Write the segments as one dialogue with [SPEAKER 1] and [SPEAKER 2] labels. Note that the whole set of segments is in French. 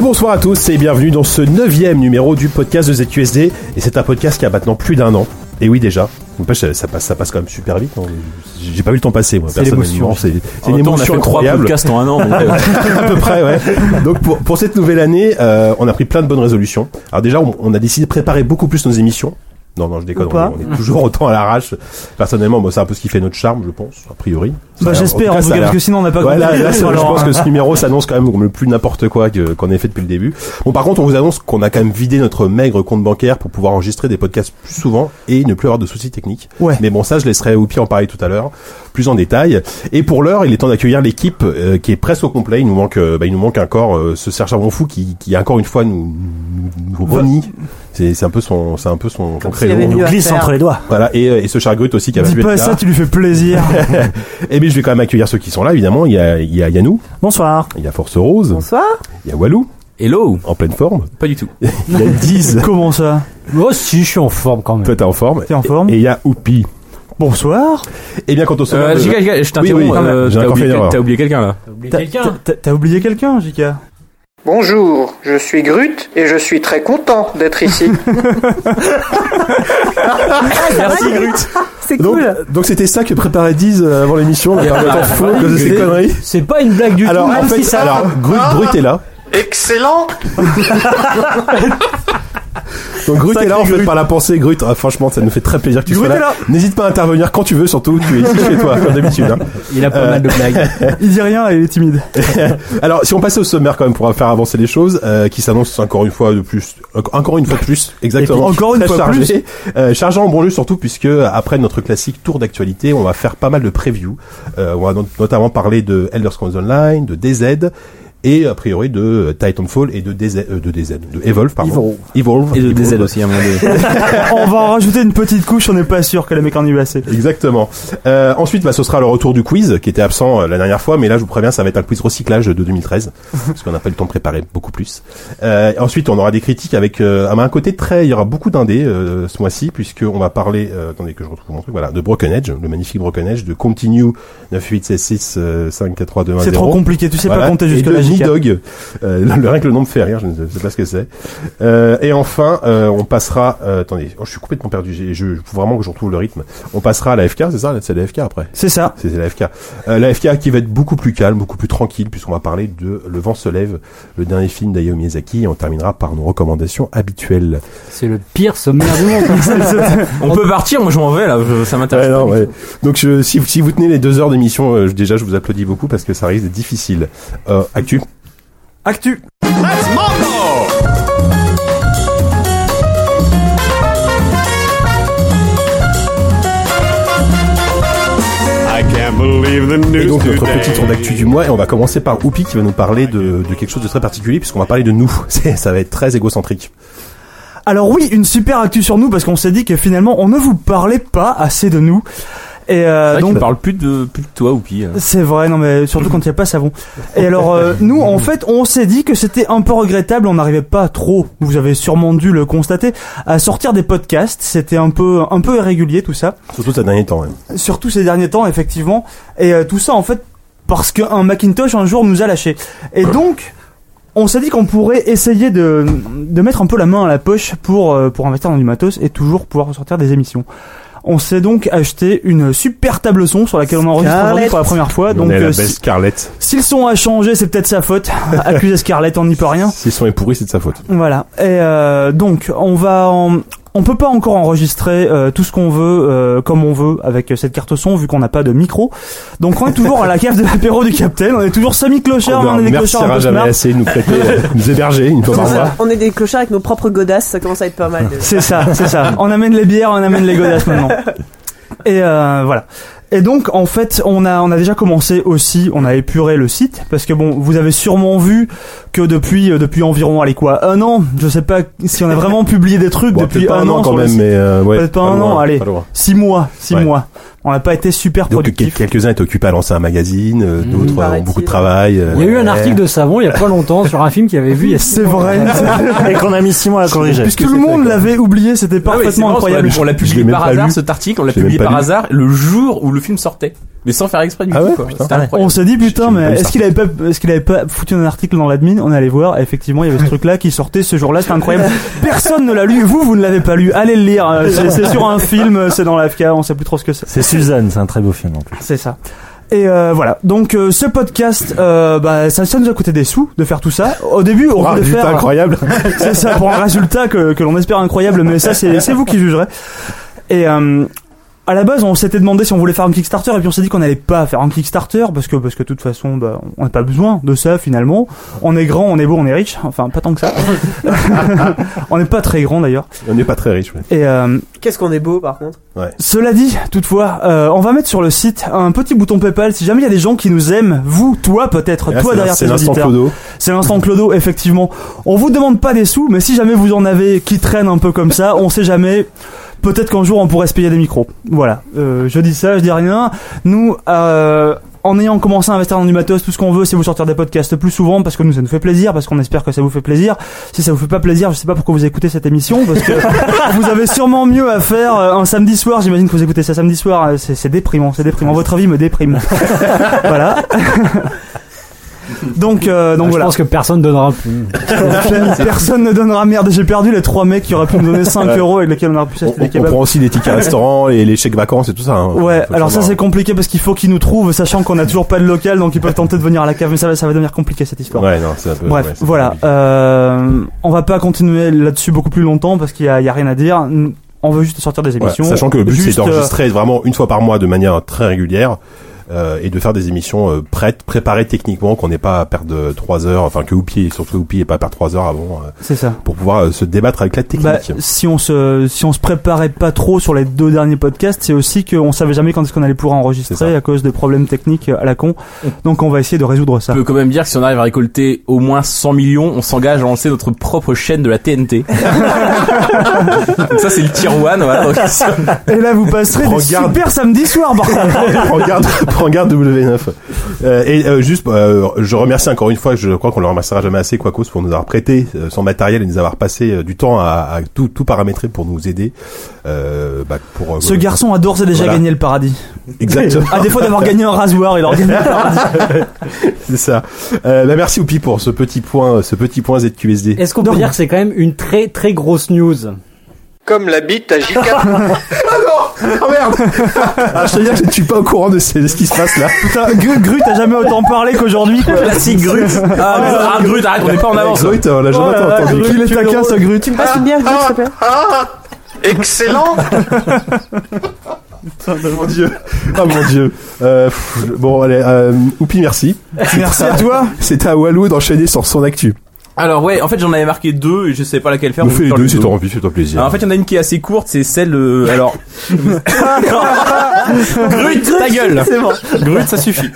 [SPEAKER 1] Bonsoir à tous et bienvenue dans ce neuvième numéro du podcast de ZQSD. Et c'est un podcast qui a maintenant plus d'un an. Et oui déjà. N'empêche, Ça, ça passe, ça passe quand même super vite. hein. J'ai pas vu le temps passer, moi.
[SPEAKER 2] C'est
[SPEAKER 1] personnellement.
[SPEAKER 2] l'émotion.
[SPEAKER 1] C'est c'est
[SPEAKER 3] En
[SPEAKER 1] une
[SPEAKER 3] même temps, on a
[SPEAKER 1] émotion
[SPEAKER 3] fait trois
[SPEAKER 1] incroyable.
[SPEAKER 3] podcasts en un an. donc, euh,
[SPEAKER 1] à peu près, ouais. Donc pour, pour cette nouvelle année, euh, on a pris plein de bonnes résolutions. Alors déjà, on, on a décidé de préparer beaucoup plus nos émissions. Non, non, je déconne,
[SPEAKER 2] Ou
[SPEAKER 1] on, est-
[SPEAKER 2] pas.
[SPEAKER 1] on est toujours autant à l'arrache. Personnellement, moi, c'est un peu ce qui fait notre charme, je pense, a priori.
[SPEAKER 2] Bah,
[SPEAKER 1] Ça-
[SPEAKER 2] j'espère,
[SPEAKER 1] en
[SPEAKER 2] en
[SPEAKER 1] tout ça a
[SPEAKER 2] tout cas, parce
[SPEAKER 1] l'air-
[SPEAKER 2] que sinon on n'a pas
[SPEAKER 1] Ouais, là,
[SPEAKER 2] compris.
[SPEAKER 1] là, c'est- je
[SPEAKER 2] Alors,
[SPEAKER 1] pense que
[SPEAKER 2] euh,
[SPEAKER 1] ce numéro s'annonce quand même comme le plus n'importe quoi que- qu'on ait fait depuis le début. Bon, par contre, on vous annonce qu'on a quand même vidé notre maigre compte bancaire pour pouvoir enregistrer des podcasts plus souvent et ne plus avoir de soucis techniques.
[SPEAKER 2] Ouais.
[SPEAKER 1] Mais bon, ça, je laisserai Oupi en parler tout à l'heure, plus en détail. Et pour l'heure, il est temps d'accueillir l'équipe euh, qui est presque au complet. Il nous manque, euh, bah, il nous manque encore euh, ce Serge Charbon Fou qui, qui encore une fois nous, nous, nous renie. C'est c'est un peu son, c'est un peu son, son
[SPEAKER 4] s'il avait
[SPEAKER 1] créneau.
[SPEAKER 4] mieux à
[SPEAKER 2] glisse
[SPEAKER 4] faire.
[SPEAKER 2] entre les doigts.
[SPEAKER 1] Voilà. Et, euh, et ce Chargrut aussi qui a
[SPEAKER 2] Dis
[SPEAKER 1] pu
[SPEAKER 2] pas
[SPEAKER 1] être
[SPEAKER 2] ça,
[SPEAKER 1] là.
[SPEAKER 2] tu lui fais plaisir.
[SPEAKER 1] Et bien, je vais quand même accueillir ceux qui sont là. Évidemment, il y a, il y a Yannou,
[SPEAKER 2] Bonsoir.
[SPEAKER 1] il y a Force Rose,
[SPEAKER 4] Bonsoir.
[SPEAKER 1] il y a Walou
[SPEAKER 3] Hello
[SPEAKER 1] en pleine forme.
[SPEAKER 3] Pas du tout.
[SPEAKER 1] Il y a Diz.
[SPEAKER 2] Comment ça
[SPEAKER 5] Moi si je suis en forme quand même.
[SPEAKER 1] Toi, t'es en forme.
[SPEAKER 2] T'es en forme
[SPEAKER 1] Et il y a Oupi.
[SPEAKER 2] Bonsoir.
[SPEAKER 5] Eh
[SPEAKER 1] Et bien, quand on se
[SPEAKER 3] Euh, Giga, Giga, je t'interromps.
[SPEAKER 1] Oui, oui,
[SPEAKER 3] euh,
[SPEAKER 1] j'ai
[SPEAKER 3] t'as
[SPEAKER 1] encore fait une
[SPEAKER 3] oublié,
[SPEAKER 1] erreur.
[SPEAKER 3] t'as oublié quelqu'un là.
[SPEAKER 2] T'as- t'as- T'as oublié quelqu'un,
[SPEAKER 5] Ah,
[SPEAKER 2] JK
[SPEAKER 6] Bonjour, je suis Grut et je suis très content d'être ici.
[SPEAKER 2] Ah,
[SPEAKER 3] Merci Grut.
[SPEAKER 4] C'est
[SPEAKER 1] donc,
[SPEAKER 4] cool.
[SPEAKER 1] donc c'était ça que préparait Diz euh, avant l'émission, la période en fou, à cause de ces conneries.
[SPEAKER 5] C'est pas une blague du
[SPEAKER 1] Alors,
[SPEAKER 5] tout.
[SPEAKER 1] en
[SPEAKER 5] même
[SPEAKER 1] fait,
[SPEAKER 5] si ça- Ah.
[SPEAKER 1] alors, Grut, Grut est là.
[SPEAKER 6] Excellent
[SPEAKER 1] Donc, Grut est là, en
[SPEAKER 2] Sacré
[SPEAKER 1] fait,
[SPEAKER 2] Grut.
[SPEAKER 1] par la pensée. Grut, ah, franchement, ça nous fait très plaisir que tu
[SPEAKER 2] Grut
[SPEAKER 1] sois là.
[SPEAKER 2] est là.
[SPEAKER 1] N'hésite pas à intervenir quand tu veux, surtout. Tu es ici chez toi, comme d'habitude. hein.
[SPEAKER 5] il a pas mal de blagues.
[SPEAKER 2] Il dit rien, il est timide.
[SPEAKER 1] Alors, si on passait au sommaire, quand même, pour faire avancer les choses, euh, qui s'annonce encore une fois de plus, encore une fois de plus, exactement.
[SPEAKER 2] Et puis, encore une
[SPEAKER 1] Très
[SPEAKER 2] fois
[SPEAKER 1] chargé. Euh, chargeant en banlieue surtout, puisque après notre classique tour d'actualité, on va faire pas mal de previews. Euh, on va not- notamment parler de Elder Scrolls Online, de DZ, et a priori de euh, Titanfall et de DZ, euh, de DZ, de Evolve, pardon. Evolve.
[SPEAKER 3] Et de
[SPEAKER 1] Evolve.
[SPEAKER 3] DZ
[SPEAKER 2] hein.
[SPEAKER 3] aussi, à mon avis.
[SPEAKER 2] On va en rajouter une petite couche, on n'est pas sûr que les mecs en aient eu assez.
[SPEAKER 1] Exactement. Euh, ensuite, bah, ce sera le retour du quiz qui était absent euh, la dernière fois, mais là, je vous préviens, ça va être un quiz recyclage de 2013, parce qu'on n'a pas eu le temps de préparer beaucoup plus. Euh, ensuite, on aura des critiques avec euh, à un côté très, il y aura beaucoup d'indés euh, ce mois-ci, puisque on va parler, euh, attendez que je retrouve mon truc, voilà, de Broken Edge, le magnifique Broken Edge, de Continue 9866 euh, 54321.
[SPEAKER 2] C'est trop compliqué, tu sais
[SPEAKER 1] Voilà.
[SPEAKER 2] pas compter jusque là,
[SPEAKER 1] Et de
[SPEAKER 2] JK.
[SPEAKER 1] Nidog. Euh, le- rien que le nom me fait rire, je ne sais pas ce que c'est. Euh, et enfin, euh, on passera. euh, attendez, oh, je suis complètement perdu. j'ai- Je, faut vraiment que je retrouve le rythme. On passera à la FK, c'est ça C'est la FK après.
[SPEAKER 2] C'est ça.
[SPEAKER 1] C'est la FK. Euh, la FK qui va être beaucoup plus calme, beaucoup plus tranquille, puisqu'on va parler de Le vent se lève, le dernier film d'Hayao Miyazaki, et on terminera par nos recommandations habituelles.
[SPEAKER 5] C'est le pire sommaire du monde.
[SPEAKER 3] On peut partir, moi je m'en vais là, je- ça
[SPEAKER 2] Ah,
[SPEAKER 3] m'intéresse.
[SPEAKER 1] Ouais, non, ouais. Donc je, si, vous- si vous tenez les deux heures d'émission, euh, je- déjà je vous applaudis beaucoup parce que ça risque d'être difficile. Euh, actu.
[SPEAKER 2] Actu.
[SPEAKER 7] I can't believe the news
[SPEAKER 1] Et donc notre
[SPEAKER 7] today.
[SPEAKER 1] petit tour d'actu du mois et on va commencer par Oupi qui va nous parler de, de quelque chose de très particulier puisqu'on va parler de nous. C'est- ça va être très égocentrique.
[SPEAKER 2] Alors oui, une super actu sur nous parce qu'on s'est dit que finalement on ne vous parlait pas assez de nous. Et euh,
[SPEAKER 3] Donc,
[SPEAKER 2] donc
[SPEAKER 3] on parle plus de, plus de toi euh. ou pire.
[SPEAKER 2] C'est vrai, non mais surtout quand il n'y a pas savon. Et alors euh, nous, en fait, on s'est dit que c'était un peu regrettable, on n'arrivait pas trop, vous avez sûrement dû le constater, à sortir des podcasts, c'était un peu un peu irrégulier tout ça,
[SPEAKER 1] Surtout ces derniers temps. hein.
[SPEAKER 2] surtout ces derniers temps effectivement, et euh, tout ça en fait parce qu'un Macintosh un jour nous a lâchés. Et donc, on s'est dit qu'on pourrait essayer de, de mettre un peu la main à la poche pour, euh, pour investir dans du matos et toujours pouvoir ressortir des émissions. On s'est donc acheté une super table son sur laquelle on enregistre aujourd'hui pour la première fois.
[SPEAKER 1] on
[SPEAKER 2] Donc,
[SPEAKER 1] est à la
[SPEAKER 2] euh,
[SPEAKER 1] belle
[SPEAKER 2] si-
[SPEAKER 1] Scarlett.
[SPEAKER 2] S'ils sont à changer, c'est peut-être sa faute. Accuser Scarlett, on n'y peut rien.
[SPEAKER 1] Si son est pourri, c'est de sa faute.
[SPEAKER 2] Voilà. Et euh, donc, on va en... On peut pas encore enregistrer euh, tout ce qu'on veut, euh, comme on veut, avec euh, cette carte son, vu qu'on n'a pas de micro. Donc on est toujours à la cave de l'apéro du Capitaine, on est toujours
[SPEAKER 1] Oh,
[SPEAKER 2] semi-clochard, mais on est des clochards un
[SPEAKER 1] remerciera
[SPEAKER 2] peu
[SPEAKER 1] jamais
[SPEAKER 2] smarts.
[SPEAKER 1] assez de nous prêter, euh, nous héberger une fois par mois.
[SPEAKER 4] On est des clochards avec nos propres godasses, ça commence à être pas mal. déjà.
[SPEAKER 2] C'est ça, c'est ça. On amène les bières, on amène les godasses maintenant. Et euh, voilà. Et donc en fait, on a on a déjà commencé aussi, on a épuré le site parce que bon, vous avez sûrement vu que depuis euh, depuis environ allez quoi, un an, je sais pas si on a vraiment publié des trucs
[SPEAKER 1] Bon,
[SPEAKER 2] depuis
[SPEAKER 1] peut-être pas
[SPEAKER 2] un an
[SPEAKER 1] quand
[SPEAKER 2] sur le
[SPEAKER 1] même,
[SPEAKER 2] site.
[SPEAKER 1] mais euh, ouais,
[SPEAKER 2] Peut-être pas un
[SPEAKER 1] loin,
[SPEAKER 2] an, allez.
[SPEAKER 1] pas loin.
[SPEAKER 2] Six mois, six
[SPEAKER 1] Ouais.
[SPEAKER 2] mois. On n'a pas été super
[SPEAKER 1] Donc
[SPEAKER 2] productif.
[SPEAKER 1] quel- quelques-uns étaient occupés à lancer un magazine,
[SPEAKER 2] Mmh,
[SPEAKER 1] euh, d'autres euh, ont
[SPEAKER 4] paraît-il.
[SPEAKER 1] beaucoup de travail. euh,
[SPEAKER 5] Il y a eu un
[SPEAKER 1] ouais.
[SPEAKER 5] article de savon il y a pas longtemps sur un film qu'il avait vu. il y a six
[SPEAKER 2] C'est
[SPEAKER 5] mois.
[SPEAKER 2] vrai.
[SPEAKER 8] et qu'on a mis 6 mois à corriger.
[SPEAKER 1] Puisque
[SPEAKER 2] Tout le
[SPEAKER 1] c'est
[SPEAKER 2] monde
[SPEAKER 1] fait,
[SPEAKER 2] l'avait oublié, c'était
[SPEAKER 3] Ah oui, c'est
[SPEAKER 2] parfaitement
[SPEAKER 3] marrant,
[SPEAKER 2] incroyable.
[SPEAKER 3] On l'a
[SPEAKER 1] Je l'ai
[SPEAKER 3] publié
[SPEAKER 1] même
[SPEAKER 3] par
[SPEAKER 1] pas
[SPEAKER 3] hasard
[SPEAKER 1] lu.
[SPEAKER 3] cet article, on l'a
[SPEAKER 1] Je l'ai
[SPEAKER 3] publié
[SPEAKER 1] même pas
[SPEAKER 3] par
[SPEAKER 1] lu.
[SPEAKER 3] hasard le jour où le film sortait. Mais sans faire exprès du
[SPEAKER 1] Ah
[SPEAKER 3] tout,
[SPEAKER 1] ouais,
[SPEAKER 3] quoi.
[SPEAKER 1] putain.
[SPEAKER 3] C'était incroyable.
[SPEAKER 2] On s'est dit putain,
[SPEAKER 1] J'ai
[SPEAKER 2] mais
[SPEAKER 1] pas vu
[SPEAKER 2] est-ce
[SPEAKER 1] ça.
[SPEAKER 2] qu'il avait pas, est-ce qu'il avait pas foutu un article dans l'admin On allait voir. et effectivement, il y avait ce truc-là qui sortait ce jour-là. C'était incroyable. Personne ne l'a lu. Vous, vous ne l'avez pas lu. Allez le lire. euh, C'est c'est sur un film. euh, C'est dans l'AFK. On sait plus trop ce que c'est.
[SPEAKER 8] C'est Suzanne, c'est un très beau film en plus.
[SPEAKER 2] C'est ça. Et euh, voilà. Donc euh, ce podcast, euh, bah, ça, ça nous a coûté des sous de faire tout ça. Au début, on
[SPEAKER 1] Ah,
[SPEAKER 2] voulait
[SPEAKER 1] putain,
[SPEAKER 2] faire.
[SPEAKER 1] incroyable.
[SPEAKER 2] C'est ça pour un résultat que, que l'on espère incroyable, mais ça c'est c'est vous qui jugerez. Et euh, à la base, on s'était demandé si on voulait faire un Kickstarter, et puis on s'est dit qu'on n'allait pas faire un Kickstarter parce que parce que de toute façon, bah, on n'a pas besoin de ça finalement. On est grand, on est beau, on est riche. Enfin, pas tant que ça. on n'est pas très grand d'ailleurs.
[SPEAKER 1] On n'est pas très riche. ouais.
[SPEAKER 2] Et euh,
[SPEAKER 4] Qu'est-ce qu'on est beau par contre
[SPEAKER 2] cela dit, toutefois, euh, on va mettre sur le site un petit bouton PayPal si jamais il y a des gens qui nous aiment, vous, toi peut-être,
[SPEAKER 1] Et là,
[SPEAKER 2] toi
[SPEAKER 1] c'est-
[SPEAKER 2] derrière
[SPEAKER 1] C'est
[SPEAKER 2] tes
[SPEAKER 1] l'instant
[SPEAKER 2] auditeurs.
[SPEAKER 1] Clodo.
[SPEAKER 2] C'est l'instant Clodo, effectivement. On vous demande pas des sous, mais si jamais vous en avez qui traînent un peu comme ça, on sait jamais. Peut-être qu'un jour on pourrait se payer des micros. Voilà. Euh, je dis ça, je dis rien. Nous, euh, en ayant commencé à investir dans du matos, tout ce qu'on veut, c'est vous sortir des podcasts plus souvent parce que nous ça nous fait plaisir, parce qu'on espère que ça vous fait plaisir. Si ça vous fait pas plaisir, je sais pas pourquoi vous écoutez cette émission parce que vous avez sûrement mieux à faire euh, un samedi soir. J'imagine que vous écoutez ça samedi soir. Euh, C'est c'est déprimant, c'est déprimant. Votre vie me déprime. voilà. donc, euh, donc
[SPEAKER 5] Ah, je
[SPEAKER 2] voilà.
[SPEAKER 5] pense que personne donnera plus.
[SPEAKER 2] Personne ne donnera merde. J'ai perdu les trois mecs qui auraient pu me donner 5 euros avec lesquels on aurait
[SPEAKER 1] On,
[SPEAKER 2] pu s'acheter des
[SPEAKER 1] on- on
[SPEAKER 2] kebabs.
[SPEAKER 1] prend aussi des tickets restaurants et les chèques vacances et tout ça. hein.
[SPEAKER 2] Ouais,
[SPEAKER 1] Faut
[SPEAKER 2] alors ça
[SPEAKER 1] savoir.
[SPEAKER 2] c'est compliqué parce qu'il faut qu'ils nous trouvent, sachant qu'on a toujours pas de local, donc ils peuvent tenter de venir à la cave, mais ça va, ça va devenir compliqué cette histoire.
[SPEAKER 1] Ouais, non, c'est un peu.
[SPEAKER 2] Bref,
[SPEAKER 1] ouais, c'est
[SPEAKER 2] voilà.
[SPEAKER 1] compliqué.
[SPEAKER 2] Euh, on va pas continuer là-dessus beaucoup plus longtemps parce qu'il y a, il y a rien à dire. On veut juste sortir des
[SPEAKER 1] Ouais,
[SPEAKER 2] émissions.
[SPEAKER 1] Sachant que le but c'est
[SPEAKER 2] Juste, euh,
[SPEAKER 1] d'enregistrer vraiment une fois par mois de manière très régulière euh, et de faire des émissions euh, prêtes, préparées techniquement, qu'on n'ait pas à perdre euh, trois heures, enfin que Oupi et surtout Oupi et pas perdre trois heures avant euh,
[SPEAKER 2] C'est ça.
[SPEAKER 1] pour pouvoir euh, se débattre avec la technique.
[SPEAKER 2] Bah, si on se si on se préparait pas trop sur les deux derniers podcasts, c'est aussi qu'on savait jamais quand est-ce qu'on allait pouvoir
[SPEAKER 1] C'est
[SPEAKER 2] enregistrer
[SPEAKER 1] ça.
[SPEAKER 2] à cause de problèmes techniques à la con. Donc on va essayer de résoudre ça.
[SPEAKER 3] On peut quand même dire que si on arrive à récolter au moins 100 millions, on s'engage à lancer notre propre chaîne de la TNT. Donc ça, c'est le tier one, voilà. Donc, ça-
[SPEAKER 2] Et là, vous passerez des
[SPEAKER 1] Regarde.
[SPEAKER 2] super samedi soir, bordel.
[SPEAKER 1] prends garde, prends garde W9. Euh, et euh, juste, euh, je remercie encore une fois, je crois qu'on le remerciera jamais assez, Quacos, pour nous avoir prêté euh, son matériel et nous avoir passé euh, du temps à, à tout, tout paramétrer pour nous aider. Euh, bah, pour, euh,
[SPEAKER 2] Ce garçon Ah, a d'ores et déjà
[SPEAKER 1] Voilà.
[SPEAKER 2] gagné le paradis.
[SPEAKER 1] Exactement.
[SPEAKER 2] À défaut d'avoir gagné un rasoir, il a gagné le paradis.
[SPEAKER 1] C'est ça. Euh, bah, merci Oupi pour ce petit point, ce petit point ZQSD.
[SPEAKER 5] Est-ce qu'on peut dire que c'est quand même une très très grosse news
[SPEAKER 6] Comme la bite à J4.
[SPEAKER 1] Oh merde Ah, Je te dis que je ne suis pas au courant de ce, de ce qui se passe là.
[SPEAKER 2] Putain, Gru, Gru, t'as jamais autant parlé qu'aujourd'hui, quoi.
[SPEAKER 3] Classique Grut. Ah, Grut, Grut, arrête, on n'est pas en avance.
[SPEAKER 1] Zoït, euh, là, j'en
[SPEAKER 2] Oh là là,
[SPEAKER 1] entendu.
[SPEAKER 2] Gru, il est taquin, ce Gru.
[SPEAKER 4] Tu me passes une bière, Grut, s'il te plaît
[SPEAKER 6] Ah, Excellent
[SPEAKER 1] Mon dieu. Ah mon dieu. Euh, pff, bon, allez, euh, Oupi, merci.
[SPEAKER 2] Merci à toi.
[SPEAKER 1] C'était à Walou d'enchaîner sur son actu.
[SPEAKER 3] Alors ouais, en fait, j'en avais marqué deux et je savais pas laquelle faire.
[SPEAKER 1] On
[SPEAKER 3] donc je
[SPEAKER 1] fait les
[SPEAKER 3] parle
[SPEAKER 1] deux
[SPEAKER 3] des
[SPEAKER 1] si t'as envie, fais-toi plaisir.
[SPEAKER 3] Alors, en fait, il y en a une qui est assez courte, c'est celle. euh, alors. Grut, ta gueule
[SPEAKER 2] C'est bon.
[SPEAKER 3] Grut, ça suffit.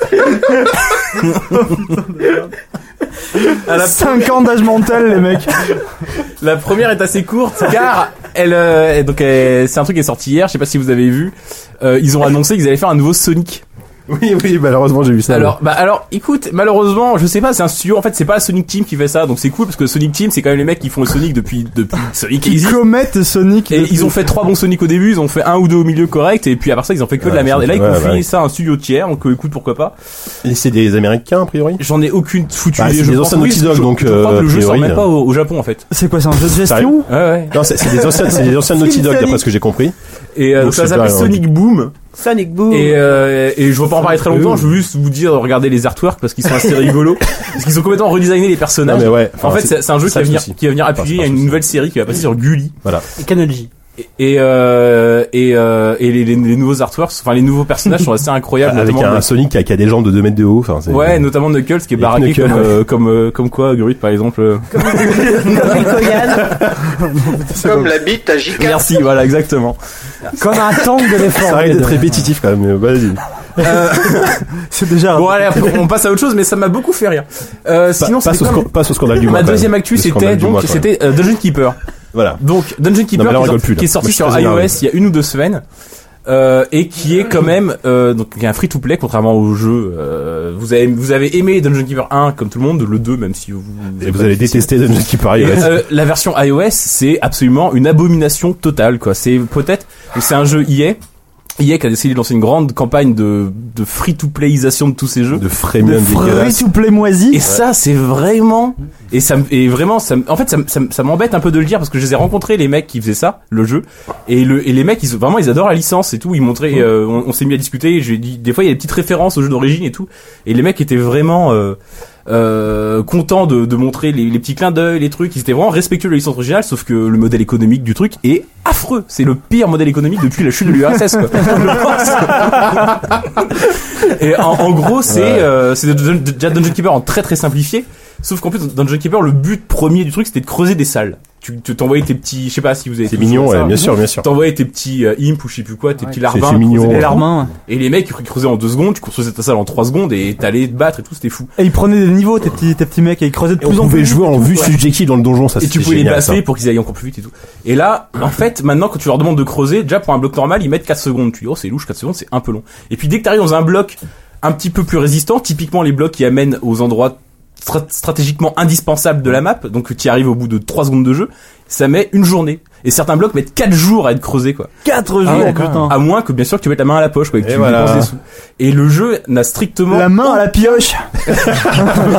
[SPEAKER 3] À la
[SPEAKER 2] 5 ans d'âge mental, les mecs.
[SPEAKER 3] La première est assez courte car elle euh, donc euh, c'est un truc qui est sorti hier, je sais pas si vous avez vu. Euh, ils ont annoncé qu'ils allaient faire un nouveau Sonic.
[SPEAKER 1] Oui, oui, malheureusement, j'ai vu ça.
[SPEAKER 3] Alors bah alors écoute, malheureusement, je sais pas, c'est un studio en fait, c'est pas Sonic Team qui fait ça. Donc c'est cool parce que Sonic Team, c'est quand même les mecs qui font le Sonic depuis depuis Sonic existe.
[SPEAKER 2] Comète Sonic.
[SPEAKER 3] Et ils ont fait trois bons Sonic au début, ils ont fait un ou deux au milieu correct, et puis à part ça ils ont fait que de
[SPEAKER 1] Ouais,
[SPEAKER 3] la merde. Et là ils
[SPEAKER 1] ouais,
[SPEAKER 3] confient
[SPEAKER 1] ouais.
[SPEAKER 3] ça à un studio tiers, donc euh, écoute pourquoi pas.
[SPEAKER 1] Et c'est des Américains, a priori
[SPEAKER 3] J'en ai aucune foutue
[SPEAKER 1] Bah,
[SPEAKER 3] idée.
[SPEAKER 1] c'est
[SPEAKER 3] je
[SPEAKER 1] des
[SPEAKER 3] pense
[SPEAKER 1] anciens
[SPEAKER 3] oui,
[SPEAKER 1] Naughty
[SPEAKER 3] je-
[SPEAKER 1] Dog,
[SPEAKER 3] je
[SPEAKER 1] donc,
[SPEAKER 3] crois
[SPEAKER 1] euh,
[SPEAKER 3] que le jeu sort
[SPEAKER 1] théorie,
[SPEAKER 3] même pas
[SPEAKER 1] euh.
[SPEAKER 3] au, au Japon en fait.
[SPEAKER 2] C'est quoi, c'est un jeu de gestion
[SPEAKER 3] Ouais ouais.
[SPEAKER 1] Non, c'est c'est des anciens, c'est des anciens Naughty Dog,
[SPEAKER 4] Sonic.
[SPEAKER 1] d'après ce que j'ai compris.
[SPEAKER 3] Et euh,
[SPEAKER 1] Donc,
[SPEAKER 3] ça
[SPEAKER 1] c'est Mmh.
[SPEAKER 3] s'appelle
[SPEAKER 1] pas, euh,
[SPEAKER 3] Sonic Boom.
[SPEAKER 4] Sonic Boom.
[SPEAKER 3] Et, euh, et je vais pas en parler très longtemps, je veux juste vous dire, regardez les artworks parce qu'ils sont assez rigolos. Parce qu'ils ont complètement redesigné les
[SPEAKER 1] Non,
[SPEAKER 3] personnages.
[SPEAKER 1] mais ouais. enfin,
[SPEAKER 3] en fait, c'est c'est un jeu qui
[SPEAKER 1] ça
[SPEAKER 3] va,
[SPEAKER 1] le
[SPEAKER 3] venir,
[SPEAKER 1] souci.
[SPEAKER 3] qui va venir appuyer à
[SPEAKER 1] Enfin, c'est pas
[SPEAKER 3] une
[SPEAKER 1] le
[SPEAKER 3] nouvelle série qui va passer sur Gulli.
[SPEAKER 5] Canal J.
[SPEAKER 3] Et, et, euh, et, euh, et les, les- les nouveaux artworks, enfin les nouveaux personnages sont assez incroyables.
[SPEAKER 1] Avec
[SPEAKER 3] notamment,
[SPEAKER 1] un Sonic qui a, qui a des jambes de 2 mètres de haut. Enfin, c'est-
[SPEAKER 3] Ouais, notamment Knuckles qui est
[SPEAKER 1] Et
[SPEAKER 3] baraqué
[SPEAKER 1] Knuckles,
[SPEAKER 3] comme,
[SPEAKER 1] ouais.
[SPEAKER 3] euh, comme, euh, comme quoi, Grut par exemple. euh.
[SPEAKER 4] Comme Rico Yann.
[SPEAKER 6] Comme la bite à J4.
[SPEAKER 3] Merci, voilà, exactement.
[SPEAKER 5] Comme un tank de l'effort.
[SPEAKER 1] Ça arrive d'être répétitif quand même, mais vas-y.
[SPEAKER 2] C'est déjà.
[SPEAKER 3] Bon allez, après, on passe à autre chose, mais ça m'a beaucoup fait rire. Euh, sinon,
[SPEAKER 1] Sinon, passe,
[SPEAKER 3] c'était
[SPEAKER 1] au
[SPEAKER 3] quoi
[SPEAKER 1] sco- passe au scandale du mois.
[SPEAKER 3] ma
[SPEAKER 1] quand même.
[SPEAKER 3] deuxième actu,
[SPEAKER 1] Le scandale
[SPEAKER 3] c'était
[SPEAKER 1] du mois,
[SPEAKER 3] donc
[SPEAKER 1] quand même.
[SPEAKER 3] c'était euh, Dungeon Keeper.
[SPEAKER 1] Voilà.
[SPEAKER 3] Donc Dungeon Keeper
[SPEAKER 1] mais là, on
[SPEAKER 3] qui, est
[SPEAKER 1] rigole
[SPEAKER 3] sorti-
[SPEAKER 1] plus, là.
[SPEAKER 3] qui est
[SPEAKER 1] Moi,
[SPEAKER 3] sorti
[SPEAKER 1] je suis
[SPEAKER 3] sur
[SPEAKER 1] très énervé.
[SPEAKER 3] iOS il y a une ou deux semaines euh, et qui est quand même euh, donc un free to play contrairement au jeu. euh, vous avez vous avez aimé Dungeon Keeper 1 comme tout le monde, le 2 même si vous
[SPEAKER 1] Et vous allez détester Dungeon qui
[SPEAKER 3] Et,
[SPEAKER 1] pareil.
[SPEAKER 3] euh, la version iOS, c'est absolument une abomination totale, quoi. C'est peut-être, c'est un jeu IA EA qui a décidé de lancer une grande campagne de, de free-to-playisation de tous ces jeux.
[SPEAKER 1] de
[SPEAKER 2] De
[SPEAKER 1] freemium
[SPEAKER 2] free
[SPEAKER 1] dégueulasse.
[SPEAKER 2] to play
[SPEAKER 3] Et
[SPEAKER 2] moisi.
[SPEAKER 3] ça, c'est vraiment, et ça, me- et vraiment, ça, me- en fait, ça, me- ça, me- ça m'embête un peu de le dire parce que je les ai rencontrés les mecs qui faisaient ça, le jeu, et le, et les mecs, ils vraiment, ils adorent la licence et tout. Ils montraient, euh, on, on s'est mis à discuter. et J'ai dit, des fois, il y a des petites références au jeu d'origine et tout, et les mecs étaient vraiment. Euh, euh, contents de, de montrer les, les petits clins d'œil, les trucs, ils étaient vraiment respectueux de la licence originale, sauf que le modèle économique du truc est affreux. C'est le pire modèle économique depuis la chute de l'URSS. quoi. Je pense. Et en, en gros, c'est euh, c'est Dun- déjà Dungeon Keeper en très très simplifié. Sauf qu'en plus, dans Dungeon Keeper, le but premier du truc, c'était de creuser des salles. Tu tu t'envoyais tes petits, je sais pas si vous avez.
[SPEAKER 1] C'est mignon, ouais, bien sûr, bien sûr.
[SPEAKER 3] T'envoyais tes petits euh, imps ou je sais plus quoi, tes petits larvins.
[SPEAKER 1] c'est mignon,
[SPEAKER 3] creuser
[SPEAKER 2] Et hein.
[SPEAKER 3] des
[SPEAKER 1] ouais.
[SPEAKER 3] larves.
[SPEAKER 2] l'armin.
[SPEAKER 3] Et les mecs, ils creusaient en deux secondes, tu construisais ta salle en trois secondes et t'allais te battre et tout, c'était fou.
[SPEAKER 2] Et ils prenaient des niveaux, tes petits, tes petits mecs, et ils creusaient de
[SPEAKER 1] On
[SPEAKER 2] plus en
[SPEAKER 1] pouvait
[SPEAKER 2] plus.
[SPEAKER 1] jouer en vue subjective dans le donjon, ça
[SPEAKER 3] et tu
[SPEAKER 1] c'était
[SPEAKER 3] pouvais les
[SPEAKER 1] génial,
[SPEAKER 3] baffer pour qu'ils aillent encore plus vite et tout. Et là, en fait, maintenant, quand tu leur demandes de creuser, déjà pour un bloc normal, ils mettent 4 secondes. Tu dis, oh, c'est louche, 4 secondes, c'est un peu long. Et puis dès que t'arrives dans un bloc un petit peu plus résistant, typiquement les blocs qui amènent aux endroits stra- stratégiquement indispensables de la map, donc tu y arrives au bout de 3 secondes de jeu, ça met une journée. Et certains blocs mettent 4 jours à être creusés, quoi.
[SPEAKER 2] 4 jours,
[SPEAKER 3] ouais,
[SPEAKER 2] putain.
[SPEAKER 3] À moins que, bien sûr, que tu mettes la main à la poche, quoi, et que
[SPEAKER 1] Et
[SPEAKER 3] tu
[SPEAKER 1] voilà.
[SPEAKER 3] dépenses des sous. Et le jeu n'a strictement
[SPEAKER 2] La main à la pioche.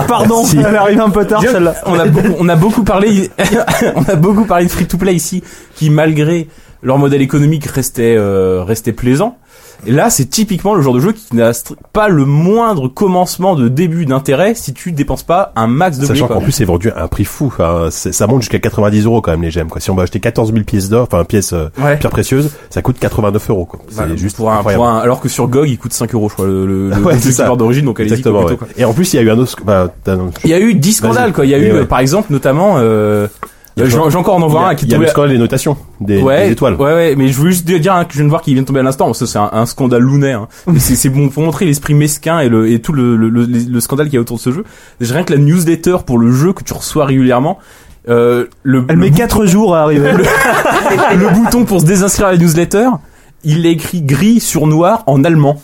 [SPEAKER 2] Pardon,
[SPEAKER 1] Si.
[SPEAKER 2] elle est arrivée un peu tard
[SPEAKER 3] Dieu,
[SPEAKER 2] celle-là.
[SPEAKER 3] on a beaucoup, on a beaucoup parlé, on a beaucoup parlé de free to play ici, qui malgré leur modèle économique restait euh, restait plaisant. Et là, c'est typiquement le genre de jeu qui n'a stri- pas le moindre commencement de début d'intérêt si tu dépenses pas un max de blé.
[SPEAKER 1] Sachant
[SPEAKER 3] quoi.
[SPEAKER 1] qu'en plus c'est vendu à un prix fou, Enfin, c'est- ça monte jusqu'à 90 euros quand même les gemmes. Quoi. Si on va acheter 14 000 pièces d'or, enfin pièces euh,
[SPEAKER 3] Ouais.
[SPEAKER 1] pierres précieuses, ça coûte 89 euros. quoi. C'est
[SPEAKER 3] Voilà,
[SPEAKER 1] juste
[SPEAKER 3] pour un,
[SPEAKER 1] incroyable.
[SPEAKER 3] pour un- alors que sur GOG, il coûte 5 euros, je crois, le, le, le
[SPEAKER 1] Ouais,
[SPEAKER 3] le
[SPEAKER 1] c'est ça.
[SPEAKER 3] Keeper d'origine, donc allez-y.
[SPEAKER 1] Exactement.
[SPEAKER 3] plutôt,
[SPEAKER 1] ouais.
[SPEAKER 3] quoi.
[SPEAKER 1] Et en plus il y a eu un autre. sc- Bah, t'as- non, je-
[SPEAKER 3] Il y a eu 10
[SPEAKER 1] Vas-y.
[SPEAKER 3] scandales, quoi. Il y a
[SPEAKER 1] Et
[SPEAKER 3] eu,
[SPEAKER 1] ouais.
[SPEAKER 3] euh, par exemple, notamment, euh,
[SPEAKER 1] Il y a
[SPEAKER 3] j'ai j'ai encore en en
[SPEAKER 1] il y
[SPEAKER 3] voir
[SPEAKER 1] a-
[SPEAKER 3] un qui
[SPEAKER 1] il y a
[SPEAKER 3] tombait-
[SPEAKER 1] même scroll les notations des, des étoiles.
[SPEAKER 3] Ouais, ouais, mais je voulais juste dire hein, que je viens de voir qu'il vient de tomber à l'instant. parce que C'est un, un scandale lunaire. hein. Mais c'est c'est bon pour montrer l'esprit mesquin et, le, et tout le, le, le, le scandale qu'il y a autour de ce jeu. Déjà, rien que la newsletter pour le jeu que tu reçois régulièrement. Euh, le,
[SPEAKER 2] Elle
[SPEAKER 3] le
[SPEAKER 2] met 4 jours à arriver.
[SPEAKER 3] le bouton pour se désinscrire à la newsletter, il est écrit gris sur noir en allemand.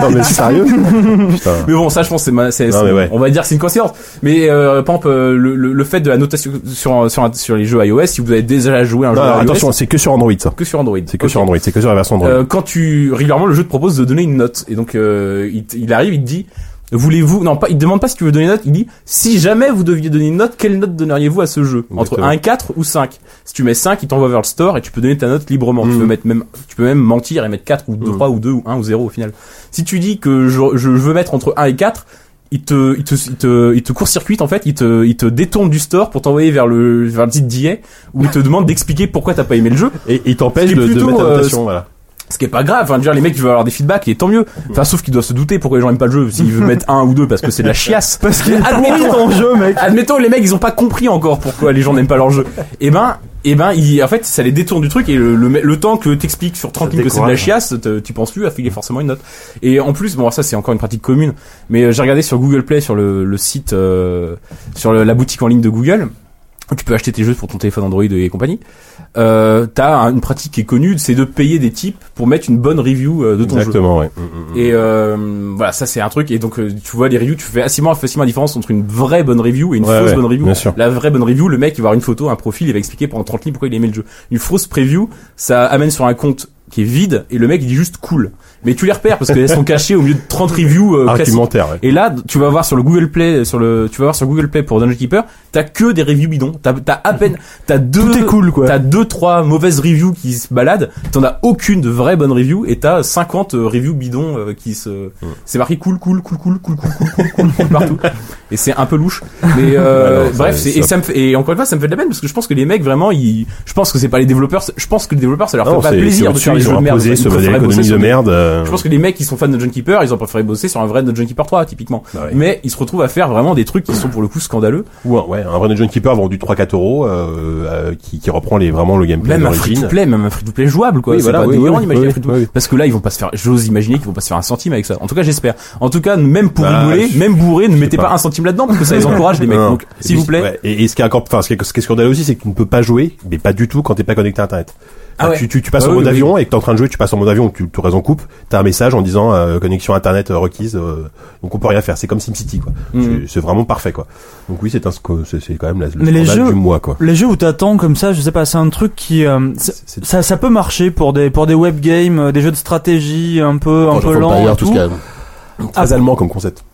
[SPEAKER 1] Non mais sérieux Putain.
[SPEAKER 3] Mais bon, ça, je pense, que c'est, ma- c'est,
[SPEAKER 1] Non,
[SPEAKER 3] c'est-
[SPEAKER 1] mais ouais.
[SPEAKER 3] on va dire, que c'est une coïncidence. Mais euh, par exemple, euh, le, le, le fait de la notation sur, sur, sur les jeux iOS, si vous avez déjà joué à un
[SPEAKER 1] Non,
[SPEAKER 3] jeu
[SPEAKER 1] alors,
[SPEAKER 3] iOS,
[SPEAKER 1] attention, c'est que sur Android ça.
[SPEAKER 3] que sur Android.
[SPEAKER 1] C'est que
[SPEAKER 3] Ok.
[SPEAKER 1] sur Android, c'est que sur la version Android.
[SPEAKER 3] Euh, quand tu régulièrement le jeu te propose de donner une note et donc euh, il, t- il arrive il te dit voulez-vous non pas il te demande pas si tu veux donner une note il dit si jamais vous deviez donner une note quelle note donneriez-vous à ce jeu entre
[SPEAKER 1] Exactement.
[SPEAKER 3] 1 et 4 ou 5 si tu mets 5 il t'envoie vers le store et tu peux donner ta note librement tu
[SPEAKER 1] Mm.
[SPEAKER 3] peux mettre même tu peux même mentir et mettre 4 ou 3 ou 2 ou 1 ou 0 au final si tu dis que je, je veux mettre entre 1 et 4 il te, il te, il te, il te court-circuite en fait, il te, il te détourne du store pour t'envoyer vers le, vers le site d'IA où il te demande d'expliquer pourquoi t'as pas aimé le jeu.
[SPEAKER 1] et il t'empêche
[SPEAKER 3] ce qui
[SPEAKER 1] de,
[SPEAKER 3] est
[SPEAKER 1] de
[SPEAKER 3] plutôt,
[SPEAKER 1] mettre la
[SPEAKER 3] euh,
[SPEAKER 1] notation. voilà.
[SPEAKER 3] ce qui est pas grave, hein, je veux dire, les mecs ils veulent avoir des feedbacks et tant mieux. Enfin, sauf qu'ils doivent se douter pourquoi les gens aiment pas le jeu, s'ils veulent mettre un ou deux parce que c'est de la chiasse.
[SPEAKER 2] Parce qu'il est
[SPEAKER 3] Admettons.
[SPEAKER 2] trop en jeu, mec.
[SPEAKER 3] Admettons, les mecs ils ont pas compris encore pourquoi les gens n'aiment pas leur jeu. Et ben, et ben, ils- en fait, ça les détourne du truc et le, le, le temps que t'expliques sur 30 minutes que c'est de la chiasse, te- tu penses plus à filer forcément une note. Et en plus, bon, ça c'est encore une pratique commune, mais euh, j'ai regardé sur Google Play, sur le, le site, euh, sur le- la boutique en ligne de Google, où tu peux acheter tes jeux pour ton téléphone Android et compagnie. Euh, t'as un- une pratique qui est connue, c'est de payer des types pour mettre une bonne review euh, de ton jeu.
[SPEAKER 1] Exactement, ouais.
[SPEAKER 3] Et euh, voilà, ça c'est un truc. Et donc euh, tu vois les reviews, tu fais facilement, facilement la différence entre une vraie bonne review et une
[SPEAKER 1] Ouais,
[SPEAKER 3] fausse
[SPEAKER 1] ouais,
[SPEAKER 3] bonne review.
[SPEAKER 1] bien sûr.
[SPEAKER 3] La vraie bonne review, le mec il va avoir une photo, un profil, il va expliquer pendant 30 lignes pourquoi il aimait le jeu. Une fausse preview, ça amène sur un compte qui est vide et le mec il dit juste cool. Mais tu les repères parce qu'elles sont cachées au milieu de 30 reviews
[SPEAKER 1] Ah,
[SPEAKER 3] euh, classiques.
[SPEAKER 1] Argumentaire. ouais.
[SPEAKER 3] Et là, tu vas voir sur le Google Play, sur le, tu vas voir sur Google Play pour Dungeon Keeper, t'as que des reviews bidons. T'as, t'as à peine, t'as deux,
[SPEAKER 2] Tout est cool, quoi.
[SPEAKER 3] t'as deux, trois mauvaises reviews qui se baladent. T'en as aucune de vraie bonne review et t'as 50 euh, reviews bidons euh, qui se, c'est marqué cool, cool, cool, cool, cool, cool, cool, cool, cool, cool partout. Et c'est un peu louche. Mais euh,
[SPEAKER 1] Alors, ça,
[SPEAKER 3] bref, c'est, et
[SPEAKER 1] ça-
[SPEAKER 3] ça me fait, et encore une fois, ça me fait de la peine parce que je pense que les mecs vraiment, ils, je pense que c'est pas les développeurs, je pense que les développeurs ça leur
[SPEAKER 1] Non,
[SPEAKER 3] fait pas
[SPEAKER 1] c'est- c'est
[SPEAKER 3] plaisir de
[SPEAKER 1] au-dessus,
[SPEAKER 3] faire des
[SPEAKER 1] ils
[SPEAKER 3] jeux
[SPEAKER 1] ont
[SPEAKER 3] de merde.
[SPEAKER 1] imposé
[SPEAKER 3] Ils
[SPEAKER 1] ce
[SPEAKER 3] préfèrent
[SPEAKER 1] modèle
[SPEAKER 3] bosser
[SPEAKER 1] économique
[SPEAKER 3] sur
[SPEAKER 1] de
[SPEAKER 3] des-
[SPEAKER 1] merde. euh,
[SPEAKER 3] je pense que les mecs qui sont fans de Dungeon Keeper, ils ont préféré bosser sur un vrai Dungeon Keeper 3, typiquement.
[SPEAKER 1] Ouais.
[SPEAKER 3] Mais ils se retrouvent à faire vraiment des trucs qui sont pour le coup scandaleux.
[SPEAKER 1] Ou un, ouais, un vrai Dungeon Keeper vendu 3-4 euros, euh, euh, qui, qui reprend les, vraiment le gameplay
[SPEAKER 3] Même un free
[SPEAKER 1] d'origine.
[SPEAKER 3] to play, même un free to play jouable, quoi.
[SPEAKER 1] Oui,
[SPEAKER 3] c'est
[SPEAKER 1] voilà,
[SPEAKER 3] pas
[SPEAKER 1] oui,
[SPEAKER 3] délirant
[SPEAKER 1] oui,
[SPEAKER 3] d'imaginer
[SPEAKER 1] oui,
[SPEAKER 3] un free to play.
[SPEAKER 1] oui.
[SPEAKER 3] Parce que là, ils vont pas se faire, j'ose imaginer qu'ils vont pas se faire un centime avec ça. En tout cas, j'espère. En tout cas, même pour
[SPEAKER 1] Bah,
[SPEAKER 3] rigoler,
[SPEAKER 1] je-
[SPEAKER 3] même bourré, ne
[SPEAKER 1] sais
[SPEAKER 3] mettez pas.
[SPEAKER 1] pas.
[SPEAKER 3] un centime là-dedans parce que ça les encourage, les mecs.
[SPEAKER 1] Non.
[SPEAKER 3] Donc,
[SPEAKER 1] Et
[SPEAKER 3] s'il
[SPEAKER 1] puis,
[SPEAKER 3] vous plaît.
[SPEAKER 1] ouais, Et, et ce qui est encore, enfin, ce qui est, ce qui est scandaleux aussi, c'est que tu ne peux pas jouer, mais pas du tout quand t'es pas connecté à Internet.
[SPEAKER 3] Ah ouais.
[SPEAKER 1] tu, tu, tu passes
[SPEAKER 3] Ah
[SPEAKER 1] en
[SPEAKER 3] oui,
[SPEAKER 1] mode
[SPEAKER 3] oui.
[SPEAKER 1] avion et que t'es en train de jouer, tu passes en mode avion, tu, tu restes en coupe, t'as un message en disant euh, connexion internet euh, requise, euh, donc on peut rien faire. C'est comme SimCity quoi.
[SPEAKER 2] Mm.
[SPEAKER 3] Mhm.
[SPEAKER 1] Tu- C'est vraiment parfait quoi. Donc oui, c'est un sco- c'est c'est quand même la, le
[SPEAKER 2] Mais les
[SPEAKER 1] scandale
[SPEAKER 2] jeux-
[SPEAKER 1] du mois quoi.
[SPEAKER 2] Les jeux où t'attends comme ça, je sais pas, c'est un truc qui euh, c'est-
[SPEAKER 1] C'est- c'est-
[SPEAKER 2] ça, ça peut marcher pour des pour des web games, euh, des jeux de stratégie un peu un peu lent et
[SPEAKER 9] tout ce
[SPEAKER 2] tout. Ah,
[SPEAKER 9] qu'il y a.
[SPEAKER 1] Très allemand comme concept.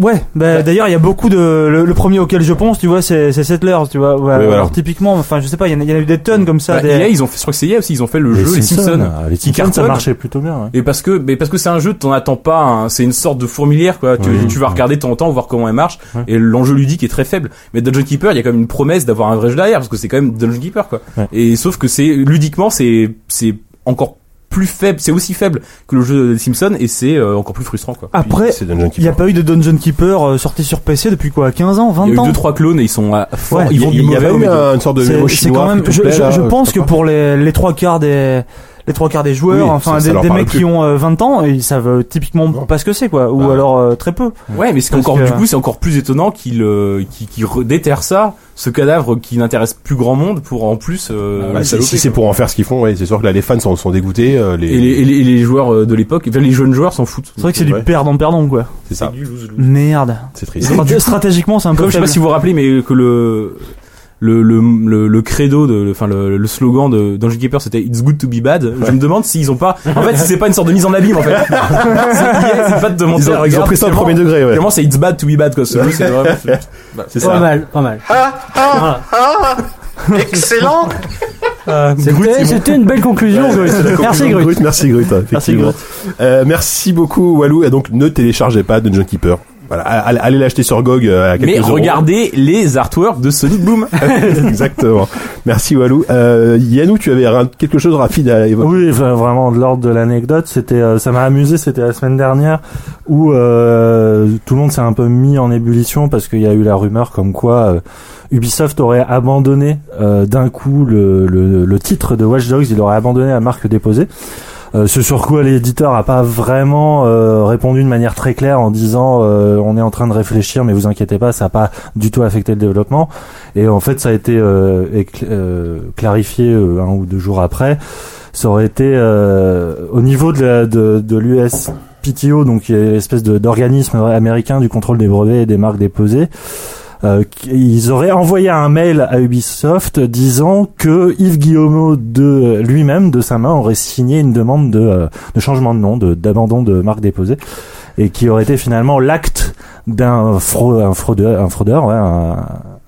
[SPEAKER 2] Ouais, bah, d'ailleurs, il y a beaucoup de. Le, le premier auquel je pense, tu vois, c'est c'est Settlers, tu vois. Ouais,
[SPEAKER 1] Oui, voilà.
[SPEAKER 2] Alors, typiquement, enfin, je sais pas, il y, en a- il y en a eu des tonnes comme ça.
[SPEAKER 3] Bah,
[SPEAKER 2] des-
[SPEAKER 3] EA, ils ont fait, je crois que c'est EA aussi, ils ont fait le
[SPEAKER 8] Les
[SPEAKER 3] jeu Les
[SPEAKER 8] Simpsons,
[SPEAKER 3] Simpsons.
[SPEAKER 8] ah, les
[SPEAKER 3] Qui
[SPEAKER 8] Simpsons, ça
[SPEAKER 3] cartonnent.
[SPEAKER 8] marchait plutôt bien. ouais.
[SPEAKER 3] Et parce que, mais parce que c'est un jeu, t'en attends pas, hein, c'est une sorte de fourmilière, quoi. Tu,
[SPEAKER 8] Oui.
[SPEAKER 3] tu vas regarder de temps en temps, voir comment elle marche, et l'enjeu ludique est très faible. Mais Dungeon Keeper, il y a quand même une promesse d'avoir un vrai jeu derrière, parce que c'est quand même Dungeon Keeper, quoi.
[SPEAKER 8] Ouais.
[SPEAKER 3] Et sauf que c'est, ludiquement, c'est, c'est encore plus faible, c'est aussi faible que le jeu des Simpsons, et c'est euh, encore plus frustrant, quoi.
[SPEAKER 2] Après,
[SPEAKER 1] c'est Dungeon
[SPEAKER 2] il n'y a
[SPEAKER 1] Keeper.
[SPEAKER 2] pas eu de Dungeon Keeper euh, sorti sur PC depuis quoi 15 ans, 20
[SPEAKER 3] Il y a eu
[SPEAKER 2] ans
[SPEAKER 3] deux, trois clones, et ils sont à fort,
[SPEAKER 2] Ouais.
[SPEAKER 3] ils
[SPEAKER 1] Il y
[SPEAKER 3] vont
[SPEAKER 1] a,
[SPEAKER 3] du
[SPEAKER 1] il y a
[SPEAKER 3] mauvais
[SPEAKER 1] pas
[SPEAKER 3] au
[SPEAKER 1] eu
[SPEAKER 3] milieu.
[SPEAKER 1] un- une sorte de
[SPEAKER 2] C'est-
[SPEAKER 1] mémo
[SPEAKER 2] C'est
[SPEAKER 1] chinois.
[SPEAKER 2] quand même. Je,
[SPEAKER 1] free-to-play,
[SPEAKER 2] je-
[SPEAKER 1] là,
[SPEAKER 2] je
[SPEAKER 1] euh,
[SPEAKER 2] pense
[SPEAKER 1] sais
[SPEAKER 2] que
[SPEAKER 1] pas.
[SPEAKER 2] pour les, les trois quarts des les trois quarts des joueurs,
[SPEAKER 1] Oui,
[SPEAKER 2] enfin
[SPEAKER 1] ça- ça
[SPEAKER 2] des,
[SPEAKER 1] leur
[SPEAKER 2] des
[SPEAKER 1] parle
[SPEAKER 2] mecs
[SPEAKER 1] plus.
[SPEAKER 2] qui ont euh, 20 ans, ils savent euh, typiquement
[SPEAKER 1] Non.
[SPEAKER 2] pas ce que c'est quoi, ou
[SPEAKER 1] Bah.
[SPEAKER 2] alors euh, très peu.
[SPEAKER 3] Ouais, mais c'est
[SPEAKER 2] Parce
[SPEAKER 3] encore
[SPEAKER 2] que-
[SPEAKER 3] du
[SPEAKER 1] euh,
[SPEAKER 3] coup, c'est encore plus étonnant qu'il euh, qu'il qu'il redéterre ça, ce cadavre qui n'intéresse plus grand monde, pour en plus. euh,
[SPEAKER 1] Bah,
[SPEAKER 3] le
[SPEAKER 1] si
[SPEAKER 3] saloper,
[SPEAKER 1] si c'est pour en faire ce qu'ils font, ouais, c'est sûr que là les fans sont, sont dégoûtés. euh, les...
[SPEAKER 3] Et les, et les- et les joueurs euh, de l'époque, enfin, les jeunes joueurs s'en foutent.
[SPEAKER 2] C'est vrai que c'est
[SPEAKER 1] Ouais.
[SPEAKER 2] du perdant perdant quoi.
[SPEAKER 1] C'est ça,
[SPEAKER 2] Merde.
[SPEAKER 1] c'est triste.
[SPEAKER 2] Strat- Stratégiquement, c'est un peu.
[SPEAKER 3] Comme je sais pas
[SPEAKER 2] faible.
[SPEAKER 3] si vous vous rappelez, mais que le le le le, le credo de le- enfin le, le slogan de Dungeon Keeper c'était It's good to be bad. Je me demande s'ils ont pas. En fait, si c'est pas une sorte de mise en abîme en fait. c'est c'est pas de demander.
[SPEAKER 1] Ils ont, ils ont
[SPEAKER 3] regarde,
[SPEAKER 1] pris ça au
[SPEAKER 3] finalement-
[SPEAKER 1] premier degré, ouais.
[SPEAKER 3] Finalement, c'est It's bad to be bad quoi. Ce jeu, c'est vraiment.
[SPEAKER 1] C'est
[SPEAKER 5] Pas
[SPEAKER 1] ça.
[SPEAKER 5] mal, pas mal.
[SPEAKER 6] Excellent
[SPEAKER 5] C'était c'était une belle conclusion, Grut. Merci, Grut.
[SPEAKER 1] Merci Grut, ouais, effectivement.
[SPEAKER 2] Grut.
[SPEAKER 1] Euh, merci beaucoup Walou. Et donc ne téléchargez pas Dungeon Keeper. Voilà, allez allez l'acheter sur GOG euh, à quelques
[SPEAKER 3] Mais
[SPEAKER 1] euros.
[SPEAKER 3] regardez les artworks de Sonic Boom.
[SPEAKER 1] Exactement. Merci Walou. Euh, Yannou, tu avais ra- quelque chose de rapide à évoquer.
[SPEAKER 8] Oui, enfin, vraiment de l'ordre de l'anecdote. C'était, euh, ça m'a amusé. C'était la semaine dernière où euh, tout le monde s'est un peu mis en ébullition parce qu'il y a eu la rumeur comme quoi euh, Ubisoft aurait abandonné euh, d'un coup le, le, le titre de Watch Dogs. Il aurait abandonné la marque déposée. Euh, ce sur quoi l'éditeur a pas vraiment euh, répondu de manière très claire en disant euh, on est en train de réfléchir mais vous inquiétez pas ça n'a pas du tout affecté le développement et en fait ça a été euh, écl- euh, clarifié euh, un ou deux jours après ça aurait été euh, au niveau de, la- de, de l'US PTO, donc il y a l'espèce de, d'organisme américain du contrôle des brevets et des marques déposées. Euh, qui- ils auraient envoyé un mail à Ubisoft disant que Yves Guillemot de lui-même, de sa main, aurait signé une demande de, euh, de changement de nom, de, d'abandon de marque déposée, et qui aurait été finalement l'acte d'un frau- un fraudeur, un, fraudeur ouais, un,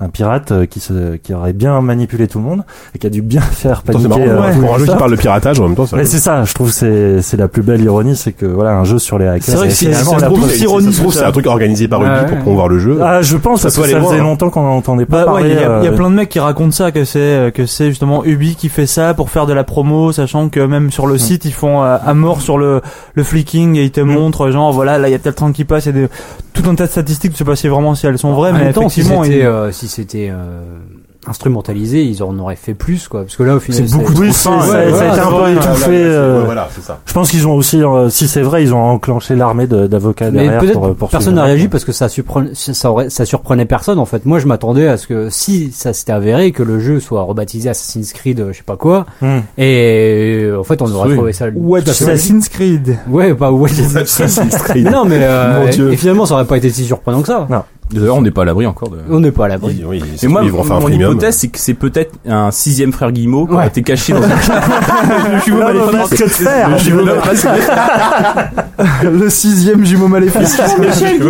[SPEAKER 8] un pirate euh, qui, se, qui aurait bien manipulé tout le monde et qui a dû bien faire
[SPEAKER 1] Attends,
[SPEAKER 8] paniquer.
[SPEAKER 1] C'est marrant, pour un
[SPEAKER 8] euh,
[SPEAKER 1] jeu qui
[SPEAKER 8] Ubisoft.
[SPEAKER 1] parle de piratage en même temps, ça
[SPEAKER 8] Mais c'est ça, je trouve que c'est c'est la plus belle ironie, c'est que voilà un jeu sur les hackers.
[SPEAKER 2] C'est vrai que
[SPEAKER 8] et
[SPEAKER 2] c'est-
[SPEAKER 8] finalement,
[SPEAKER 2] c'est
[SPEAKER 8] la
[SPEAKER 2] un gros
[SPEAKER 8] plus-
[SPEAKER 1] Ça se trouve,
[SPEAKER 2] ironie,
[SPEAKER 1] c'est un truc organisé par
[SPEAKER 2] Ouais,
[SPEAKER 1] Ubi
[SPEAKER 2] ouais.
[SPEAKER 1] pour promouvoir le jeu.
[SPEAKER 8] Ah, je pense
[SPEAKER 1] Ça
[SPEAKER 8] parce
[SPEAKER 1] soit
[SPEAKER 8] que
[SPEAKER 1] les
[SPEAKER 8] ça faisait
[SPEAKER 1] loin, hein.
[SPEAKER 8] longtemps qu'on n'entendait pas
[SPEAKER 2] Bah ouais,
[SPEAKER 8] parler.
[SPEAKER 2] il y, a- il y a
[SPEAKER 8] euh,
[SPEAKER 2] plein de mecs qui racontent ça que c'est euh, que c'est justement Ubi qui fait ça pour faire de la promo, sachant que même sur le site ils font euh, à mort sur le le flicking et ils
[SPEAKER 8] Mm.
[SPEAKER 2] te montrent genre voilà là il y a tel train qui passe et des, tout un tas de statistiques, je sais pas si vraiment si elles sont vraies,
[SPEAKER 5] en
[SPEAKER 2] mais
[SPEAKER 5] même temps, si
[SPEAKER 2] effectivement
[SPEAKER 5] c'était
[SPEAKER 2] ils-
[SPEAKER 5] euh, si c'était, euh, instrumentalisé, ils en auraient fait plus, quoi. Parce que là, au final,
[SPEAKER 8] c'est beaucoup oui,
[SPEAKER 5] ouais,
[SPEAKER 8] c'est- ça,
[SPEAKER 5] voilà,
[SPEAKER 8] ça a été
[SPEAKER 5] c'est
[SPEAKER 8] un peu
[SPEAKER 5] vrai.
[SPEAKER 8] étouffé. euh,
[SPEAKER 1] Voilà, c'est ça.
[SPEAKER 8] Je pense qu'ils ont aussi, euh, si c'est vrai, ils ont enclenché l'armée de- d'avocats
[SPEAKER 5] Mais
[SPEAKER 8] derrière. pour,
[SPEAKER 5] peut-être
[SPEAKER 8] euh, poursuivre.
[SPEAKER 5] personne n'a réagi parce que ça, surprenait- ça, aurait- ça surprenait personne en fait. Moi je m'attendais à ce que si ça s'était avéré que le jeu soit rebaptisé Assassin's Creed, euh, je sais pas quoi,
[SPEAKER 8] Hmm.
[SPEAKER 5] et euh, en fait on aurait
[SPEAKER 3] Oui.
[SPEAKER 5] trouvé ça.
[SPEAKER 2] Watch
[SPEAKER 5] tout à fait logique.
[SPEAKER 2] Assassin's Creed.
[SPEAKER 5] Ouais, pas Watch Mais non mais euh,
[SPEAKER 1] Mon
[SPEAKER 5] et-
[SPEAKER 1] Dieu.
[SPEAKER 5] et finalement ça aurait pas été si surprenant que ça.
[SPEAKER 3] D'ailleurs, on n'est pas à l'abri encore. De...
[SPEAKER 5] On n'est pas à l'abri.
[SPEAKER 1] Oui, oui,
[SPEAKER 3] Et moi,
[SPEAKER 1] ils vont faire un
[SPEAKER 3] mon
[SPEAKER 1] premium.
[SPEAKER 3] hypothèse, c'est que c'est peut-être un sixième frère Guillemot qui
[SPEAKER 5] Ouais.
[SPEAKER 3] a été caché dans un
[SPEAKER 8] Non, mais parce que de faire.
[SPEAKER 2] le sixième jumeau maléfique.
[SPEAKER 1] Magnifique.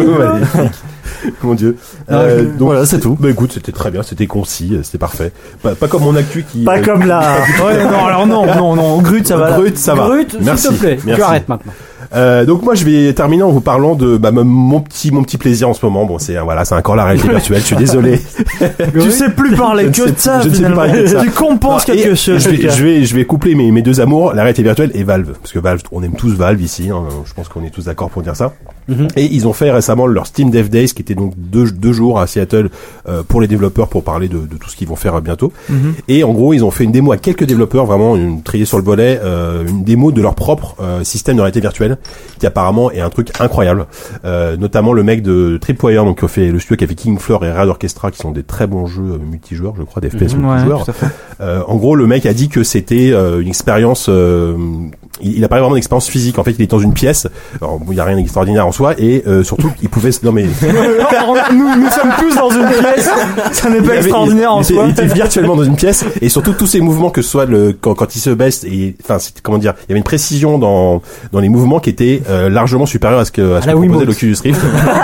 [SPEAKER 1] Mon dieu. Euh, donc,
[SPEAKER 8] Voilà, c'est tout.
[SPEAKER 1] Bah écoute, c'était très bien, c'était concis, euh, c'était parfait. Pas, pas comme mon actu qui.
[SPEAKER 8] Pas
[SPEAKER 1] euh,
[SPEAKER 8] comme la.
[SPEAKER 2] ouais, non, alors non, non, non, Grut, ça va.
[SPEAKER 1] Brut, ça va.
[SPEAKER 5] Brut,
[SPEAKER 1] Bah, Merci.
[SPEAKER 5] s'il te plaît,
[SPEAKER 1] Merci.
[SPEAKER 5] tu arrêtes maintenant.
[SPEAKER 1] Euh, donc moi je vais terminer en vous parlant de bah, mon- mon petit mon petit plaisir en ce moment. Bon c'est euh, voilà c'est encore la réalité virtuelle. Je suis désolé.
[SPEAKER 2] Tu sais plus
[SPEAKER 1] Je
[SPEAKER 2] parler
[SPEAKER 1] ne
[SPEAKER 2] que
[SPEAKER 1] sais-
[SPEAKER 2] de ça,
[SPEAKER 1] je ne sais
[SPEAKER 2] finalement.
[SPEAKER 1] parler que de ça.
[SPEAKER 2] Tu compenses
[SPEAKER 1] Non, et
[SPEAKER 2] quelque chose.
[SPEAKER 1] Je vais,
[SPEAKER 2] Lucas.
[SPEAKER 1] je vais, je vais coupler mes, mes deux amours, la réalité virtuelle et Valve. Parce que Valve, on aime tous Valve ici. hein, je pense qu'on est tous d'accord pour dire ça. Et ils ont fait récemment leur Steam Dev Days, qui était donc deux, deux jours à Seattle euh, pour les développeurs pour parler de, de tout ce qu'ils vont faire euh, bientôt.
[SPEAKER 2] Mhm.
[SPEAKER 1] Et en gros, ils ont fait une démo à quelques développeurs, vraiment une triée sur le volet, euh, une démo de leur propre euh, système de réalité virtuelle qui apparemment est un truc incroyable. Euh, notamment le mec de Tripwire, donc qui a fait le studio qui a fait King Floor et Rad Orchestra, qui sont des très bons jeux euh, multijoueurs, je crois, des FPS multijoueurs.
[SPEAKER 2] Mm, tout à fait.
[SPEAKER 1] Euh, en gros, le mec a dit que c'était euh, une expérience. euh, il, il a parlé vraiment d'expérience physique. En fait, il est dans une pièce. Alors, bon, il n'y a rien d'extraordinaire en soi, et euh, surtout, il pouvait. se- Non mais
[SPEAKER 2] nous, nous sommes tous dans une pièce, ça n'est
[SPEAKER 1] Il
[SPEAKER 2] pas
[SPEAKER 1] avait-
[SPEAKER 2] extraordinaire
[SPEAKER 1] il-
[SPEAKER 2] en
[SPEAKER 1] il était-
[SPEAKER 2] soi.
[SPEAKER 1] Il était virtuellement dans une pièce et surtout tous ces mouvements que ce soit le quand, quand il se baisse et enfin c'est- comment dire, il y avait une précision dans dans les mouvements qui était euh, largement supérieure à ce que à ce que
[SPEAKER 5] À la
[SPEAKER 1] proposait
[SPEAKER 5] Wiimote.
[SPEAKER 1] l'Oculus Rift.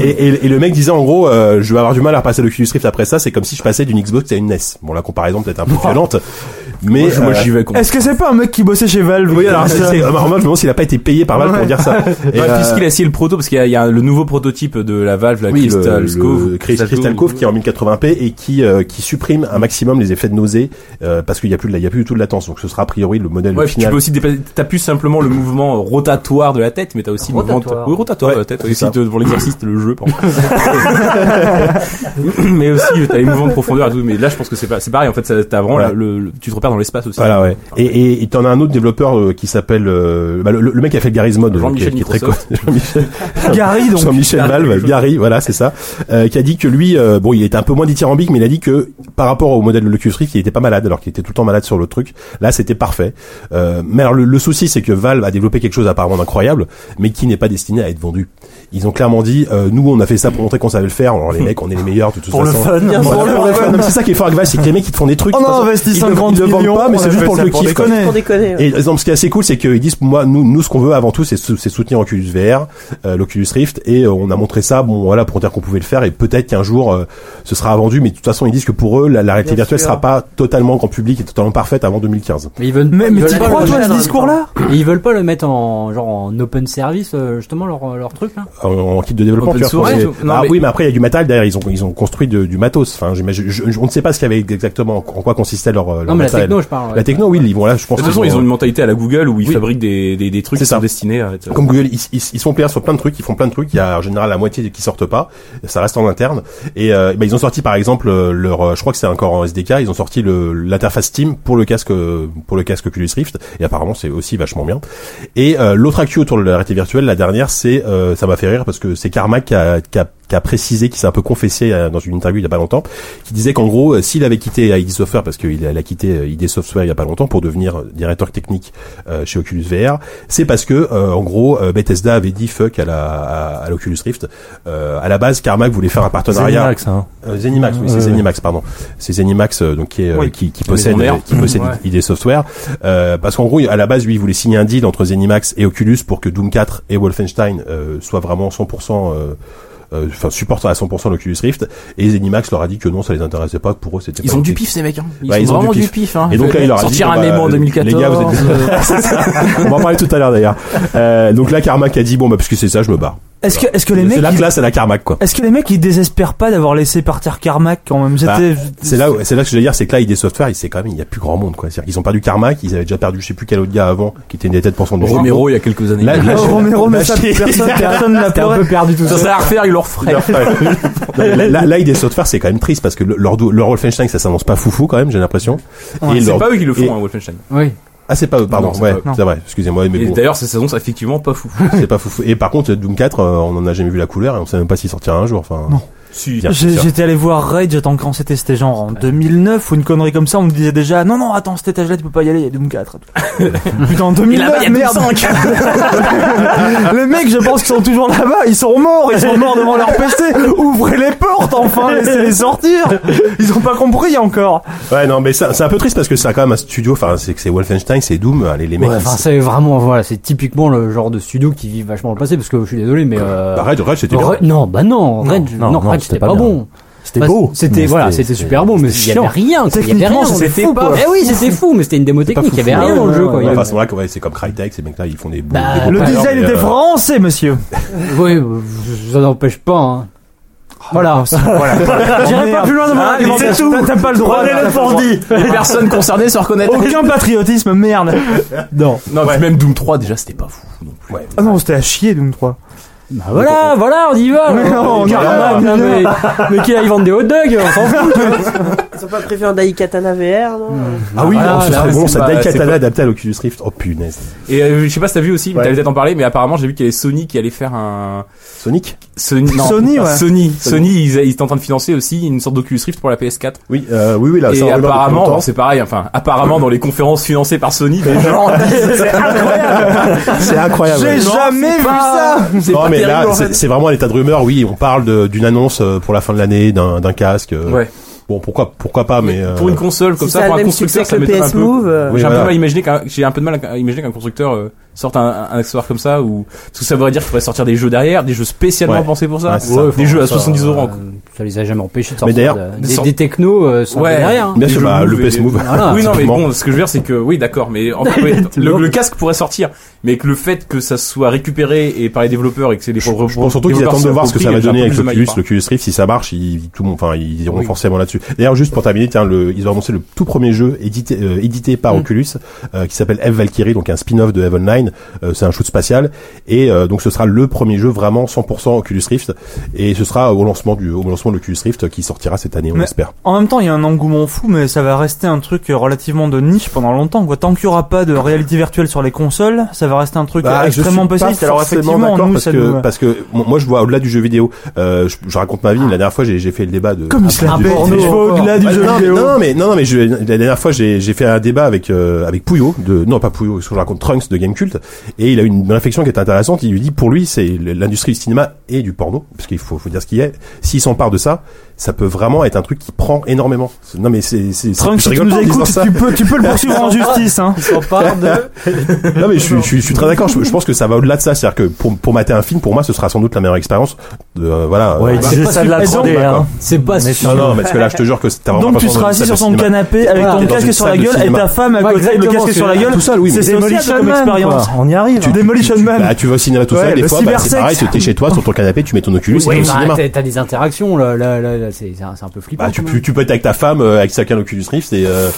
[SPEAKER 1] et, et, et le mec disait en gros, euh, je vais avoir du mal à repasser l'Oculus Rift après ça. C'est comme si je passais d'une Xbox à une NES. Bon la comparaison peut-être un peu violente, mais
[SPEAKER 3] Moi, je- moi,
[SPEAKER 1] euh,
[SPEAKER 3] j'y vais con.
[SPEAKER 2] Est-ce que c'est pas un mec qui bossait chez Valve
[SPEAKER 1] oui, alors,
[SPEAKER 2] qui a dit
[SPEAKER 1] c'est-
[SPEAKER 2] ça
[SPEAKER 1] c'est- en mode, je me demande s'il a pas été payé par Valve pour
[SPEAKER 2] Ouais.
[SPEAKER 1] dire ça. Et,
[SPEAKER 3] Ouais,
[SPEAKER 1] euh,
[SPEAKER 3] Puisqu'il a essayé le proto, parce qu'il y a, il y a le nouveau prototype de la Valve, la
[SPEAKER 1] Oui, le-
[SPEAKER 3] Bah, Crystal
[SPEAKER 1] le
[SPEAKER 3] Cove.
[SPEAKER 1] Chris- Crystal Cove qui est en 1080p et qui euh, qui supprime un maximum les effets de nausée euh, parce qu'il y a plus de la- il y a plus du tout de latence donc ce sera a priori le modèle
[SPEAKER 3] Ouais, puis tu
[SPEAKER 1] final.
[SPEAKER 3] peux aussi déplacer, t'as plus simplement le mouvement rotatoire de la tête, mais t'as aussi le mouvement
[SPEAKER 5] Rotatoire.
[SPEAKER 3] oui, rotatoire de la tête,
[SPEAKER 1] c'est
[SPEAKER 3] aussi
[SPEAKER 1] ça.
[SPEAKER 3] de- pour l'exercice, le jeu, pardon. mais aussi, t'as les mouvements de profondeur et tout, mais là, je pense que c'est pas, c'est pareil, en fait, ça- t'as vraiment
[SPEAKER 1] Voilà.
[SPEAKER 3] le, le- tu te repères dans l'espace aussi.
[SPEAKER 1] Voilà ouais. Et et et t'en as un autre développeur euh, qui s'appelle euh, bah, le, le mec qui a fait le Garry's Mod donc, qui,
[SPEAKER 3] Jean-Michel
[SPEAKER 1] qui est très connu.
[SPEAKER 3] Microsoft.
[SPEAKER 1] Jean-Michel
[SPEAKER 2] Gary donc.
[SPEAKER 1] Jean-Michel
[SPEAKER 3] Gary,
[SPEAKER 1] Valve,
[SPEAKER 3] je-
[SPEAKER 1] Gary, voilà c'est ça, euh, qui a dit que lui, euh, bon il était un peu moins dithyrambique mais il a dit que par rapport au modèle de Locus Rift il était pas malade alors qu'il était tout le temps malade sur le truc. Là c'était parfait. Euh, mais alors, le, le souci c'est que Valve a développé quelque chose apparemment d'incroyable mais qui n'est pas destiné à être vendu. Ils ont clairement dit euh, nous on a fait ça pour montrer qu'on savait le faire. Alors les mecs on est les meilleurs de toute
[SPEAKER 8] Pour le
[SPEAKER 1] façon.
[SPEAKER 8] fun.
[SPEAKER 1] Voilà,
[SPEAKER 2] sûr.
[SPEAKER 1] pour le fun. Non, mais C'est ça qui est fort avec Valve, c'est que les mecs ils te font des trucs.
[SPEAKER 2] On
[SPEAKER 1] de toute
[SPEAKER 2] a
[SPEAKER 1] façon,
[SPEAKER 2] investi
[SPEAKER 1] ils le-
[SPEAKER 2] 50
[SPEAKER 1] ils le vendent
[SPEAKER 2] millions,
[SPEAKER 1] pas, mais
[SPEAKER 2] on
[SPEAKER 1] c'est
[SPEAKER 2] a
[SPEAKER 1] juste
[SPEAKER 2] fait
[SPEAKER 1] pour
[SPEAKER 2] ça
[SPEAKER 1] le
[SPEAKER 2] pour
[SPEAKER 1] kiff. quoi.
[SPEAKER 2] déconner.
[SPEAKER 4] Pour déconner. ouais.
[SPEAKER 1] Et exemple, ce qui est assez cool, c'est qu'ils disent, moi, nous, nous, ce qu'on veut avant tout, c'est sou- c'est soutenir Oculus VR, euh, l'Oculus Rift, et euh, on a montré ça, bon, voilà, pour dire qu'on pouvait le faire, et peut-être qu'un jour, euh, ce sera vendu, mais de toute façon, ils disent que pour eux, la, la réalité
[SPEAKER 4] Bien
[SPEAKER 1] virtuelle
[SPEAKER 4] sûr.
[SPEAKER 1] sera pas totalement grand public et totalement parfaite avant 2015.
[SPEAKER 5] Mais ils veulent,
[SPEAKER 2] Mais,
[SPEAKER 5] ils
[SPEAKER 2] mais
[SPEAKER 5] veulent
[SPEAKER 2] t'y
[SPEAKER 5] pas
[SPEAKER 2] crois
[SPEAKER 5] le-
[SPEAKER 2] toi à
[SPEAKER 4] dans
[SPEAKER 2] ce
[SPEAKER 4] le
[SPEAKER 2] discours-là
[SPEAKER 5] Et ils veulent pas le mettre en genre en open service euh, justement leur leur truc là.
[SPEAKER 1] En, en kit de développement,
[SPEAKER 3] Open
[SPEAKER 1] tu
[SPEAKER 3] source,
[SPEAKER 1] vois, pour les-
[SPEAKER 3] tout. Non,
[SPEAKER 1] Ah
[SPEAKER 3] mais-
[SPEAKER 1] oui, mais après, il y a du matériel derrière, ils ont, ils ont construit de- du matos, enfin, j'imagine, je- je- on ne sait pas ce qu'il y avait exactement, en quoi consistait leur, euh, leur
[SPEAKER 5] Non mais la
[SPEAKER 1] matériel.
[SPEAKER 5] techno je parle. ouais.
[SPEAKER 1] La techno, oui, ils vont là, je pense.
[SPEAKER 3] De toute façon,
[SPEAKER 1] qu'ils
[SPEAKER 3] ils
[SPEAKER 1] vont-
[SPEAKER 3] ont une mentalité à la Google où ils
[SPEAKER 1] Oui.
[SPEAKER 3] fabriquent des, des, des trucs
[SPEAKER 1] C'est
[SPEAKER 3] qui
[SPEAKER 1] ça.
[SPEAKER 3] sont destinés à être-
[SPEAKER 1] Euh,
[SPEAKER 3] euh,
[SPEAKER 1] Comme Google, ils, ils, ils sont players sur plein de trucs, ils font plein de trucs. Il y a en général la moitié qui sortent pas, ça reste en interne. Et euh, bah, ils ont sorti par exemple euh, leur, euh, je crois que c'est encore en SDK, ils ont sorti le- l'interface Steam pour le casque euh, pour le casque Oculus Rift. Et apparemment c'est aussi vachement bien. Et euh, l'autre actu autour de la réalité virtuelle, la dernière, c'est euh, ça m'a fait rire parce que c'est Karma qui a, qui a qui a précisé, qui s'est un peu confessé euh, dans une interview il y a pas longtemps, qui disait qu'en gros, euh, s'il avait quitté euh, ID Software, parce qu'il a- il a quitté euh, ID Software il y a pas longtemps pour devenir euh, directeur technique euh, chez Oculus VR, c'est parce que euh, en gros euh, Bethesda avait dit fuck à la à, à l'Oculus Rift. Euh, à la base, Carmack voulait faire un partenariat.
[SPEAKER 8] Zenimax, hein.
[SPEAKER 1] Euh, Zenimax, oui, c'est
[SPEAKER 8] Ouais.
[SPEAKER 1] Zenimax, pardon. C'est Zenimax euh, donc qui, est, euh,
[SPEAKER 2] Oui.
[SPEAKER 1] qui, qui
[SPEAKER 3] La maison
[SPEAKER 1] possède
[SPEAKER 3] mère.
[SPEAKER 1] qui possède ID Software. Euh, parce qu'en gros, à la base, lui, il voulait signer un deal entre Zenimax et Oculus pour que Doom 4 et Wolfenstein euh, soient vraiment 100%. euh, euh, Enfin, supportant à 100% l'Oculus Rift et Zenimax leur a dit que non, ça les intéressait pas. que Pour eux, c'était
[SPEAKER 3] Ils
[SPEAKER 1] pas
[SPEAKER 3] ont
[SPEAKER 1] le
[SPEAKER 3] du
[SPEAKER 1] but.
[SPEAKER 3] pif, ces mecs, hein. Ils
[SPEAKER 1] Bah,
[SPEAKER 3] ont
[SPEAKER 1] ils ont
[SPEAKER 3] vraiment
[SPEAKER 1] du
[SPEAKER 3] du
[SPEAKER 1] pif.
[SPEAKER 3] pif, hein.
[SPEAKER 1] Et donc là, il leur a
[SPEAKER 3] Sortir
[SPEAKER 1] dit,
[SPEAKER 3] un
[SPEAKER 1] bon, bah,
[SPEAKER 3] aimant en
[SPEAKER 1] euh,
[SPEAKER 3] 2014.
[SPEAKER 1] les gars, vous êtes-
[SPEAKER 3] euh,
[SPEAKER 1] On va en parler tout à l'heure d'ailleurs. Euh, donc là, Carmack a dit bon bah puisque c'est ça, je me barre.
[SPEAKER 2] Est-ce que, est-ce que les
[SPEAKER 1] C'est
[SPEAKER 2] mecs,
[SPEAKER 1] la
[SPEAKER 2] ils-
[SPEAKER 1] classe à la Carmack quoi.
[SPEAKER 2] est-ce que les mecs ils désespèrent pas d'avoir laissé partir Carmack quand même C'était-
[SPEAKER 1] C'est là, où- c'est là que je veux dire, c'est que là, ID Software, il c'est quand même, il y a plus grand monde quoi. C'est-à-dire qu'ils ont perdu Carmack, ils avaient déjà perdu, je sais plus quel autre gars avant, qui était une des têtes pensantes du
[SPEAKER 3] Romero, il y a quelques années.
[SPEAKER 1] Là, là,
[SPEAKER 2] Oh,
[SPEAKER 1] je-
[SPEAKER 2] Romero, mais
[SPEAKER 1] là,
[SPEAKER 2] ça,
[SPEAKER 1] je-
[SPEAKER 2] personne, personne n'a
[SPEAKER 5] T'es un
[SPEAKER 2] pleuré.
[SPEAKER 5] peu perdu tout
[SPEAKER 3] ça
[SPEAKER 5] ça.
[SPEAKER 3] serait à refaire, ils leur feraient.
[SPEAKER 1] là, là, là, ID Software, c'est quand même triste parce que le- leur, dou- leur Wolfenstein, ça s'annonce pas foufou quand même, j'ai l'impression.
[SPEAKER 2] Ouais,
[SPEAKER 1] Et
[SPEAKER 3] C'est
[SPEAKER 1] leur-
[SPEAKER 3] pas eux qui le
[SPEAKER 1] et-
[SPEAKER 3] font, hein, Wolfenstein.
[SPEAKER 5] Oui.
[SPEAKER 1] Ah, c'est pas eux, pardon.
[SPEAKER 3] Non, c'est
[SPEAKER 1] ouais,
[SPEAKER 3] pas eux.
[SPEAKER 1] c'est vrai. Excusez-moi, mais
[SPEAKER 3] Et
[SPEAKER 1] bon,
[SPEAKER 3] d'ailleurs, cette saison, ça fait effectivement pas fou.
[SPEAKER 1] c'est pas foufou. Et par contre, Doom 4, euh, on en a jamais vu la couleur et on sait même pas s'il sortira un jour. Enfin,
[SPEAKER 2] Non.
[SPEAKER 3] Si.
[SPEAKER 1] Bien
[SPEAKER 2] J'ai-
[SPEAKER 1] sûr.
[SPEAKER 2] J'étais allé voir Rage, attends, quand c'était, c'était genre en 2009 ou une connerie comme ça, on me disait déjà, non, non, attends, cet étage-là, tu peux pas y aller, il y a Doom 4. Putain,
[SPEAKER 3] Et là-bas,
[SPEAKER 2] en 2009,
[SPEAKER 3] il y a
[SPEAKER 2] merde.
[SPEAKER 3] 25
[SPEAKER 2] Les mecs, je pense qu'ils sont toujours là-bas, ils sont morts, ils sont morts devant leur PC. Ouvrez les portes, enfin, laissez-les sortir. Ils ont pas compris encore.
[SPEAKER 1] Ouais, non, mais ça- c'est un peu triste parce que ça a quand même un studio. Enfin, c'est que c'est Wolfenstein, c'est Doom. Allez, les mecs.
[SPEAKER 5] Ouais,
[SPEAKER 1] ils-
[SPEAKER 5] enfin, c'est vraiment voilà, c'est typiquement le genre de studio qui vit vachement le passé parce que je suis désolé mais euh,
[SPEAKER 1] Bah, Rage, Rage, c'était bien.
[SPEAKER 5] Red- non, bah non,
[SPEAKER 8] Non,
[SPEAKER 5] Red,
[SPEAKER 8] non,
[SPEAKER 5] non,
[SPEAKER 8] non,
[SPEAKER 5] Red, c'était pas,
[SPEAKER 8] bien.
[SPEAKER 5] bon.
[SPEAKER 8] C'était
[SPEAKER 5] Bah,
[SPEAKER 8] beau.
[SPEAKER 5] C'était
[SPEAKER 8] mais
[SPEAKER 5] voilà, c'était super bon, mais il y avait
[SPEAKER 8] chiant.
[SPEAKER 5] rien. quoi, Il y avait
[SPEAKER 2] Techniquement,
[SPEAKER 5] rien.
[SPEAKER 2] c'était fou,
[SPEAKER 5] pas.
[SPEAKER 2] quoi.
[SPEAKER 5] Eh oui, c'était fou, mais c'était une démo
[SPEAKER 1] pas
[SPEAKER 5] technique. Il y
[SPEAKER 1] fou,
[SPEAKER 5] avait
[SPEAKER 1] fou,
[SPEAKER 5] rien
[SPEAKER 1] ouais,
[SPEAKER 5] dans le jeu,
[SPEAKER 2] ouais,
[SPEAKER 5] quoi.
[SPEAKER 2] ouais,
[SPEAKER 5] Il y avait-
[SPEAKER 1] Enfin, c'est vrai que ouais, c'est comme Crytek, ces mecs-là, ils font des. beaux-
[SPEAKER 5] Bah,
[SPEAKER 1] des beaux
[SPEAKER 2] Le
[SPEAKER 5] Ouais,
[SPEAKER 1] trucs,
[SPEAKER 2] design
[SPEAKER 1] mais,
[SPEAKER 2] était
[SPEAKER 1] euh,
[SPEAKER 2] français, monsieur.
[SPEAKER 5] Oui, euh, ça n'empêche pas. Hein.
[SPEAKER 1] Oh,
[SPEAKER 5] Voilà.
[SPEAKER 2] J'irai pas
[SPEAKER 5] merde.
[SPEAKER 2] plus loin de mon
[SPEAKER 3] Ah,
[SPEAKER 2] argumentation.
[SPEAKER 3] c'est tout.
[SPEAKER 2] T'as- T'as pas le droit.
[SPEAKER 3] Prenez-le
[SPEAKER 2] t'as
[SPEAKER 3] pour
[SPEAKER 2] pas le droit.
[SPEAKER 3] Les personnes concernées se reconnaissent.
[SPEAKER 2] Aucun patriotisme, merde. Non.
[SPEAKER 3] Non, puis même Doom 3, déjà, c'était pas fou. non plus.
[SPEAKER 2] Ah non, c'était à chier, Doom 3.
[SPEAKER 5] Bah voilà, voilà, on y va.
[SPEAKER 2] Mais
[SPEAKER 5] là.
[SPEAKER 2] non, on y va.
[SPEAKER 5] Ah, Carrément, mais, mais qu'il aille vendre des hot dogs, on s'en fout. tu vois.
[SPEAKER 4] Ils ont pas prévu un Daikatana VR, non
[SPEAKER 1] Ah oui,
[SPEAKER 3] Ah,
[SPEAKER 1] non, ce
[SPEAKER 3] là,
[SPEAKER 1] serait
[SPEAKER 3] c'est
[SPEAKER 1] bon, ça
[SPEAKER 3] pas- c'est
[SPEAKER 1] Daikatana
[SPEAKER 3] pas-
[SPEAKER 1] adapté à l'Oculus Rift. Oh punaise.
[SPEAKER 3] Et euh, je sais pas si t'as vu aussi, mais
[SPEAKER 1] Ouais.
[SPEAKER 3] t'allais peut-être en parler, mais apparemment j'ai vu qu'il y avait Sony qui allait faire un
[SPEAKER 1] Sonic
[SPEAKER 3] Sony, non,
[SPEAKER 2] Sony, ouais.
[SPEAKER 3] Sony, Sony, ils, ils étaient en train de financer aussi une sorte d'Oculus Rift pour la PS4.
[SPEAKER 1] Oui, euh, oui, oui, là,
[SPEAKER 3] et
[SPEAKER 1] ça
[SPEAKER 3] apparemment, bon, c'est pareil. Enfin, apparemment dans les conférences financées par Sony, les gens
[SPEAKER 1] c'est incroyable.
[SPEAKER 2] J'ai
[SPEAKER 1] Non,
[SPEAKER 2] jamais vu ça
[SPEAKER 3] c'est
[SPEAKER 1] non
[SPEAKER 3] pas
[SPEAKER 1] mais là
[SPEAKER 3] terrible, en
[SPEAKER 1] c'est
[SPEAKER 3] fait.
[SPEAKER 1] c'est vraiment à l'état de rumeur oui on parle de- d'une annonce euh, pour la fin de l'année d'un d'un casque euh,
[SPEAKER 3] Ouais.
[SPEAKER 1] bon pourquoi pourquoi pas mais, euh,
[SPEAKER 3] pour une console comme
[SPEAKER 4] Si
[SPEAKER 3] ça,
[SPEAKER 4] ça a
[SPEAKER 3] pour
[SPEAKER 4] le
[SPEAKER 3] un
[SPEAKER 4] même
[SPEAKER 3] constructeur,
[SPEAKER 4] succès
[SPEAKER 3] ça
[SPEAKER 4] que le
[SPEAKER 3] m'étonne un
[SPEAKER 4] PS
[SPEAKER 3] peu.
[SPEAKER 4] Move, euh,
[SPEAKER 1] Oui,
[SPEAKER 3] j'ai un
[SPEAKER 1] voilà.
[SPEAKER 3] peu mal imaginé qu'un, j'ai un peu de mal à imaginer qu'un constructeur euh, sorte un, un accessoire comme ça ou parce que ça voudrait dire qu'il faudrait sortir des jeux derrière, des jeux spécialement
[SPEAKER 1] Ouais.
[SPEAKER 3] pensés pour ça,
[SPEAKER 1] Ouais, c'est
[SPEAKER 3] Des
[SPEAKER 1] ça.
[SPEAKER 5] enfin,
[SPEAKER 3] jeux à
[SPEAKER 5] ça,
[SPEAKER 3] 70 euros. en-
[SPEAKER 5] euh, Ça les a jamais empêchés de
[SPEAKER 1] Mais
[SPEAKER 5] sortir
[SPEAKER 1] d'ailleurs,
[SPEAKER 5] de-
[SPEAKER 3] des
[SPEAKER 5] des,
[SPEAKER 3] sort-
[SPEAKER 5] des technos euh, sans
[SPEAKER 3] Ouais.
[SPEAKER 5] rien.
[SPEAKER 1] bien
[SPEAKER 3] des
[SPEAKER 1] sûr
[SPEAKER 3] jeux
[SPEAKER 1] bah, le
[SPEAKER 3] Move et-
[SPEAKER 1] PS Move
[SPEAKER 5] Voilà.
[SPEAKER 3] oui non mais
[SPEAKER 1] typiquement.
[SPEAKER 3] bon, ce que je veux dire c'est que oui d'accord, mais en fait, ouais, le, le casque pourrait sortir, mais que le fait que ça soit récupéré et par les développeurs et que c'est les
[SPEAKER 1] je
[SPEAKER 3] pro-
[SPEAKER 1] pense surtout qu'ils
[SPEAKER 3] développeurs
[SPEAKER 1] attendent de
[SPEAKER 3] soient
[SPEAKER 1] voir ce que ça va
[SPEAKER 3] compris, il
[SPEAKER 1] donner
[SPEAKER 3] y a
[SPEAKER 1] avec
[SPEAKER 3] plus de
[SPEAKER 1] l'Oculus,
[SPEAKER 3] mailles, par-
[SPEAKER 1] l'Oculus Rift. Si ça marche, ils, tout le monde- enfin, ils iront
[SPEAKER 3] Oui.
[SPEAKER 1] forcément là-dessus. D'ailleurs, juste pour terminer, tiens, le, ils ont annoncé le tout premier jeu édité, euh, édité par
[SPEAKER 2] Mm.
[SPEAKER 1] Oculus, euh, qui s'appelle F Valkyrie, donc un spin-off de Eve Online. Euh, c'est un shoot spatial, et euh, donc ce sera le premier jeu vraiment 100% Oculus Rift, et ce sera au lancement du, au lancement de l'Oculus Rift euh, qui sortira cette année, on
[SPEAKER 2] Mais-
[SPEAKER 1] espère.
[SPEAKER 2] En même temps, il y a un engouement fou, mais ça va rester un truc euh, relativement de niche pendant longtemps. Quoi. Tant qu'il n'y aura pas de réalité virtuelle sur les consoles, ça va rester un truc
[SPEAKER 1] Bah, je
[SPEAKER 2] extrêmement
[SPEAKER 1] suis pas
[SPEAKER 2] pessimiste. Alors
[SPEAKER 1] forcément
[SPEAKER 2] effectivement,
[SPEAKER 1] d'accord
[SPEAKER 2] nous,
[SPEAKER 1] parce
[SPEAKER 2] ça
[SPEAKER 1] que
[SPEAKER 2] nous...
[SPEAKER 1] parce que mo- moi je vois au-delà du jeu vidéo. Euh, je, je raconte ma vie. La dernière fois, j'ai j'ai fait le débat de.
[SPEAKER 2] Comme il se la
[SPEAKER 5] Un
[SPEAKER 2] pète,
[SPEAKER 5] porno
[SPEAKER 2] je vais
[SPEAKER 5] encore.
[SPEAKER 2] au-delà Ah, du
[SPEAKER 1] Bah,
[SPEAKER 2] jeu
[SPEAKER 1] non,
[SPEAKER 2] vidéo.
[SPEAKER 1] mais, non, mais non, non, mais je, la dernière fois, j'ai j'ai fait un débat avec euh, avec Pouillot de non pas Pouillot, parce que je raconte Trunks de Gamecult, et il a eu une réflexion qui est intéressante. Il lui dit pour lui, c'est l'industrie du cinéma et du porno, parce qu'il faut, faut dire ce qu'il est. S'il s'empare de ça, ça peut vraiment être un truc qui prend énormément. C'est- Non mais c'est c'est c'est-
[SPEAKER 2] Trunks,
[SPEAKER 1] je
[SPEAKER 2] si tu
[SPEAKER 1] rigole
[SPEAKER 2] nous
[SPEAKER 1] pas en disant
[SPEAKER 2] écoutes,
[SPEAKER 1] ça.
[SPEAKER 2] tu peux, tu peux le poursuivre en justice. Hein.
[SPEAKER 5] Ils s'en parlent de-
[SPEAKER 1] Non mais je, suis- je, suis- je suis très d'accord. Je, je pense que ça va au-delà de ça. C'est-à-dire que pour pour mater un film, pour moi, ce sera sans doute la meilleure expérience. De, euh, voilà.
[SPEAKER 8] Ouais,
[SPEAKER 1] Euh,
[SPEAKER 5] c'est
[SPEAKER 8] disait
[SPEAKER 5] pas
[SPEAKER 8] ça de la
[SPEAKER 5] super-
[SPEAKER 8] 3D,
[SPEAKER 1] d'accord.
[SPEAKER 8] hein.
[SPEAKER 5] C'est pas
[SPEAKER 8] Mais
[SPEAKER 5] sûr.
[SPEAKER 1] Non, non, mais parce que là, je te jure que t'as vraiment
[SPEAKER 2] Donc
[SPEAKER 1] pas
[SPEAKER 2] tu
[SPEAKER 1] besoin d'une
[SPEAKER 2] seras assis
[SPEAKER 1] salle
[SPEAKER 2] sur
[SPEAKER 1] de
[SPEAKER 2] son
[SPEAKER 1] cinéma.
[SPEAKER 2] canapé avec
[SPEAKER 5] Voilà.
[SPEAKER 2] ton
[SPEAKER 5] T'es
[SPEAKER 1] dans
[SPEAKER 2] casque
[SPEAKER 1] une
[SPEAKER 2] sur la
[SPEAKER 1] salle de
[SPEAKER 2] gueule et
[SPEAKER 1] cinéma.
[SPEAKER 2] ta femme à
[SPEAKER 5] Ouais,
[SPEAKER 2] côté, le
[SPEAKER 5] exactement,
[SPEAKER 2] casque
[SPEAKER 5] c'est-
[SPEAKER 2] sur la gueule.
[SPEAKER 1] Tout seul, oui. mais-
[SPEAKER 2] C'est aussi
[SPEAKER 8] Demolition
[SPEAKER 2] la même
[SPEAKER 8] Man,
[SPEAKER 2] expérience.
[SPEAKER 8] quoi. On y arrive. hein.
[SPEAKER 2] Demolition Man.
[SPEAKER 1] Bah, tu vas au cinéma tout
[SPEAKER 2] Ouais,
[SPEAKER 1] seul, des
[SPEAKER 2] le
[SPEAKER 1] fois, bah, c'est
[SPEAKER 2] cybersexe.
[SPEAKER 1] pareil, tu- t'es chez toi, sur ton canapé, tu mets ton Oculus et
[SPEAKER 5] Oui,
[SPEAKER 1] t'es au
[SPEAKER 5] bah,
[SPEAKER 1] cinéma.
[SPEAKER 5] t'as- t'as des interactions, là, là, là, là, c'est c'est un, c'est un peu flippant.
[SPEAKER 1] Bah, tu,
[SPEAKER 5] quand
[SPEAKER 1] peux- tu peux être avec ta femme, euh, avec chacun l'Oculus Rift, et euh,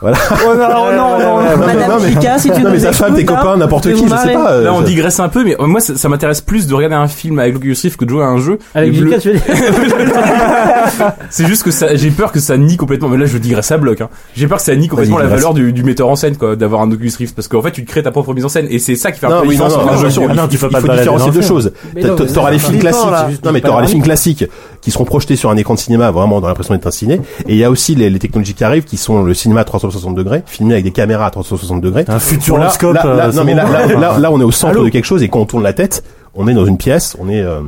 [SPEAKER 2] Oh non, non, non, non.
[SPEAKER 1] non, mais- non,
[SPEAKER 4] Madame
[SPEAKER 1] mais-
[SPEAKER 4] Chica, si tu
[SPEAKER 1] non,
[SPEAKER 4] nous
[SPEAKER 1] mais ta femme, tes
[SPEAKER 4] écoutes, hein, là,
[SPEAKER 1] copains, n'importe
[SPEAKER 4] vous
[SPEAKER 1] qui, je
[SPEAKER 4] marrez.
[SPEAKER 1] sais pas. euh,
[SPEAKER 3] Là, on
[SPEAKER 1] je-
[SPEAKER 3] digresse un peu, mais moi, ça, ça m'intéresse plus de regarder un film avec l'Oculus Rift que de jouer à un jeu.
[SPEAKER 5] même. Avec
[SPEAKER 3] Et le-
[SPEAKER 5] Lucas, tu veux dire
[SPEAKER 3] C'est juste que ça, j'ai peur que ça nie complètement. Mais là, je digresse à bloc. Hein. J'ai peur que ça nie complètement
[SPEAKER 1] Vas-y,
[SPEAKER 3] la
[SPEAKER 1] digresse.
[SPEAKER 3] valeur du, du metteur en scène, quoi, d'avoir un Oculus Rift, parce qu'en fait, tu te crées ta propre mise en scène, et c'est ça qui fait un
[SPEAKER 1] Non,
[SPEAKER 3] peu
[SPEAKER 1] oui, non,
[SPEAKER 3] différence
[SPEAKER 1] non,
[SPEAKER 3] entre
[SPEAKER 1] non,
[SPEAKER 3] un
[SPEAKER 1] je
[SPEAKER 3] jeu
[SPEAKER 1] suis-
[SPEAKER 3] et un
[SPEAKER 8] Ah non, tu fais
[SPEAKER 1] il
[SPEAKER 8] pas
[SPEAKER 1] faut
[SPEAKER 8] de balade
[SPEAKER 1] différencier
[SPEAKER 8] dans hein.
[SPEAKER 1] deux
[SPEAKER 8] le film.
[SPEAKER 1] choses.
[SPEAKER 5] Mais
[SPEAKER 1] T'a-
[SPEAKER 5] non, mais
[SPEAKER 1] T'auras
[SPEAKER 5] ça,
[SPEAKER 1] les
[SPEAKER 5] ça
[SPEAKER 1] films
[SPEAKER 5] dépend,
[SPEAKER 1] classiques.
[SPEAKER 5] là. C'est
[SPEAKER 1] Non, mais
[SPEAKER 5] juste
[SPEAKER 1] t'auras
[SPEAKER 5] pas
[SPEAKER 1] les films
[SPEAKER 5] grave.
[SPEAKER 1] classiques qui seront projetés sur un écran de cinéma, vraiment dans l'impression d'être un ciné. Et il y a aussi les, les technologies qui arrivent, qui sont le cinéma à 360 degrés, filmé avec des caméras à 360 degrés.
[SPEAKER 8] Un futuroscope.
[SPEAKER 1] Là, là, là,
[SPEAKER 8] euh,
[SPEAKER 1] non, mais là,
[SPEAKER 8] c'est
[SPEAKER 1] là,
[SPEAKER 8] bon.
[SPEAKER 1] là, là, on est au centre
[SPEAKER 8] Allô
[SPEAKER 1] de quelque chose et quand on tourne la tête, on est dans une pièce, on est. euh,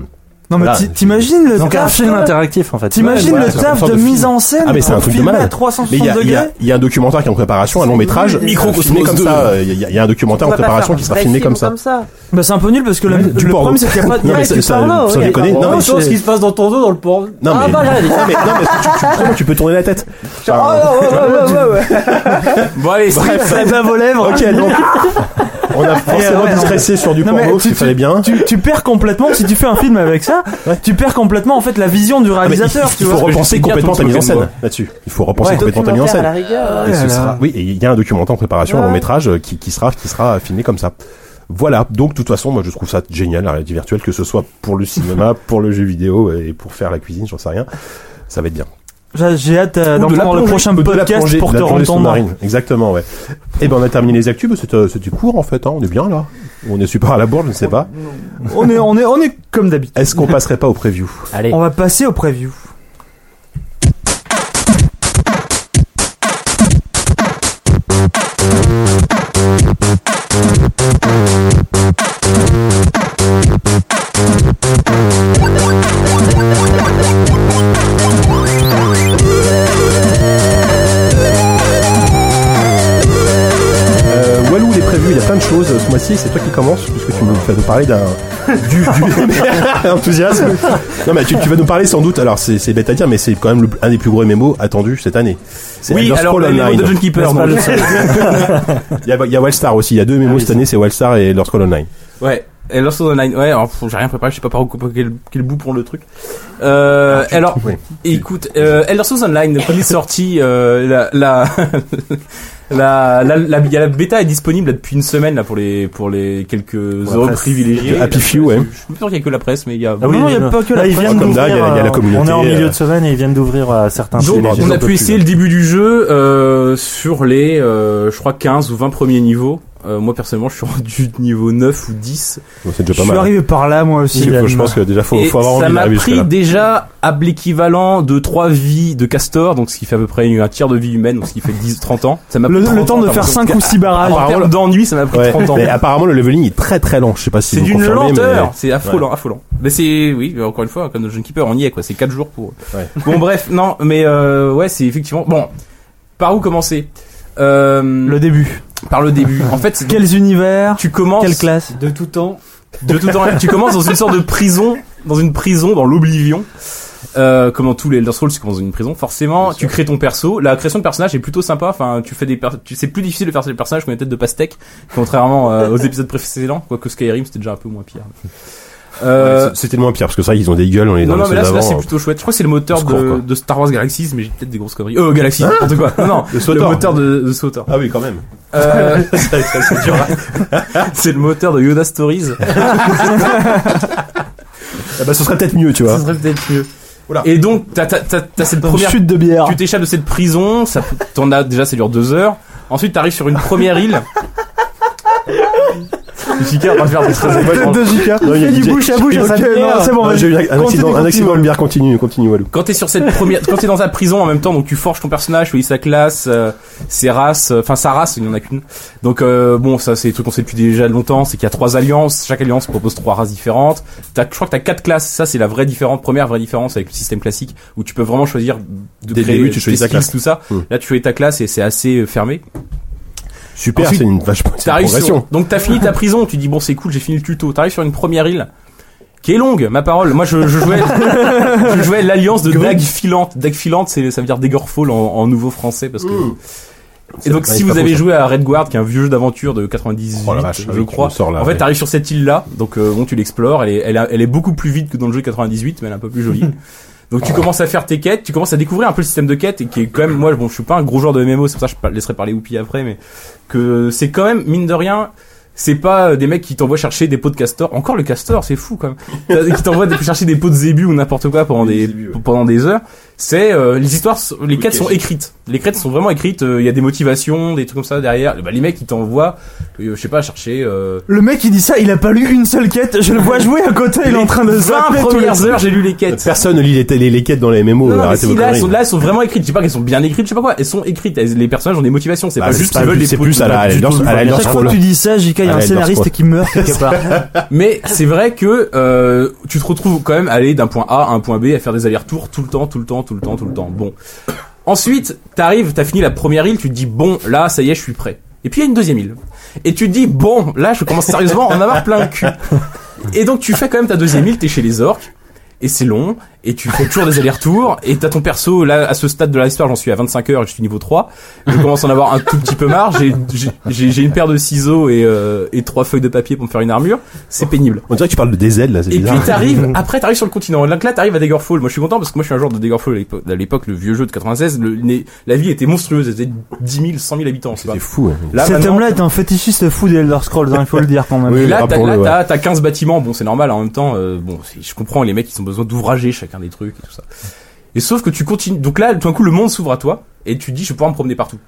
[SPEAKER 2] Non, mais
[SPEAKER 1] Voilà.
[SPEAKER 2] ti- t'imagines le
[SPEAKER 8] Donc un
[SPEAKER 2] taf
[SPEAKER 8] film interactif en fait.
[SPEAKER 2] T'imagines
[SPEAKER 1] Ouais,
[SPEAKER 2] le
[SPEAKER 1] voilà, c'est
[SPEAKER 2] taf
[SPEAKER 1] une sorte
[SPEAKER 2] de
[SPEAKER 1] de
[SPEAKER 2] mise
[SPEAKER 1] film.
[SPEAKER 2] en scène
[SPEAKER 1] Ah, mais c'est un
[SPEAKER 2] pour
[SPEAKER 1] truc de
[SPEAKER 2] filmer
[SPEAKER 1] malade.
[SPEAKER 2] à
[SPEAKER 1] Mais
[SPEAKER 2] 360
[SPEAKER 1] il y a, il y, a,
[SPEAKER 2] degrés
[SPEAKER 1] il y a un documentaire qui est en préparation, un long métrage.
[SPEAKER 3] Microcosmos
[SPEAKER 1] filmé comme
[SPEAKER 3] 2.
[SPEAKER 1] ça. euh, Il y, a- il y a un documentaire en
[SPEAKER 4] On va pas
[SPEAKER 1] préparation
[SPEAKER 4] faire
[SPEAKER 1] qui
[SPEAKER 4] un
[SPEAKER 1] sera
[SPEAKER 4] vrai
[SPEAKER 1] filmé
[SPEAKER 4] film
[SPEAKER 1] comme ça.
[SPEAKER 2] Bah c'est un peu nul parce que la-
[SPEAKER 1] Du
[SPEAKER 2] le
[SPEAKER 1] porno.
[SPEAKER 2] problème c'est qu'il n'y a pas de
[SPEAKER 1] Non, mais
[SPEAKER 4] c'est-
[SPEAKER 1] ça,
[SPEAKER 4] du
[SPEAKER 1] ça,
[SPEAKER 4] porno,
[SPEAKER 1] sans
[SPEAKER 4] oui,
[SPEAKER 1] déconner,
[SPEAKER 4] d'accord.
[SPEAKER 1] non, mais
[SPEAKER 2] Ah, bah,
[SPEAKER 5] chose
[SPEAKER 1] c'est-
[SPEAKER 5] qui se passe dans ton dos, dans le port.
[SPEAKER 1] non,
[SPEAKER 5] Ah,
[SPEAKER 1] mais,
[SPEAKER 5] bah, là,
[SPEAKER 1] non, mais, non, mais tu, tu- vraiment, tu peux tourner la tête. Enfin,
[SPEAKER 4] Oh,
[SPEAKER 3] Bon, allez, c'est-
[SPEAKER 2] Eh ben, vos lèvres.
[SPEAKER 1] ok, donc, on a
[SPEAKER 2] ouais,
[SPEAKER 1] forcément
[SPEAKER 2] non, mais-
[SPEAKER 1] discrécé sur du
[SPEAKER 2] Non, mais
[SPEAKER 1] porno,
[SPEAKER 2] tu-
[SPEAKER 1] ce qu'il fallait bien.
[SPEAKER 2] Tu, tu perds complètement si tu fais un film avec ça. Tu perds complètement en fait la vision du
[SPEAKER 1] Ah, mais il-
[SPEAKER 2] réalisateur. tu
[SPEAKER 1] il faut
[SPEAKER 2] vois.
[SPEAKER 3] ce que je
[SPEAKER 1] repenser
[SPEAKER 3] dis,
[SPEAKER 1] complètement
[SPEAKER 3] tout
[SPEAKER 1] ta
[SPEAKER 3] ce
[SPEAKER 1] mise en
[SPEAKER 3] que je
[SPEAKER 1] scène
[SPEAKER 3] vois.
[SPEAKER 1] là-dessus. Il faut repenser complètement ta mise en
[SPEAKER 4] Documentaire à la
[SPEAKER 1] scène.
[SPEAKER 4] rigueur. hein.
[SPEAKER 1] Et ce
[SPEAKER 2] Oh là là.
[SPEAKER 1] sera- oui, et il y a un documentaire en préparation, un
[SPEAKER 4] Ah.
[SPEAKER 1] long métrage euh, qui, qui sera qui sera filmé comme ça. Voilà. Donc, de toute façon, moi, je trouve ça génial la réalité virtuelle, que ce soit pour le cinéma, pour le jeu vidéo et pour faire la cuisine, j'en sais rien. Ça va être bien.
[SPEAKER 2] J'ai- J'ai hâte euh,
[SPEAKER 1] Ou de la
[SPEAKER 2] d'entendre le
[SPEAKER 1] plongée,
[SPEAKER 2] prochain
[SPEAKER 1] de la
[SPEAKER 2] podcast
[SPEAKER 1] plongée,
[SPEAKER 2] pour
[SPEAKER 1] de
[SPEAKER 2] te
[SPEAKER 1] la plongée
[SPEAKER 2] entendre.
[SPEAKER 1] sous-marine. Exactement, ouais. Et ben on a terminé les actus, mais c'était c'était court en fait, hein. on est bien là. On est super à la bourre, je ne sais pas.
[SPEAKER 2] On est on est on est comme d'habitude.
[SPEAKER 1] Est-ce qu'on passerait pas au preview
[SPEAKER 5] Allez.
[SPEAKER 2] On va passer au preview.
[SPEAKER 1] euh, Walou, les previews, il y a plein de choses ce mois-ci, c'est toi qui commences, puisque tu nous vas nous parler d'un... du...
[SPEAKER 3] Ah,
[SPEAKER 1] du... enthousiasme. Non mais tu, tu vas nous parler sans doute, alors c'est c'est bête à dire, mais c'est quand même le- un des plus gros MMO attendus cette année. C'est
[SPEAKER 3] oui,
[SPEAKER 1] Elder
[SPEAKER 3] alors,
[SPEAKER 1] Scrolls
[SPEAKER 3] le mémo
[SPEAKER 1] Online.
[SPEAKER 3] Dungeon Keeper. donc-
[SPEAKER 1] Il y a, il y a Wildstar aussi, il y a deux
[SPEAKER 3] Ah
[SPEAKER 1] MMO cette année, c'est Wildstar et Elder Scrolls Online.
[SPEAKER 3] Ouais. Et Lost Souls Online, ouais, alors pff, j'ai rien préparé, je sais pas par où couper, quel, quel bout prendre le truc. Euh, alors, écoute, euh, Elder Scrolls Online, première sortie, euh, la, la, La, la, la, la bêta est disponible là, depuis une semaine là pour les pour les quelques heureux
[SPEAKER 8] presse.
[SPEAKER 3] privilégiés.
[SPEAKER 1] Happy
[SPEAKER 3] Là,
[SPEAKER 1] few,
[SPEAKER 3] je-
[SPEAKER 1] ouais.
[SPEAKER 3] Je suis pas sûr qu'il y a que la presse, mais il y a.
[SPEAKER 8] Ah oui,
[SPEAKER 2] Non, il y a
[SPEAKER 8] mais
[SPEAKER 2] pas que la
[SPEAKER 8] là, ils
[SPEAKER 2] presse.
[SPEAKER 8] viennent
[SPEAKER 1] Comme d'hab,
[SPEAKER 8] d'ouvrir,
[SPEAKER 1] il y a- il y a la
[SPEAKER 8] euh, On
[SPEAKER 1] communauté,
[SPEAKER 8] est en milieu
[SPEAKER 1] euh,
[SPEAKER 8] de semaine et ils viennent d'ouvrir à certains
[SPEAKER 3] Donc,
[SPEAKER 8] privilégiés.
[SPEAKER 3] on
[SPEAKER 1] j'en
[SPEAKER 3] a pu
[SPEAKER 1] peux plus,
[SPEAKER 3] essayer
[SPEAKER 1] là.
[SPEAKER 3] le début du jeu euh, sur les, euh, je crois, 15 ou 20 premiers niveaux. Euh, moi, personnellement, je suis rendu niveau 9 ou 10.
[SPEAKER 1] Bon, c'est déjà
[SPEAKER 2] Je
[SPEAKER 1] pas
[SPEAKER 2] suis
[SPEAKER 1] mal.
[SPEAKER 2] arrivé par là, moi aussi.
[SPEAKER 1] Je,
[SPEAKER 2] Yann.
[SPEAKER 1] je pense que déjà faut,
[SPEAKER 3] et
[SPEAKER 1] faut avoir
[SPEAKER 3] ça
[SPEAKER 1] envie
[SPEAKER 3] m'a
[SPEAKER 1] d'arriver
[SPEAKER 3] pris
[SPEAKER 1] jusque-là.
[SPEAKER 3] déjà à l'équivalent de 3 vies de castor, donc ce qui fait à peu près un tiers de vie humaine, donc ce qui fait 10, 30 ans. Ça m'a
[SPEAKER 2] Le,
[SPEAKER 3] pris
[SPEAKER 2] le
[SPEAKER 3] 30
[SPEAKER 2] temps de
[SPEAKER 3] par
[SPEAKER 2] faire
[SPEAKER 3] contre.
[SPEAKER 2] 5 ou 6 barrages.
[SPEAKER 3] En termes d'ennui, ça m'a pris
[SPEAKER 1] Ouais,
[SPEAKER 3] 30 ans.
[SPEAKER 1] mais apparemment le leveling est très très lent. Je sais pas si
[SPEAKER 3] C'est
[SPEAKER 1] vous
[SPEAKER 3] d'une
[SPEAKER 1] confirmez, mais-
[SPEAKER 3] lenteur, c'est affolant, affolant. Mais c'est, oui, mais encore une fois, comme Dungeon Keeper, on y est quoi, c'est 4 jours pour.
[SPEAKER 1] Ouais.
[SPEAKER 3] Bon bref, non, mais euh, ouais, c'est effectivement. Bon, par où commencer euh,
[SPEAKER 2] Le début.
[SPEAKER 3] Par le début. En fait, c'est-
[SPEAKER 2] Quels univers
[SPEAKER 3] tu commences
[SPEAKER 2] Quelle classe
[SPEAKER 5] De tout temps.
[SPEAKER 3] de tout temps. Tu commences dans une sorte de prison, dans une prison, dans l'oblivion. Euh, comme dans tous les Elder Scrolls, tu commences dans une prison. Forcément, tu crées ton perso. La création de personnage est plutôt sympa. Enfin, tu fais des, per- tu- c'est plus difficile de faire des personnages qu'on a tête de pastèque, contrairement euh, aux épisodes précédents. Quoique Skyrim, c'était déjà un peu moins pire. Euh,
[SPEAKER 1] Ouais, c'est- C'était moins pire parce que ça, ils ont des gueules. On est dans
[SPEAKER 3] non, non, mais
[SPEAKER 1] le
[SPEAKER 3] là,
[SPEAKER 1] d'avant.
[SPEAKER 3] là, c'est plutôt chouette. Je crois que c'est le moteur
[SPEAKER 1] On se court,
[SPEAKER 3] de,
[SPEAKER 1] quoi. Hein
[SPEAKER 3] de Star Wars Galaxies, mais j'ai peut-être des grosses conneries. Euh, Galaxies, n'importe quoi. Non, non,
[SPEAKER 1] Le
[SPEAKER 3] le
[SPEAKER 1] sauteur.
[SPEAKER 3] moteur de, de Sauter.
[SPEAKER 1] Ah oui, quand même.
[SPEAKER 3] Euh, c'est le moteur de Yoda Stories.
[SPEAKER 1] Ah bah, ce serait peut-être mieux, tu vois.
[SPEAKER 3] Ça serait peut-être mieux.
[SPEAKER 1] Oula.
[SPEAKER 3] Et donc, t'as, t'as, t'as, t'as cette
[SPEAKER 2] Une
[SPEAKER 3] première.
[SPEAKER 2] chute de bière.
[SPEAKER 1] Ah.
[SPEAKER 3] Tu t'échappes de cette prison, ça, peut- t'en as déjà, ça dure deux heures. Ensuite, t'arrives sur une première île. Jika va faire des très étranges.
[SPEAKER 1] Non, il y a
[SPEAKER 2] du
[SPEAKER 1] DJ.
[SPEAKER 2] bouche à bouche à
[SPEAKER 1] Ok,
[SPEAKER 2] sa bière.
[SPEAKER 1] non, c'est bon,
[SPEAKER 2] Ah,
[SPEAKER 1] j'ai eu un accident, un
[SPEAKER 2] Continue, continue,
[SPEAKER 1] accident de bière. Continue, continue, Walou.
[SPEAKER 3] Quand t'es sur cette première, quand t'es dans ta prison en même temps, donc tu forges ton personnage, choisis sa classe, euh, ses races, euh, enfin sa race, il n'y en a qu'une. Donc euh, bon, ça c'est des trucs qu'on sait depuis déjà longtemps, c'est qu'il y a trois alliances, chaque alliance propose trois races différentes. T'as, je crois que t'as quatre classes, ça c'est la vraie différence, première vraie différence avec le système classique où tu peux vraiment choisir de
[SPEAKER 1] Dès le
[SPEAKER 3] créer
[SPEAKER 1] début, tu
[SPEAKER 3] tes
[SPEAKER 1] choisis ta
[SPEAKER 3] skills,
[SPEAKER 1] classe.
[SPEAKER 3] tout ça.
[SPEAKER 1] Mm.
[SPEAKER 3] Là, tu choisis ta classe et c'est assez euh, fermé.
[SPEAKER 1] Super,
[SPEAKER 3] Ensuite,
[SPEAKER 1] c'est une vache c'est une
[SPEAKER 3] T'arrives
[SPEAKER 1] progression.
[SPEAKER 3] sur... Donc t'as fini ta prison, tu dis bon c'est cool, j'ai fini le tuto. T'arrives sur une première île qui est longue, ma parole. Moi je, je jouais, je jouais l'alliance de Dag Filante. Dag Filante, c'est ça veut dire Daggerfall en, en nouveau français parce que. Et donc
[SPEAKER 1] C'est-
[SPEAKER 3] si
[SPEAKER 1] ouais,
[SPEAKER 3] vous
[SPEAKER 1] c'est
[SPEAKER 3] avez
[SPEAKER 1] pas
[SPEAKER 3] joué à Red Guard, qui est un vieux jeu d'aventure de 98,
[SPEAKER 1] Oh la vache, ah oui,
[SPEAKER 3] je
[SPEAKER 1] tu
[SPEAKER 3] crois.
[SPEAKER 1] me sors là,
[SPEAKER 3] en fait
[SPEAKER 1] ouais.
[SPEAKER 3] t'arrives sur cette île là, donc euh, bon tu l'explores, elle est, elle, a- elle est beaucoup plus vite que dans le jeu 98, mais elle est un peu plus jolie. Donc tu commences à faire tes quêtes, tu commences à découvrir un peu le système de quêtes et qui est quand même moi bon je suis pas un gros joueur de MMO, c'est pour ça que je par- laisserai parler Oupi après mais que c'est quand même mine de rien c'est pas euh, des mecs qui t'envoient chercher des pots de castor, encore le castor, c'est fou quand même. T'as- qui t'envoient de- chercher des pots de zébu ou n'importe quoi pendant des pendant des heures, c'est euh, les histoires sont- les quêtes sont écrites. Les quêtes sont vraiment écrites, euh, il y a des motivations, des trucs comme ça derrière. Bah, les mecs qui t'envoient euh, je sais pas chercher euh,
[SPEAKER 2] Le mec il dit ça, il a pas lu une seule quête. Je le vois jouer à côté, il est en train de
[SPEAKER 3] 20
[SPEAKER 2] zapper tous les
[SPEAKER 3] premières heures, j'ai lu les quêtes.
[SPEAKER 1] Personne ne lit les, les, les quêtes dans les
[SPEAKER 3] Non,
[SPEAKER 1] MMO.
[SPEAKER 3] non, mais
[SPEAKER 1] Oh, arrêtez
[SPEAKER 3] si,
[SPEAKER 1] vos
[SPEAKER 3] là, elles
[SPEAKER 1] conneries.
[SPEAKER 3] sont, là, elles sont vraiment écrites. Je sais pas qu'elles sont bien écrites, je sais pas quoi. Elles sont écrites. Elles- les personnages ont des motivations. C'est
[SPEAKER 1] Bah,
[SPEAKER 3] pas
[SPEAKER 1] c'est
[SPEAKER 3] juste
[SPEAKER 1] pas
[SPEAKER 3] qu'ils veulent
[SPEAKER 1] plus-
[SPEAKER 3] des
[SPEAKER 1] c'est
[SPEAKER 3] potes
[SPEAKER 1] plus à la-
[SPEAKER 3] du
[SPEAKER 1] à
[SPEAKER 3] tout.
[SPEAKER 1] l'Elder- à l'Elder
[SPEAKER 2] Chaque fois
[SPEAKER 1] Scroll.
[SPEAKER 2] que tu dis ça, JK, il y a
[SPEAKER 1] Ah,
[SPEAKER 2] un
[SPEAKER 1] Elder
[SPEAKER 2] scénariste
[SPEAKER 1] Scroll.
[SPEAKER 2] qui meurt quelque part.
[SPEAKER 3] Mais c'est vrai que euh, tu te retrouves quand même à aller d'un point A à un point B à faire des allers-retours tout le temps, tout le temps, tout le temps, tout le temps. Bon. Ensuite, t'arrives, t'as fini la première île, tu te dis bon, là, ça y est, je suis prêt. Et puis il y a une deuxième île. Et tu te dis bon, là, je commence sérieusement à en avoir plein le cul. Et donc tu fais quand même ta deuxième île, t'es chez les orques. Et c'est long, et tu fais toujours des allers-retours, et t'as ton perso, là, à ce stade de la histoire, j'en suis à 25 heures, et je suis niveau 3. Je commence à en avoir un tout petit peu marre, j'ai, j'ai- j'ai, j'ai une paire de ciseaux et, euh, et trois feuilles de papier pour me faire une armure. C'est pénible.
[SPEAKER 1] On dirait que tu parles de DZ là, c'est
[SPEAKER 3] Et puis
[SPEAKER 1] bizarre.
[SPEAKER 3] t'arrives, après t'arrives sur le continent. Donc là t'arrives à Daggerfall. Moi je suis content parce que moi je suis un joueur de Daggerfall à l'époque- à l'époque, le vieux jeu de 96. le- les- la ville était monstrueuse, elle était 10 000, 100 000 habitants. c'est pas-
[SPEAKER 1] C'était fou. hein.
[SPEAKER 3] Là,
[SPEAKER 2] Cet
[SPEAKER 3] maintenant-
[SPEAKER 2] homme-là est un fétichiste fou des Elder Scrolls, hein, il faut le dire quand même.
[SPEAKER 1] Oui.
[SPEAKER 3] et là, t'as,
[SPEAKER 1] rappelons-le,
[SPEAKER 3] là,
[SPEAKER 1] ouais.
[SPEAKER 3] t'as- t'as 15 bâtiments, bon, c'est normal, en même temps, euh, bon, c'est- je comprends, les mecs, ils ont besoin d'ouvrager chacun des trucs et tout ça. Et sauf que tu continues, donc là, tout d'un coup, le monde s'ouvre à toi, et tu te dis, je vais pouvoir me promener partout.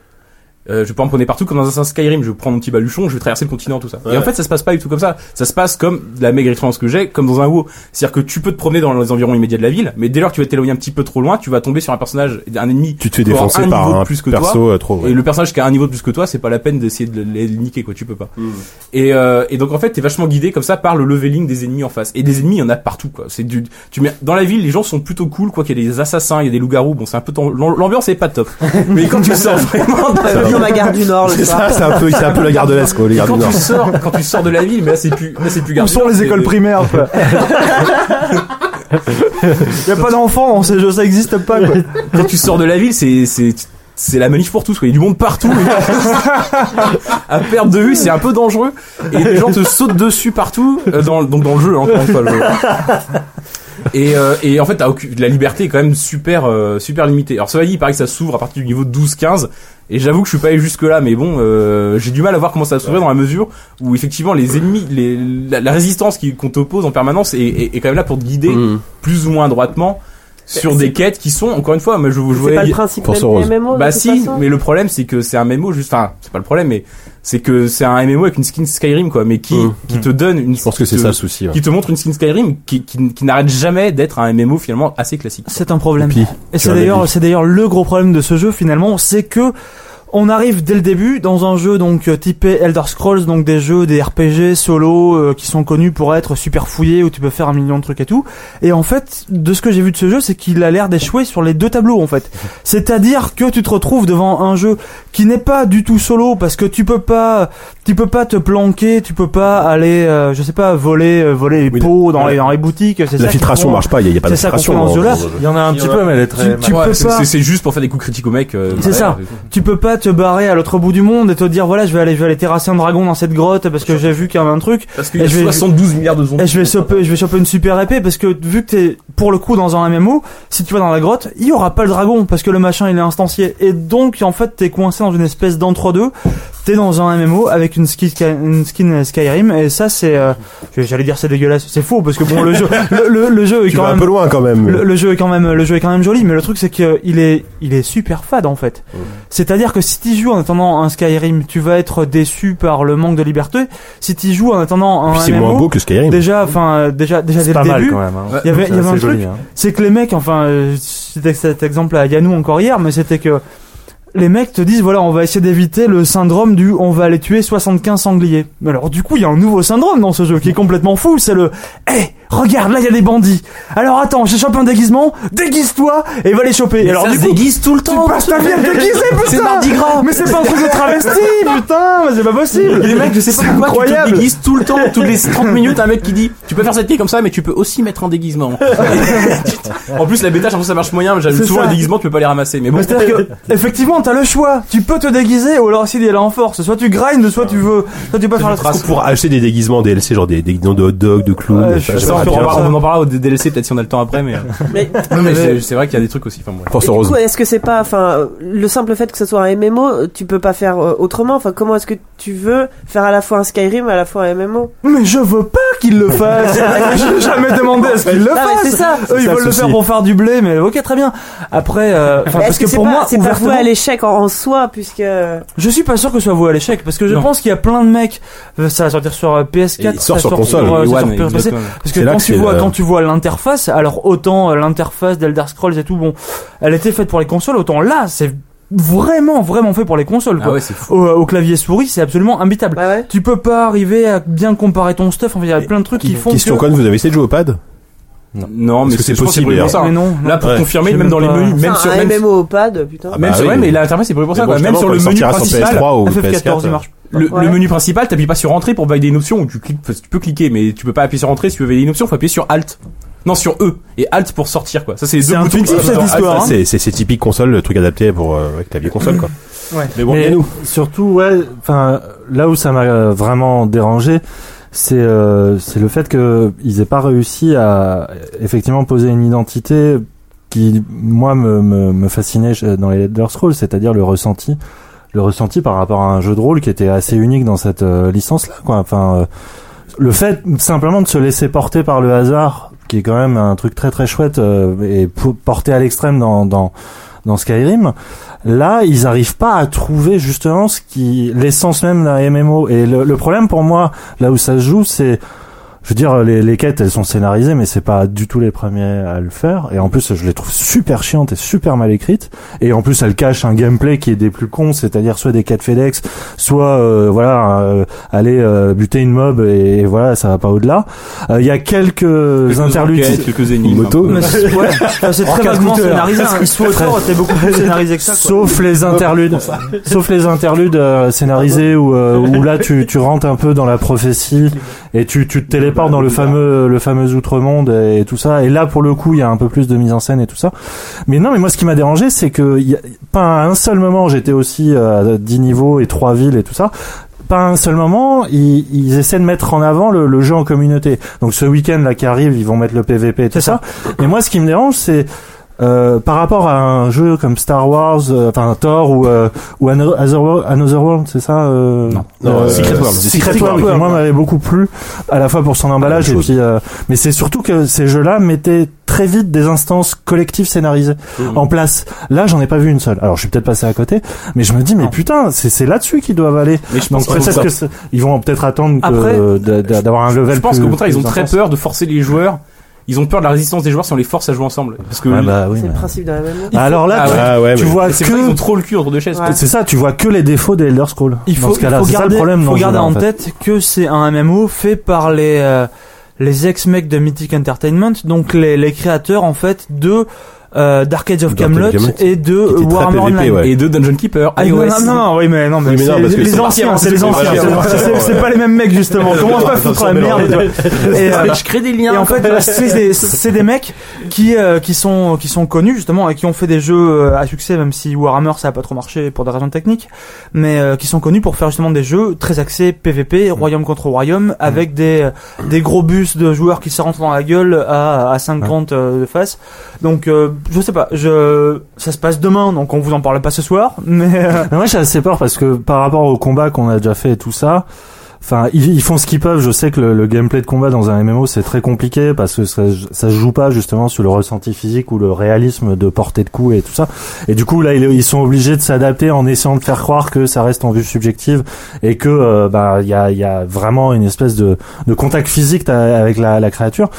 [SPEAKER 3] Euh, je vais pouvoir me promener partout comme dans un Skyrim, je prends mon petit baluchon, je vais traverser le continent, tout ça. Et en fait, ça se passe pas du tout comme ça. Ça se passe comme de la maigre expérience que j'ai, comme dans un WoW. C'est-à-dire que tu peux te promener dans les environs immédiats de la ville, mais dès lors que tu vas t'éloigner un petit peu trop loin, tu vas tomber sur un personnage, un ennemi.
[SPEAKER 1] Tu te fais
[SPEAKER 3] qui aura
[SPEAKER 1] défoncer par
[SPEAKER 3] niveau de
[SPEAKER 1] un
[SPEAKER 3] plus que toi.
[SPEAKER 1] perso euh, trop. ouais.
[SPEAKER 3] Et le personnage qui a un niveau de plus que toi, c'est pas la peine d'essayer de le le niquer, quoi. Tu peux pas.
[SPEAKER 2] Mm.
[SPEAKER 3] Et, euh, et donc en fait, t'es vachement guidé comme ça par le leveling des ennemis en face. Et des ennemis, il y en a partout, quoi. C'est du, tu mets dans la ville, les gens sont plutôt cool, quoi. Qu'il y a des assassins, il y a des loups-garous. Bon, c'est un peu ton- l'am- l'ambiance est pas top. Mais quand tu sors vraiment de la ville,
[SPEAKER 4] Dans la gare du Nord, le
[SPEAKER 1] C'est ça,
[SPEAKER 4] soir.
[SPEAKER 1] c'est un peu, c'est un peu la garde de l'Est, quoi, les gardes
[SPEAKER 3] quand
[SPEAKER 1] du Nord.
[SPEAKER 3] tu sors, quand tu sors de la ville, mais là c'est plus, là c'est plus
[SPEAKER 2] Où
[SPEAKER 3] garde
[SPEAKER 2] sont les écoles
[SPEAKER 3] primaires
[SPEAKER 2] primaires, quoi Y a pas d'enfants dans ces jeux, ça existe pas, quoi.
[SPEAKER 3] quand tu sors de la ville, c'est c'est c'est la manif pour tous, quoi. Il y a du monde partout. à perdre de vue, c'est un peu dangereux. Et les gens te sautent dessus partout, euh, dans, donc dans le jeu, hein, encore une fois, le jeu. Et, euh, et en fait, t'as aucune- la liberté est quand même super, euh, super limitée. Alors cela dit, il paraît que ça s'ouvre à partir du niveau 12-15. Et j'avoue que je suis pas allé jusque là, mais bon, euh, j'ai du mal à voir comment ça s'ouvre dans la mesure où effectivement les ennemis, les, la, la résistance qui- qu'on t'oppose en permanence est, est- est quand même là pour te guider
[SPEAKER 4] Mm.
[SPEAKER 3] plus ou moins droitement sur des quêtes qui sont encore une fois, mais je vous
[SPEAKER 4] C'est pas le
[SPEAKER 3] voyais
[SPEAKER 4] principe
[SPEAKER 1] Force
[SPEAKER 4] même
[SPEAKER 1] Rose.
[SPEAKER 4] des
[SPEAKER 2] Oh,
[SPEAKER 4] MMO. de
[SPEAKER 3] bah
[SPEAKER 4] toute
[SPEAKER 3] si,
[SPEAKER 4] façon.
[SPEAKER 3] mais le problème c'est que c'est un MMO juste, enfin c'est pas le problème, mais c'est que c'est un MMO avec une skin Skyrim quoi, mais qui
[SPEAKER 1] Mm.
[SPEAKER 3] qui te donne une.
[SPEAKER 1] Je pense que c'est ça le souci. ouais.
[SPEAKER 3] Qui te montre une skin Skyrim qui qui, qui n'arrête jamais d'être un MMO finalement assez classique.
[SPEAKER 2] C'est un problème.
[SPEAKER 1] Puis, tu
[SPEAKER 2] Et c'est
[SPEAKER 1] en as
[SPEAKER 2] d'ailleurs,
[SPEAKER 1] dit.
[SPEAKER 2] c'est d'ailleurs le gros problème de ce jeu finalement, c'est que on arrive dès le début dans un jeu donc euh, typé Elder Scrolls, donc des jeux, des RPG solo euh, qui sont connus pour être super fouillés où tu peux faire un million de trucs et tout. Et en fait, de ce que j'ai vu de ce jeu, c'est qu'il a l'air d'échouer sur les deux tableaux en fait. C'est-à-dire que tu te retrouves devant un jeu qui n'est pas du tout solo parce que tu peux pas, tu peux pas te planquer, tu peux pas aller, euh, je sais pas, voler, euh, voler les
[SPEAKER 1] Oui,
[SPEAKER 2] pots dans
[SPEAKER 1] la-
[SPEAKER 2] les, dans les boutiques. c'est ça qui
[SPEAKER 1] La filtration
[SPEAKER 2] rend-
[SPEAKER 1] marche pas, il y a- il y a pas
[SPEAKER 2] C'est
[SPEAKER 1] de
[SPEAKER 2] ça qu'on
[SPEAKER 1] filtration.
[SPEAKER 2] fait dans ce
[SPEAKER 1] dans-
[SPEAKER 2] jeu-là.
[SPEAKER 1] dans le jeu.
[SPEAKER 8] Il y en a un petit peu, mais elle est très.
[SPEAKER 2] Tu peux
[SPEAKER 3] c'est-
[SPEAKER 2] pas-
[SPEAKER 3] c'est- C'est juste pour faire des coups critiques au mec. euh,
[SPEAKER 2] C'est
[SPEAKER 3] voilà,
[SPEAKER 2] ça.
[SPEAKER 3] et tout.
[SPEAKER 2] tu peux pas te barrer à l'autre bout du monde et te dire voilà je vais aller je vais aller terrasser un dragon dans cette grotte parce que j'ai vu qu'il y avait un truc
[SPEAKER 3] Parce qu'il y a
[SPEAKER 2] Et je vais-
[SPEAKER 3] 72 milliards de zombies.
[SPEAKER 2] et je vais choper je vais choper une super épée parce que vu que t'es pour le coup dans un MMO si tu vas dans la grotte il y aura pas le dragon parce que le machin il est instancié et donc en fait t'es coincé dans une espèce d'entre-deux t'es dans un MMO avec une skin Sky- une skin Skyrim et ça c'est euh, j'allais dire c'est dégueulasse c'est faux parce que bon le jeu le, le- le jeu est
[SPEAKER 1] Tu
[SPEAKER 2] quand
[SPEAKER 1] vas un
[SPEAKER 2] même
[SPEAKER 1] peu loin quand même.
[SPEAKER 2] le, le jeu est quand même, le jeu est quand même joli, mais le truc c'est que il est, il est super fade en fait. C'est-à-dire que si tu joues en attendant un Skyrim, tu vas être déçu par le manque de liberté. Si tu joues en attendant
[SPEAKER 1] Puis
[SPEAKER 2] un
[SPEAKER 1] c'est moins
[SPEAKER 2] MMO,
[SPEAKER 1] beau que Skyrim.
[SPEAKER 2] déjà, enfin, euh, déjà, déjà
[SPEAKER 8] C'est
[SPEAKER 2] dès
[SPEAKER 8] pas
[SPEAKER 2] le
[SPEAKER 8] mal
[SPEAKER 2] début,
[SPEAKER 8] quand même. hein.
[SPEAKER 3] Ouais.
[SPEAKER 2] il y avait,
[SPEAKER 8] C'est
[SPEAKER 2] il y avait un
[SPEAKER 8] assez
[SPEAKER 2] truc.
[SPEAKER 8] joli, hein.
[SPEAKER 2] C'est que les mecs, enfin, euh, c'était cet exemple à Yanou encore hier, mais c'était que les mecs te disent voilà, on va essayer d'éviter le syndrome du on va aller tuer 75 sangliers. Mais alors du coup, il y a un nouveau syndrome dans ce jeu qui est complètement fou, c'est le hé, regarde, là il y a des bandits. Alors attends, j'ai chopé un déguisement, déguise-toi et va les choper. Et alors du coup,
[SPEAKER 5] déguise tout le
[SPEAKER 2] tu passes ta vie à te déguiser, putain
[SPEAKER 5] C'est Mardi Gras
[SPEAKER 2] Mais c'est pas un truc de travesti, putain, mais c'est pas possible.
[SPEAKER 3] Et les mecs, je sais pas pourquoi
[SPEAKER 2] incroyable.
[SPEAKER 3] tu te déguises tout le temps, toutes les 30 minutes, un mec qui dit tu peux faire cette clé comme ça, mais tu peux aussi mettre un déguisement. en plus, la bêta, j'ai l'impression que ça marche moyen, mais j'ai-
[SPEAKER 2] C'est
[SPEAKER 3] souvent
[SPEAKER 2] ça.
[SPEAKER 3] les déguisements, tu peux pas les ramasser. Mais bon,
[SPEAKER 2] Mais C'est-à-dire que, effectivement, t'as le choix. Tu peux te déguiser, ou alors s'il est là en force, soit tu grindes, soit tu veux, soit tu passes par la trace.
[SPEAKER 1] Pour acheter des déguisements DLC, genre des déguisements de hot dog, de clown,
[SPEAKER 2] Ouais,
[SPEAKER 1] de
[SPEAKER 2] je suis
[SPEAKER 1] machin,
[SPEAKER 3] Ça, on,
[SPEAKER 2] d'accord.
[SPEAKER 1] bien.
[SPEAKER 3] en parlera-
[SPEAKER 2] ça.
[SPEAKER 3] on en parlera au DLC peut-être si on a le temps après, mais, euh,
[SPEAKER 4] Mais
[SPEAKER 3] non, mais c'est c'est vrai qu'il y a des trucs aussi. Enfin, bref.
[SPEAKER 1] Force
[SPEAKER 4] Et du
[SPEAKER 1] rose.
[SPEAKER 4] coup, est-ce que c'est pas, enfin, le simple fait que ce soit un MMO, euh, tu peux pas faire euh, autrement. Enfin, comment est-ce que tu veux faire à la fois un Skyrim, à la fois un MMO
[SPEAKER 2] Mais je veux pas qu'il le fasse. je n'ai jamais demandé à ce qu'il le
[SPEAKER 4] Non, mais
[SPEAKER 2] fasse.
[SPEAKER 4] c'est ça.
[SPEAKER 2] Eux, ils
[SPEAKER 1] ça,
[SPEAKER 2] veulent
[SPEAKER 1] le
[SPEAKER 2] le
[SPEAKER 1] souci.
[SPEAKER 2] faire pour faire du blé, mais ok, très bien. Après, euh, enfin,
[SPEAKER 4] Est-ce
[SPEAKER 2] parce que,
[SPEAKER 4] c'est
[SPEAKER 2] pour
[SPEAKER 4] pas-
[SPEAKER 2] moi,
[SPEAKER 4] c'est pas
[SPEAKER 2] ouvertement,
[SPEAKER 4] voué à l'échec en, en soi, puisque
[SPEAKER 2] je suis pas sûr que ce soit voué à l'échec, parce que je
[SPEAKER 3] Non.
[SPEAKER 2] pense qu'il y a plein de mecs, euh, ça va sortir sur euh,
[SPEAKER 1] Et
[SPEAKER 2] PS4,
[SPEAKER 1] il sort
[SPEAKER 2] ça
[SPEAKER 1] sur
[SPEAKER 2] sort
[SPEAKER 1] console,
[SPEAKER 2] sur, euh,
[SPEAKER 3] Et
[SPEAKER 2] ça
[SPEAKER 3] One,
[SPEAKER 2] sort sur PC.
[SPEAKER 3] exactement.
[SPEAKER 2] Parce que
[SPEAKER 1] C'est là
[SPEAKER 2] quand
[SPEAKER 1] que
[SPEAKER 2] tu
[SPEAKER 1] c'est
[SPEAKER 2] vois,
[SPEAKER 1] le-
[SPEAKER 2] quand tu vois l'interface, alors autant euh, l'interface d'Elder Scrolls et tout, bon, elle était faite pour les consoles, autant là, c'est vraiment, vraiment fait pour les consoles,
[SPEAKER 3] Ah
[SPEAKER 2] quoi.
[SPEAKER 3] ouais, c'est fou.
[SPEAKER 2] au, au clavier souris, c'est absolument imbitable.
[SPEAKER 4] bah ouais.
[SPEAKER 2] Tu peux pas arriver à bien comparer ton stuff. En fait, il y a plein de trucs qui font
[SPEAKER 1] Question
[SPEAKER 2] que-
[SPEAKER 1] conne, vous avez essayé de jouer au pad
[SPEAKER 3] Non, mais
[SPEAKER 1] Parce que c'est
[SPEAKER 3] je pense
[SPEAKER 1] possible,
[SPEAKER 3] pour
[SPEAKER 1] d'ailleurs.
[SPEAKER 3] ça.
[SPEAKER 2] Mais
[SPEAKER 3] hein.
[SPEAKER 2] non. non.
[SPEAKER 3] Là, pour
[SPEAKER 1] Ouais.
[SPEAKER 3] confirmer,
[SPEAKER 2] J'ai
[SPEAKER 3] même
[SPEAKER 2] même
[SPEAKER 3] dans les
[SPEAKER 2] pas-
[SPEAKER 3] menus, même
[SPEAKER 4] Enfin,
[SPEAKER 3] sur,
[SPEAKER 4] Ah, un
[SPEAKER 3] même
[SPEAKER 4] MMO au pad, putain.
[SPEAKER 1] Ah
[SPEAKER 3] même
[SPEAKER 1] bah
[SPEAKER 3] sur-
[SPEAKER 1] oui,
[SPEAKER 3] ouais,
[SPEAKER 1] mais-
[SPEAKER 3] mais l'interface c'est prévu pour ça, quoi. Même sur le menu principal.
[SPEAKER 1] ou
[SPEAKER 2] FF14, il marche.
[SPEAKER 3] Le, le menu principal, t'appuies pas sur entrée pour valider une option où tu cliques, enfin, tu peux cliquer, mais tu peux pas appuyer sur entrée si tu veux valider une option, faut appuyer sur alt. Non, sur E et alt pour sortir quoi. Ça c'est les deux
[SPEAKER 2] un
[SPEAKER 3] boutons.
[SPEAKER 2] fictif,
[SPEAKER 3] qui sont
[SPEAKER 2] cette
[SPEAKER 3] sur
[SPEAKER 2] histoire.
[SPEAKER 3] Alt.
[SPEAKER 2] hein.
[SPEAKER 1] C'est c'est- c'est typique console, le truc adapté pour euh, ouais, clavier console quoi.
[SPEAKER 2] Ouais.
[SPEAKER 1] Mais bon,
[SPEAKER 8] Mais
[SPEAKER 1] nous.
[SPEAKER 8] Surtout, ouais, enfin, là où ça m'a euh, vraiment dérangé, c'est euh, c'est le fait que ils aient pas réussi à euh, effectivement poser une identité qui, moi, me, me, me fascinait chez- dans les Elder Scrolls, c'est-à-dire le ressenti, le ressenti par rapport à un jeu de rôle qui était assez unique dans cette euh, licence-là, quoi. Enfin, euh, le fait simplement de se laisser porter par le hasard, qui est quand même un truc très très chouette euh, et pou- porté à l'extrême dans dans dans Skyrim, là, ils arrivent pas à trouver justement ce qui l'essence même d'un MMO. Et le, le problème pour moi, là où ça se joue, c'est je veux dire, les, les quêtes, elles sont scénarisées, mais c'est pas du tout les premiers à le faire. Et en plus, je les trouve super chiantes et super mal écrites. Et en plus, elles cachent un gameplay qui est des plus cons, c'est-à-dire soit des quêtes FedEx, soit euh, voilà, euh, aller euh, buter une mob et, et voilà, ça va pas au-delà. Euh, Il y a quelques
[SPEAKER 3] Quelques
[SPEAKER 8] interludes.
[SPEAKER 3] enquêtes, quelques énigmes. hein.
[SPEAKER 1] moto.
[SPEAKER 3] un peu.
[SPEAKER 2] Mais c'est- ouais, enfin, c'est très
[SPEAKER 8] casse-couture.
[SPEAKER 2] vaguement scénarisé. hein. Il se faut
[SPEAKER 8] Frère.
[SPEAKER 2] t'es beaucoup plus scénarisé que ça. quoi.
[SPEAKER 8] Sauf les interludes, sauf les interludes euh, scénarisés où, euh, où là tu, tu rentres un peu dans la prophétie et tu, tu te téléportes dans le
[SPEAKER 2] Bah,
[SPEAKER 8] fameux le fameux outre-monde et, tout ça. Et là pour le coup il y a un peu plus de mise en scène et tout ça. Mais non mais moi ce qui m'a dérangé c'est que il y a, pas à un seul moment j'étais aussi euh, à 10 niveaux et 3 villes et tout ça. pas un seul moment, ils, ils essaient de mettre en avant le, le jeu en communauté. Donc ce week-end là qui arrive, ils vont mettre le PVP et tout ça. Mais moi, ce qui me dérange, c'est euh, par rapport à un jeu comme Star Wars, euh, enfin Thor ou euh, ou Ano- Other- Another World, c'est ça euh,
[SPEAKER 1] Non,
[SPEAKER 8] euh,
[SPEAKER 1] Secret World.
[SPEAKER 8] Secret World, qui moi m'avait beaucoup plu, à la fois pour son emballage
[SPEAKER 3] Bah,
[SPEAKER 8] et
[SPEAKER 1] Même chose.
[SPEAKER 8] puis. euh, mais c'est surtout que ces jeux-là mettaient très vite des instances collectives scénarisées
[SPEAKER 3] Mmh.
[SPEAKER 8] en place. Là, j'en ai pas vu une seule. Alors, je suis peut-être passé à côté, mais je me dis, mais putain, c'est c'est là-dessus qu'ils doivent aller.
[SPEAKER 3] Mais je pense
[SPEAKER 8] Donc
[SPEAKER 3] qu'ils
[SPEAKER 8] peut-être
[SPEAKER 3] ont-
[SPEAKER 8] que c'est- ils vont peut-être attendre que-
[SPEAKER 2] Après,
[SPEAKER 8] euh, d'a- d'a- d'avoir un level.
[SPEAKER 3] Je pense
[SPEAKER 8] plus-
[SPEAKER 3] qu'au contraire, ils ont
[SPEAKER 8] plus
[SPEAKER 3] très
[SPEAKER 8] intense.
[SPEAKER 3] peur de forcer les joueurs. Ils ont peur de la résistance des joueurs si on les force à jouer ensemble. Parce que
[SPEAKER 8] Ouais, bah oui,
[SPEAKER 4] C'est le
[SPEAKER 8] mais-
[SPEAKER 4] principe d'un MMO.
[SPEAKER 8] Alors là,
[SPEAKER 3] Ah
[SPEAKER 8] tu-
[SPEAKER 3] ouais.
[SPEAKER 1] Ah ouais,
[SPEAKER 8] tu
[SPEAKER 1] mais-
[SPEAKER 8] vois
[SPEAKER 3] c'est vrai, ils ont
[SPEAKER 8] que
[SPEAKER 3] trop le cul entre deux chaises.
[SPEAKER 4] Ouais.
[SPEAKER 8] c'est ça, tu vois que les défauts des Elder Scrolls.
[SPEAKER 2] Il
[SPEAKER 8] dans
[SPEAKER 2] faut,
[SPEAKER 8] ce
[SPEAKER 2] il
[SPEAKER 8] cas-là,
[SPEAKER 2] faut
[SPEAKER 8] c'est ça
[SPEAKER 2] garder,
[SPEAKER 8] le problème.
[SPEAKER 2] faut
[SPEAKER 8] dans ce
[SPEAKER 2] garder
[SPEAKER 8] jeu-là,
[SPEAKER 2] en
[SPEAKER 8] fait.
[SPEAKER 2] tête que c'est un MMO fait par les euh, les ex-mecs de Mythic Entertainment, donc les, les créateurs en fait de euh, d'Arcades of
[SPEAKER 1] D'Arcades
[SPEAKER 2] Camelot
[SPEAKER 1] of Camelot,
[SPEAKER 2] et de
[SPEAKER 1] était très
[SPEAKER 2] Warhammer
[SPEAKER 1] PVP,
[SPEAKER 2] Online.
[SPEAKER 1] ouais.
[SPEAKER 3] Et deux Dungeon Keeper,
[SPEAKER 2] Ah, non,
[SPEAKER 3] iOS.
[SPEAKER 2] non, non, non, oui, mais non, mais,
[SPEAKER 1] Oui, mais non,
[SPEAKER 2] c'est
[SPEAKER 1] parce que
[SPEAKER 2] les
[SPEAKER 1] c'est
[SPEAKER 2] anciens,
[SPEAKER 3] parti,
[SPEAKER 2] c'est les
[SPEAKER 3] c'est
[SPEAKER 2] anciens,
[SPEAKER 3] parti,
[SPEAKER 2] c'est-
[SPEAKER 1] voilà.
[SPEAKER 2] c'est- c'est pas les mêmes mecs justement. Comment pas foutre la merde tu vois. Et, euh,
[SPEAKER 3] je crée des
[SPEAKER 2] et
[SPEAKER 3] liens.
[SPEAKER 2] en fait, c'est des, c'est des mecs qui euh, qui sont qui sont connus justement et qui ont fait des jeux euh, à succès, même si Warhammer ça a pas trop marché pour des raisons techniques, mais euh, qui sont connus pour faire justement des jeux très axés PVP, royaume contre
[SPEAKER 8] Mm.
[SPEAKER 2] royaume, avec des des gros bus de joueurs qui se rentrent dans la gueule à à 50 euh, de face. Donc euh, je sais pas, je ça se passe demain, donc on vous en parle pas ce soir, mais euh,
[SPEAKER 8] Mais moi j'ai assez peur parce que par rapport au combat qu'on a déjà fait et tout ça, enfin ils, ils font ce qu'ils peuvent. Je sais que le, le gameplay de combat dans un MMO c'est très compliqué parce que ça, ça se joue pas justement sur le ressenti physique ou le réalisme de portée de coup et tout ça. Et du coup là ils, ils sont obligés de s'adapter en essayant de faire croire que ça reste en vue subjective et que euh, bah il y a, il y a vraiment une espèce de, de contact physique t'as avec la, la créature.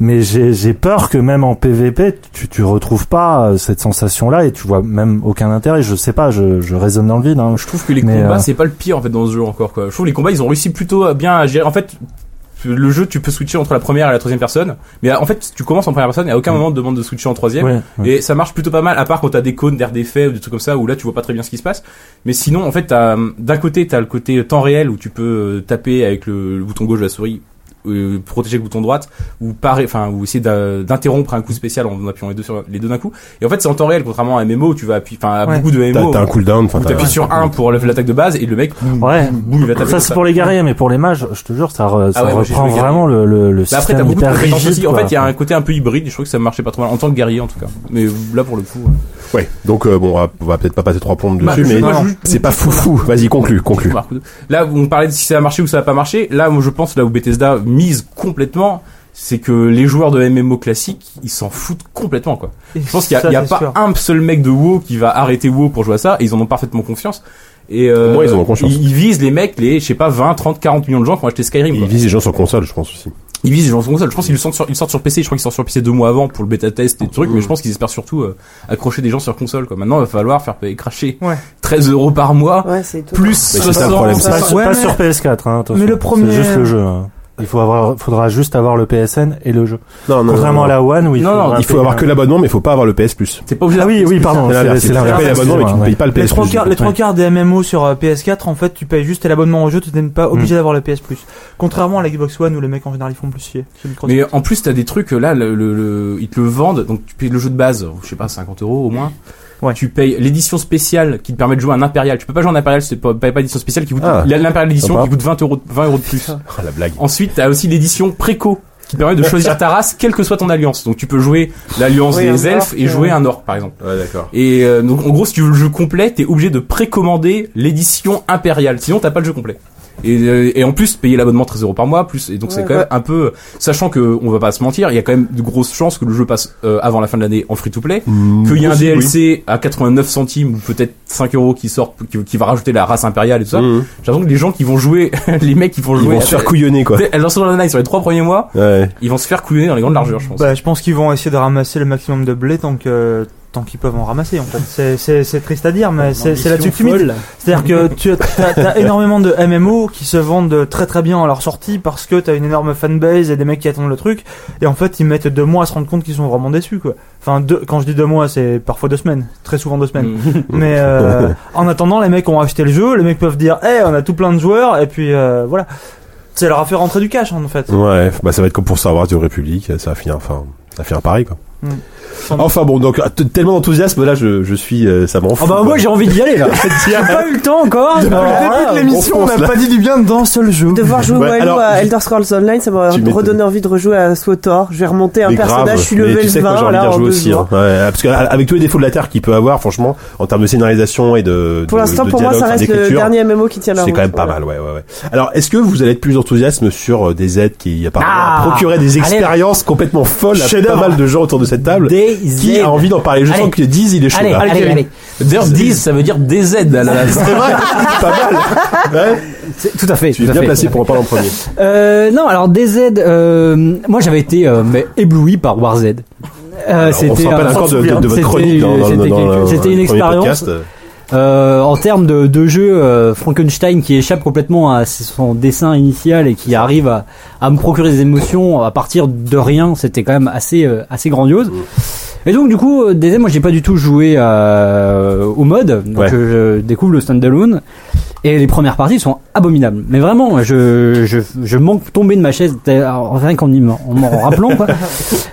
[SPEAKER 8] Mais j'ai j'ai peur que même en PVP, tu, tu retrouves pas euh, cette sensation-là et tu vois même aucun intérêt. Je sais pas, je, je résonne dans le vide. Hein.
[SPEAKER 3] je trouve que les
[SPEAKER 8] Mais,
[SPEAKER 3] combats,
[SPEAKER 8] euh,
[SPEAKER 3] c'est pas le pire en fait dans ce jeu encore quoi. Je trouve que les combats, ils ont réussi plutôt à bien à gérer. En fait, le jeu, tu peux switcher entre la première et la troisième personne, mais euh, en fait, tu commences en première personne et à aucun moment on te demande de switcher en troisième.
[SPEAKER 8] Ouais, ouais.
[SPEAKER 3] Et ça marche plutôt pas mal, à part quand t'as des cônes d'air d'effet ou des trucs comme ça, où là tu vois pas très bien ce qui se passe. Mais sinon, en fait, t'as, euh, d'un côté, t'as le côté temps réel où tu peux euh, taper avec le, le bouton gauche de la souris, euh, protéger le bouton droite, ou parer, enfin, ou essayer d'a- d'interrompre un coup spécial en appuyant les deux sur les deux d'un coup. Et en fait, c'est en temps réel, contrairement à un MMO où tu vas appuyer, enfin, à
[SPEAKER 2] Ouais.
[SPEAKER 3] beaucoup de
[SPEAKER 1] T'as
[SPEAKER 3] MMO.
[SPEAKER 1] t'as un cooldown. enfin,
[SPEAKER 3] où
[SPEAKER 1] t'as-
[SPEAKER 3] t'appuies sur 1 pour l'attaque de base et le mec, boum,
[SPEAKER 8] Ouais.
[SPEAKER 3] boum, il va taper.
[SPEAKER 8] Ça
[SPEAKER 3] comme
[SPEAKER 8] c'est pour les guerriers, mais pour les mages, je te jure, ça, re- ça
[SPEAKER 3] Ah ouais, moi, j'ai
[SPEAKER 8] reprend
[SPEAKER 3] joué guerrier.
[SPEAKER 8] vraiment le, le, le
[SPEAKER 3] Bah
[SPEAKER 8] système
[SPEAKER 3] après, t'as beaucoup de
[SPEAKER 8] hyper
[SPEAKER 3] compétences
[SPEAKER 8] rigide.
[SPEAKER 3] aussi. En
[SPEAKER 8] quoi.
[SPEAKER 3] fait, il y a un côté un peu hybride et je trouve que ça marchait pas trop mal. En tant que guerrier, en tout cas. Mais là, pour le coup. euh,
[SPEAKER 1] Ouais. Donc euh, bon, on va, on va peut-être pas passer trois plombes
[SPEAKER 3] Bah,
[SPEAKER 1] dessus,
[SPEAKER 3] je-
[SPEAKER 1] mais
[SPEAKER 3] moi, je-
[SPEAKER 1] c'est pas foufou. Vas-y, conclue, conclue.
[SPEAKER 3] Marc Houdon. Là, on parlait de si ça a marché ou ça a pas marché. Là, moi, je pense là où Bethesda mise complètement, c'est que les joueurs de MMO classique, ils s'en foutent complètement, quoi. Je pense qu'il y a,
[SPEAKER 2] ça,
[SPEAKER 3] il y a
[SPEAKER 2] c'est
[SPEAKER 3] pas
[SPEAKER 2] sûr.
[SPEAKER 3] un seul mec de WoW qui va arrêter WoW pour jouer à ça. Et ils en ont parfaitement confiance. Et euh,
[SPEAKER 1] Au moins, ils en ont conscience.
[SPEAKER 3] Ils, ils visent les mecs, les je sais pas 20, 30, 40 millions de gens qui ont acheté Skyrim.
[SPEAKER 1] Ils
[SPEAKER 3] quoi.
[SPEAKER 1] visent les gens sur console, je pense aussi.
[SPEAKER 3] Ils visent les gens sur console. Je pense qu'ils le sortent sur, ils le sortent sur PC. Je crois qu'ils sortent sur PC deux mois avant pour le bêta test et des trucs. Mais je pense qu'ils espèrent surtout euh, accrocher des gens sur console. Quoi. Maintenant, il va falloir faire payer cracher
[SPEAKER 2] Ouais.
[SPEAKER 3] 13 euros par mois.
[SPEAKER 4] Ouais, c'est tout.
[SPEAKER 3] Plus
[SPEAKER 1] Mais c'est ça, le
[SPEAKER 3] 60,
[SPEAKER 1] problème, c'est
[SPEAKER 8] Pas, sur-
[SPEAKER 2] Ouais,
[SPEAKER 8] pas
[SPEAKER 2] mais-
[SPEAKER 8] sur PS4, hein, attention.
[SPEAKER 2] mais le premier-
[SPEAKER 8] C'est juste le jeu. hein. Il faut avoir, faudra juste avoir le PSN et le jeu.
[SPEAKER 1] Non, non.
[SPEAKER 8] Contrairement à la One où il
[SPEAKER 3] Non, non,
[SPEAKER 8] faudra
[SPEAKER 1] Il faut
[SPEAKER 8] payer
[SPEAKER 1] avoir
[SPEAKER 8] un-
[SPEAKER 1] que l'abonnement, mais il faut pas avoir le PS Plus.
[SPEAKER 3] T'es pas obligé
[SPEAKER 8] Ah oui, oui, pardon.
[SPEAKER 1] C'est l'inverse.
[SPEAKER 8] C'est
[SPEAKER 1] Tu
[SPEAKER 8] la
[SPEAKER 1] payes l'abonnement, mais tu ne payes pas le
[SPEAKER 2] les
[SPEAKER 1] PS
[SPEAKER 2] trois
[SPEAKER 1] Plus.
[SPEAKER 2] quarts, les trois quarts des MMO sur euh, PS4, en fait, tu payes juste tes l'abonnement au jeu, tu n'es
[SPEAKER 1] Hmm.
[SPEAKER 2] pas obligé d'avoir le PS Plus. Contrairement à la Xbox One où les mecs en général ils font plus chier. C'est
[SPEAKER 3] Mais en plus, t'as des trucs là, le, le- le- ils te le vendent, donc tu payes le jeu de base, je sais pas, 50 euros au moins.
[SPEAKER 2] Ouais.
[SPEAKER 3] Tu payes l'édition spéciale qui te permet de jouer un impérial. Tu peux pas jouer en impérial, c'est pas, pas pas l'édition spéciale qui coûte
[SPEAKER 1] Ah.
[SPEAKER 3] l'impérial édition
[SPEAKER 1] Sympa.
[SPEAKER 3] qui coûte 20 euros, 20 euros de plus.
[SPEAKER 1] Ah, la blague.
[SPEAKER 3] Ensuite, t'as aussi l'édition préco qui te permet de choisir ta race, quelle que soit ton alliance. Donc tu peux jouer l'alliance
[SPEAKER 4] Oui,
[SPEAKER 3] des
[SPEAKER 4] un
[SPEAKER 3] elfes
[SPEAKER 4] orc,
[SPEAKER 3] et
[SPEAKER 4] euh.
[SPEAKER 3] jouer un orc, par exemple.
[SPEAKER 1] Ouais, d'accord.
[SPEAKER 3] Et euh, donc en gros, si tu veux le jeu complet, t'es obligé de précommander l'édition impériale. Sinon, t'as pas le jeu complet. Et, euh, et en plus, payer l'abonnement 13 euros par mois, plus et donc c'est
[SPEAKER 4] Ouais,
[SPEAKER 3] quand même
[SPEAKER 4] ouais.
[SPEAKER 3] un peu, sachant que on va pas se mentir, il y a quand même de grosses chances que le jeu passe euh, avant la fin de l'année en free to play, qu'il y a un DLC à 89 centimes ou peut-être 5 euros qui sort, qui, qui va rajouter la race impériale et tout ça. J'ai l'impression que les gens qui vont jouer, les mecs qui vont
[SPEAKER 1] Mm. Ils
[SPEAKER 3] jouer,
[SPEAKER 1] vont
[SPEAKER 3] à-
[SPEAKER 1] se faire couillonner, quoi.
[SPEAKER 3] à Lanceur de la Night sur les trois premiers mois,
[SPEAKER 1] Ouais.
[SPEAKER 3] ils vont se faire couillonner dans les grandes largeurs, je pense.
[SPEAKER 2] Bah, je pense qu'ils vont essayer de ramasser le maximum de blé tant que tant qu'ils peuvent en ramasser en fait. C'est- C'est c'est triste à dire mais c'est c'est là-dessus que tu mites. C'est-à-dire que tu as, énormément de MMO qui se vendent très très bien à leur sortie parce que t'as une énorme fanbase et des mecs qui attendent le truc et en fait ils mettent deux mois à se rendre compte qu'ils sont vraiment déçus quoi. Enfin deux, quand je dis deux mois c'est parfois deux semaines, très souvent deux semaines.
[SPEAKER 3] Mm.
[SPEAKER 2] Mais euh, en attendant les mecs ont acheté le jeu, les mecs peuvent dire hey on a tout plein de joueurs et puis euh, voilà. Ça leur a fait rentrer du cash hein, en fait.
[SPEAKER 1] Ouais. Bah, ça va être comme pour Star Wars du République. Ça va finir, enfin, ça va finir pareil, quoi.
[SPEAKER 4] Mm.
[SPEAKER 1] Enfin bon, donc ah, t- tellement d'enthousiasme là, je, je suis, euh, ça m'en
[SPEAKER 5] Ah
[SPEAKER 1] fout.
[SPEAKER 5] bah
[SPEAKER 1] quoi.
[SPEAKER 5] moi j'ai envie d'y aller là. J'ai pas eu le temps encore.
[SPEAKER 2] Depuis le début de l'émission,
[SPEAKER 1] on
[SPEAKER 2] on
[SPEAKER 1] fonce,
[SPEAKER 2] n'a
[SPEAKER 1] là.
[SPEAKER 2] pas dit du bien d'un seul jeu.
[SPEAKER 4] De voir jouer
[SPEAKER 1] Ouais,
[SPEAKER 4] Walou
[SPEAKER 1] alors,
[SPEAKER 4] à
[SPEAKER 1] je-
[SPEAKER 4] Elder Scrolls Online, ça m'a
[SPEAKER 1] Tu m'étonnes.
[SPEAKER 4] redonné envie de rejouer à SWTOR. Je vais remonter un
[SPEAKER 1] Mais
[SPEAKER 4] personnage,
[SPEAKER 1] grave.
[SPEAKER 4] je suis
[SPEAKER 1] Mais
[SPEAKER 4] level
[SPEAKER 1] tu sais que moi,
[SPEAKER 4] 20
[SPEAKER 1] j'ai envie
[SPEAKER 4] là
[SPEAKER 1] d'y
[SPEAKER 4] en
[SPEAKER 1] rejouer
[SPEAKER 4] deux
[SPEAKER 1] aussi.
[SPEAKER 4] jours.
[SPEAKER 1] hein. Ouais, parce que à- avec tous les défauts de la terre qu'il peut avoir, franchement, en termes de scénarisation et de
[SPEAKER 4] Pour
[SPEAKER 1] de-
[SPEAKER 4] l'instant,
[SPEAKER 1] de
[SPEAKER 4] pour moi, ça
[SPEAKER 1] dialogue,
[SPEAKER 4] reste le
[SPEAKER 1] d'écriture,
[SPEAKER 4] dernier MMO qui tient la route.
[SPEAKER 1] C'est quand même pas mal, ouais, ouais, ouais. Alors, est-ce que vous allez être plus enthousiaste sur euh, des aides qui apparemment
[SPEAKER 5] Ah
[SPEAKER 1] procuraient des
[SPEAKER 5] Allez.
[SPEAKER 1] expériences complètement folles à pas
[SPEAKER 5] Chef-d'œuvre.
[SPEAKER 1] mal de gens autour de cette table
[SPEAKER 5] Des
[SPEAKER 1] Qui
[SPEAKER 5] aides.
[SPEAKER 1] a envie d'en parler Je
[SPEAKER 5] Allez.
[SPEAKER 1] sens que 10, il est chaud
[SPEAKER 5] Allez,
[SPEAKER 1] là.
[SPEAKER 5] allez, allez.
[SPEAKER 3] D'ailleurs, 10, ça veut dire des aides à la base.
[SPEAKER 1] C'est vrai, pas mal. Ouais,
[SPEAKER 5] C'est- Tout à fait.
[SPEAKER 1] tu
[SPEAKER 5] tout
[SPEAKER 1] es
[SPEAKER 5] à
[SPEAKER 1] bien
[SPEAKER 5] fait.
[SPEAKER 1] placé pour en parler en premier.
[SPEAKER 2] Ah,
[SPEAKER 5] Euh, non, alors DZ, euh, moi j'avais été euh, mais ébloui par WarZ. Euh,
[SPEAKER 1] Alors, on se rappelle
[SPEAKER 5] un-
[SPEAKER 1] encore de, de- de votre
[SPEAKER 5] c'était-
[SPEAKER 1] chronique hein, dans, dans-
[SPEAKER 5] c'était
[SPEAKER 1] dans-
[SPEAKER 5] quelque-
[SPEAKER 1] dans-
[SPEAKER 5] c'était
[SPEAKER 1] dans le
[SPEAKER 5] une
[SPEAKER 1] premier
[SPEAKER 5] expérience
[SPEAKER 1] podcast.
[SPEAKER 5] euh, en termes de, de jeu euh, Frankenstein qui échappe complètement à son dessin initial et qui arrive à, à me procurer des émotions à partir de rien, c'était quand même assez euh, assez grandiose. Et donc du coup, euh, DZ, moi j'ai pas du tout joué euh, au mode, donc
[SPEAKER 1] Ouais.
[SPEAKER 5] euh, je découvre le standalone et les premières parties sont abominables. Mais vraiment, je je, je manque tomber de ma chaise alors, rien qu'en y- en m'en rappelant quoi.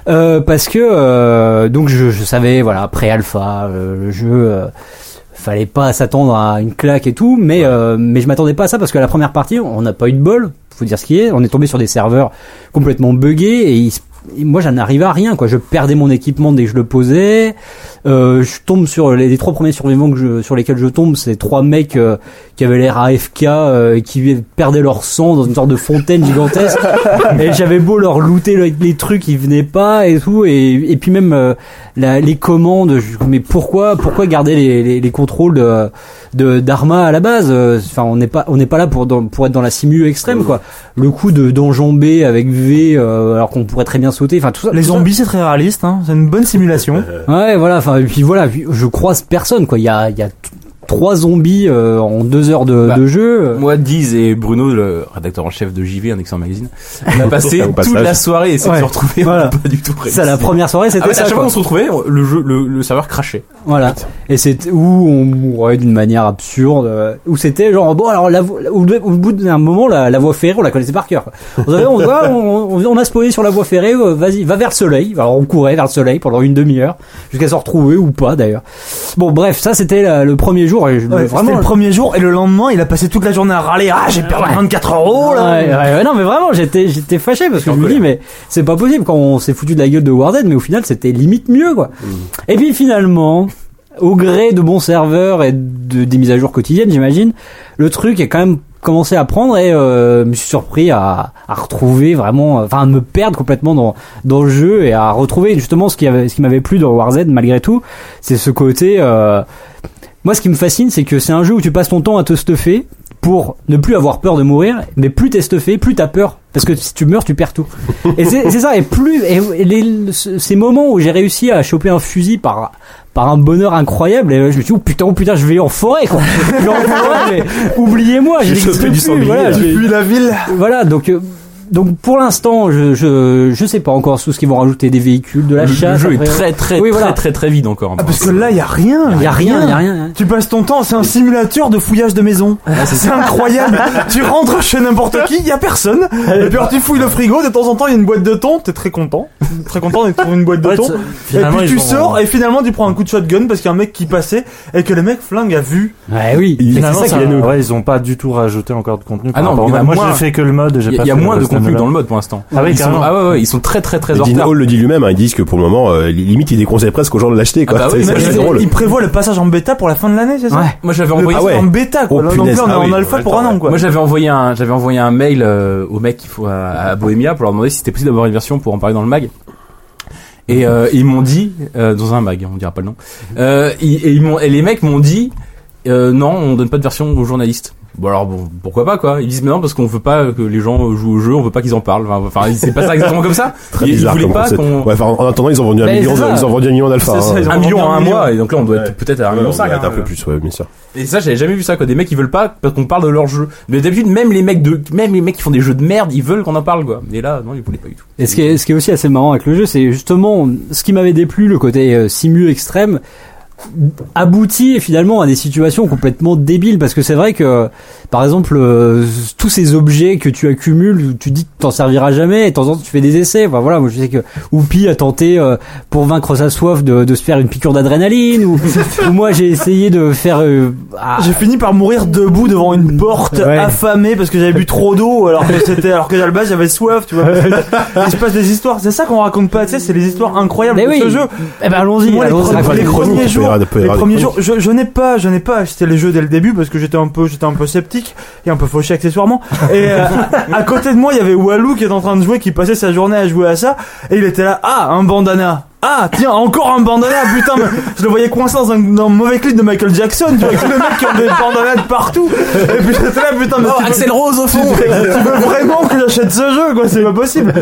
[SPEAKER 5] Euh, parce que euh, donc je, je savais voilà pré alpha le jeu euh, fallait pas s'attendre à une claque et tout mais euh, mais je m'attendais pas à ça parce que la première partie on n'a pas eu de bol faut dire ce qui est on est tombé sur des serveurs complètement buggés et ils se- et moi j'en arrivais à rien quoi je perdais mon équipement dès que je le posais euh, je tombe sur les, les trois premiers survivants que je, sur lesquels je tombe c'est trois mecs euh, qui avaient l'air AFK euh, qui perdaient leur sang dans une sorte de fontaine gigantesque et j'avais beau leur looter le- les trucs, ils venaient pas et tout. Et, et puis même euh, la- les commandes. je- mais pourquoi, pourquoi garder les, les, les contrôles de, de d'Arma à la base Euh, Enfin, on n'est pas, on n'est pas là pour dans- pour être dans la simu extrême quoi. Le coup de d'enjamber avec V euh, alors qu'on pourrait très bien sauter. Enfin tout ça.
[SPEAKER 2] Les
[SPEAKER 5] tout ça-
[SPEAKER 2] zombies, c'est très réaliste, hein. c'est une bonne simulation.
[SPEAKER 5] Ouais, voilà. Enfin, et puis voilà, puis je croise personne quoi. Il y a, il y a t- trois zombies euh, en deux heures de,
[SPEAKER 3] Bah,
[SPEAKER 5] de jeu.
[SPEAKER 3] Moi, Diz et Bruno, le rédacteur en chef de JV, un excellent magazine, on a passé
[SPEAKER 1] Au
[SPEAKER 3] toute
[SPEAKER 1] passage.
[SPEAKER 3] la soirée et essayer de se
[SPEAKER 2] Ouais,
[SPEAKER 3] retrouver.
[SPEAKER 5] voilà.
[SPEAKER 3] on a Pas du tout réussi.
[SPEAKER 5] Euh, Ça, la première soirée, c'était
[SPEAKER 3] Ah ouais, à
[SPEAKER 5] ça.
[SPEAKER 3] chaque fois
[SPEAKER 5] quoi.
[SPEAKER 3] qu'on se retrouvait, le jeu, le, le serveur crachait.
[SPEAKER 5] Voilà. Et c'est où on mourait d'une manière absurde, euh, où c'était genre bon alors la vo- au, au bout d'un moment la, la voie ferrée on la connaissait par cœur. On savait, on, ah, on, on a spawné sur la voie ferrée, euh, vas-y va vers le soleil. Alors on courait vers le soleil pendant une demi-heure jusqu'à se retrouver ou pas d'ailleurs. Bon bref ça c'était la- le premier jour et je-
[SPEAKER 2] Ouais, C'était
[SPEAKER 5] vraiment
[SPEAKER 2] le premier jour et le lendemain, il a passé toute la journée à râler. Ah, j'ai perdu 24 euros Oh là.
[SPEAKER 5] Ouais, ouais, ouais, non mais vraiment j'étais j'étais fâché parce que je me dis mais c'est pas possible quand on s'est foutu de la gueule de Warden mais au final c'était limite mieux quoi. Et puis finalement au gré de bons serveurs et de des mises à jour quotidiennes j'imagine le truc est quand même commencé à prendre et euh, me suis surpris à, à retrouver vraiment enfin à me perdre complètement dans dans le jeu et à retrouver justement ce qui avait ce qui m'avait plu dans Warzone malgré tout c'est ce côté euh, moi ce qui me fascine c'est que c'est un jeu où tu passes ton temps à te stuffer pour ne plus avoir peur de mourir, mais plus t'es stuffé, plus t'as peur. Parce que si tu meurs, tu perds tout. Et c'est c'est ça, et plus, et les- ce- ces moments où j'ai réussi à choper un fusil par, par un bonheur incroyable, et je me suis dit, oh putain, oh putain, je vais en forêt, quoi. Je vais en forêt, mais oubliez-moi,
[SPEAKER 1] J'ai
[SPEAKER 5] je
[SPEAKER 1] chopé
[SPEAKER 5] n'existe
[SPEAKER 1] du
[SPEAKER 5] plus,
[SPEAKER 1] sanglier,
[SPEAKER 5] voilà,
[SPEAKER 1] là.
[SPEAKER 5] je-
[SPEAKER 2] Puis la ville.
[SPEAKER 5] voilà, donc, euh, donc pour l'instant, je, je, je sais pas encore sous ce qu'ils vont rajouter des véhicules, de la
[SPEAKER 3] le, le
[SPEAKER 5] chasse.
[SPEAKER 3] jeu est
[SPEAKER 5] après-
[SPEAKER 3] très très
[SPEAKER 5] Oui,
[SPEAKER 3] très,
[SPEAKER 5] voilà.
[SPEAKER 3] très très vide encore.
[SPEAKER 2] Ah, parce que là, il y a rien.
[SPEAKER 5] Y a rien, y a rien. hein. y a rien.
[SPEAKER 2] Tu passes ton temps, c'est un simulateur de fouillage de maison. c'est incroyable. tu rentres chez n'importe qui, il y a personne. Et puis alors, tu fouilles le frigo, de temps en temps il y a une boîte de thon, t'es très content. Très content de trouver une boîte de
[SPEAKER 8] Ouais,
[SPEAKER 2] thon. Et
[SPEAKER 8] c'est- finalement,
[SPEAKER 2] puis
[SPEAKER 8] ils
[SPEAKER 2] tu
[SPEAKER 8] ont-
[SPEAKER 2] sors et finalement tu prends un coup de shotgun parce qu'il y a un mec qui passait et que le mec flingue a vu.
[SPEAKER 5] Ouais, Bah oui. Mais
[SPEAKER 8] Finalement,
[SPEAKER 5] c'est ça
[SPEAKER 8] ça-
[SPEAKER 5] qui est-
[SPEAKER 8] ouais, ils ont pas du tout rajouté encore de contenu.
[SPEAKER 3] Ah
[SPEAKER 8] par
[SPEAKER 3] non,
[SPEAKER 8] rapport
[SPEAKER 3] il y en
[SPEAKER 8] à-
[SPEAKER 3] a
[SPEAKER 8] moi
[SPEAKER 3] moins.
[SPEAKER 8] j'ai fait que le mode.
[SPEAKER 3] il
[SPEAKER 8] j'ai
[SPEAKER 3] y, a-
[SPEAKER 8] pas
[SPEAKER 3] il y a
[SPEAKER 8] fait
[SPEAKER 3] moins de contenu
[SPEAKER 8] standalone.
[SPEAKER 3] dans le mode pour l'instant.
[SPEAKER 8] Ah oui,
[SPEAKER 3] ils sont,
[SPEAKER 8] carrément.
[SPEAKER 3] ah ouais, ouais, ils sont très très très
[SPEAKER 1] Et
[SPEAKER 3] en
[SPEAKER 1] Dean
[SPEAKER 3] retard.
[SPEAKER 1] Hall le dit lui-même, hein, ils disent que pour le moment, euh, limite, ils déconseillent presque aux gens de l'acheter. Quoi.
[SPEAKER 3] Ah bah oui,
[SPEAKER 1] c'est
[SPEAKER 3] mais
[SPEAKER 1] c'est
[SPEAKER 3] c'est-
[SPEAKER 1] drôle.
[SPEAKER 2] Il prévoit le passage en bêta pour la fin de l'année, c'est ça
[SPEAKER 5] Ouais.
[SPEAKER 3] Moi j'avais
[SPEAKER 2] Le
[SPEAKER 3] envoyé
[SPEAKER 1] Ah ouais.
[SPEAKER 2] passage en bêta quoi.
[SPEAKER 1] Oh,
[SPEAKER 2] Donc
[SPEAKER 1] punaise.
[SPEAKER 2] là on est
[SPEAKER 1] Ah oui,
[SPEAKER 2] en alpha pour un an quoi.
[SPEAKER 3] Moi j'avais envoyé un j'avais envoyé un mail euh, au mec qu'il faut à,
[SPEAKER 2] Ah.
[SPEAKER 3] à Bohemia pour leur demander si c'était possible d'avoir une version pour en parler dans le mag. Et euh, ils m'ont dit euh, dans un mag, on dira pas le nom.
[SPEAKER 2] Mhm.
[SPEAKER 3] Euh, ils- et, ils m'ont- et les mecs m'ont dit euh, non, on donne pas de version aux journalistes. Bon alors bon, pourquoi pas quoi Ils disent mais non parce qu'on veut pas que les gens jouent au jeu, on veut pas qu'ils en parlent. Enfin, Enfin c'est pas ça exactement comme ça.
[SPEAKER 1] Très
[SPEAKER 3] ils, ils
[SPEAKER 1] bizarre
[SPEAKER 3] voulaient
[SPEAKER 1] comme
[SPEAKER 3] pas
[SPEAKER 1] concept.
[SPEAKER 3] qu'on
[SPEAKER 1] Ouais, enfin, en en attendant, ils ont vendu un
[SPEAKER 5] Mais
[SPEAKER 1] million,
[SPEAKER 5] c'est
[SPEAKER 1] de-
[SPEAKER 5] ça.
[SPEAKER 1] ils ont vendu un million d'alpha.
[SPEAKER 2] C'est ça,
[SPEAKER 1] hein.
[SPEAKER 2] ils ont
[SPEAKER 3] un
[SPEAKER 2] vendu
[SPEAKER 3] million en un
[SPEAKER 2] million.
[SPEAKER 3] mois et donc là on doit
[SPEAKER 1] Ouais.
[SPEAKER 3] être peut-être à un
[SPEAKER 1] Ouais,
[SPEAKER 3] million
[SPEAKER 1] on
[SPEAKER 3] cinq,
[SPEAKER 1] doit être
[SPEAKER 3] hein,
[SPEAKER 1] un peu plus, ouais, bien sûr.
[SPEAKER 3] Et ça, j'avais jamais vu ça, quoi. Des mecs, ils veulent pas qu'on parle de leur jeu. Mais d'habitude, même les mecs de, même les mecs qui font des jeux de merde, ils veulent qu'on en parle, quoi. Mais là, non, ils voulaient pas du tout.
[SPEAKER 5] Et ce qui, est, ce qui est aussi assez marrant avec le jeu, c'est justement ce qui m'avait déplu, le côté euh, simu extrême. aboutit finalement à des situations complètement débiles parce que c'est vrai que par exemple euh, tous ces objets que tu accumules tu dis que t'en serviras jamais et de temps en temps tu fais des essais enfin voilà moi je sais que Oupi a tenté euh, pour vaincre sa soif de, de se faire une piqûre d'adrénaline ou, ou moi j'ai essayé de faire euh, ah,
[SPEAKER 2] J'ai fini par mourir debout devant une porte
[SPEAKER 5] Ouais.
[SPEAKER 2] affamé parce que j'avais bu trop d'eau alors que c'était alors que à la base j'avais soif tu vois. Il se passe des histoires, c'est ça qu'on raconte pas, tu sais, c'est des histoires incroyables
[SPEAKER 5] Mais
[SPEAKER 2] de
[SPEAKER 5] oui.
[SPEAKER 2] ce jeu.
[SPEAKER 5] eh ben allons-y
[SPEAKER 2] Moi, les
[SPEAKER 5] allons-y,
[SPEAKER 2] premiers-
[SPEAKER 5] raconte.
[SPEAKER 2] les premiers
[SPEAKER 1] on peut
[SPEAKER 2] jours,
[SPEAKER 1] y avoir- on peut y
[SPEAKER 2] Les
[SPEAKER 1] avoir des
[SPEAKER 2] premiers
[SPEAKER 1] chroniques.
[SPEAKER 2] jours, je, je n'ai pas, je n'ai pas acheté les jeux dès le début parce que j'étais un peu, j'étais un peu sceptique et un peu fauché accessoirement. Et euh, à côté de moi, il y avait Walou qui était en train de jouer, qui passait sa journée à jouer à ça, et il était là, ah, un bandana. Ah tiens encore un bandana putain mais je le voyais coincé dans un, dans un mauvais clip de Michael Jackson tu vois avec tous les mecs qui ont des bandanas de partout et puis j'étais là putain
[SPEAKER 1] Oh,
[SPEAKER 8] Oh,
[SPEAKER 2] mais tu peux-
[SPEAKER 3] Rose au fond
[SPEAKER 2] tu veux vraiment que j'achète ce jeu, quoi, c'est pas possible.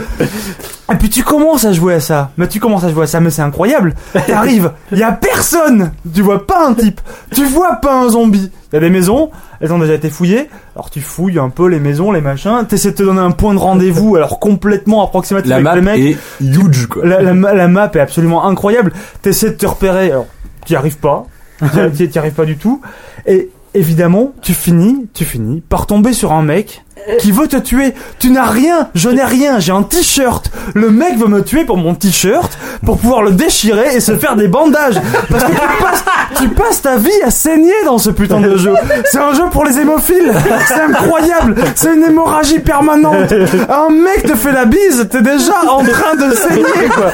[SPEAKER 2] Et puis tu commences à jouer à ça. Mais tu commences à jouer à ça, mais c'est incroyable. T'arrives, il y a personne. Tu vois pas un type. Tu vois pas un zombie. Il y a des maisons, elles ont déjà été fouillées. Alors tu fouilles un peu les maisons, les machins. T'essaies de te donner un point de rendez-vous, alors complètement approximatif
[SPEAKER 3] La
[SPEAKER 2] avec
[SPEAKER 3] map
[SPEAKER 2] les mecs.
[SPEAKER 3] est huge quoi.
[SPEAKER 2] La, la, ma- la map est absolument incroyable. T'essaies de te repérer, alors t'y arrives pas, t'y t'y- t'y arrives pas du tout. Et évidemment, tu finis, tu finis par tomber sur un mec qui veut te tuer. Tu n'as rien, je n'ai rien, j'ai un t-shirt. Le mec veut me tuer pour mon t-shirt, pour pouvoir le déchirer et se faire des bandages. Parce que tu passes, tu passes ta vie à saigner dans ce putain de jeu. C'est un jeu pour les hémophiles. C'est incroyable. C'est une hémorragie permanente. Un mec te fait la bise, t'es déjà en train de saigner, quoi.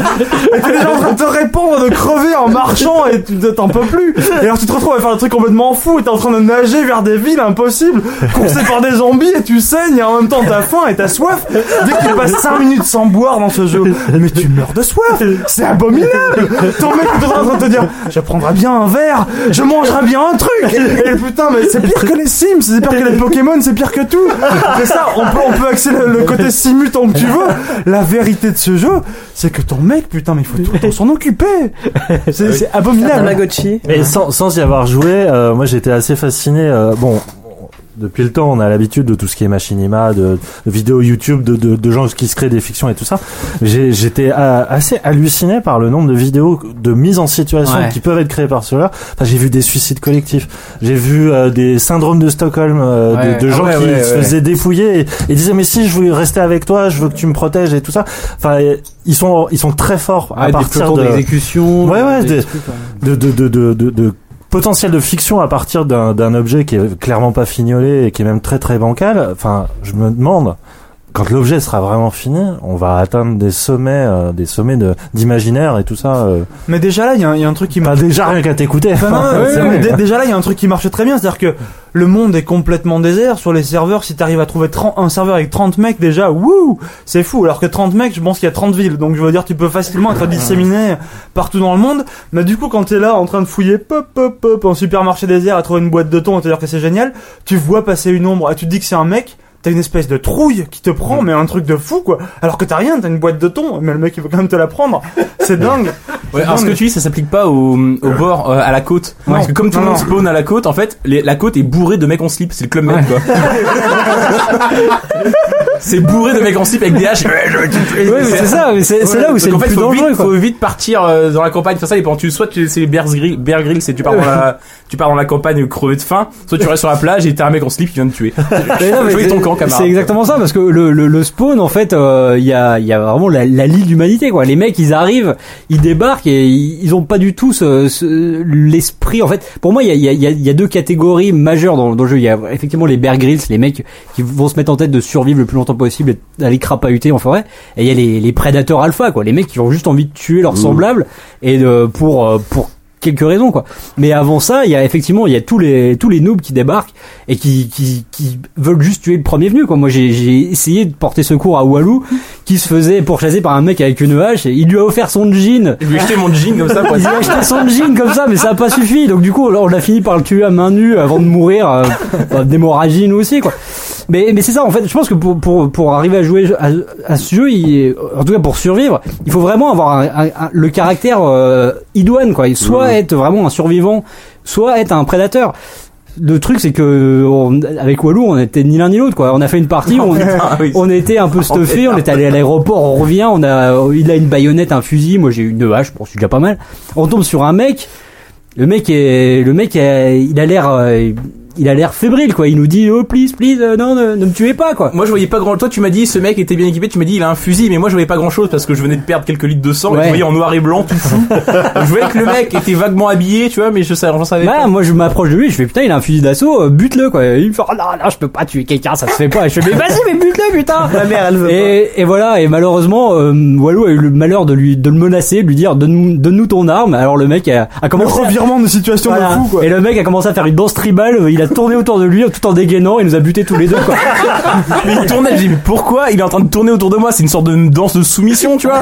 [SPEAKER 2] Et t'es déjà en train de te répandre, de crever en marchant et tu t'en peux plus. Et alors tu te retrouves à faire un truc complètement fou et t'es en train de nager vers des villes impossibles, coursé par des zombies et tu saignes et en même temps t'as faim et t'as soif. Dès que tu passes 5 minutes sans boire dans ce jeu, mais tu meurs de soif. C'est abominable. Ton mec est en train de te dire, je prendrai bien un verre, je mangerai bien un truc. Et putain, mais c'est pire que les Sims, c'est pire que les Pokémon, c'est pire que tout. C'est ça, on peut, on peut axer le, le côté simu tant que tu veux. La vérité de ce jeu, c'est que ton mec, putain, mais il faut tout le temps s'en occuper. C'est c'est abominable.
[SPEAKER 4] Tamagotchi.
[SPEAKER 8] Mais sans, sans y avoir joué, euh, moi j'étais assez fasciné. euh, bon, depuis le temps, on a l'habitude de tout ce qui est machinima, de, de vidéos YouTube, de, de, de gens qui se créent des fictions et tout ça. J'ai- J'étais euh, assez halluciné par le nombre de vidéos de mise en situation
[SPEAKER 5] Ouais.
[SPEAKER 8] qui peuvent être créées par cela. Enfin, j'ai vu des suicides collectifs, j'ai vu euh, des syndromes de Stockholm, euh,
[SPEAKER 5] Ouais.
[SPEAKER 8] de, de
[SPEAKER 5] Ah
[SPEAKER 8] gens
[SPEAKER 5] ouais,
[SPEAKER 8] qui
[SPEAKER 5] ouais,
[SPEAKER 8] se
[SPEAKER 5] ouais.
[SPEAKER 8] faisaient dépouiller et, et disaient mais si je veux rester avec toi, je veux que tu me protèges et tout ça. Enfin, ils sont ils sont très forts à
[SPEAKER 5] Ouais, des
[SPEAKER 8] partir
[SPEAKER 5] pelotons
[SPEAKER 8] de
[SPEAKER 5] d'exécution
[SPEAKER 8] Ouais, ouais,
[SPEAKER 5] des
[SPEAKER 8] des-
[SPEAKER 5] trucs, ouais.
[SPEAKER 8] de, de, de, de, de, de potentiel de fiction à partir d'un d'un objet qui est clairement pas fignolé et qui est même très très bancal. Enfin, je me demande. Quand l'objet sera vraiment fini, on va atteindre des sommets, euh, des sommets de- d'imaginaire et tout ça. euh.
[SPEAKER 2] Mais déjà là, il y, a un- il y a un truc qui
[SPEAKER 8] Bah,
[SPEAKER 2] marche.
[SPEAKER 8] déjà rien qu'à t'écouter.
[SPEAKER 5] Bah
[SPEAKER 2] Enfin, non, non,
[SPEAKER 8] c'est
[SPEAKER 2] non, mais
[SPEAKER 8] vrai.
[SPEAKER 2] dé- déjà là, il y a un truc qui marche très bien, c'est-à-dire que le monde est complètement désert sur les serveurs. Si t'arrives à trouver 30 un serveur avec 30 mecs, déjà, wouh, c'est fou. Alors que 30 mecs, je pense qu'il y a 30 villes, donc je veux dire, tu peux facilement être disséminé partout dans le monde. Mais du coup, quand t'es là en train de fouiller, pop, pop, pop, en supermarché désert à trouver une boîte de thon, c'est-à-dire que c'est génial, tu vois passer une ombre et tu te dis que c'est un mec. T'as une espèce de trouille qui te
[SPEAKER 5] Mm.
[SPEAKER 2] prend, mais un truc de fou quoi. Alors que t'as rien, t'as une boîte de thon, mais le mec il veut quand même te la prendre. C'est dingue.
[SPEAKER 3] Ouais, alors ce que tu dis, ça s'applique pas au, au bord, euh, à la côte.
[SPEAKER 2] Non.
[SPEAKER 3] Parce que comme tout le
[SPEAKER 2] Non,
[SPEAKER 3] monde
[SPEAKER 2] non.
[SPEAKER 3] spawn à la côte, en fait, les- la côte est bourrée de mecs en slip. C'est le club med, quoi. c'est bourré de mecs en slip avec des haches.
[SPEAKER 5] Ouais, mais c'est ça, mais c'est c'est là où
[SPEAKER 3] Donc
[SPEAKER 5] c'est le
[SPEAKER 3] en fait,
[SPEAKER 5] plus
[SPEAKER 3] faut
[SPEAKER 5] dangereux
[SPEAKER 3] vite,
[SPEAKER 5] quoi.
[SPEAKER 3] faut vite partir euh, dans la campagne faire ça dépend tu soit tu c'est Bear Grylls Bear Grylls, c'est tu pars dans la tu pars dans la campagne crevé de faim soit tu restes sur la plage et t'as un mec en slip qui vient de tuer
[SPEAKER 5] Mais non, mais
[SPEAKER 3] Jouer
[SPEAKER 5] c'est-
[SPEAKER 3] ton camp, camarade.
[SPEAKER 5] C'est exactement ça, parce que le, le, le spawn, en fait, euh, il y, a, il y a vraiment la, la ligne d'humanité, quoi. Les mecs, ils arrivent, ils débarquent et ils ils ont pas du tout ce- ce- l'esprit, en fait. Pour moi, il y a, il y, a, il y a- il y a deux catégories majeures dans, dans le jeu. Il y a effectivement les Bear Grylls, les mecs qui vont se mettre en tête de survivre le plus longtemps possible et d'aller crapahuter en forêt. Et il y a les, les prédateurs alpha, quoi. Les mecs qui ont juste envie de tuer
[SPEAKER 3] Mmh.
[SPEAKER 5] leurs semblables et de, pour, euh, pour quelques raisons, quoi. Mais avant ça, il y a effectivement, il y a tous les tous les noobs qui débarquent et qui qui, qui veulent juste tuer le premier venu, quoi. Moi, j'ai j'ai essayé de porter secours à Walou qui se faisait pourchasser par un mec avec une hache et il lui a offert son jean.
[SPEAKER 3] je lui ai jeté mon jean comme ça pour
[SPEAKER 5] Il
[SPEAKER 3] être
[SPEAKER 5] lui a acheté son jean comme ça, mais ça a pas suffi. Donc du coup, on l'a fini par le tuer à main nue avant de mourir euh, enfin, d'hémorragie nous aussi, quoi. Mais mais c'est ça en fait. Je pense que pour pour pour arriver à jouer à, à ce jeu, il- en tout cas pour survivre, il faut vraiment avoir un- un- un- le caractère euh, idoine, quoi. Et Soit
[SPEAKER 3] Mmh.
[SPEAKER 5] être vraiment un survivant, soit être un prédateur. Le truc, c'est que on- avec Walou, on était ni l'un ni l'autre, quoi. On a fait une partie, où on,
[SPEAKER 3] Ah oui.
[SPEAKER 5] on était un peu stuffé, on est allé à l'aéroport, on revient, on a, il a une baïonnette, un fusil, moi j'ai une hache, bon, c'est déjà pas mal. On tombe sur un mec Le mec est, le mec est- il a l'air, euh, il a l'air fébrile quoi. Il nous dit oh please please euh, non ne, ne me tuez pas quoi.
[SPEAKER 3] Moi je voyais pas grand. Toi tu m'as dit ce mec était bien équipé, tu m'as dit il a un fusil, mais moi je voyais pas grand chose parce que je venais de perdre quelques litres de sang et
[SPEAKER 5] Ouais.
[SPEAKER 3] je voyais en noir et blanc tout fou. je voyais que le mec était vaguement habillé, tu vois, mais je savais, j'en savais
[SPEAKER 5] Bah,
[SPEAKER 3] pas.
[SPEAKER 5] moi je m'approche de lui, je fais putain il a un fusil d'assaut, euh, bute-le quoi. Et il me fait oh non non je peux pas tuer quelqu'un, ça se fait pas. Et je fais mais vas-y mais bute-le putain.
[SPEAKER 4] Ma mère, elle veut
[SPEAKER 5] Et, et voilà, et malheureusement, euh, Walou a eu le malheur de lui de le menacer, de lui dire donne-nous donne-nous ton arme. Alors le mec a, a
[SPEAKER 2] Le
[SPEAKER 5] commencé à-
[SPEAKER 2] revirement de situation
[SPEAKER 5] Voilà.
[SPEAKER 2] de fou, quoi.
[SPEAKER 5] Et le mec a commencé à faire une danse tribale, euh, il a tourné autour de lui tout en dégainant et nous a buté tous les deux quoi.
[SPEAKER 3] Mais il tournait, je dis mais pourquoi il est en train de tourner autour de moi C'est une sorte de danse de soumission, tu vois. en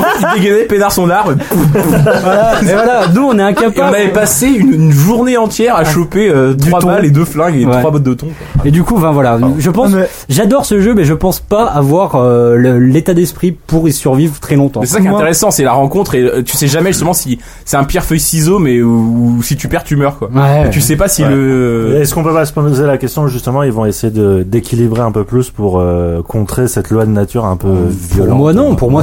[SPEAKER 3] fait, il dégainait, pénard son arme.
[SPEAKER 5] Et voilà, nous on est
[SPEAKER 3] Et on
[SPEAKER 5] incapables.
[SPEAKER 3] avait passé une, une journée entière à choper euh, trois
[SPEAKER 5] thon.
[SPEAKER 3] balles et deux flingues et
[SPEAKER 5] Ouais.
[SPEAKER 3] trois bottes de thon.
[SPEAKER 5] Et du coup, enfin voilà, je pense,
[SPEAKER 2] Ah, mais-
[SPEAKER 5] j'adore ce jeu, mais je pense pas avoir euh, le- l'état d'esprit pour y survivre très longtemps.
[SPEAKER 3] Mais c'est ça qui est
[SPEAKER 2] Moi-
[SPEAKER 3] intéressant, c'est la rencontre et euh, tu sais jamais justement si c'est un pierre feuille ciseau mais ou, ou si tu perds tu meurs quoi.
[SPEAKER 5] Ouais.
[SPEAKER 3] Tu sais pas si
[SPEAKER 1] Ouais.
[SPEAKER 3] le
[SPEAKER 8] Euh, Est-ce qu'on peut pas se poser la question justement ils vont essayer de d'équilibrer un peu plus pour euh, contrer cette loi de nature un peu violente
[SPEAKER 5] Euh, Pour moi non, pour moi
[SPEAKER 8] euh,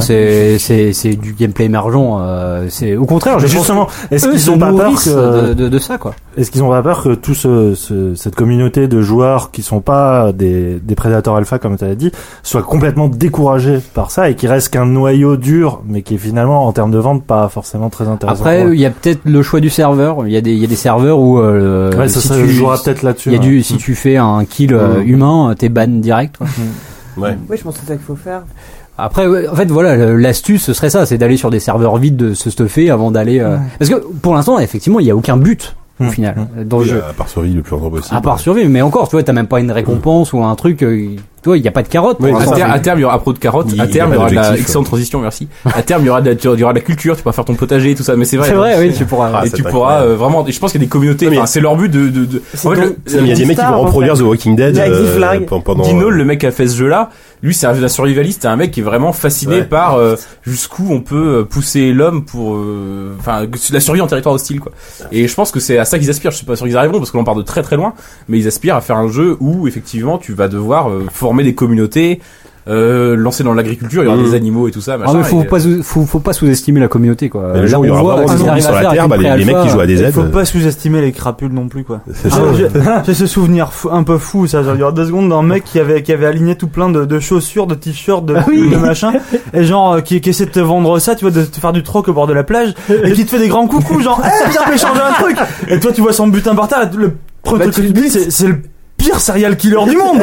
[SPEAKER 5] c'est
[SPEAKER 8] Ouais.
[SPEAKER 5] c'est c'est du gameplay émergent. euh, c'est au contraire, je
[SPEAKER 8] Mais
[SPEAKER 5] pense
[SPEAKER 8] justement, est-ce
[SPEAKER 5] que eux
[SPEAKER 8] qu'ils
[SPEAKER 5] se
[SPEAKER 8] ont pas peur
[SPEAKER 5] nourrissent
[SPEAKER 8] que-
[SPEAKER 5] de, de, de ça quoi.
[SPEAKER 8] Est-ce qu'ils ont pas peur que tout ce, ce- cette communauté de joueurs qui sont pas des, des prédateurs alpha comme tu as dit soit complètement découragés par ça et qu'il reste qu'un noyau dur mais qui est finalement en termes de vente pas forcément très intéressant.
[SPEAKER 5] Après,
[SPEAKER 8] pour eux
[SPEAKER 5] il y a peut-être le choix du serveur. Il y a des il y a des serveurs où euh,
[SPEAKER 8] ouais, ça,
[SPEAKER 5] si
[SPEAKER 8] ça
[SPEAKER 5] tu-
[SPEAKER 8] jouera peut-être là-dessus. hein.
[SPEAKER 5] il y a
[SPEAKER 8] ouais.
[SPEAKER 5] du si tu fais un kill euh, humain, euh, t'es ban direct. quoi.
[SPEAKER 1] Ouais.
[SPEAKER 4] Oui, je pense que c'est ça qu'il faut faire.
[SPEAKER 5] Après, ouais, en fait, voilà, le- l'astuce ce serait ça, c'est d'aller sur des serveurs vides, de se stuffer avant d'aller. euh, Parce que pour l'instant, effectivement, il y a aucun but au
[SPEAKER 8] Mm.
[SPEAKER 5] final dans le
[SPEAKER 1] Oui,
[SPEAKER 5] jeu.
[SPEAKER 1] à part survivre le plus longtemps possible.
[SPEAKER 5] À part survivre, mais encore, tu vois, t'as même pas une récompense ou un truc. euh, tu vois, il n'y a pas de carotte. pour
[SPEAKER 1] Hum. Oui,
[SPEAKER 3] à,
[SPEAKER 5] l'instant.
[SPEAKER 3] terme, à terme, il y aura pro de carottes,
[SPEAKER 1] Il-
[SPEAKER 3] à
[SPEAKER 1] il y
[SPEAKER 3] terme
[SPEAKER 1] a
[SPEAKER 3] il y aura de la
[SPEAKER 1] d'objectif,
[SPEAKER 3] excellente transition merci. À terme il y aura de la, il y aura de la culture, tu pourras faire ton potager et tout ça mais c'est vrai. hein.
[SPEAKER 5] c'est vrai, oui, tu pourras.
[SPEAKER 1] Ah,
[SPEAKER 3] Et
[SPEAKER 1] c'est
[SPEAKER 3] tu
[SPEAKER 1] pas
[SPEAKER 3] pourras
[SPEAKER 1] incroyable.
[SPEAKER 3] euh, vraiment et je pense qu'il y a des communautés
[SPEAKER 1] Non, mais-
[SPEAKER 3] enfin, c'est leur but de de, de-
[SPEAKER 4] C'est
[SPEAKER 3] en fait,
[SPEAKER 4] donc-
[SPEAKER 3] le-
[SPEAKER 1] Non, mais il y a des mecs qui
[SPEAKER 4] Star,
[SPEAKER 1] vont
[SPEAKER 4] en
[SPEAKER 1] reproduire The Walking Dead
[SPEAKER 4] Avec des flingues.
[SPEAKER 1] pe- pendant.
[SPEAKER 3] Dino, le mec qui a fait ce jeu-là, lui, c'est un, un survivaliste, c'est un mec qui est vraiment fasciné
[SPEAKER 1] Ouais.
[SPEAKER 3] par euh, jusqu'où on peut euh, pousser l'homme pour, euh, enfin, que- la survie en territoire hostile, quoi. Et je pense que c'est à ça qu'ils aspirent. Je suis pas sûr qu'ils arriveront parce que l'on part de très très loin, mais ils aspirent à faire un jeu où effectivement tu vas devoir euh, former des communautés, euh, lancer dans l'agriculture, il y aura
[SPEAKER 1] Mm.
[SPEAKER 3] des animaux et tout ça. Machin,
[SPEAKER 5] Ah, mais faut
[SPEAKER 3] et-
[SPEAKER 5] pas, sous- faut, faut pas sous-estimer la communauté, quoi.
[SPEAKER 1] Mais le jour où il y aura vraiment
[SPEAKER 5] ce
[SPEAKER 1] des
[SPEAKER 5] qu'ils
[SPEAKER 1] zombies
[SPEAKER 5] arrivent
[SPEAKER 1] sur
[SPEAKER 5] à
[SPEAKER 1] la
[SPEAKER 5] faire
[SPEAKER 1] Terre,
[SPEAKER 5] avec
[SPEAKER 1] bah,
[SPEAKER 5] une
[SPEAKER 1] les, les mecs qui
[SPEAKER 5] pré-alpha.
[SPEAKER 1] jouent à des
[SPEAKER 2] Il
[SPEAKER 1] aides.
[SPEAKER 2] faut pas sous-estimer les crapules non plus, quoi.
[SPEAKER 1] C'est
[SPEAKER 2] Ah, j'ai- J'ai ce souvenir fou- un peu fou, ça. genre, Il y a deux secondes d'un mec qui avait, qui avait aligné tout plein de, de chaussures, de t-shirts, de, de machin, et genre euh, qui, qui essaie de te vendre ça, tu vois, de te faire du troc au bord de la plage, et qui te fait des grands coucous, genre, eh, viens m'échanger un truc Et toi, tu vois son butin par terre, le premier
[SPEAKER 3] Bah,
[SPEAKER 2] truc que
[SPEAKER 3] tu
[SPEAKER 2] tu te dis, c'est c'est le pire serial killer du monde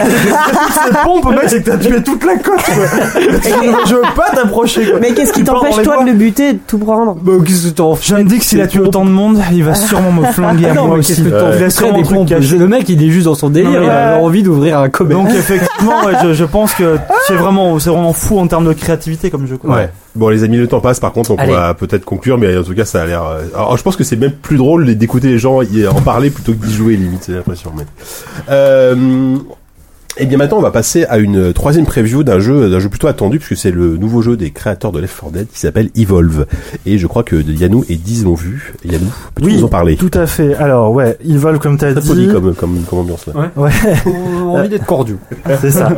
[SPEAKER 2] C'est pompe, mec, c'est que t'as tué toute la côte, quoi Je veux pas t'approcher, quoi
[SPEAKER 4] Mais qu'est-ce qui
[SPEAKER 2] Tu pars dans
[SPEAKER 4] t'empêche,
[SPEAKER 2] les
[SPEAKER 4] toi,
[SPEAKER 2] bois.
[SPEAKER 4] de le buter et de tout prendre
[SPEAKER 2] bah, qu'est-ce que t'en Je me dis que s'il a tué autant de monde, il va sûrement me flinguer à
[SPEAKER 5] Ah non,
[SPEAKER 2] moi
[SPEAKER 5] mais
[SPEAKER 2] aussi.
[SPEAKER 5] qu'est-ce que t'en
[SPEAKER 2] Il a
[SPEAKER 5] fais
[SPEAKER 2] sûrement
[SPEAKER 5] des
[SPEAKER 2] un truc
[SPEAKER 5] pompes
[SPEAKER 2] caché.
[SPEAKER 5] Le mec, il est juste dans son délire,
[SPEAKER 2] Ouais.
[SPEAKER 5] il a envie d'ouvrir un commerce.
[SPEAKER 2] Donc effectivement, ouais, je, je pense que c'est vraiment, c'est vraiment fou en termes de créativité comme jeu. Quoi.
[SPEAKER 1] Ouais. Bon, les amis, le temps passe. Par contre, donc on
[SPEAKER 5] Allez.
[SPEAKER 1] va peut-être conclure, mais en tout cas, ça a l'air. euh, Alors, je pense que c'est même plus drôle d'écouter les gens y en parler plutôt que d'y jouer, limite. J'ai l'impression. Mais... Euh... Et bien maintenant, on va passer à une troisième preview d'un jeu, d'un jeu plutôt attendu, puisque c'est le nouveau jeu des créateurs de Left 4 Dead qui s'appelle Evolve. Et je crois que Yannou et Diz l'ont vu. Yannou, peux-tu
[SPEAKER 8] Oui,
[SPEAKER 1] nous en parler
[SPEAKER 8] Tout à fait. Alors ouais, ils veulent comme tu as
[SPEAKER 1] Très
[SPEAKER 8] dit.
[SPEAKER 1] poli comme, comme, comme ambiance là.
[SPEAKER 8] Ouais.
[SPEAKER 5] On a envie d'être cordiaux.
[SPEAKER 8] C'est ça.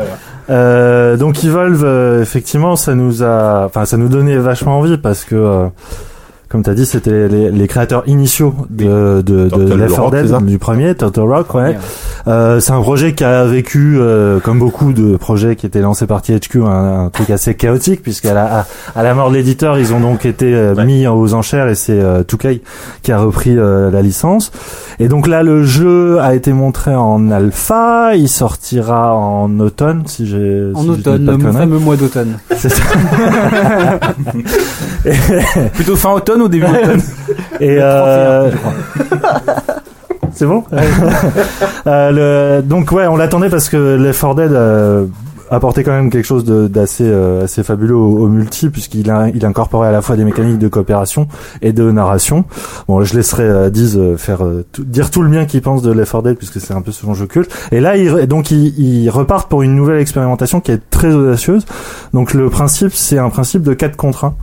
[SPEAKER 8] Euh, donc Evolve, euh, effectivement, ça nous a, enfin, ça nous donnait vachement envie parce que, euh, comme t'as dit, c'était les, les créateurs initiaux de, de, de
[SPEAKER 1] Turtle
[SPEAKER 8] Left 4
[SPEAKER 1] Rock,
[SPEAKER 8] Dead,
[SPEAKER 1] c'est ça
[SPEAKER 8] du premier Turtle Rock, ouais.
[SPEAKER 5] Ouais.
[SPEAKER 8] Euh, c'est un projet qui a vécu, euh, comme beaucoup de projets qui étaient lancés par THQ, un, un truc assez chaotique puisqu'à la, à, à la mort de l'éditeur, ils ont donc été euh,
[SPEAKER 1] Ouais.
[SPEAKER 8] mis aux enchères et c'est euh, 2K qui a repris euh, la licence. Et donc là, le jeu a été montré en alpha. Il sortira en automne, si j'ai. si
[SPEAKER 5] En
[SPEAKER 8] je dis
[SPEAKER 5] automne,
[SPEAKER 8] pas de
[SPEAKER 5] le
[SPEAKER 8] conneries.
[SPEAKER 5] fameux mois d'automne.
[SPEAKER 8] C'est ça.
[SPEAKER 3] Plutôt fin automne ou début automne
[SPEAKER 8] Et euh, c'est bon. Euh, le- donc ouais, on l'attendait parce que Left 4 Dead euh, apportait quand même quelque chose de- d'assez euh, assez fabuleux au, au multi puisqu'il a- il incorporait à la fois des mécaniques de coopération et de narration. Bon, je laisserai euh, Diz euh, faire euh, tout- dire tout le bien qu'il pense de Left 4 Dead puisque c'est un peu son jeu culte. Et là, ils re- donc ils, ils repartent pour une nouvelle expérimentation qui est très audacieuse. Donc le principe, c'est un principe de 4 contre 1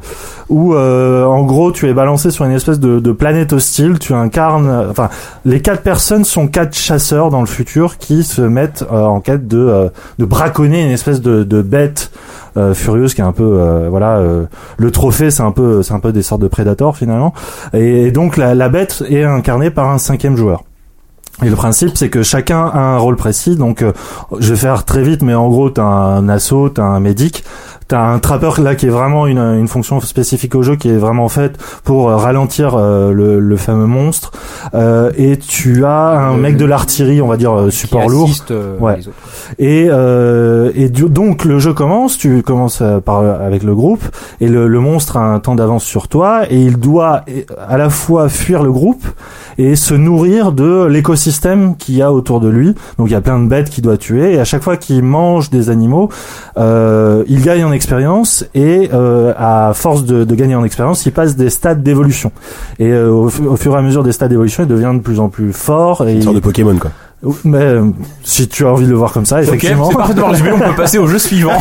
[SPEAKER 8] où euh, en gros tu es balancé sur une espèce de, de planète hostile, tu incarnes, euh, enfin les quatre personnes sont quatre chasseurs dans le futur qui se mettent euh, en quête de, euh, de braconner une une espèce de, de bête euh, furieuse qui est un peu euh, voilà euh, le trophée c'est un peu c'est un peu des sortes de prédateurs finalement et, donc la, la bête est incarnée par un cinquième joueur. Et le principe, c'est que chacun a un rôle précis. Donc, euh, je vais faire très vite, mais en gros, t'as un assaut, t'as un médic, t'as un trappeur là qui est vraiment une, une fonction spécifique au jeu qui est vraiment faite pour euh, ralentir euh, le, le fameux monstre. Euh, et tu as un
[SPEAKER 5] Le-
[SPEAKER 8] mec de l'artillerie, on va dire euh, support lourd. Ouais.
[SPEAKER 5] les autres.
[SPEAKER 8] Et, euh, et du- donc le jeu commence, tu commences euh, par, avec le groupe, et le, le monstre a un temps d'avance sur toi, et il doit eh, à la fois fuir le groupe et se nourrir de l'écosystème qu'il y a autour de lui. Donc il y a plein de bêtes qu'il doit tuer, et à chaque fois qu'il mange des animaux, euh, il gagne en expérience, et euh, à force de, de gagner en expérience, il passe des stades d'évolution. Et euh, au, fu- au fur et à mesure des stades d'évolution, il devient de plus en plus fort. Et
[SPEAKER 1] Une
[SPEAKER 8] il-
[SPEAKER 1] sorte de Pokémon, quoi.
[SPEAKER 8] mais euh, si tu as envie de le voir comme ça,
[SPEAKER 3] Ok,
[SPEAKER 8] effectivement.
[SPEAKER 3] c'est parti de Orange Bleu, on peut passer au jeu suivant.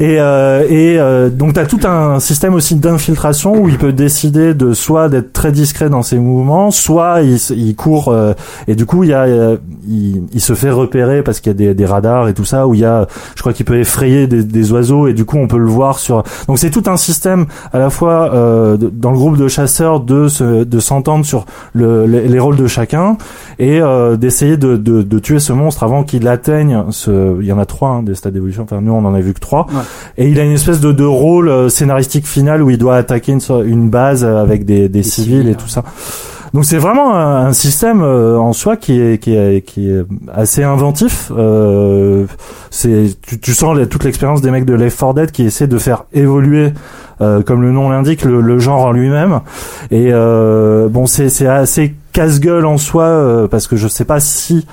[SPEAKER 8] Et, euh, et euh, donc t'as tout un système aussi d'infiltration où il peut décider de soit d'être très discret dans ses mouvements, soit il, s- il court euh, et du coup il, y a, euh, il, il se fait repérer parce qu'il y a des, des radars et tout ça où il y a, je crois qu'il peut effrayer des, des oiseaux et du coup on peut le voir sur. Donc c'est tout un système à la fois euh, de- dans le groupe de chasseurs de se, de s'entendre sur le, les, les rôles de chacun et euh, d'essayer de, de, de tuer ce monstre avant qu'il atteigne ce. Il y en a trois hein, des stades d'évolution. Enfin nous on en a vu que trois. Et il a une espèce de, de rôle euh, scénaristique final où il doit attaquer une, so- une base euh, avec des, des, civils,
[SPEAKER 5] civils,
[SPEAKER 8] et tout ça. Donc c'est vraiment un, un système euh, en soi qui est, qui est, qui est assez inventif. Euh, c'est tu, tu sens la- toute l'expérience des mecs de Left 4 Dead qui essaient de faire évoluer, euh, comme le nom l'indique, le, le genre en lui-même. Et euh, bon, c'est c'est assez casse-gueule en soi euh, parce que je sais pas si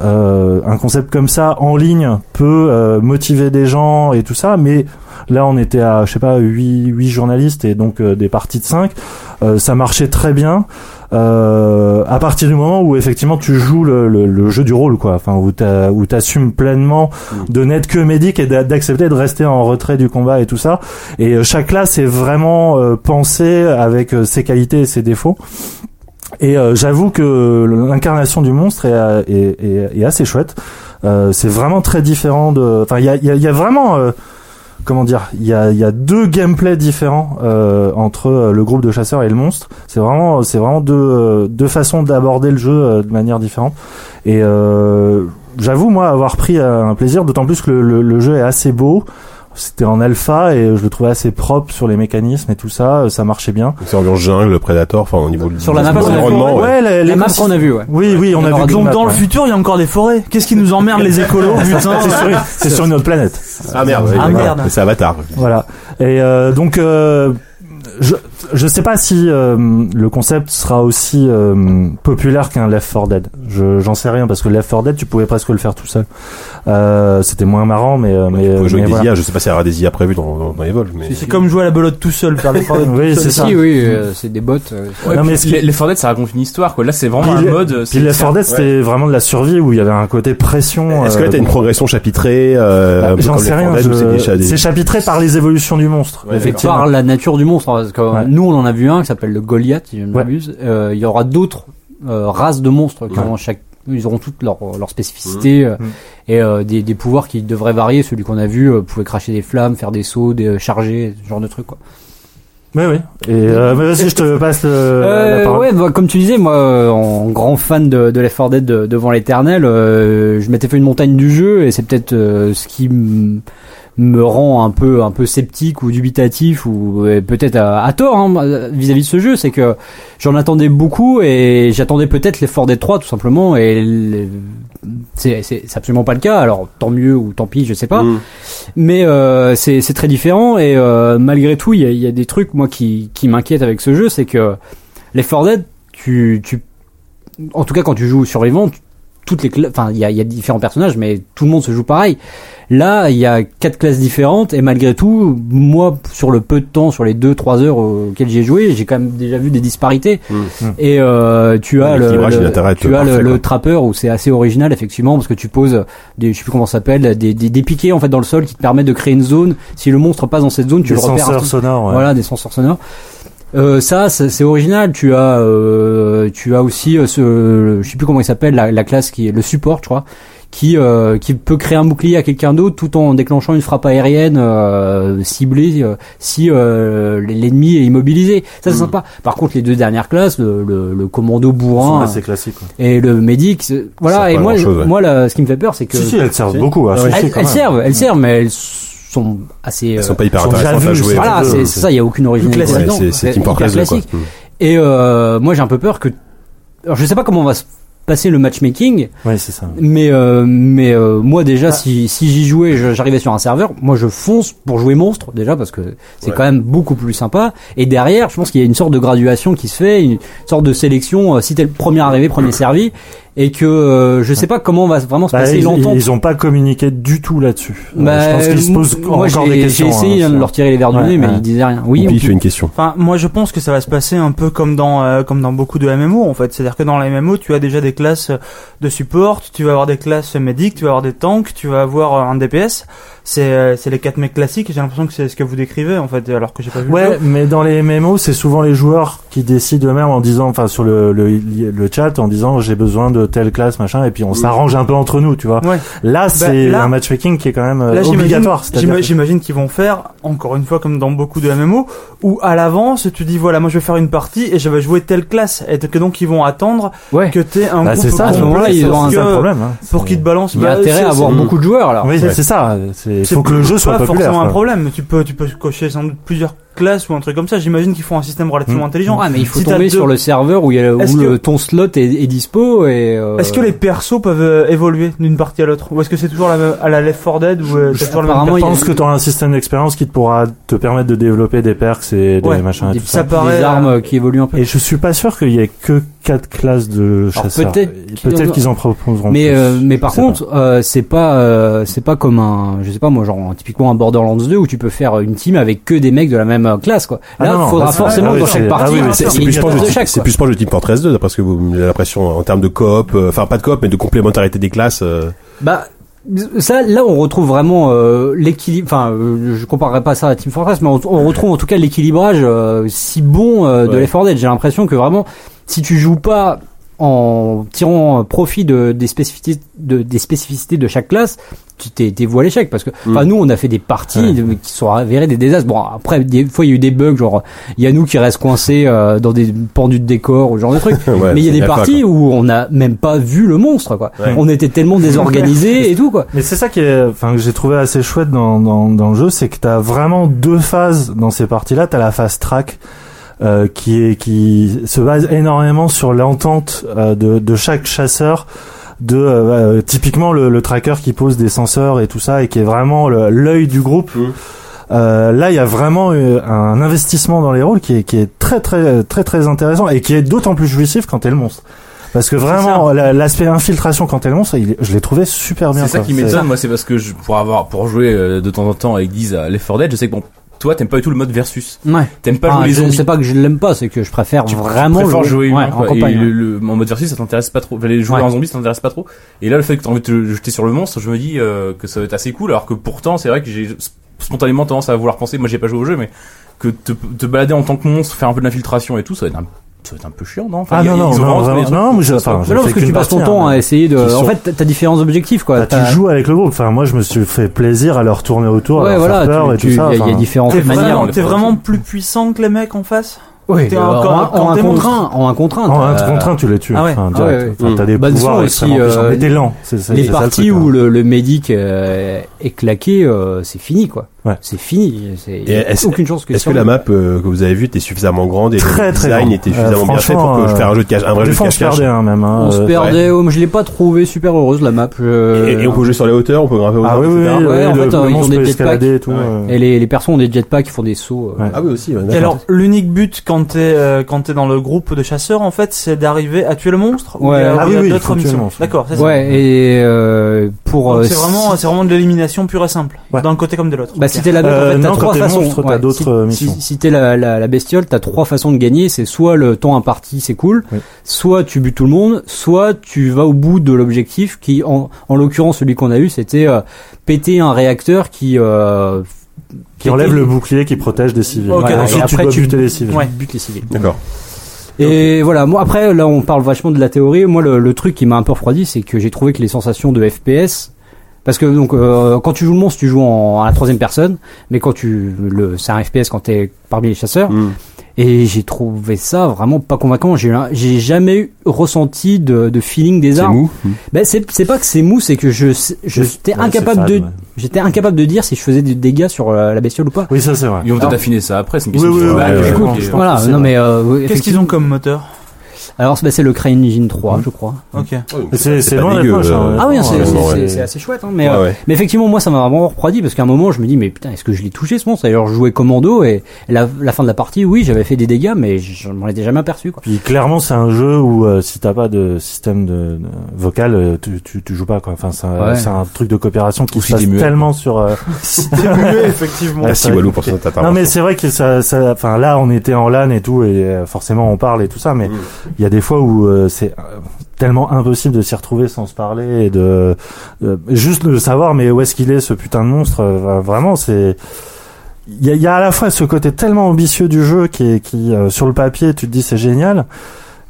[SPEAKER 8] euh, un concept comme ça en ligne peut euh, motiver des gens et tout ça, mais là on était à je sais pas 8, huit journalistes et donc euh, des parties de 5 ça marchait très bien euh, à partir du moment où effectivement tu joues le, le- le jeu du rôle quoi enfin où t'as- où t'assumes pleinement de n'être que médic et d'a- d'accepter de rester en retrait du combat et tout ça et euh, chaque classe est vraiment euh, pensée avec euh, ses qualités et ses défauts et euh, j'avoue que l'incarnation du monstre est, euh, est, est- est assez chouette. Euh, c'est vraiment très différent de. Enfin, il y a, il y a- il y a vraiment. euh, comment dire Il y a, il y a deux gameplays différents euh, entre euh, le groupe de chasseurs et le monstre. C'est vraiment, c'est vraiment deux, euh, deux façons d'aborder le jeu euh, de manière différente. Et euh, j'avoue moi avoir pris euh, un plaisir, d'autant plus que le, le- le jeu est assez beau. C'était en alpha et je le trouvais assez propre sur les mécanismes et tout ça. euh, Ça marchait bien.
[SPEAKER 1] Donc, C'est ambiance jungle, Predator, enfin, au niveau
[SPEAKER 5] Sur la
[SPEAKER 1] de
[SPEAKER 5] map,
[SPEAKER 1] l'environnement, ouais.
[SPEAKER 8] Ouais, les,
[SPEAKER 5] La
[SPEAKER 8] les
[SPEAKER 5] map qu'on a vue, ouais.
[SPEAKER 8] oui, oui, on a
[SPEAKER 5] Alors,
[SPEAKER 8] vu que
[SPEAKER 2] Donc
[SPEAKER 8] map,
[SPEAKER 2] dans le
[SPEAKER 8] ouais.
[SPEAKER 2] futur, il y a encore des forêts. Qu'est-ce qui nous emmerde les écolos, putain
[SPEAKER 8] C'est sur, c'est sur une autre planète.
[SPEAKER 1] Ah merde, ouais,
[SPEAKER 2] Ah,
[SPEAKER 1] d'accord.
[SPEAKER 2] merde.
[SPEAKER 1] Mais C'est Avatar.
[SPEAKER 8] Voilà. Et euh, donc, euh, je je sais pas si euh, le concept sera aussi euh, populaire qu'un Left 4 Dead. Je j'en sais rien parce que Left 4 Dead, tu pouvais presque le faire tout seul. Euh, C'était moins marrant, mais euh, mais,
[SPEAKER 1] Mais,
[SPEAKER 8] mais
[SPEAKER 1] jouer avec des
[SPEAKER 8] voilà.
[SPEAKER 1] IA, je sais pas s'il y aura des IA prévues dans, dans, dans les vols, mais.
[SPEAKER 2] C'est comme jouer à la belote tout seul, faire des forêts.
[SPEAKER 8] Oui, c'est
[SPEAKER 5] Si,
[SPEAKER 8] ça.
[SPEAKER 5] oui, euh, c'est des bots. euh,
[SPEAKER 8] Non, mais
[SPEAKER 3] mais
[SPEAKER 8] ce qui-
[SPEAKER 3] les, les Fortnite, ça raconte une histoire, quoi. Là, c'est vraiment
[SPEAKER 8] Puis
[SPEAKER 3] un
[SPEAKER 8] les-
[SPEAKER 3] mode.
[SPEAKER 8] Puis
[SPEAKER 3] c'est-
[SPEAKER 8] Left 4 Dead, c'était vraiment de la survie où il y avait un côté pression.
[SPEAKER 1] Est-ce que là,
[SPEAKER 8] euh,
[SPEAKER 1] t'as une progression chapitrée, euh,
[SPEAKER 8] bah,
[SPEAKER 1] un peu
[SPEAKER 8] J'en
[SPEAKER 1] comme
[SPEAKER 8] sais
[SPEAKER 1] les
[SPEAKER 8] rien.
[SPEAKER 1] Fortnite, ou
[SPEAKER 8] je-
[SPEAKER 1] c'est des chats- des-
[SPEAKER 8] C'est chapitré par les évolutions du monstre.
[SPEAKER 1] Ouais,
[SPEAKER 8] effectivement.
[SPEAKER 5] Par la nature du monstre. Parce que euh,
[SPEAKER 8] Ouais.
[SPEAKER 5] Nous, on en a vu un qui s'appelle le Goliath, si je ne
[SPEAKER 8] Ouais.
[SPEAKER 5] m'abuse. Euh, il y aura d'autres euh, races de monstres qui
[SPEAKER 8] Ouais.
[SPEAKER 5] auront chaque. Ils auront toutes leurs leurs spécificités euh,
[SPEAKER 8] Mhm.
[SPEAKER 5] et euh, des, des pouvoirs qui devraient varier. Celui qu'on a vu euh, pouvait cracher des flammes, faire des sauts, des euh, charger, ce genre de trucs. Quoi.
[SPEAKER 8] Oui, oui. Et euh, mais vas-y, je te passe euh, la
[SPEAKER 5] Euh,
[SPEAKER 8] parole.
[SPEAKER 5] ouais, bah, comme tu disais, moi, euh, en grand fan de, de Left 4 Dead de- devant l'éternel, euh, je m'étais fait une montagne du jeu et c'est peut-être euh, ce qui m- me rend un peu un peu sceptique ou dubitatif ou et peut-être à, à tort hein, vis-à-vis de ce jeu, c'est que j'en attendais beaucoup et j'attendais peut-être les 4 Dead 3 tout simplement et les- c'est c'est- c'est absolument pas le cas. Alors tant mieux ou tant pis, je sais pas
[SPEAKER 1] Mm.
[SPEAKER 5] mais euh, c'est c'est très différent et euh, malgré tout il y a, il y a des trucs moi qui qui m'inquiètent avec ce jeu c'est que les 4 Dead tu tu en tout cas quand tu joues au survivant tu- toutes les cla- enfin il y a, il y a différents personnages mais tout le monde se joue pareil là il y a quatre classes différentes et malgré tout moi sur le peu de temps sur les 2 3 heures euh, auxquelles j'ai joué j'ai quand même déjà vu des disparités
[SPEAKER 1] Mm.
[SPEAKER 5] et euh, tu as le,
[SPEAKER 1] L'équilibrage,
[SPEAKER 5] le-
[SPEAKER 1] il a intérêt à être
[SPEAKER 5] tu as le,
[SPEAKER 1] parfait,
[SPEAKER 5] le
[SPEAKER 1] quoi.
[SPEAKER 5] trappeur où c'est assez original effectivement parce que tu poses des je sais plus comment ça s'appelle des, des, des piquets en fait dans le sol qui te permettent de créer une zone si le monstre passe dans cette zone tu le
[SPEAKER 8] Des
[SPEAKER 5] repères
[SPEAKER 8] senseurs
[SPEAKER 5] tout-
[SPEAKER 8] sonores. ouais.
[SPEAKER 5] voilà des senseurs sonores euh, ça c'est c'est original tu as euh, tu as aussi euh, ce je sais plus comment il s'appelle la, la classe qui est le support je crois qui euh, qui peut créer un bouclier à quelqu'un d'autre tout en déclenchant une frappe aérienne euh, ciblée euh, si euh, l'ennemi est immobilisé. Ça c'est
[SPEAKER 8] Mhm.
[SPEAKER 5] sympa. Par contre les deux dernières classes, le, le, le commando
[SPEAKER 8] sont
[SPEAKER 5] bourrin
[SPEAKER 8] assez classiques. quoi.
[SPEAKER 5] et le médic, c'est- voilà.
[SPEAKER 1] Ça sert
[SPEAKER 5] Et
[SPEAKER 1] pas à
[SPEAKER 5] moi,
[SPEAKER 1] grand-chose, ouais.
[SPEAKER 5] moi là, ce qui me fait peur, c'est que
[SPEAKER 8] Si, si, elles servent
[SPEAKER 1] Si.
[SPEAKER 8] beaucoup. hein,
[SPEAKER 1] Ah ouais.
[SPEAKER 8] si, si,
[SPEAKER 5] elles,
[SPEAKER 8] quand
[SPEAKER 5] elles
[SPEAKER 8] même.
[SPEAKER 5] servent, elles servent, mais elles sont assez. euh,
[SPEAKER 1] Elles sont pas hyper
[SPEAKER 8] sont déjà
[SPEAKER 1] intéressantes à
[SPEAKER 8] vues,
[SPEAKER 1] jouer.
[SPEAKER 8] c'est-
[SPEAKER 5] voilà,
[SPEAKER 8] euh,
[SPEAKER 5] c'est c'est ça, il y a aucune originalité.
[SPEAKER 1] Ouais,
[SPEAKER 5] dedans,
[SPEAKER 1] c'est-
[SPEAKER 5] quoi.
[SPEAKER 1] c'est Team
[SPEAKER 5] hyper
[SPEAKER 1] Fortress 2, quoi.
[SPEAKER 5] classique. Et euh, moi, j'ai un peu peur que. Alors, je sais pas comment on va se passer le matchmaking,
[SPEAKER 8] Oui, c'est ça.
[SPEAKER 5] mais euh, mais euh, moi
[SPEAKER 8] Ah.
[SPEAKER 5] déjà, si si j'y jouais, je- j'arrivais sur un serveur, moi je fonce pour jouer monstre déjà parce que c'est
[SPEAKER 1] Ouais.
[SPEAKER 5] quand même beaucoup plus sympa. Et derrière, je pense qu'il y a une sorte de graduation qui se fait, une sorte de sélection. euh, si t'es le premier arrivé, premier servi, et que euh, je sais pas comment on va vraiment se
[SPEAKER 8] Bah,
[SPEAKER 5] passer
[SPEAKER 8] ils,
[SPEAKER 5] l'entente.
[SPEAKER 8] ils ont pas communiqué du tout là-dessus. Euh,
[SPEAKER 5] Bah,
[SPEAKER 8] je pense qu'ils se posent
[SPEAKER 5] moi,
[SPEAKER 8] encore
[SPEAKER 5] j'ai-
[SPEAKER 8] des questions.
[SPEAKER 5] J'ai essayé
[SPEAKER 8] hein,
[SPEAKER 5] de
[SPEAKER 8] sur-
[SPEAKER 5] leur tirer les verres du
[SPEAKER 8] Ouais,
[SPEAKER 5] nez, mais
[SPEAKER 8] ouais.
[SPEAKER 5] ils disaient rien. Oui,
[SPEAKER 1] Oupi,
[SPEAKER 5] on-
[SPEAKER 1] tu as une question.
[SPEAKER 2] Enfin, moi je pense que ça va se passer un peu comme dans euh, comme dans beaucoup de MMO en fait. C'est-à-dire que dans les MMO, tu as déjà des classes de support, tu vas avoir des classes médic, tu vas avoir des tanks, tu vas avoir euh, un DPS. C'est euh, c'est les quatre mecs classiques. et J'ai l'impression que c'est ce que vous décrivez en fait, alors que j'ai pas vu. le jeu.
[SPEAKER 8] Ouais, euh, mais dans les MMO, c'est souvent les joueurs qui décident eux-mêmes en disant, enfin sur le, le, le chat, en disant j'ai besoin de telle classe, machin, et puis on s'arrange un peu entre nous, tu vois.
[SPEAKER 2] Ouais.
[SPEAKER 8] Là, c'est
[SPEAKER 2] là-
[SPEAKER 8] un matchmaking qui est quand même euh,
[SPEAKER 2] Là, j'imagine-
[SPEAKER 8] obligatoire.
[SPEAKER 2] j'ima-
[SPEAKER 8] c'est-à-dire que-
[SPEAKER 2] J'imagine qu'ils vont faire, encore une fois, comme dans beaucoup de MMO, où à l'avance, tu dis, voilà, moi je vais faire une partie et je vais jouer telle classe. Et que donc, ils vont attendre
[SPEAKER 5] Ouais.
[SPEAKER 2] que t'aies un
[SPEAKER 8] Bah,
[SPEAKER 2] groupe
[SPEAKER 8] c'est ça, à ce
[SPEAKER 2] complet
[SPEAKER 5] moment-là, ils
[SPEAKER 2] pour
[SPEAKER 5] auront un
[SPEAKER 2] que-
[SPEAKER 8] C'est un problème. hein.
[SPEAKER 2] Pour qu'ils te balancent.
[SPEAKER 5] Il y a
[SPEAKER 2] bah,
[SPEAKER 5] intérêt
[SPEAKER 2] c'est-
[SPEAKER 5] à avoir
[SPEAKER 2] c'est-
[SPEAKER 5] beaucoup de joueurs alors.
[SPEAKER 8] Oui,
[SPEAKER 2] Ouais.
[SPEAKER 8] c'est ça. Il
[SPEAKER 2] c'est
[SPEAKER 8] faut que le jeu soit
[SPEAKER 2] pas
[SPEAKER 8] populaire.
[SPEAKER 2] forcément un
[SPEAKER 8] quoi.
[SPEAKER 2] problème. Tu peux, tu peux cocher sans doute plusieurs classes ou un truc comme ça. J'imagine qu'ils font un système relativement
[SPEAKER 8] Mm.
[SPEAKER 2] intelligent.
[SPEAKER 5] Ah, mais il faut
[SPEAKER 2] Si t'as
[SPEAKER 5] tomber
[SPEAKER 2] deux-
[SPEAKER 5] sur le serveur où, il y a, où
[SPEAKER 2] Est-ce que-
[SPEAKER 5] le- ton slot est, est dispo et. euh,
[SPEAKER 2] Est-ce que les persos peuvent euh, évoluer d'une partie à l'autre Ou est-ce que c'est toujours la même, à la Left 4 Dead ou euh, c'est toujours le même
[SPEAKER 5] apparemment,
[SPEAKER 8] Je
[SPEAKER 5] il y a-
[SPEAKER 8] pense que tu auras un système d'expérience qui te pourra te permettre de développer des perks et des
[SPEAKER 2] Ouais.
[SPEAKER 8] machins. Et,
[SPEAKER 5] des,
[SPEAKER 8] tout
[SPEAKER 2] ça
[SPEAKER 8] ça.
[SPEAKER 2] paraît,
[SPEAKER 5] des
[SPEAKER 2] euh,
[SPEAKER 5] armes qui évoluent un peu
[SPEAKER 8] et je suis pas sûr qu'il y ait que quatre classes de chasseurs.
[SPEAKER 5] peut-être
[SPEAKER 8] Et
[SPEAKER 5] qu'il y en
[SPEAKER 8] peut-être
[SPEAKER 5] a-
[SPEAKER 8] qu'ils en proposeront.
[SPEAKER 5] mais
[SPEAKER 8] plus.
[SPEAKER 5] euh, mais par
[SPEAKER 8] Je sais
[SPEAKER 5] contre euh, c'est pas euh, c'est pas comme un je sais pas moi genre typiquement un Borderlands 2 où tu peux faire une team avec que des mecs de la même euh, classe quoi
[SPEAKER 8] Ah
[SPEAKER 5] là
[SPEAKER 8] non, non,
[SPEAKER 5] faudra
[SPEAKER 8] bah, c'est-
[SPEAKER 5] forcément
[SPEAKER 8] ah oui,
[SPEAKER 5] dans
[SPEAKER 8] c'est-
[SPEAKER 5] chaque
[SPEAKER 8] ah
[SPEAKER 5] partie
[SPEAKER 8] oui,
[SPEAKER 5] il y
[SPEAKER 8] mais
[SPEAKER 5] a
[SPEAKER 8] c'est-
[SPEAKER 5] une
[SPEAKER 8] c'est
[SPEAKER 1] C'est plus, je
[SPEAKER 5] team
[SPEAKER 1] pense,
[SPEAKER 5] de
[SPEAKER 1] le type-
[SPEAKER 5] chaque
[SPEAKER 1] c'est
[SPEAKER 5] quoi.
[SPEAKER 1] plus proche du Team Fortress 2, parce que vous avez l'impression, en termes de coop, euh, enfin pas de coop, mais de complémentarité des classes. euh,
[SPEAKER 5] Bah ça, là, on retrouve vraiment euh, l'équilibre. Enfin, euh, je comparerai pas ça à Team Fortress, mais on, on retrouve en tout cas l'équilibrage euh, si bon euh, de
[SPEAKER 1] Ouais.
[SPEAKER 5] Left 4 Dead. J'ai l'impression que vraiment, si tu joues pas en tirant euh, profit de, des, spécificités de, des spécificités de chaque classe, tu t'es t'es voué à l'échec parce que enfin nous on a fait des parties
[SPEAKER 8] Ouais.
[SPEAKER 5] de- qui sont avérées des désastres bon après des fois il y a eu des bugs genre il y a nous qui reste coincé euh, dans des pendus de décor ou ce genre de trucs
[SPEAKER 1] ouais,
[SPEAKER 5] mais il y a
[SPEAKER 1] c'est
[SPEAKER 5] des
[SPEAKER 1] la fin,
[SPEAKER 5] parties où on n'a même pas vu le monstre quoi
[SPEAKER 1] Ouais.
[SPEAKER 5] on était tellement désorganisés et tout quoi
[SPEAKER 8] Mais c'est ça qui est, enfin, que j'ai trouvé assez chouette dans, dans, dans le jeu, c'est que t'as vraiment deux phases dans ces parties-là. T'as la phase track, euh, qui est, qui se base énormément sur l'entente euh, de, de chaque chasseur de euh, euh, typiquement le, le tracker qui pose des senseurs et tout ça et qui est vraiment le- l'œil du groupe.
[SPEAKER 3] Mmh.
[SPEAKER 8] Euh, là, il y a vraiment euh, un investissement dans les rôles qui est, qui est très très très très intéressant et qui est d'autant plus jouissif quand t'es le monstre. Parce que vraiment, la- l'aspect infiltration quand t'es le monstre, il- je l'ai trouvé super bien.
[SPEAKER 3] C'est ça
[SPEAKER 8] quoi.
[SPEAKER 3] qui m'étonne, moi, c'est parce que je, pour avoir, pour jouer euh, de temps en temps avec Diz à Left 4 Dead, je sais que bon, toi, t'aimes pas du tout le mode versus.
[SPEAKER 5] ouais
[SPEAKER 3] T'aimes pas
[SPEAKER 5] Ah,
[SPEAKER 3] jouer les
[SPEAKER 5] je-
[SPEAKER 3] zombies.
[SPEAKER 5] c'est pas que je l'aime pas c'est que je préfère
[SPEAKER 3] Tu
[SPEAKER 5] vraiment
[SPEAKER 3] préfères
[SPEAKER 5] le
[SPEAKER 3] jouer
[SPEAKER 5] ouais,
[SPEAKER 3] humain,
[SPEAKER 5] en
[SPEAKER 3] quoi.
[SPEAKER 5] campagne
[SPEAKER 3] Et
[SPEAKER 5] ouais.
[SPEAKER 3] le, le- en mode versus, ça t'intéresse pas trop. Enfin, Les jouer
[SPEAKER 5] Ouais.
[SPEAKER 3] en zombie, ça t'intéresse pas trop. Et là, le fait que t'as envie de te jeter sur le monstre, je me dis euh, que ça va être assez cool. Alors que pourtant, c'est vrai que j'ai sp- spontanément tendance à vouloir penser, moi, j'ai pas joué au jeu, mais que te, te balader en tant que monstre, faire un peu de l'infiltration et tout, ça va être un, ça va être un peu chiant, non Enfin,
[SPEAKER 8] Ah
[SPEAKER 3] il y a-
[SPEAKER 8] non, non,
[SPEAKER 3] ils ont
[SPEAKER 8] non,
[SPEAKER 3] vraiment trouvé
[SPEAKER 8] vraiment,
[SPEAKER 3] des trucs.
[SPEAKER 8] non, mais je, enfin,
[SPEAKER 5] Enfin,
[SPEAKER 8] j'ai
[SPEAKER 5] non,
[SPEAKER 8] fait
[SPEAKER 5] parce que
[SPEAKER 8] qu'une
[SPEAKER 5] tu passes ton
[SPEAKER 8] partie,
[SPEAKER 5] temps
[SPEAKER 8] hein,
[SPEAKER 5] à
[SPEAKER 8] mais-
[SPEAKER 5] essayer de.
[SPEAKER 8] Qui
[SPEAKER 5] En
[SPEAKER 8] sont-
[SPEAKER 5] fait, t'as- t'as différents objectifs, quoi.
[SPEAKER 8] Bah,
[SPEAKER 5] T'as-
[SPEAKER 8] tu joues avec le groupe. Enfin, moi, je me suis fait plaisir à leur tourner autour, à
[SPEAKER 5] Ouais,
[SPEAKER 8] leur
[SPEAKER 5] voilà.
[SPEAKER 8] faire peur et
[SPEAKER 5] tu- tu- Il
[SPEAKER 8] tout
[SPEAKER 5] y,
[SPEAKER 8] ça.
[SPEAKER 5] a- il y a
[SPEAKER 8] enfin.
[SPEAKER 5] différentes
[SPEAKER 2] T'es
[SPEAKER 5] manières.
[SPEAKER 2] vraiment, t'es vraiment plus puissant que les mecs en face
[SPEAKER 5] Ouais,
[SPEAKER 2] t'es
[SPEAKER 5] euh,
[SPEAKER 2] encore-
[SPEAKER 5] en, en
[SPEAKER 2] quand
[SPEAKER 5] un
[SPEAKER 2] t'es
[SPEAKER 5] contre
[SPEAKER 2] monstre.
[SPEAKER 5] un, en un contre un.
[SPEAKER 8] En un
[SPEAKER 5] t'as-
[SPEAKER 8] contre un, Oh, hein, tu les tues.
[SPEAKER 2] Ah ouais.
[SPEAKER 8] enfin,
[SPEAKER 5] euh, Ah ouais,
[SPEAKER 8] direct.
[SPEAKER 5] ouais.
[SPEAKER 8] Enfin, t'as des
[SPEAKER 5] Bah, de toute façon,
[SPEAKER 8] pouvoirs
[SPEAKER 5] aussi,
[SPEAKER 8] extrêmement
[SPEAKER 5] euh,
[SPEAKER 8] puissants. Mais t'es lent. c'est- c'est- c'est
[SPEAKER 5] Les
[SPEAKER 8] ça, le
[SPEAKER 5] parties
[SPEAKER 8] truc,
[SPEAKER 5] où
[SPEAKER 8] hein.
[SPEAKER 5] le, le médic euh, est claqué, euh, c'est fini, quoi.
[SPEAKER 8] Ouais.
[SPEAKER 5] C'est fini. C'est
[SPEAKER 1] Et est-ce-
[SPEAKER 5] aucune chance que.
[SPEAKER 1] Est-ce que la map euh, que vous avez vue était suffisamment grande et
[SPEAKER 8] Très,
[SPEAKER 1] le
[SPEAKER 8] très
[SPEAKER 1] design
[SPEAKER 8] grande.
[SPEAKER 1] était
[SPEAKER 8] Euh,
[SPEAKER 1] suffisamment bien fait pour que
[SPEAKER 8] franchement,
[SPEAKER 1] Ah, je fasse un jeu de cache, un vrai
[SPEAKER 8] Des
[SPEAKER 1] jeu de
[SPEAKER 8] fois, on se
[SPEAKER 1] cache-cache
[SPEAKER 8] perdait, hein, même. hein,
[SPEAKER 5] On se
[SPEAKER 8] euh,
[SPEAKER 5] perdait. oh, mais Je l'ai pas trouvé super heureuse la map. je-
[SPEAKER 1] Et, et on peut jouer sur les hauteurs, on peut grimper aux
[SPEAKER 8] Ah oui,
[SPEAKER 1] arbres,
[SPEAKER 8] oui,
[SPEAKER 1] etc.
[SPEAKER 8] oui,
[SPEAKER 5] Ouais, en
[SPEAKER 8] le-
[SPEAKER 5] fait,
[SPEAKER 8] le
[SPEAKER 5] euh, ils ont
[SPEAKER 8] monstre
[SPEAKER 5] des
[SPEAKER 8] peut
[SPEAKER 5] jetpacks.
[SPEAKER 8] escalader et tout. euh.
[SPEAKER 5] Et les, les persos ont des jetpacks, ils font des sauts. euh.
[SPEAKER 8] Ouais.
[SPEAKER 1] Ah oui aussi. ouais,
[SPEAKER 2] Et
[SPEAKER 1] d'accord.
[SPEAKER 2] alors, l'unique but quand t'es euh, quand t'es dans le groupe de chasseurs, en fait, c'est d'arriver à tuer le monstre. ou
[SPEAKER 5] Ouais.
[SPEAKER 2] il y a-
[SPEAKER 5] Ah
[SPEAKER 2] ou il y
[SPEAKER 8] oui,
[SPEAKER 2] a
[SPEAKER 8] oui, il
[SPEAKER 2] d'autres
[SPEAKER 8] faut tuer le
[SPEAKER 2] missions.
[SPEAKER 8] monstre.
[SPEAKER 2] D'accord. c'est ça.
[SPEAKER 5] Ouais, et euh, pour.
[SPEAKER 2] Donc,
[SPEAKER 5] euh,
[SPEAKER 2] Oh, C'est vraiment, c'est vraiment de l'élimination pure et simple,
[SPEAKER 8] Ouais.
[SPEAKER 2] d'un côté comme de l'autre.
[SPEAKER 5] Bah,
[SPEAKER 2] Ok.
[SPEAKER 5] si t'es la bête,
[SPEAKER 8] Euh,
[SPEAKER 5] en fait, t'as
[SPEAKER 8] non, quand
[SPEAKER 5] trois
[SPEAKER 8] t'es
[SPEAKER 5] façons.
[SPEAKER 8] monstre, t'as d'autres,
[SPEAKER 5] si-
[SPEAKER 8] euh,
[SPEAKER 5] si,
[SPEAKER 8] missions.
[SPEAKER 5] si t'es la, la, la bestiole, t'as trois façons de gagner. C'est soit le temps imparti, c'est cool.
[SPEAKER 8] Oui.
[SPEAKER 5] Soit tu butes tout le monde. Soit tu vas au bout de l'objectif qui, en, en l'occurrence, celui qu'on a eu, c'était euh, péter un réacteur qui, euh,
[SPEAKER 8] Qui enlève
[SPEAKER 5] pétait-
[SPEAKER 8] le bouclier qui protège des civils.
[SPEAKER 2] Ok,
[SPEAKER 8] Et
[SPEAKER 5] d'accord.
[SPEAKER 8] ensuite,
[SPEAKER 5] Et
[SPEAKER 8] tu
[SPEAKER 5] après,
[SPEAKER 8] dois
[SPEAKER 5] tu-
[SPEAKER 8] buter les civils.
[SPEAKER 2] Ouais.
[SPEAKER 5] bute les civils.
[SPEAKER 1] D'accord.
[SPEAKER 5] Et voilà, moi après, là on parle vachement de la théorie. Moi, le, le truc qui m'a un peu refroidi, c'est que j'ai trouvé que les sensations de FPS. Parce que donc euh, quand tu joues le monstre, tu joues en, à la troisième personne, mais quand tu le c'est un FPS quand t'es parmi les chasseurs.
[SPEAKER 1] Mm.
[SPEAKER 5] Et j'ai trouvé ça vraiment pas convaincant. J'ai un- j'ai jamais eu ressenti de, de feeling des
[SPEAKER 1] C'est
[SPEAKER 5] armes.
[SPEAKER 1] mou.
[SPEAKER 5] Ben c'est c'est pas que c'est mou, c'est que je je- j'étais
[SPEAKER 8] Ouais,
[SPEAKER 5] incapable
[SPEAKER 8] c'est
[SPEAKER 5] de
[SPEAKER 8] fade, ouais.
[SPEAKER 5] j'étais incapable de dire si je faisais des dégâts sur euh, la bestiole ou pas.
[SPEAKER 8] Oui, ça c'est vrai.
[SPEAKER 3] Ils vont peut-être
[SPEAKER 5] Alors-
[SPEAKER 3] affiner ça après, c'est une
[SPEAKER 8] Oui,
[SPEAKER 3] question
[SPEAKER 8] oui,
[SPEAKER 3] de
[SPEAKER 8] oui,
[SPEAKER 3] travail,
[SPEAKER 8] oui,
[SPEAKER 3] je
[SPEAKER 8] oui,
[SPEAKER 3] pense,
[SPEAKER 8] oui,
[SPEAKER 3] et-
[SPEAKER 8] je pense.
[SPEAKER 5] Voilà,
[SPEAKER 8] c'est
[SPEAKER 5] non
[SPEAKER 8] vrai.
[SPEAKER 5] mais euh, oui,
[SPEAKER 2] Qu'est-ce qu'ils ont comme moteur
[SPEAKER 5] effectivement. Alors c'est- ben, c'est le Crane Engine
[SPEAKER 1] Hmm.
[SPEAKER 5] 3, je crois.
[SPEAKER 2] Ok.
[SPEAKER 8] C'est- C'est
[SPEAKER 1] pas
[SPEAKER 8] loin des
[SPEAKER 1] dégueu,
[SPEAKER 8] poches.
[SPEAKER 1] euh,
[SPEAKER 8] hein.
[SPEAKER 5] Ah oui, c'est
[SPEAKER 1] ouais,
[SPEAKER 5] c'est-
[SPEAKER 1] ouais.
[SPEAKER 5] c'est- c'est assez chouette, hein, mais,
[SPEAKER 1] Ouais,
[SPEAKER 5] euh,
[SPEAKER 1] ouais.
[SPEAKER 5] mais effectivement, moi, ça m'a vraiment refroidi parce qu'à un moment, je me dis, mais putain, est-ce que je l'ai touché ce monstre Alors, je jouais commando et la, la fin de la partie, oui, j'avais fait des dégâts, mais je m'en étais jamais aperçu, quoi.
[SPEAKER 8] Puis clairement, c'est un jeu où euh, si t'as pas de système de, de vocal, euh, tu, tu, tu joues pas quoi. Enfin, c'est un,
[SPEAKER 5] Ouais.
[SPEAKER 8] c'est un truc de coopération qui
[SPEAKER 3] Ou
[SPEAKER 8] se
[SPEAKER 3] si
[SPEAKER 8] passe
[SPEAKER 3] t'es muet. Ah,
[SPEAKER 8] tellement sur. euh,
[SPEAKER 2] effectivement.
[SPEAKER 8] Ouais,
[SPEAKER 1] Merci
[SPEAKER 8] c'est vrai.
[SPEAKER 1] Walou pour cette
[SPEAKER 8] Non
[SPEAKER 1] intervention.
[SPEAKER 8] mais c'est vrai que ça, ça, enfin là, on était en LAN et tout, et euh, forcément on parle et tout ça, mais il y a des fois où euh, c'est euh, tellement impossible de s'y retrouver sans se parler et de euh, juste de savoir mais où est-ce qu'il est ce putain de monstre. euh, vraiment, c'est il y a, il y a à la fois ce côté tellement ambitieux du jeu qui, est, qui euh, sur le papier, tu te dis c'est génial,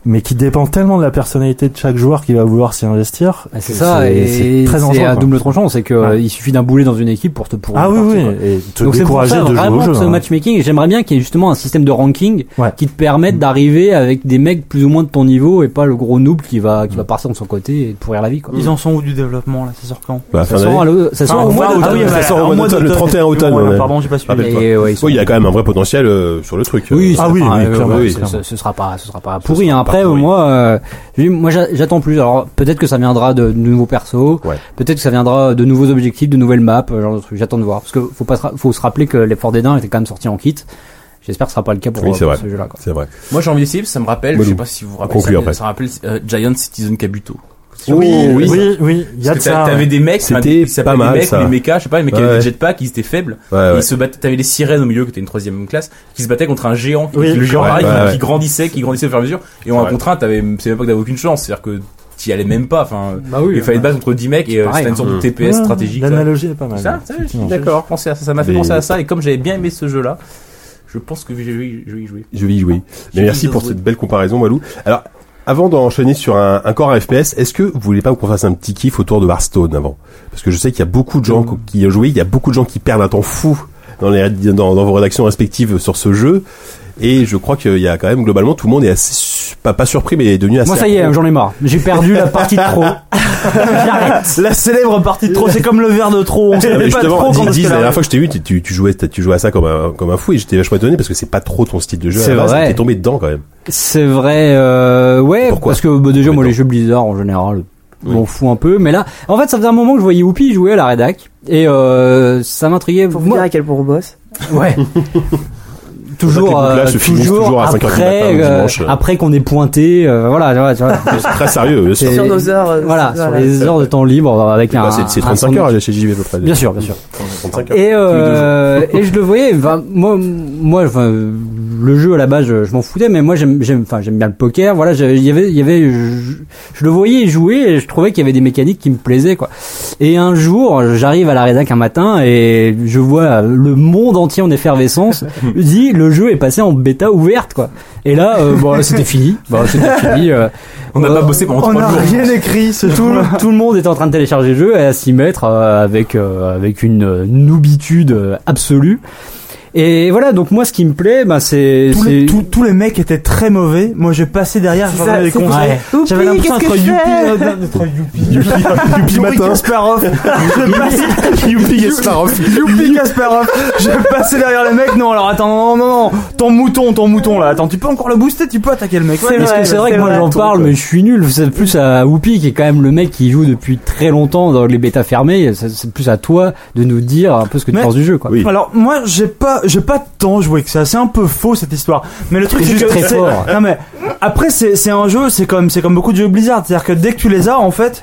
[SPEAKER 8] mais qui dépend tellement de la personnalité de chaque joueur qui va vouloir s'y investir.
[SPEAKER 5] Ah, c'est ça,
[SPEAKER 8] c'est
[SPEAKER 5] et
[SPEAKER 8] très
[SPEAKER 5] c'est
[SPEAKER 8] dangereux,
[SPEAKER 5] à
[SPEAKER 8] quoi.
[SPEAKER 5] double tranchant, c'est que euh,
[SPEAKER 8] Ouais.
[SPEAKER 5] il suffit d'un boulet dans une équipe pour te pour
[SPEAKER 8] Ah
[SPEAKER 5] une
[SPEAKER 8] oui,
[SPEAKER 5] partie,
[SPEAKER 8] oui,
[SPEAKER 5] quoi.
[SPEAKER 8] et te
[SPEAKER 5] Donc c'est pour
[SPEAKER 8] décourager
[SPEAKER 5] ça
[SPEAKER 8] de jouer au
[SPEAKER 5] vraiment
[SPEAKER 8] jeu.
[SPEAKER 5] que ce
[SPEAKER 8] hein.
[SPEAKER 5] matchmaking, j'aimerais bien qu'il y ait justement un système de ranking
[SPEAKER 8] Ouais.
[SPEAKER 5] qui te permette d'arriver avec des mecs plus ou moins de ton niveau et pas le gros noob qui va qui va partir de son côté et te pourrir la vie quoi.
[SPEAKER 2] Ils en sont où du développement là Ça sort quand
[SPEAKER 1] Bah,
[SPEAKER 5] ça
[SPEAKER 1] fin
[SPEAKER 5] sort, à
[SPEAKER 1] d'année.
[SPEAKER 5] l'au- ça sort
[SPEAKER 2] Enfin,
[SPEAKER 5] au
[SPEAKER 2] au
[SPEAKER 5] mois
[SPEAKER 2] mois
[SPEAKER 5] de-
[SPEAKER 1] Ah oui,
[SPEAKER 2] d'automne,
[SPEAKER 1] ça
[SPEAKER 2] voilà,
[SPEAKER 1] sort au
[SPEAKER 2] en
[SPEAKER 1] mois d'automne, le 31 automne.
[SPEAKER 2] Voilà,
[SPEAKER 1] ouais.
[SPEAKER 2] Pardon, j'ai pas suivi.
[SPEAKER 1] Rappelle-toi.
[SPEAKER 5] Et, ouais, ils sont-
[SPEAKER 1] Oui, il y a quand même un vrai potentiel euh, sur le truc. euh.
[SPEAKER 5] Oui,
[SPEAKER 8] Ah
[SPEAKER 5] ça
[SPEAKER 8] oui,
[SPEAKER 5] fera-
[SPEAKER 8] oui,
[SPEAKER 5] euh,
[SPEAKER 8] clairement,
[SPEAKER 5] ouais,
[SPEAKER 8] oui,
[SPEAKER 5] ce-
[SPEAKER 8] clairement.
[SPEAKER 5] ce sera pas, ce sera pas pourri.
[SPEAKER 1] sera
[SPEAKER 5] hein.
[SPEAKER 1] pas
[SPEAKER 5] Après,
[SPEAKER 1] pourri.
[SPEAKER 5] moi, euh, j'ai- moi, j'a- j'attends plus. Alors, peut-être que ça viendra de, de nouveaux persos,
[SPEAKER 1] Ouais.
[SPEAKER 5] peut-être que ça viendra de nouveaux objectifs, de nouvelles maps, euh, genre de trucs. J'attends de voir, parce que faut pas, se ra- faut se rappeler que l'effort des dents était quand même sorti en kit. J'espère que ce sera pas le cas pour,
[SPEAKER 1] Oui,
[SPEAKER 5] euh,
[SPEAKER 1] c'est
[SPEAKER 5] pour
[SPEAKER 1] vrai.
[SPEAKER 5] ce jeu-là. quoi.
[SPEAKER 1] C'est vrai.
[SPEAKER 3] Moi j'ai envie d'essayer, parce que ça me rappelle, je
[SPEAKER 1] Balou.
[SPEAKER 3] sais pas si vous vous rappelez,
[SPEAKER 1] Conclure,
[SPEAKER 3] ça,
[SPEAKER 1] après.
[SPEAKER 3] mais ça me rappelle euh, Giant Citizen Kabuto.
[SPEAKER 8] Oui,
[SPEAKER 1] oui.
[SPEAKER 8] oui, oui, il y a
[SPEAKER 3] Parce
[SPEAKER 8] de
[SPEAKER 3] que
[SPEAKER 8] ça.
[SPEAKER 3] t'a- T'avais
[SPEAKER 8] ouais.
[SPEAKER 3] des mecs, enfin,
[SPEAKER 1] C'était
[SPEAKER 3] ils s'appelaient
[SPEAKER 1] pas mal,
[SPEAKER 3] des mecs,
[SPEAKER 1] ça.
[SPEAKER 3] ou des mechas, je sais pas, les mecs qui
[SPEAKER 1] Ouais,
[SPEAKER 3] avaient
[SPEAKER 1] ouais.
[SPEAKER 3] des jetbacks, ils étaient faibles.
[SPEAKER 1] Ouais,
[SPEAKER 3] Et
[SPEAKER 1] ouais.
[SPEAKER 3] Ils se battaient, t'avais des sirènes au milieu, qui étaient une troisième classe, qui se battaient contre un géant, qui-
[SPEAKER 8] Oui,
[SPEAKER 3] qui- le géant
[SPEAKER 1] ouais,
[SPEAKER 3] pareil,
[SPEAKER 1] ouais,
[SPEAKER 3] qui-
[SPEAKER 1] ouais.
[SPEAKER 3] qui grandissait, qui grandissait au fur et à mesure. Et en
[SPEAKER 1] C'est
[SPEAKER 3] un
[SPEAKER 1] vrai.
[SPEAKER 3] contre un, t'avais, c'est même pas que t'avais aucune chance, c'est-à-dire que t'y allais même pas, enfin,
[SPEAKER 5] Bah oui,
[SPEAKER 3] il fallait te battre contre 10 mecs et euh,
[SPEAKER 5] Pareil,
[SPEAKER 3] c'était une sorte
[SPEAKER 1] hein.
[SPEAKER 3] de TPS
[SPEAKER 8] Ouais,
[SPEAKER 3] stratégique. ça.
[SPEAKER 8] L'analogie est pas mal.
[SPEAKER 3] Ça, ça, je suis
[SPEAKER 8] Effectivement.
[SPEAKER 3] d'accord, je pensais à ça, ça m'a fait
[SPEAKER 1] Des-
[SPEAKER 3] penser à ça, et comme j'avais bien aimé ce jeu-là, je pense que je vais je vais y jouer.
[SPEAKER 1] Je vais y jouer.
[SPEAKER 3] Je
[SPEAKER 1] Mais merci
[SPEAKER 3] vais
[SPEAKER 1] pour
[SPEAKER 3] y
[SPEAKER 1] cette
[SPEAKER 3] jouer.
[SPEAKER 1] belle comparaison, Walou. Alors, avant d'enchaîner sur un, un corps à FPS, est-ce que vous voulez pas qu'on fasse un petit kiff autour de Hearthstone avant Parce que je sais qu'il y a beaucoup de gens co- qui y ont joué, il y a beaucoup de gens qui perdent un temps fou dans, les, dans, dans vos rédactions respectives sur ce jeu. Et je crois qu'il y a quand même globalement tout le monde est assez su- pas, pas surpris mais est devenu assez
[SPEAKER 5] Moi, ça y est,
[SPEAKER 1] accro.
[SPEAKER 5] j'en ai marre. J'ai perdu la partie de trop.
[SPEAKER 2] La célèbre partie de trop, c'est comme le verre de trop. On
[SPEAKER 1] Ah, mais
[SPEAKER 2] sait pas
[SPEAKER 1] justement,
[SPEAKER 2] trop
[SPEAKER 1] dis,
[SPEAKER 2] quand
[SPEAKER 1] dis,
[SPEAKER 2] est-ce que
[SPEAKER 1] la
[SPEAKER 2] la-
[SPEAKER 1] dernière fois que je t'ai vu, tu, tu, tu jouais, tu jouais à ça comme un, comme un fou et j'étais vachement étonné parce que c'est pas trop ton style de jeu. à
[SPEAKER 5] C'est
[SPEAKER 1] la base,
[SPEAKER 5] vrai.
[SPEAKER 1] T'es tombé dedans quand même.
[SPEAKER 5] C'est vrai, euh, ouais,
[SPEAKER 1] Pourquoi
[SPEAKER 5] parce que bah, déjà moi
[SPEAKER 1] Mettons.
[SPEAKER 5] les jeux Blizzard en général,
[SPEAKER 1] Oui.
[SPEAKER 5] m'en fous un peu, mais là, en fait ça faisait un moment que je voyais Whoopi jouer à la rédac et euh, ça m'intriguait.
[SPEAKER 4] Pour vous
[SPEAKER 5] Moi-
[SPEAKER 4] dire à quel point on bosse.
[SPEAKER 5] ouais. toujours,
[SPEAKER 1] Les boucles-là
[SPEAKER 5] euh,
[SPEAKER 1] se finissent toujours à 5 heures du matin
[SPEAKER 5] après,
[SPEAKER 1] le
[SPEAKER 5] euh,
[SPEAKER 1] dimanche.
[SPEAKER 5] après qu'on ait pointé, euh, voilà, voilà, tu vois.
[SPEAKER 1] Très sérieux, bien sûr.
[SPEAKER 5] C'est-
[SPEAKER 4] Sur nos heures. euh,
[SPEAKER 5] voilà, sur les heures de temps libre euh, avec un.
[SPEAKER 1] Bah, c'est- c'est
[SPEAKER 5] un
[SPEAKER 1] 35
[SPEAKER 5] sandwich.
[SPEAKER 1] heures chez JV à peu près.
[SPEAKER 5] Bien sûr, bien sûr.
[SPEAKER 1] 35 heures.
[SPEAKER 5] Et, euh, et je le voyais. enfin, moi, moi, enfin, le jeu à la base, je, je m'en foutais, mais moi, j'aime, j'aime, enfin, j'aime bien le poker. Voilà, j'avais- il y avait, il y avait, je, je le voyais jouer et je trouvais qu'il y avait des mécaniques qui me plaisaient, quoi. Et un jour, j'arrive à la rédac un matin et je vois le monde entier en effervescence. Je dis, le jeu est passé en bêta ouverte, quoi. Et là, euh, bon, c'était fini. Bon, c'était fini. euh,
[SPEAKER 3] On n'a
[SPEAKER 8] Oh.
[SPEAKER 5] euh,
[SPEAKER 3] pas bossé pendant
[SPEAKER 2] On
[SPEAKER 3] 3
[SPEAKER 2] n'a
[SPEAKER 3] jours.
[SPEAKER 2] rien écrit, c'est
[SPEAKER 5] tout,
[SPEAKER 2] tout.
[SPEAKER 5] le- tout le monde était en train de télécharger le jeu et à s'y mettre euh, avec euh, avec une euh, noobitude euh, absolue. Et voilà, donc moi ce qui me plaît, ben c'est
[SPEAKER 2] Tous
[SPEAKER 5] c'est-
[SPEAKER 2] les, tous- tous les mecs étaient très mauvais. Moi, j'ai passé derrière,
[SPEAKER 4] C'est
[SPEAKER 2] j'en
[SPEAKER 4] ça,
[SPEAKER 2] avais
[SPEAKER 4] c'est
[SPEAKER 2] conseils.
[SPEAKER 4] Oupi,
[SPEAKER 2] J'avais l'impression
[SPEAKER 4] qu'est-ce
[SPEAKER 2] d'être
[SPEAKER 4] que je
[SPEAKER 2] Youpi,
[SPEAKER 4] fais
[SPEAKER 2] euh, d'être Youpi,
[SPEAKER 1] Youpi matin.
[SPEAKER 2] Kasparov. Je passais-
[SPEAKER 1] Youpi Gasparov.
[SPEAKER 2] Youpi Kasparov. Je passais derrière le mec. Non, alors attends, non, non, non. Ton mouton, ton mouton là. Attends, tu peux encore le booster, tu peux attaquer le mec. Ouais,
[SPEAKER 5] parce que c'est vrai que moi j'en parle, mais je suis nul. C'est plus à Whoopi qui est quand même le mec qui joue depuis très longtemps dans les bêtas fermées. C'est- C'est plus à toi de nous dire un peu ce que tu
[SPEAKER 2] Mais-
[SPEAKER 5] penses du jeu, quoi.
[SPEAKER 1] Oui.
[SPEAKER 2] Alors moi j'ai pas j'ai pas tant joué que ça, c'est un peu faux cette histoire. Mais le truc c'est
[SPEAKER 5] C'est juste
[SPEAKER 2] que
[SPEAKER 5] très
[SPEAKER 2] c'est-
[SPEAKER 5] fort.
[SPEAKER 2] Non mais après c'est c'est un jeu, c'est comme c'est comme beaucoup de jeux Blizzard, c'est-à-dire que dès que tu les as en fait,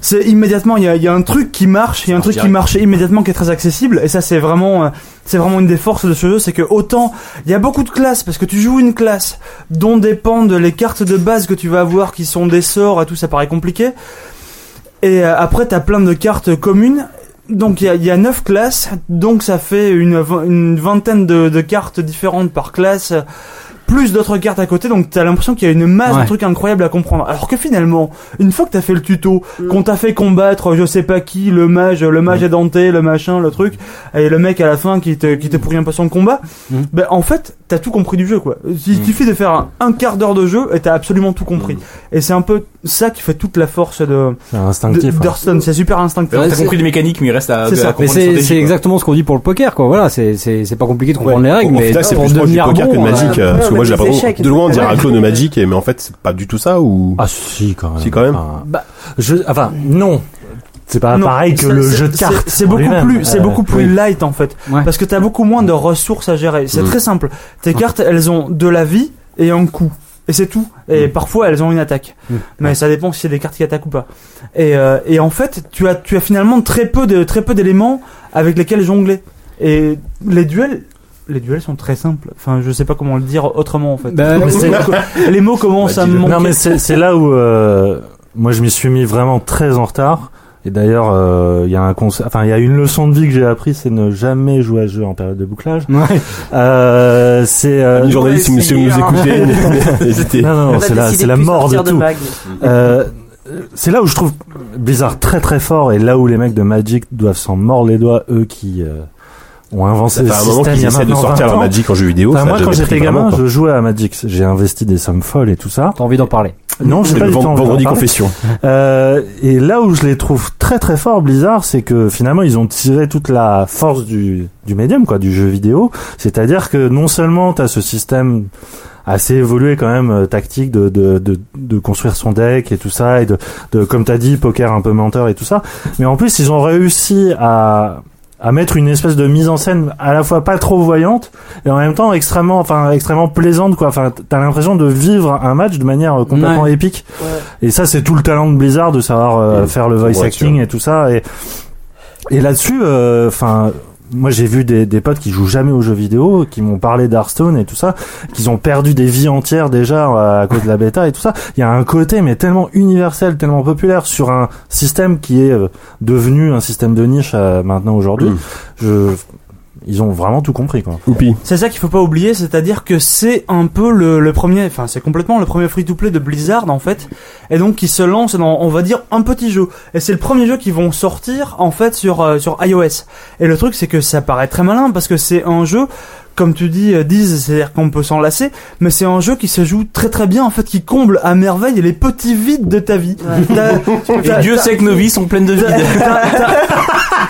[SPEAKER 2] c'est immédiatement il y a, il y a un truc qui marche, il y a un truc qui
[SPEAKER 3] direct.
[SPEAKER 2] marche immédiatement qui est très accessible et ça c'est vraiment euh, c'est vraiment une des forces de ce jeu, c'est que autant il y a beaucoup de classes parce que tu joues une classe dont dépendent les cartes de base que tu vas avoir qui sont des sorts et tout ça paraît compliqué. Et euh, après t'as plein de cartes communes donc il y a, il y a 9 classes, donc ça fait une, v- une vingtaine de, de cartes différentes par classe euh, plus d'autres cartes à côté, donc t'as l'impression qu'il y a une masse
[SPEAKER 5] Ouais.
[SPEAKER 2] de trucs incroyables à comprendre. Alors que finalement, une fois que t'as fait le tuto,
[SPEAKER 4] Mm.
[SPEAKER 2] qu'on t'a fait combattre, je sais pas qui, le mage, le mage édenté, le machin, le truc, et le mec à la fin qui te, qui te pourrit un peu son combat,
[SPEAKER 5] Mm.
[SPEAKER 2] ben en fait, t'as tout compris du jeu, quoi. Il
[SPEAKER 8] Mm.
[SPEAKER 2] suffit de faire un, un quart d'heure de jeu et t'as absolument tout compris. Et c'est un peu ça qui fait toute la force de,
[SPEAKER 8] C'est
[SPEAKER 2] de
[SPEAKER 8] instinctif. hein. ouais.
[SPEAKER 2] d'Hearthstone. C'est super instinctif.
[SPEAKER 3] T'as
[SPEAKER 5] c'est-
[SPEAKER 3] compris les mécaniques, mais il reste à,
[SPEAKER 2] C'est
[SPEAKER 3] à
[SPEAKER 2] ça.
[SPEAKER 5] Mais
[SPEAKER 3] comprendre les
[SPEAKER 5] c'est
[SPEAKER 3] stratégies,
[SPEAKER 5] c'est
[SPEAKER 3] quoi.
[SPEAKER 5] exactement ce qu'on dit pour le poker, quoi. Voilà, c'est- c'est c'est pas compliqué de comprendre les règles,
[SPEAKER 1] Au- au
[SPEAKER 5] mais
[SPEAKER 1] final, c'est
[SPEAKER 5] pour
[SPEAKER 1] plus proche du
[SPEAKER 5] devenir
[SPEAKER 1] poker que de
[SPEAKER 5] bon,
[SPEAKER 1] Magic.
[SPEAKER 4] ouais.
[SPEAKER 1] euh, parce que
[SPEAKER 4] Ouais,
[SPEAKER 1] moi,
[SPEAKER 4] ouais,
[SPEAKER 1] j'ai
[SPEAKER 4] des échecs,
[SPEAKER 1] l'impression. De loin, on dirait un
[SPEAKER 4] ouais.
[SPEAKER 1] clone de Magic, et- mais en fait, c'est pas du tout ça, ou.
[SPEAKER 8] Ah si quand même.
[SPEAKER 1] Si, quand même.
[SPEAKER 8] Enfin, je, enfin non. C'est pas
[SPEAKER 2] Non,
[SPEAKER 8] pareil que
[SPEAKER 2] c'est-
[SPEAKER 8] le
[SPEAKER 2] c'est-
[SPEAKER 8] jeu de
[SPEAKER 2] c'est-
[SPEAKER 8] cartes.
[SPEAKER 2] C'est
[SPEAKER 8] en
[SPEAKER 2] beaucoup
[SPEAKER 8] lui-même.
[SPEAKER 2] plus, c'est
[SPEAKER 8] Euh,
[SPEAKER 2] beaucoup plus
[SPEAKER 8] oui.
[SPEAKER 2] light en fait,
[SPEAKER 5] Ouais.
[SPEAKER 2] parce que t'as beaucoup moins de ressources à gérer. C'est
[SPEAKER 1] Mm.
[SPEAKER 2] très simple. Tes cartes, elles ont de la vie et un coup, et c'est tout. Et
[SPEAKER 8] Mm.
[SPEAKER 2] parfois, elles ont une attaque,
[SPEAKER 5] Mm.
[SPEAKER 2] mais ça dépend si c'est des cartes qui attaquent ou pas. Et, euh, et en fait, tu as, tu as finalement très peu de, très peu d'éléments avec lesquels jongler. Et les duels. Les duels sont très simples. Enfin, je sais pas comment le dire autrement en fait.
[SPEAKER 5] Bah, mais c'est-
[SPEAKER 2] les mots commencent
[SPEAKER 1] Bah,
[SPEAKER 2] à me
[SPEAKER 1] dis-le.
[SPEAKER 2] manquer.
[SPEAKER 8] Non mais c'est c'est là où euh, moi je m'y suis mis vraiment très en retard. Et d'ailleurs, euh, il y a un conseil, enfin il y a une leçon de vie que j'ai appris, c'est ne jamais jouer à ce jeu en période de bouclage.
[SPEAKER 5] Ouais.
[SPEAKER 8] Euh, c'est euh,
[SPEAKER 1] Amis journalistes, si vous, si vous nous écoutez, n'hésitez.
[SPEAKER 8] non, non, non,
[SPEAKER 4] On a
[SPEAKER 8] c'est la,
[SPEAKER 4] décidé
[SPEAKER 8] c'est la
[SPEAKER 4] de plus
[SPEAKER 8] mort de
[SPEAKER 4] sortir
[SPEAKER 8] tout.
[SPEAKER 4] bague.
[SPEAKER 8] Euh, c'est là où je trouve Blizzard très très fort et là où les mecs de Magic doivent s'en mordre les doigts, eux qui euh, ont
[SPEAKER 1] Ça
[SPEAKER 8] inventé
[SPEAKER 1] fait
[SPEAKER 8] le
[SPEAKER 1] un moment
[SPEAKER 8] système il
[SPEAKER 1] qu'ils
[SPEAKER 8] y a
[SPEAKER 1] essaient de
[SPEAKER 8] maintenant
[SPEAKER 1] sortir
[SPEAKER 8] 20
[SPEAKER 1] leur
[SPEAKER 8] ans.
[SPEAKER 1] Magic en jeu vidéo.
[SPEAKER 8] Enfin,
[SPEAKER 1] ça a
[SPEAKER 8] moi
[SPEAKER 1] jamais
[SPEAKER 8] quand
[SPEAKER 1] pris
[SPEAKER 8] j'étais
[SPEAKER 1] vraiment,
[SPEAKER 8] gamin,
[SPEAKER 1] quoi.
[SPEAKER 8] je jouais à Magic, j'ai investi des sommes folles et tout ça.
[SPEAKER 5] T'as envie d'en parler.
[SPEAKER 8] Non, j'ai
[SPEAKER 1] C'est
[SPEAKER 8] pas
[SPEAKER 1] le
[SPEAKER 8] du tout
[SPEAKER 1] vend-
[SPEAKER 8] envie d'en
[SPEAKER 1] vendredi
[SPEAKER 8] parler.
[SPEAKER 1] confession.
[SPEAKER 8] Euh, et là où je les trouve très très forts, Blizzard, c'est que finalement ils ont tiré toute la force du, du médium, quoi, du jeu vidéo. C'est-à-dire que non seulement t'as ce système assez évolué quand même euh, tactique de, de, de, de construire son deck et tout ça et de, de comme t'as dit poker un peu menteur et tout ça, mais en plus ils ont réussi à à mettre une espèce de mise en scène à la fois pas trop voyante et en même temps extrêmement enfin extrêmement plaisante quoi enfin t'as l'impression de vivre un match de manière euh, complètement épique et ça, c'est tout le talent de Blizzard de savoir euh,
[SPEAKER 1] Ouais.
[SPEAKER 8] faire le voice
[SPEAKER 1] Ouais,
[SPEAKER 8] acting et tout ça. Et, et là-dessus, euh, enfin. moi, j'ai vu des, des potes qui jouent jamais aux jeux vidéo, qui m'ont parlé d'Hearthstone et tout ça, qu'ils ont perdu des vies entières déjà euh, à cause de la bêta et tout ça. Il y a un côté, mais tellement universel, tellement populaire sur un système qui est euh, devenu un système de niche euh, maintenant aujourd'hui.
[SPEAKER 1] Mm.
[SPEAKER 8] Je, ils ont vraiment tout compris, quoi.
[SPEAKER 1] Oupi.
[SPEAKER 2] C'est ça qu'il faut pas oublier, c'est-à-dire que c'est un peu le, le premier, enfin c'est complètement le premier free-to-play de Blizzard en fait, et donc qui se lance dans, on va dire, un petit jeu. Et c'est le premier jeu qu'ils vont sortir en fait sur euh, sur iOS. Et le truc c'est que ça paraît très malin parce que c'est un jeu, comme tu dis, euh, disent, c'est-à-dire qu'on peut s'enlacer, mais c'est un jeu qui se joue très très bien en fait, qui comble à merveille les petits vides de ta vie.
[SPEAKER 4] Ouais.
[SPEAKER 2] T'as-
[SPEAKER 3] Et
[SPEAKER 2] t'as-
[SPEAKER 3] Dieu
[SPEAKER 2] t'as-
[SPEAKER 3] sait que nos vies sont pleines de
[SPEAKER 2] t'as-
[SPEAKER 3] vide.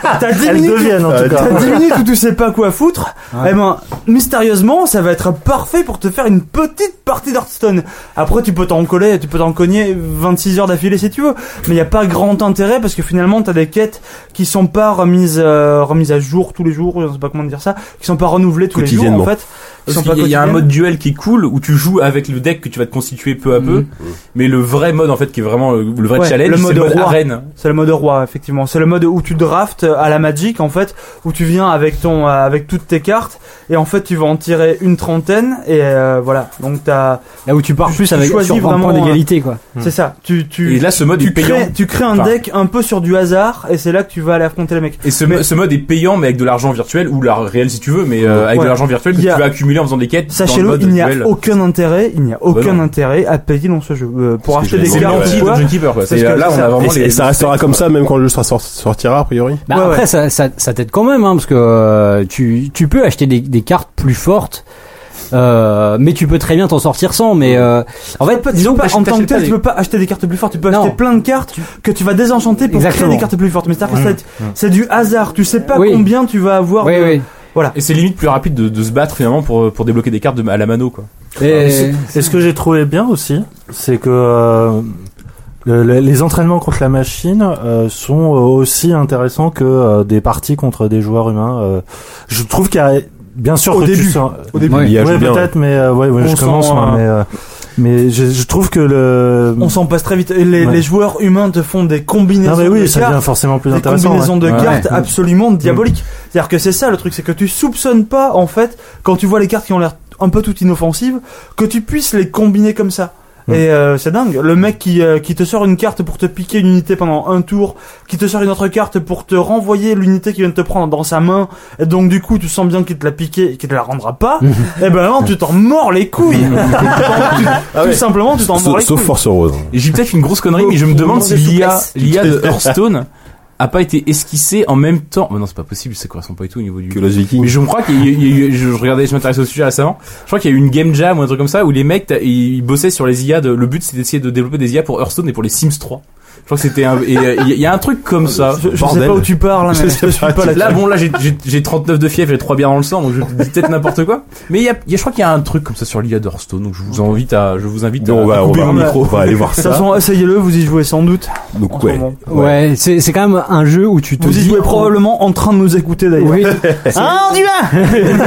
[SPEAKER 2] t'as- T'as 10
[SPEAKER 8] Elles
[SPEAKER 2] minutes
[SPEAKER 8] deviennent, en tout cas.
[SPEAKER 2] T'as 10 minutes où tu sais pas quoi foutre,
[SPEAKER 5] Ouais.
[SPEAKER 2] eh ben, mystérieusement, ça va être parfait pour te faire une petite partie d'Hearthstone. Après, tu peux t'en coller, tu peux t'en cogner 26 heures d'affilée si tu veux, mais il a pas grand intérêt parce que finalement, t'as des quêtes qui sont pas remises, euh, remises à jour tous les jours, je sais pas comment dire ça, qui sont pas renouvelées tous les jours, en
[SPEAKER 1] Quotidiennement.
[SPEAKER 2] fait. Qui sont pas
[SPEAKER 3] Il y a- il y a un
[SPEAKER 2] quotidiennes.
[SPEAKER 3] mode duel qui est cool où tu joues avec le deck que tu vas te constituer peu à peu, mais le vrai mode en fait qui est vraiment le le vrai
[SPEAKER 2] Ouais,
[SPEAKER 3] challenge,
[SPEAKER 2] le
[SPEAKER 3] c'est
[SPEAKER 2] mode
[SPEAKER 3] le mode
[SPEAKER 2] roi.
[SPEAKER 3] arène.
[SPEAKER 2] C'est le mode roi, effectivement. C'est le mode où tu draftes euh, à la Magic, en fait, où tu viens avec ton, euh, avec toutes tes cartes, et en fait, tu vas en tirer une trentaine, et euh, voilà. Donc t'as,
[SPEAKER 5] Là où tu pars
[SPEAKER 2] Tu-
[SPEAKER 5] plus
[SPEAKER 2] tu
[SPEAKER 5] avec
[SPEAKER 2] choisis
[SPEAKER 5] sur 20
[SPEAKER 2] vraiment,
[SPEAKER 5] points
[SPEAKER 2] euh,
[SPEAKER 5] d'égalité, quoi.
[SPEAKER 2] c'est ça. Tu, tu,
[SPEAKER 3] Et là ce mode est
[SPEAKER 2] tu
[SPEAKER 3] payant.
[SPEAKER 2] crées, tu crées un
[SPEAKER 3] Enfin.
[SPEAKER 2] deck un peu sur du hasard et c'est là que tu vas aller affronter les mecs.
[SPEAKER 3] Et ce, ce mode est payant mais avec de l'argent virtuel ou la réel si tu veux, mais euh, avec
[SPEAKER 2] Ouais.
[SPEAKER 3] de l'argent virtuel que
[SPEAKER 2] Il y a-
[SPEAKER 3] tu vas accumuler en faisant des quêtes. dans le
[SPEAKER 2] Sachez-le,
[SPEAKER 3] mode
[SPEAKER 2] il n'y a
[SPEAKER 3] duel.
[SPEAKER 2] aucun intérêt, il n'y a aucun
[SPEAKER 3] non.
[SPEAKER 2] intérêt à payer dans ce jeu Euh, pour
[SPEAKER 1] Parce que
[SPEAKER 2] acheter des
[SPEAKER 1] j'ai-
[SPEAKER 3] C'est
[SPEAKER 1] Ouais,
[SPEAKER 2] cartes.
[SPEAKER 1] ouais.
[SPEAKER 2] ou
[SPEAKER 3] l'anti
[SPEAKER 2] quoi,
[SPEAKER 3] Dungeon Keeper quoi.
[SPEAKER 2] Parce
[SPEAKER 3] C'est-
[SPEAKER 2] que
[SPEAKER 3] Là
[SPEAKER 2] c'est
[SPEAKER 3] on a
[SPEAKER 2] ça.
[SPEAKER 3] vraiment
[SPEAKER 1] Et,
[SPEAKER 3] les.
[SPEAKER 1] et ça
[SPEAKER 3] les-
[SPEAKER 1] restera comme ça, même quand le jeu sera sor- sortira, a priori.
[SPEAKER 5] Bah,
[SPEAKER 2] Ouais,
[SPEAKER 5] après,
[SPEAKER 2] ouais.
[SPEAKER 5] Ça, ça, ça t'aide quand même, hein, parce que euh, tu, tu peux acheter des, des cartes plus fortes, euh, mais tu peux très bien t'en sortir sans. Mais euh, en fait, disons
[SPEAKER 2] Pas-
[SPEAKER 5] que
[SPEAKER 2] en tant que
[SPEAKER 5] t'achètes pas
[SPEAKER 2] tel,
[SPEAKER 5] des-
[SPEAKER 2] tu peux pas acheter des cartes plus fortes, tu peux
[SPEAKER 5] Non.
[SPEAKER 2] acheter plein de cartes que tu vas désenchanter pour
[SPEAKER 5] Exactement.
[SPEAKER 2] créer des cartes plus fortes. Mais c'est-à-dire que
[SPEAKER 8] Mmh.
[SPEAKER 2] c'est- c'est du hasard, tu sais pas
[SPEAKER 5] Oui.
[SPEAKER 2] combien tu vas avoir.
[SPEAKER 5] Oui,
[SPEAKER 2] de-
[SPEAKER 5] oui.
[SPEAKER 3] Et c'est limite plus rapide de, de se battre finalement pour, pour débloquer des cartes de, à la mano quoi.
[SPEAKER 5] euh, Et-
[SPEAKER 8] Et ce que j'ai trouvé bien aussi, c'est que euh, le- le- les entraînements contre la machine euh, sont aussi intéressants que euh, des parties contre des joueurs humains. euh. je trouve qu'il y a bien sûr
[SPEAKER 2] Au
[SPEAKER 8] que
[SPEAKER 2] début.
[SPEAKER 8] tu sens-
[SPEAKER 2] Au début.
[SPEAKER 5] Ouais.
[SPEAKER 1] Il y a
[SPEAKER 8] ouais,
[SPEAKER 1] bien.
[SPEAKER 8] peut-être, mais euh, ouais, ouais,
[SPEAKER 2] On
[SPEAKER 8] je commence.
[SPEAKER 2] sent, euh,
[SPEAKER 8] moi, mais euh, mais je, je trouve que le
[SPEAKER 2] On s'en passe très vite. Et les,
[SPEAKER 8] Ouais.
[SPEAKER 2] les joueurs humains te font des
[SPEAKER 8] non
[SPEAKER 2] combinaisons
[SPEAKER 8] mais
[SPEAKER 2] de
[SPEAKER 8] oui, ça
[SPEAKER 2] cartes.
[SPEAKER 8] devient forcément plus
[SPEAKER 2] des
[SPEAKER 8] intéressant.
[SPEAKER 2] combinaisons
[SPEAKER 8] ouais. Mm.
[SPEAKER 2] de
[SPEAKER 5] Ouais.
[SPEAKER 2] cartes
[SPEAKER 5] Ouais.
[SPEAKER 2] absolument diaboliques. C'est-à-dire que c'est ça le truc, c'est que tu soupçonnes pas en fait quand tu vois les cartes qui ont l'air un peu toutes inoffensives que tu puisses les combiner comme ça.
[SPEAKER 8] Mm.
[SPEAKER 2] Et euh, c'est dingue. Le mec qui, euh, qui te sort une carte pour te piquer une unité pendant un tour, qui te sort une autre carte pour te renvoyer l'unité qu'il vient de te prendre dans sa main, et donc du coup tu sens bien qu'il te l'a piqué et qu'il te la rendra pas, et ben non, tu t'en mords les couilles.
[SPEAKER 1] Ah ouais.
[SPEAKER 2] Tout simplement, tu t'en mords
[SPEAKER 1] Sauf,
[SPEAKER 2] les couilles.
[SPEAKER 1] sauf Force Rose.
[SPEAKER 3] Et J'ai peut-être fait une grosse connerie, mais je me demande si l'IA, l'IA de Hearthstone a pas été esquissée en même temps. Oh, Mais non, c'est pas possible, ça correspond pas du tout au niveau du.
[SPEAKER 1] Que Los
[SPEAKER 3] Mais
[SPEAKER 1] Vikings.
[SPEAKER 3] je crois qu'il y a eu- il y a eu, je je regardais, je m'intéressais au sujet récemment. Je crois qu'il y a eu une game jam ou un truc comme ça où les mecs, t'as- ils ils bossaient sur les IA. De, le but, c'est d'essayer de développer des IA pour Hearthstone et pour les Sims 3. Je crois que c'était un, et euh, il y a- il y a un truc comme ça.
[SPEAKER 2] Je, je sais
[SPEAKER 1] Bordel.
[SPEAKER 2] pas où tu parles, mais
[SPEAKER 1] Je sais
[SPEAKER 2] je suis
[SPEAKER 1] pas.
[SPEAKER 2] pas là.
[SPEAKER 3] Là, bon, là, j'ai- j'ai j'ai 39 de fièvre, j'ai trois bières dans le sang, donc je dis peut-être n'importe quoi. Mais il y a, il y a- je crois qu'il y a un truc comme ça sur l'IA de Hearthstone, donc je vous invite à, je vous invite
[SPEAKER 1] Donc,
[SPEAKER 3] à,
[SPEAKER 1] on va,
[SPEAKER 3] euh, à
[SPEAKER 1] on
[SPEAKER 3] couper
[SPEAKER 1] va,
[SPEAKER 3] mon micro.
[SPEAKER 1] on va aller voir
[SPEAKER 2] De toute
[SPEAKER 1] ça.
[SPEAKER 2] façon, essayez-le, vous y jouez sans doute. en
[SPEAKER 1] Donc,
[SPEAKER 2] ce
[SPEAKER 1] ouais.
[SPEAKER 2] moment.
[SPEAKER 5] Ouais, c'est c'est quand même un jeu où tu te
[SPEAKER 2] Vous y
[SPEAKER 5] dis. oh,
[SPEAKER 2] jouez probablement en train de nous écouter d'ailleurs.
[SPEAKER 5] Oui.
[SPEAKER 2] Hein, du vin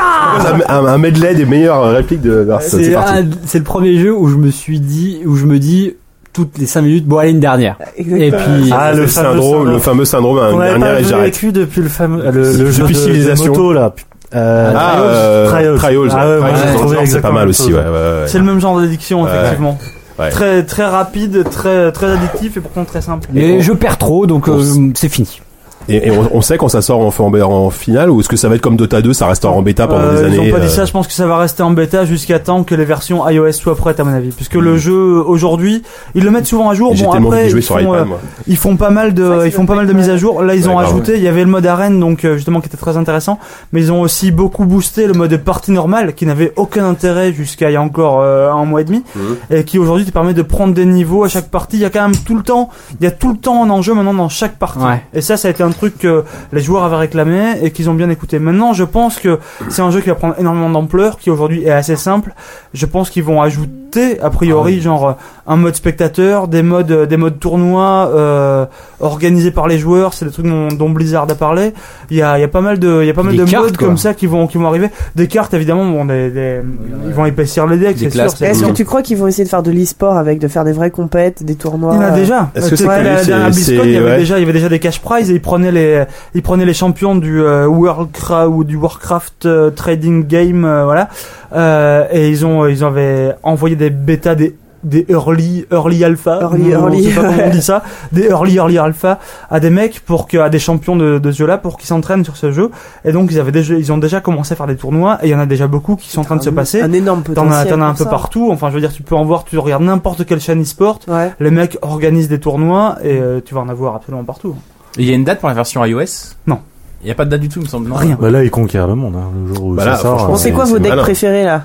[SPEAKER 1] Ah, Un, un- un medley des meilleures répliques de
[SPEAKER 2] Euh,
[SPEAKER 1] Hearthstone. C'est
[SPEAKER 5] C'est
[SPEAKER 1] parti.
[SPEAKER 5] un- c'est le premier jeu où je me suis dit, où je me dis toutes les 5 minutes, bon allez une dernière. Et puis
[SPEAKER 8] Ah, le
[SPEAKER 1] le
[SPEAKER 8] fameux
[SPEAKER 1] syndrome,
[SPEAKER 8] syndrome.
[SPEAKER 1] le fameux syndrome, un
[SPEAKER 8] On avait
[SPEAKER 1] dernier
[SPEAKER 8] pas
[SPEAKER 1] et j'arrête.
[SPEAKER 8] vécu depuis le fameux, euh, le, le
[SPEAKER 1] Depuis
[SPEAKER 8] jeu de, de
[SPEAKER 1] Civilization.
[SPEAKER 8] moto, là. Euh,
[SPEAKER 1] Ah, euh, Trials. Trials,
[SPEAKER 8] Ah ouais,
[SPEAKER 1] ouais,
[SPEAKER 8] ouais,
[SPEAKER 1] dans le
[SPEAKER 8] j'ai
[SPEAKER 1] genre,
[SPEAKER 8] trouvé
[SPEAKER 1] c'est pas
[SPEAKER 8] exactement
[SPEAKER 1] mal
[SPEAKER 8] la
[SPEAKER 1] aussi,
[SPEAKER 8] chose.
[SPEAKER 1] ouais, ouais, ouais.
[SPEAKER 2] C'est le même genre d'addiction,
[SPEAKER 1] Ouais.
[SPEAKER 2] effectivement.
[SPEAKER 1] Ouais.
[SPEAKER 2] Très, très rapide, très, très addictif et pourtant très simple.
[SPEAKER 5] mais je perds trop, donc euh, c'est fini.
[SPEAKER 1] Et, et on, on sait quand ça sort en, en, en finale ou est-ce que ça va être comme Dota 2, ça restera en bêta pendant
[SPEAKER 2] Euh,
[SPEAKER 1] des
[SPEAKER 2] ils
[SPEAKER 1] années
[SPEAKER 2] ont pas
[SPEAKER 1] euh,
[SPEAKER 2] dit ça, je pense que ça va rester en bêta jusqu'à temps que les versions iOS soient prêtes à mon avis. Puisque
[SPEAKER 1] Mm.
[SPEAKER 2] le jeu aujourd'hui, ils le mettent souvent à jour.
[SPEAKER 1] J'ai
[SPEAKER 2] Bon
[SPEAKER 1] tellement envie
[SPEAKER 2] après,
[SPEAKER 1] de jouer
[SPEAKER 2] ils
[SPEAKER 1] sur
[SPEAKER 2] font, euh,
[SPEAKER 1] iPad. hein. moi.
[SPEAKER 2] ils font pas mal
[SPEAKER 4] C'est vrai
[SPEAKER 2] de,
[SPEAKER 4] qu'ils
[SPEAKER 2] ils font
[SPEAKER 4] ont
[SPEAKER 2] pas
[SPEAKER 4] fait
[SPEAKER 2] mal de
[SPEAKER 4] une-
[SPEAKER 2] mises à jour. Là, ils
[SPEAKER 1] Ouais,
[SPEAKER 2] ont
[SPEAKER 1] grave.
[SPEAKER 2] rajouté, il y avait le mode arène, donc euh, justement qui était très intéressant. Mais ils ont aussi beaucoup boosté le mode partie normale, qui n'avait aucun intérêt jusqu'à il y a encore euh, un mois et demi,
[SPEAKER 1] Mhm.
[SPEAKER 2] et qui aujourd'hui te permet de prendre des niveaux à chaque partie. Il y a quand même tout le temps, il y a tout le temps un enjeu maintenant dans chaque partie.
[SPEAKER 5] Ouais.
[SPEAKER 2] Et ça, ça a été un truc que les joueurs avaient réclamé et qu'ils ont bien écouté. Maintenant, je pense que c'est un jeu qui va prendre énormément d'ampleur, qui aujourd'hui est assez simple. Je pense qu'ils vont ajouter, a
[SPEAKER 5] Ah
[SPEAKER 2] priori, genre euh, un mode spectateur, des modes, euh, des modes tournois euh, organisés par les joueurs. C'est des trucs dont, dont Blizzard a parlé. Il y a, il y a pas mal de, il y a pas mal
[SPEAKER 5] Des
[SPEAKER 2] de
[SPEAKER 5] cartes,
[SPEAKER 2] modes
[SPEAKER 5] quoi.
[SPEAKER 2] comme ça qui vont, qui vont arriver. Des cartes, évidemment, bon, des, des- ils vont épaissir les decks,
[SPEAKER 3] Des
[SPEAKER 2] c'est sûr.
[SPEAKER 3] classes,
[SPEAKER 2] c'est-
[SPEAKER 4] Est-ce que tu crois qu'ils vont essayer de faire de l'e-sport avec de faire des vraies compètes, des tournois
[SPEAKER 2] Il y en a
[SPEAKER 4] euh,
[SPEAKER 2] déjà.
[SPEAKER 1] Est-ce que
[SPEAKER 2] Tu
[SPEAKER 1] c'est
[SPEAKER 2] vois,
[SPEAKER 1] connu,
[SPEAKER 2] la
[SPEAKER 1] c'est-
[SPEAKER 2] dernière BlizzCon,
[SPEAKER 1] c'est-
[SPEAKER 2] il y avait
[SPEAKER 1] ouais.
[SPEAKER 2] déjà, il y avait déjà des cash prizes et ils prenaient les, ils prenaient les champions du euh, Warcraft ou du Warcraft euh, Trading Game, euh, voilà. Euh, et ils ont, ils avaient envoyé des bêtas des des early early alpha
[SPEAKER 4] Early,
[SPEAKER 2] je
[SPEAKER 4] early,
[SPEAKER 2] sais pas comment on
[SPEAKER 4] ouais.
[SPEAKER 2] dit ça des early early alpha à des mecs pour que à des champions de, de ce jeu là pour qu'ils s'entraînent sur ce jeu et donc ils avaient déjà ils ont déjà commencé à faire des tournois et il y en a déjà beaucoup qui sont en train de se
[SPEAKER 4] un-
[SPEAKER 2] passer
[SPEAKER 4] Un énorme potentiel.
[SPEAKER 2] t'en as t'en as un
[SPEAKER 4] pour
[SPEAKER 2] peu
[SPEAKER 4] ça.
[SPEAKER 2] partout enfin je veux dire tu peux en voir tu regardes n'importe quelle chaîne e-sport
[SPEAKER 4] Ouais.
[SPEAKER 2] les mecs organisent des tournois et euh, tu vas en avoir absolument partout.
[SPEAKER 3] Et Il y a une date pour la version iOS
[SPEAKER 2] Non.
[SPEAKER 3] Il n'y a pas de date du tout, il me semble. non
[SPEAKER 2] Rien.
[SPEAKER 8] Bah là, il conquiert le monde, hein, le jour où
[SPEAKER 1] Bah
[SPEAKER 8] ça
[SPEAKER 1] là,
[SPEAKER 8] sort.
[SPEAKER 1] franchement,
[SPEAKER 4] Bon,
[SPEAKER 1] Ouais,
[SPEAKER 8] euh,
[SPEAKER 4] c'est quoi
[SPEAKER 1] c'est
[SPEAKER 4] vos decks
[SPEAKER 1] malin.
[SPEAKER 4] préférés là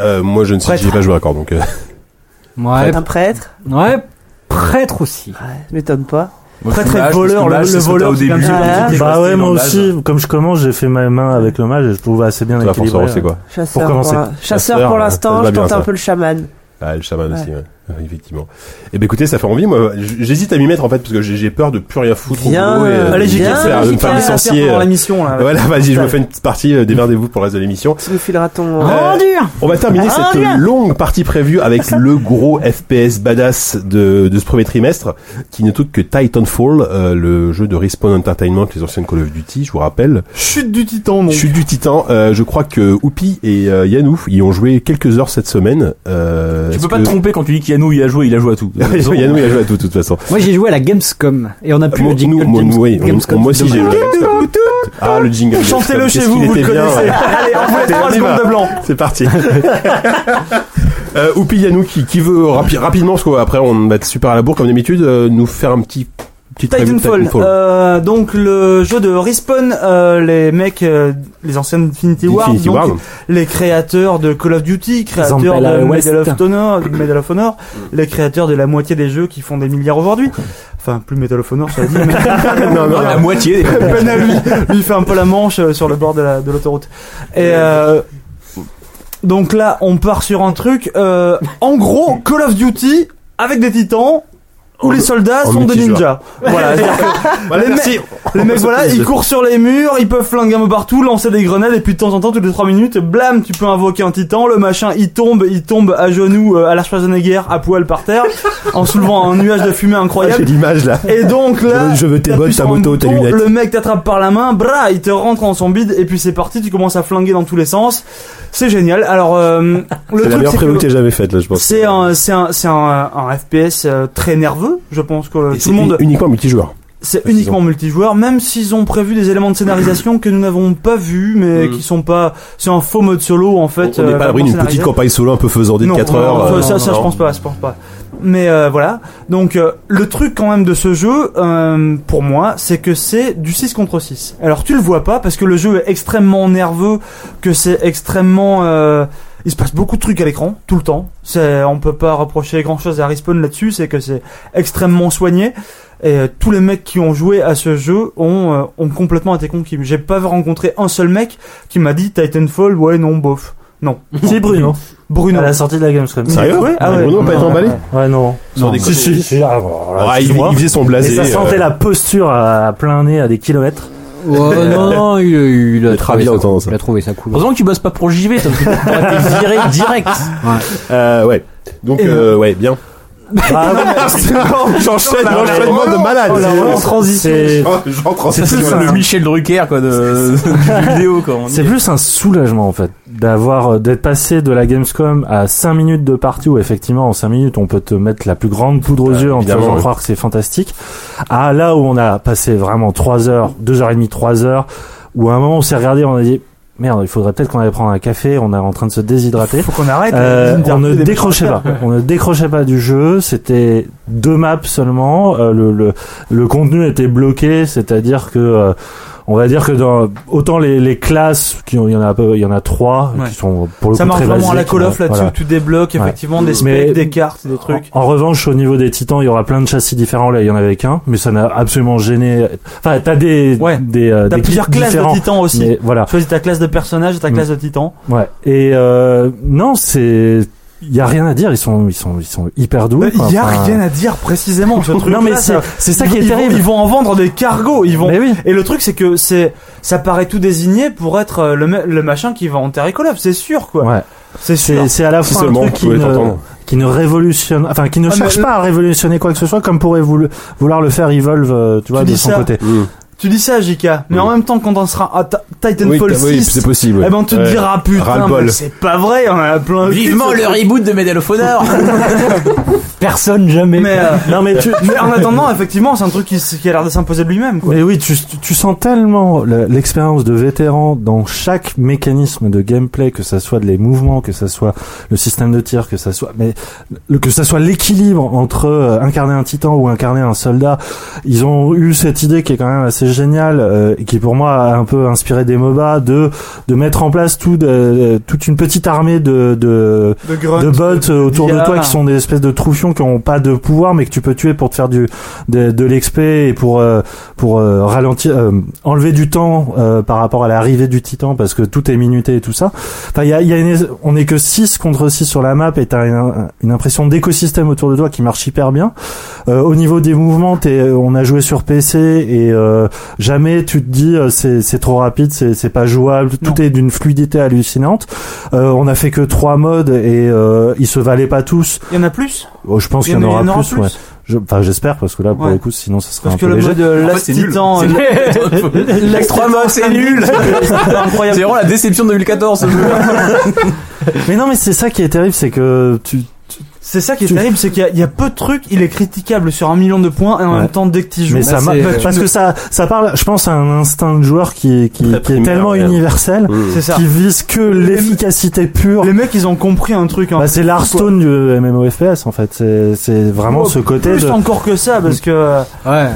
[SPEAKER 1] Euh, moi, je ne sais,
[SPEAKER 2] Prêtre.
[SPEAKER 1] j'y ai pas joué encore, donc. euh,
[SPEAKER 5] Ouais,
[SPEAKER 4] Un prêtre
[SPEAKER 5] ouais, prêtre aussi.
[SPEAKER 4] Ouais, m'étonne pas.
[SPEAKER 3] Moi,
[SPEAKER 2] Très,
[SPEAKER 3] je suis
[SPEAKER 2] très
[SPEAKER 3] mage,
[SPEAKER 2] voleur,
[SPEAKER 3] parce que
[SPEAKER 2] le-
[SPEAKER 3] mage,
[SPEAKER 2] le
[SPEAKER 3] c'est ce que t'as
[SPEAKER 2] voleur,
[SPEAKER 3] au
[SPEAKER 2] c'est
[SPEAKER 3] début.
[SPEAKER 2] comme ça. hein.
[SPEAKER 3] c'est
[SPEAKER 4] Ah,
[SPEAKER 3] resté
[SPEAKER 8] Bah
[SPEAKER 3] dans
[SPEAKER 8] ouais,
[SPEAKER 3] le
[SPEAKER 8] moi
[SPEAKER 3] mage.
[SPEAKER 8] aussi, comme je commence, j'ai fait ma main avec le mage et je trouve assez bien
[SPEAKER 1] Toi, Force
[SPEAKER 8] équilibré.
[SPEAKER 1] Rose, c'est quoi
[SPEAKER 4] Chasseur
[SPEAKER 8] Pour commencer.
[SPEAKER 4] la- Chasseur
[SPEAKER 1] Chasseur,
[SPEAKER 4] pour
[SPEAKER 1] ouais, ça
[SPEAKER 4] l'instant,
[SPEAKER 1] te
[SPEAKER 4] je
[SPEAKER 1] va bien,
[SPEAKER 4] tente
[SPEAKER 1] ça.
[SPEAKER 4] un peu le chaman.
[SPEAKER 1] Ah, le chaman aussi, ouais. Ouais, effectivement. Eh ben écoutez, ça fait envie. Moi, j- j'hésite à m'y mettre en fait parce que j'ai j'ai peur de plus rien foutre. au
[SPEAKER 4] Viens,
[SPEAKER 1] boulot et, euh,
[SPEAKER 2] Allez,
[SPEAKER 1] de
[SPEAKER 2] j'ai
[SPEAKER 1] me
[SPEAKER 4] viens,
[SPEAKER 1] faire, de me
[SPEAKER 4] J.K.
[SPEAKER 1] faire
[SPEAKER 4] à faire
[SPEAKER 1] licencier.
[SPEAKER 2] pendant
[SPEAKER 1] euh.
[SPEAKER 2] la mission là.
[SPEAKER 1] Voilà, vas-y, je me fais une petite partie. euh, Démerdez-vous pour le reste de l'émission.
[SPEAKER 4] Tu nous fileras ton.
[SPEAKER 1] Euh, on va terminer
[SPEAKER 4] Oh,
[SPEAKER 2] Ah,
[SPEAKER 1] cette
[SPEAKER 2] bien.
[SPEAKER 1] longue partie prévue avec le gros FPS badass de, de ce premier trimestre, qui ne touche que Titanfall, euh, le jeu de Respawn Entertainment, les anciennes Call of Duty, je vous rappelle.
[SPEAKER 2] Chute du titan donc.
[SPEAKER 1] Chute du Titan, euh, je crois que Oupi et euh, Yanou y ont joué quelques heures cette semaine. Euh,
[SPEAKER 3] Tu
[SPEAKER 1] est-ce
[SPEAKER 3] peux pas
[SPEAKER 1] que-
[SPEAKER 3] te tromper quand tu dis qu'Yanou, il a joué, il a joué à tout.
[SPEAKER 1] Yanou, il a joué à tout, de toute façon.
[SPEAKER 5] Moi j'ai joué à la Gamescom et on a plus
[SPEAKER 1] Moi,
[SPEAKER 5] le jingle
[SPEAKER 1] nous, moi,
[SPEAKER 5] James-
[SPEAKER 1] oui, on-
[SPEAKER 5] Gamescom.
[SPEAKER 1] moi aussi j'ai joué. Ah, le jingle.
[SPEAKER 2] Chantez-le
[SPEAKER 1] Qu'est-ce
[SPEAKER 2] chez
[SPEAKER 1] qu'il
[SPEAKER 2] vous, vous
[SPEAKER 1] était
[SPEAKER 2] le
[SPEAKER 1] bien.
[SPEAKER 2] connaissez. Allez, on vous laisse
[SPEAKER 1] C'était
[SPEAKER 2] 3
[SPEAKER 1] Oliva.
[SPEAKER 2] secondes de blanc.
[SPEAKER 1] C'est parti. euh, Oupi Yanou qui, qui veut rapi- rapidement, parce qu'après on va être super à la bourre comme d'habitude, euh, nous faire un petit petit preview de
[SPEAKER 2] Titanfall, euh, donc le jeu de Respawn, euh, les mecs, euh, les anciennes Infinity Ward,
[SPEAKER 1] Infinity
[SPEAKER 2] donc,
[SPEAKER 1] Ward.
[SPEAKER 2] les créateurs de Call of Duty, créateurs de
[SPEAKER 5] appellent à
[SPEAKER 2] Medal
[SPEAKER 5] euh, West.
[SPEAKER 2] of, Honor, Medal of Honor, les créateurs de la moitié des jeux qui font des milliards aujourd'hui. Enfin, plus Medal of Honor, ça dit. mais-
[SPEAKER 1] non, non,
[SPEAKER 3] La moitié.
[SPEAKER 2] peine à lui. Lui, il fait un peu la manche euh, sur le bord de la- de l'autoroute. et euh, donc là, on part sur un truc. euh, en gros, Call of Duty avec des titans. où les soldats
[SPEAKER 1] en
[SPEAKER 2] sont des
[SPEAKER 1] multijoueur.
[SPEAKER 2] ninjas. Voilà, c'est-à-dire que
[SPEAKER 1] Voilà,
[SPEAKER 2] Les
[SPEAKER 1] merci.
[SPEAKER 2] les mecs,
[SPEAKER 1] C'est
[SPEAKER 2] voilà,
[SPEAKER 1] plus-
[SPEAKER 2] ils courent sur les murs, ils peuvent flinguer un peu partout, lancer des grenades, et puis de temps en temps, toutes les 3 minutes, blam, tu peux invoquer un titan, le machin, il tombe, il tombe à genoux, euh, à la Schwarzenegger, à poil par terre, en soulevant un nuage de fumée
[SPEAKER 1] Ah, J'ai
[SPEAKER 2] incroyable.
[SPEAKER 1] l'image là. Euh,
[SPEAKER 2] Et donc là,
[SPEAKER 1] Je veux- je veux tes
[SPEAKER 2] t'appuies
[SPEAKER 1] bottes,
[SPEAKER 2] sur
[SPEAKER 1] ta
[SPEAKER 2] un
[SPEAKER 1] moto, tes
[SPEAKER 2] bouton,
[SPEAKER 1] lunettes.
[SPEAKER 2] Le mec t'attrape par la main, bra, il te rentre dans son bide, et puis c'est parti, tu commences à flinguer dans tous les sens. C'est génial. Alors, euh, le
[SPEAKER 1] C'est la
[SPEAKER 2] truc,
[SPEAKER 1] meilleure
[SPEAKER 2] c'est
[SPEAKER 1] prévue que
[SPEAKER 2] que
[SPEAKER 1] j'ai jamais faite là, je pense.
[SPEAKER 2] c'est un, c'est un, c'est un, un FPS euh, très nerveux. Je pense que
[SPEAKER 1] Et
[SPEAKER 2] tout
[SPEAKER 1] c'est
[SPEAKER 2] le monde.
[SPEAKER 1] un- uniquement multijoueur.
[SPEAKER 2] C'est uniquement multijoueur, même s'ils ont prévu des éléments de scénarisation que nous n'avons pas vus, mais
[SPEAKER 3] Mm.
[SPEAKER 2] qui sont pas. C'est un faux mode solo en fait.
[SPEAKER 1] on n'est
[SPEAKER 2] euh,
[SPEAKER 1] pas à l'abri d'une
[SPEAKER 2] vraiment
[SPEAKER 1] petite
[SPEAKER 2] scénarisé.
[SPEAKER 1] campagne solo un peu faisandée de
[SPEAKER 2] Non,
[SPEAKER 1] 4
[SPEAKER 2] non,
[SPEAKER 1] heures.
[SPEAKER 2] non,
[SPEAKER 1] euh,
[SPEAKER 2] ça, ça, je pense pas, je pense pas. Mais euh, voilà. Donc euh, le truc quand même de ce jeu, euh, pour moi, c'est que c'est du 6 contre 6. Alors tu le vois pas parce que le jeu est extrêmement nerveux, que c'est extrêmement. euh, il se passe beaucoup de trucs à l'écran tout le temps. C'est, on peut pas reprocher grand chose à Respawn là-dessus, c'est que c'est extrêmement soigné. Et euh, tous les mecs qui ont joué à ce jeu ont, euh, ont complètement été conquis. J'ai pas rencontré un seul mec qui m'a dit Titanfall, ouais non bof. Non.
[SPEAKER 8] C'est Bruno.
[SPEAKER 2] Bruno.
[SPEAKER 8] hein. À la sortie de la Gamescom.
[SPEAKER 1] Sérieux
[SPEAKER 2] Ouais, ah ouais.
[SPEAKER 1] Bruno n'a pas été emballé
[SPEAKER 8] Ouais, non.
[SPEAKER 1] Sans
[SPEAKER 8] Non.
[SPEAKER 1] déconner.
[SPEAKER 8] Si, si, si. Ah, bon, alors là,
[SPEAKER 1] Ah, il,
[SPEAKER 8] tu vois.
[SPEAKER 1] il faisait son
[SPEAKER 8] Et
[SPEAKER 1] blasé.
[SPEAKER 8] ça sentait
[SPEAKER 1] euh,
[SPEAKER 8] la posture à plein nez à des kilomètres.
[SPEAKER 5] Ouais, non, non, il, il a
[SPEAKER 1] Le
[SPEAKER 5] trouvé
[SPEAKER 1] Traviat,
[SPEAKER 5] ça,
[SPEAKER 1] autant, ça.
[SPEAKER 5] il a trouvé ça cool.
[SPEAKER 3] Heureusement que tu bosses pas pour JV, parce que t'aurais été viré direct.
[SPEAKER 1] euh, ouais. Donc
[SPEAKER 2] Et
[SPEAKER 1] euh, ouais, bien. J'enchaîne
[SPEAKER 8] Non, mais-
[SPEAKER 1] l'enchaînement de malade.
[SPEAKER 8] transition.
[SPEAKER 1] Oh, Je rentre en
[SPEAKER 3] C'est
[SPEAKER 1] session,
[SPEAKER 3] plus
[SPEAKER 1] là.
[SPEAKER 3] le Michel Drucker, quoi, de, du jeu vidéo, quoi. on dit.
[SPEAKER 8] C'est plus un soulagement en fait d'avoir euh, d'être passé de la Gamescom à 5 minutes de partie où effectivement en 5 minutes on peut te mettre la plus grande poudre aux
[SPEAKER 1] Ah,
[SPEAKER 8] yeux en te
[SPEAKER 1] évidemment,
[SPEAKER 8] faisant
[SPEAKER 1] oui.
[SPEAKER 8] croire que c'est fantastique à là où on a passé vraiment 3 heures, 2 heures et demie, 3 heures où à un moment on s'est regardé on a dit merde, il faudrait peut-être qu'on aille prendre un café, on est en train de se déshydrater.
[SPEAKER 2] Faut qu'on arrête. les
[SPEAKER 8] Euh, on ne
[SPEAKER 2] interviews des
[SPEAKER 8] décrochait pas. On ne décrochait pas du jeu. C'était deux maps seulement. Euh, le, le, le contenu était bloqué, c'est-à-dire que euh, on va dire que dans autant les, les classes, qui ont- il y en a un peu, il y en a trois
[SPEAKER 2] Ouais.
[SPEAKER 8] qui sont pour le
[SPEAKER 2] Ça
[SPEAKER 8] coup
[SPEAKER 2] marche
[SPEAKER 8] très
[SPEAKER 2] vraiment à la
[SPEAKER 8] basiques,
[SPEAKER 2] Call of
[SPEAKER 8] voilà.
[SPEAKER 2] là-dessus, tu débloques effectivement des specs,
[SPEAKER 8] Mais-
[SPEAKER 2] des cartes, des trucs.
[SPEAKER 8] En, en revanche, au niveau des titans, il y aura plein de châssis différents. Là, il y en avait qu'un, mais ça n'a absolument gêné. Enfin, t'as des
[SPEAKER 2] Ouais.
[SPEAKER 8] des, euh,
[SPEAKER 2] T'as
[SPEAKER 8] des
[SPEAKER 2] plusieurs
[SPEAKER 8] kits
[SPEAKER 2] classes
[SPEAKER 8] différents.
[SPEAKER 2] de titans aussi.
[SPEAKER 8] Mais voilà.
[SPEAKER 2] Choisis ta classe de personnage et ta
[SPEAKER 8] Mm.
[SPEAKER 2] classe de titan.
[SPEAKER 8] Ouais. Et euh, non, c'est il y a rien à dire. Ils sont ils sont ils sont hyper doués. quoi.
[SPEAKER 2] Bah, Il y a
[SPEAKER 8] Enfin,
[SPEAKER 2] Euh, rien à dire précisément ce truc.
[SPEAKER 8] Non mais c'est c'est ça qui est terrible.
[SPEAKER 2] Ils vont en vendre des cargos. Ils vont.
[SPEAKER 8] Mais oui.
[SPEAKER 2] Et le truc c'est que c'est ça paraît tout désigné pour être euh, le, ma- le machin qui va enterrer Call of, c'est sûr quoi.
[SPEAKER 8] Ouais.
[SPEAKER 2] C'est sûr.
[SPEAKER 8] C'est c'est à la
[SPEAKER 1] Si
[SPEAKER 8] fois un
[SPEAKER 1] seulement
[SPEAKER 8] truc
[SPEAKER 1] vous
[SPEAKER 8] qui
[SPEAKER 1] pouvez
[SPEAKER 8] ne,
[SPEAKER 1] t'entendre.
[SPEAKER 8] qui ne révolutionne, enfin qui ne
[SPEAKER 2] Ah, mais
[SPEAKER 8] cherche
[SPEAKER 2] le-
[SPEAKER 8] pas à révolutionner quoi que ce soit, comme pourrait voulu- vouloir le faire Evolve, euh, tu vois,
[SPEAKER 2] Tu
[SPEAKER 8] de
[SPEAKER 2] dis
[SPEAKER 8] son
[SPEAKER 2] ça.
[SPEAKER 8] côté.
[SPEAKER 1] Mmh.
[SPEAKER 2] Tu dis ça, JK. Mais en même temps, quand on sera à Ta-
[SPEAKER 1] Oui,
[SPEAKER 2] Titanfall
[SPEAKER 1] t'as- oui,
[SPEAKER 2] 6,
[SPEAKER 1] c'est possible. ouais.
[SPEAKER 2] eh ben tu te
[SPEAKER 1] Ouais.
[SPEAKER 2] diras putain,
[SPEAKER 1] Ras-le-bol.
[SPEAKER 2] mais c'est pas vrai. On en a plein.
[SPEAKER 3] Vivement le reboot de Medal of Honor!
[SPEAKER 5] Personne jamais.
[SPEAKER 2] Mais euh,
[SPEAKER 8] Non mais tu,
[SPEAKER 2] Mais en attendant, effectivement, c'est un truc qui, s- qui a l'air de s'imposer de lui-même, quoi.
[SPEAKER 8] mais oui, tu, tu sens tellement le- l'expérience de vétéran dans chaque mécanisme de gameplay, que ça soit les mouvements, que ça soit le système de tir, que ça soit, mais le- que ça soit l'équilibre entre euh, incarner un titan ou incarner un soldat. Ils ont eu cette idée qui est quand même assez géniale, euh, et qui pour moi a un peu inspiré des MOBA de de mettre en place tout, de- toute une petite armée de, de
[SPEAKER 2] De grunt.
[SPEAKER 8] de bots euh, autour de
[SPEAKER 2] d'IA.
[SPEAKER 8] toi qui sont des espèces de troufions qui ont pas de pouvoir mais que tu peux tuer pour te faire du de, de l'XP et pour euh, pour euh, ralentir euh, enlever du temps euh, par rapport à l'arrivée du titan parce que tout est minuté et tout ça. Enfin il y a, il y a une- on est que 6 contre 6 sur la map et t'as une, une impression d'écosystème autour de toi qui marche hyper bien. Euh, au niveau des mouvements, t'es- euh, on a joué sur PC et euh, jamais tu te dis euh, c'est c'est trop rapide, c'est c'est pas jouable, tout est d'une fluidité hallucinante. Euh, on a fait que trois modes et euh, ils se valaient pas tous.
[SPEAKER 2] Il y en a plus
[SPEAKER 8] Oh, je pense qu'il y en aura plus. ouais. Je- Enfin, j'espère parce que là, pour
[SPEAKER 2] Ouais.
[SPEAKER 8] le coup, sinon ça serait
[SPEAKER 2] Parce
[SPEAKER 8] un
[SPEAKER 2] que
[SPEAKER 8] peu
[SPEAKER 2] le
[SPEAKER 8] léger.
[SPEAKER 2] mode euh,
[SPEAKER 3] En fait,
[SPEAKER 2] Last
[SPEAKER 3] c'est nul.
[SPEAKER 2] Titan.
[SPEAKER 3] C'est
[SPEAKER 2] euh,
[SPEAKER 3] nul.
[SPEAKER 2] Last
[SPEAKER 3] Trois
[SPEAKER 2] Titan
[SPEAKER 3] mots, c'est
[SPEAKER 2] Slam
[SPEAKER 3] nul.
[SPEAKER 2] Dunk, C'est
[SPEAKER 3] C'est
[SPEAKER 2] incroyable.
[SPEAKER 3] vraiment la déception de 2014, ce jeu.
[SPEAKER 8] Mais non, mais c'est ça qui est terrible, c'est que tu.
[SPEAKER 2] C'est ça qui est
[SPEAKER 8] Tu-
[SPEAKER 2] terrible, c'est qu'il y a- il y, a peu de trucs, il est critiquable sur un million de points, et en
[SPEAKER 8] Ouais.
[SPEAKER 2] même temps, dès que tu joues,
[SPEAKER 8] Mais ça
[SPEAKER 2] bah,
[SPEAKER 8] marche
[SPEAKER 3] euh,
[SPEAKER 2] tu
[SPEAKER 8] parce
[SPEAKER 2] ne-
[SPEAKER 8] que ça, ça parle. Je pense à un instinct de joueur qui, est- qui,
[SPEAKER 1] Très
[SPEAKER 8] qui est
[SPEAKER 1] primaire,
[SPEAKER 8] tellement
[SPEAKER 1] ouais.
[SPEAKER 8] universel,
[SPEAKER 1] Mmh.
[SPEAKER 2] c'est ça.
[SPEAKER 8] qui vise que l'efficacité pure.
[SPEAKER 2] Les mecs, ils ont compris un truc. hein.
[SPEAKER 8] Bah, c'est l'Hearthstone du MMOFPS en fait. C'est, c'est vraiment
[SPEAKER 2] Oh,
[SPEAKER 8] ce côté
[SPEAKER 2] Plus
[SPEAKER 8] de.
[SPEAKER 2] encore que ça, parce que euh,
[SPEAKER 5] Ouais.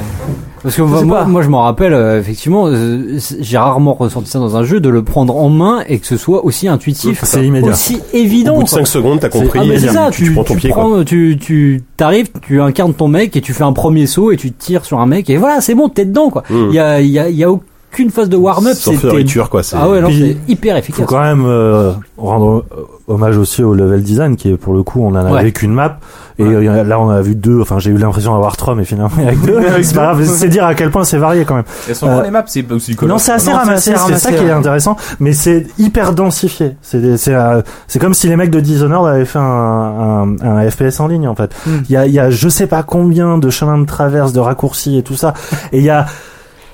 [SPEAKER 5] Parce que
[SPEAKER 2] Je
[SPEAKER 5] moi,
[SPEAKER 2] sais
[SPEAKER 5] moi,
[SPEAKER 2] pas.
[SPEAKER 5] moi, je m'en rappelle, euh, effectivement, euh, c'est- j'ai rarement ressenti ça dans un jeu, de le prendre en main et que ce soit aussi intuitif.
[SPEAKER 8] C'est
[SPEAKER 5] quoi.
[SPEAKER 8] immédiat.
[SPEAKER 5] Aussi
[SPEAKER 1] Au
[SPEAKER 5] évident.
[SPEAKER 1] bout de
[SPEAKER 5] quoi.
[SPEAKER 1] 5 secondes, t'as compris.
[SPEAKER 5] Ah, mais
[SPEAKER 1] et
[SPEAKER 5] c'est ça,
[SPEAKER 1] tu,
[SPEAKER 5] tu,
[SPEAKER 1] tu prends ton
[SPEAKER 5] tu
[SPEAKER 1] pied. quoi.
[SPEAKER 5] prends, tu, tu t'arrives, tu incarnes ton mec et tu fais un premier saut et tu tires sur un mec et voilà, c'est bon, t'es dedans quoi. Il
[SPEAKER 1] Mmh.
[SPEAKER 5] y a, il y a, il y a aucune phase de warm-up.
[SPEAKER 1] Sans
[SPEAKER 5] c'est- t'es-
[SPEAKER 1] fioriture, quoi. c'est-
[SPEAKER 5] Ah ouais, non,
[SPEAKER 8] Puis-
[SPEAKER 5] c'est hyper
[SPEAKER 8] Faut
[SPEAKER 5] efficace.
[SPEAKER 8] quand même euh, rendre euh, hommage aussi au level design qui est pour le coup on en a
[SPEAKER 5] Ouais.
[SPEAKER 8] vu qu'une map et euh, là on en a vu deux enfin j'ai eu l'impression d'avoir trois mais finalement il y a que deux c'est pas grave c'est dire à quel point c'est varié quand même
[SPEAKER 3] Elles sont
[SPEAKER 8] Euh,
[SPEAKER 3] grandes, les maps, c'est aussi du
[SPEAKER 8] non
[SPEAKER 3] collant.
[SPEAKER 8] c'est assez
[SPEAKER 2] Non, c'est assez
[SPEAKER 8] ramassé c'est
[SPEAKER 2] ramassé,
[SPEAKER 8] ça qui
[SPEAKER 2] ouais.
[SPEAKER 8] est intéressant mais c'est hyper densifié c'est des- c'est euh, c'est comme si les mecs de Dishonored avaient fait un, un, un FPS en ligne en fait
[SPEAKER 2] Mm.
[SPEAKER 8] il y a il y a je sais pas combien de chemins de traverse de raccourcis et tout ça et il y a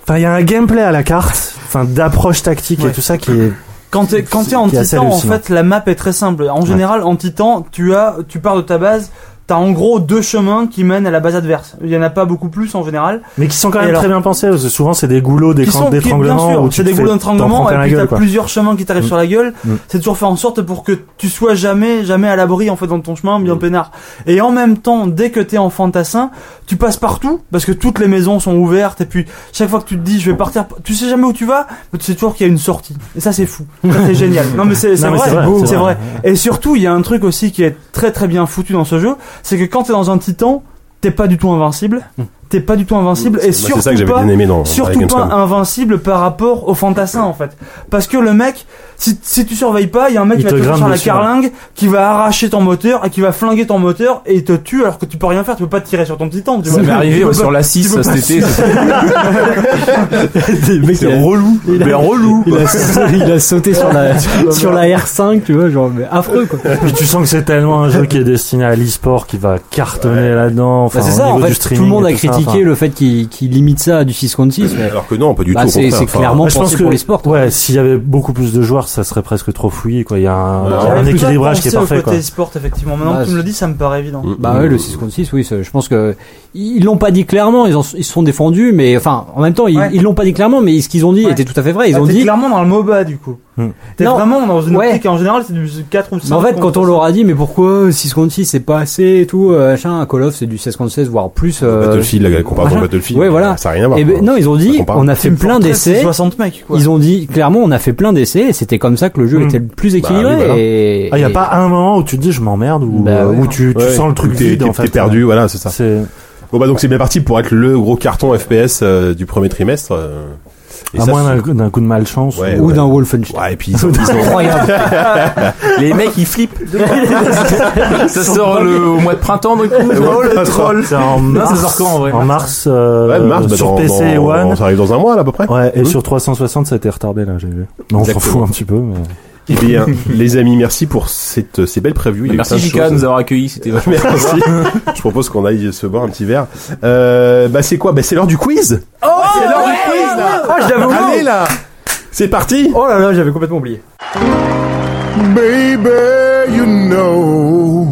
[SPEAKER 8] enfin il y a un gameplay à la carte enfin d'approche tactique
[SPEAKER 2] Ouais.
[SPEAKER 8] et tout ça qui est
[SPEAKER 2] Quand t'es quand t'es en
[SPEAKER 8] Qui est assez
[SPEAKER 2] titan, en
[SPEAKER 8] hallucinant.
[SPEAKER 2] fait, la map est très simple. En général, en titan, tu as, tu pars de ta base, t'as en gros deux chemins qui mènent à la base adverse. Il y en a pas beaucoup plus en général.
[SPEAKER 8] Mais qui sont quand
[SPEAKER 2] Et
[SPEAKER 8] même
[SPEAKER 2] alors-
[SPEAKER 8] très bien pensés, parce que souvent c'est des goulots des
[SPEAKER 2] qui sont
[SPEAKER 8] camps
[SPEAKER 2] qui- bien
[SPEAKER 8] d'étranglement.
[SPEAKER 2] sûr,
[SPEAKER 8] où tu
[SPEAKER 2] c'est
[SPEAKER 8] te
[SPEAKER 2] des
[SPEAKER 8] fais-
[SPEAKER 2] goulots
[SPEAKER 8] t'en
[SPEAKER 2] d'étranglement
[SPEAKER 8] prends
[SPEAKER 2] et
[SPEAKER 8] plein la
[SPEAKER 2] puis t'as
[SPEAKER 8] gueule, quoi.
[SPEAKER 2] plusieurs chemins qui t'arrivent
[SPEAKER 8] Mm.
[SPEAKER 2] sur la gueule.
[SPEAKER 8] Mm.
[SPEAKER 2] C'est toujours faire en sorte pour que tu sois jamais, jamais à l'abri en fait dans ton chemin,
[SPEAKER 8] Mm.
[SPEAKER 2] bien peinard. Et en même temps, dès que t'es en fantassin, tu passes partout parce que toutes les maisons sont ouvertes et puis chaque fois que tu te dis je vais partir, tu sais jamais où tu vas, mais tu sais toujours qu'il y a une sortie. Et ça c'est fou, Ça, c'est génial. Non mais c'est c'est
[SPEAKER 8] mais
[SPEAKER 2] vrai,
[SPEAKER 8] c'est vrai, c'est
[SPEAKER 2] c'est
[SPEAKER 8] vrai.
[SPEAKER 2] vrai. Et surtout, il y a un truc aussi qui est très très bien foutu dans ce jeu, c'est que quand t'es dans un titan, t'es pas du tout invincible.
[SPEAKER 8] Mm.
[SPEAKER 2] T'es pas du tout invincible
[SPEAKER 8] Bah,
[SPEAKER 2] et
[SPEAKER 1] Moi,
[SPEAKER 2] surtout
[SPEAKER 1] c'est ça que j'avais
[SPEAKER 2] pas
[SPEAKER 1] bien aimé dans
[SPEAKER 2] surtout
[SPEAKER 1] dans
[SPEAKER 2] pas
[SPEAKER 1] Gamescom.
[SPEAKER 2] invincible par rapport au fantassin en fait. Parce que le mec, si, si tu surveilles pas, il y a un mec qui
[SPEAKER 8] Il
[SPEAKER 2] va
[SPEAKER 8] te
[SPEAKER 2] te faire
[SPEAKER 8] grimpe
[SPEAKER 2] sur la
[SPEAKER 8] dessus,
[SPEAKER 2] carlingue, qui va arracher ton moteur et qui va flinguer ton moteur et il te tue alors que tu peux rien faire, tu peux pas tirer sur ton titan. Tu
[SPEAKER 3] Ça
[SPEAKER 2] vois.
[SPEAKER 3] m'est
[SPEAKER 2] Tu
[SPEAKER 3] arrivé
[SPEAKER 2] peux
[SPEAKER 3] euh,
[SPEAKER 2] pas-
[SPEAKER 3] sur la 6
[SPEAKER 2] tu peux
[SPEAKER 3] cet
[SPEAKER 2] pas-
[SPEAKER 3] été. c'était-
[SPEAKER 5] Le mec, il a-
[SPEAKER 1] relou.
[SPEAKER 5] il a-
[SPEAKER 3] Mais relou. Bah,
[SPEAKER 5] il a sa- il a sauté sur la, sur la R5, tu vois, genre, mais affreux, quoi.
[SPEAKER 8] Puis tu sens que c'est tellement un jeu qui est destiné à l'e-sport qui va cartonner là-dedans. Enfin,
[SPEAKER 5] Bah, c'est
[SPEAKER 8] au
[SPEAKER 5] ça,
[SPEAKER 8] niveau
[SPEAKER 5] en
[SPEAKER 8] du
[SPEAKER 5] fait,
[SPEAKER 8] streaming
[SPEAKER 5] tout le monde a
[SPEAKER 8] et tout ça,
[SPEAKER 5] critiqué
[SPEAKER 8] enfin.
[SPEAKER 5] le fait qu'il qu'il limite ça à du 6 contre 6, mais
[SPEAKER 1] Alors que non, pas du
[SPEAKER 5] Bah,
[SPEAKER 1] tout. au
[SPEAKER 5] c'est-
[SPEAKER 1] contraire.
[SPEAKER 5] c'est clairement-
[SPEAKER 8] Bah, je pense
[SPEAKER 5] pensé
[SPEAKER 8] que
[SPEAKER 5] pour l'e-sport, quoi.
[SPEAKER 8] ouais, s'il y avait beaucoup plus de joueurs, ça serait presque trop fouillé quoi. Il y a un,
[SPEAKER 1] Ouais,
[SPEAKER 8] il y
[SPEAKER 1] Bah,
[SPEAKER 8] a
[SPEAKER 1] ouais,
[SPEAKER 8] un
[SPEAKER 2] J'avais
[SPEAKER 8] équilibrage
[SPEAKER 2] pas
[SPEAKER 8] qui est
[SPEAKER 2] pensé au
[SPEAKER 8] parfait quoi. Mmh.
[SPEAKER 2] côté sport effectivement. Maintenant
[SPEAKER 5] Bah,
[SPEAKER 2] que tu me le dis, ça me paraît évident.
[SPEAKER 1] Mm.
[SPEAKER 5] Bah ouais, le 6 contre 6, oui, ça, je pense que ils l'ont pas dit clairement, ils, en- ils se sont défendus, mais enfin, en même temps, ils,
[SPEAKER 2] Ouais.
[SPEAKER 5] ils l'ont pas dit clairement, mais ce qu'ils ont dit
[SPEAKER 2] Ouais.
[SPEAKER 5] était tout à fait vrai. Ils
[SPEAKER 2] Ah,
[SPEAKER 5] ont
[SPEAKER 2] t'es
[SPEAKER 5] dit,
[SPEAKER 2] clairement dans le MOBA du coup.
[SPEAKER 8] Mm.
[SPEAKER 2] T'es
[SPEAKER 5] Non.
[SPEAKER 2] vraiment dans une
[SPEAKER 5] Ouais.
[SPEAKER 2] optique en général, c'est du 4 ou 5.
[SPEAKER 5] mais en fait, quand on leur a dit, mais pourquoi 6 contre 6 c'est pas assez et tout, euh, machin, Call of c'est du 16 contre 16, voire plus. euh,
[SPEAKER 1] Battlefield, la comparaison
[SPEAKER 5] machin.
[SPEAKER 1] Battlefield.
[SPEAKER 5] Ouais, voilà.
[SPEAKER 1] Ça n'a rien à voir.
[SPEAKER 5] Et
[SPEAKER 8] hein.
[SPEAKER 5] ben, non, ils ont dit,
[SPEAKER 1] compare.
[SPEAKER 5] on a fait plein d'essais.
[SPEAKER 2] 60 mecs quoi.
[SPEAKER 5] Ils ont dit clairement, on a fait plein d'essais, et c'était comme ça que le jeu
[SPEAKER 8] Mm.
[SPEAKER 5] était le plus équilibré.
[SPEAKER 1] oui, voilà.
[SPEAKER 5] et,
[SPEAKER 8] Ah, il y a
[SPEAKER 5] et-
[SPEAKER 8] pas un moment où tu te dis je m'emmerde ou
[SPEAKER 5] Bah, ouais.
[SPEAKER 8] où tu, tu
[SPEAKER 1] Ouais,
[SPEAKER 8] sens le truc
[SPEAKER 1] où t'es-
[SPEAKER 8] vide
[SPEAKER 1] t'es-
[SPEAKER 8] en fait.
[SPEAKER 1] T'es perdu, voilà, c'est ça.
[SPEAKER 8] C'est
[SPEAKER 1] Bon bah donc c'est bien parti pour être le gros carton FPS euh, du premier trimestre. euh, et
[SPEAKER 8] à
[SPEAKER 1] ça,
[SPEAKER 8] moins
[SPEAKER 1] c'est-
[SPEAKER 8] d'un coup- d'un coup de malchance.
[SPEAKER 1] Ouais,
[SPEAKER 5] ou
[SPEAKER 1] ouais.
[SPEAKER 5] d'un Wolfenstein.
[SPEAKER 1] Ouais, et puis ils ont- ils ont-
[SPEAKER 5] Incroyable.
[SPEAKER 3] Les mecs, ils flippent. Ça sort le- au mois de printemps, du coup.
[SPEAKER 1] Oh, le troll.
[SPEAKER 8] C'est en
[SPEAKER 3] Non,
[SPEAKER 8] mars.
[SPEAKER 3] ça sort quand, en vrai
[SPEAKER 8] En mars, euh,
[SPEAKER 1] Ouais, mars, bah,
[SPEAKER 8] sur
[SPEAKER 1] dans-
[SPEAKER 8] PC et
[SPEAKER 1] dans-
[SPEAKER 8] One.
[SPEAKER 1] Ça arrive dans un mois là à peu près.
[SPEAKER 8] Ouais, et
[SPEAKER 1] Hmm.
[SPEAKER 8] sur 360, ça a été retardé là, j'ai vu. Non, on s'en
[SPEAKER 1] Exactement.
[SPEAKER 8] fout un petit peu, mais.
[SPEAKER 1] Eh bien, les amis, merci pour cette, euh, ces belles previews. Il y a eu
[SPEAKER 3] Merci
[SPEAKER 1] plein de
[SPEAKER 3] Jika de
[SPEAKER 1] choses.
[SPEAKER 3] nous avoir accueillis. C'était vachement
[SPEAKER 1] Merci. Je propose qu'on aille se boire un petit verre. Euh, bah c'est quoi Bah c'est l'heure du quiz. Oh, c'est l'heure du quiz là.
[SPEAKER 2] Ah, je l'avais oublié.
[SPEAKER 1] Allez là. C'est parti.
[SPEAKER 2] Oh là là, j'avais complètement oublié.
[SPEAKER 7] Baby, you know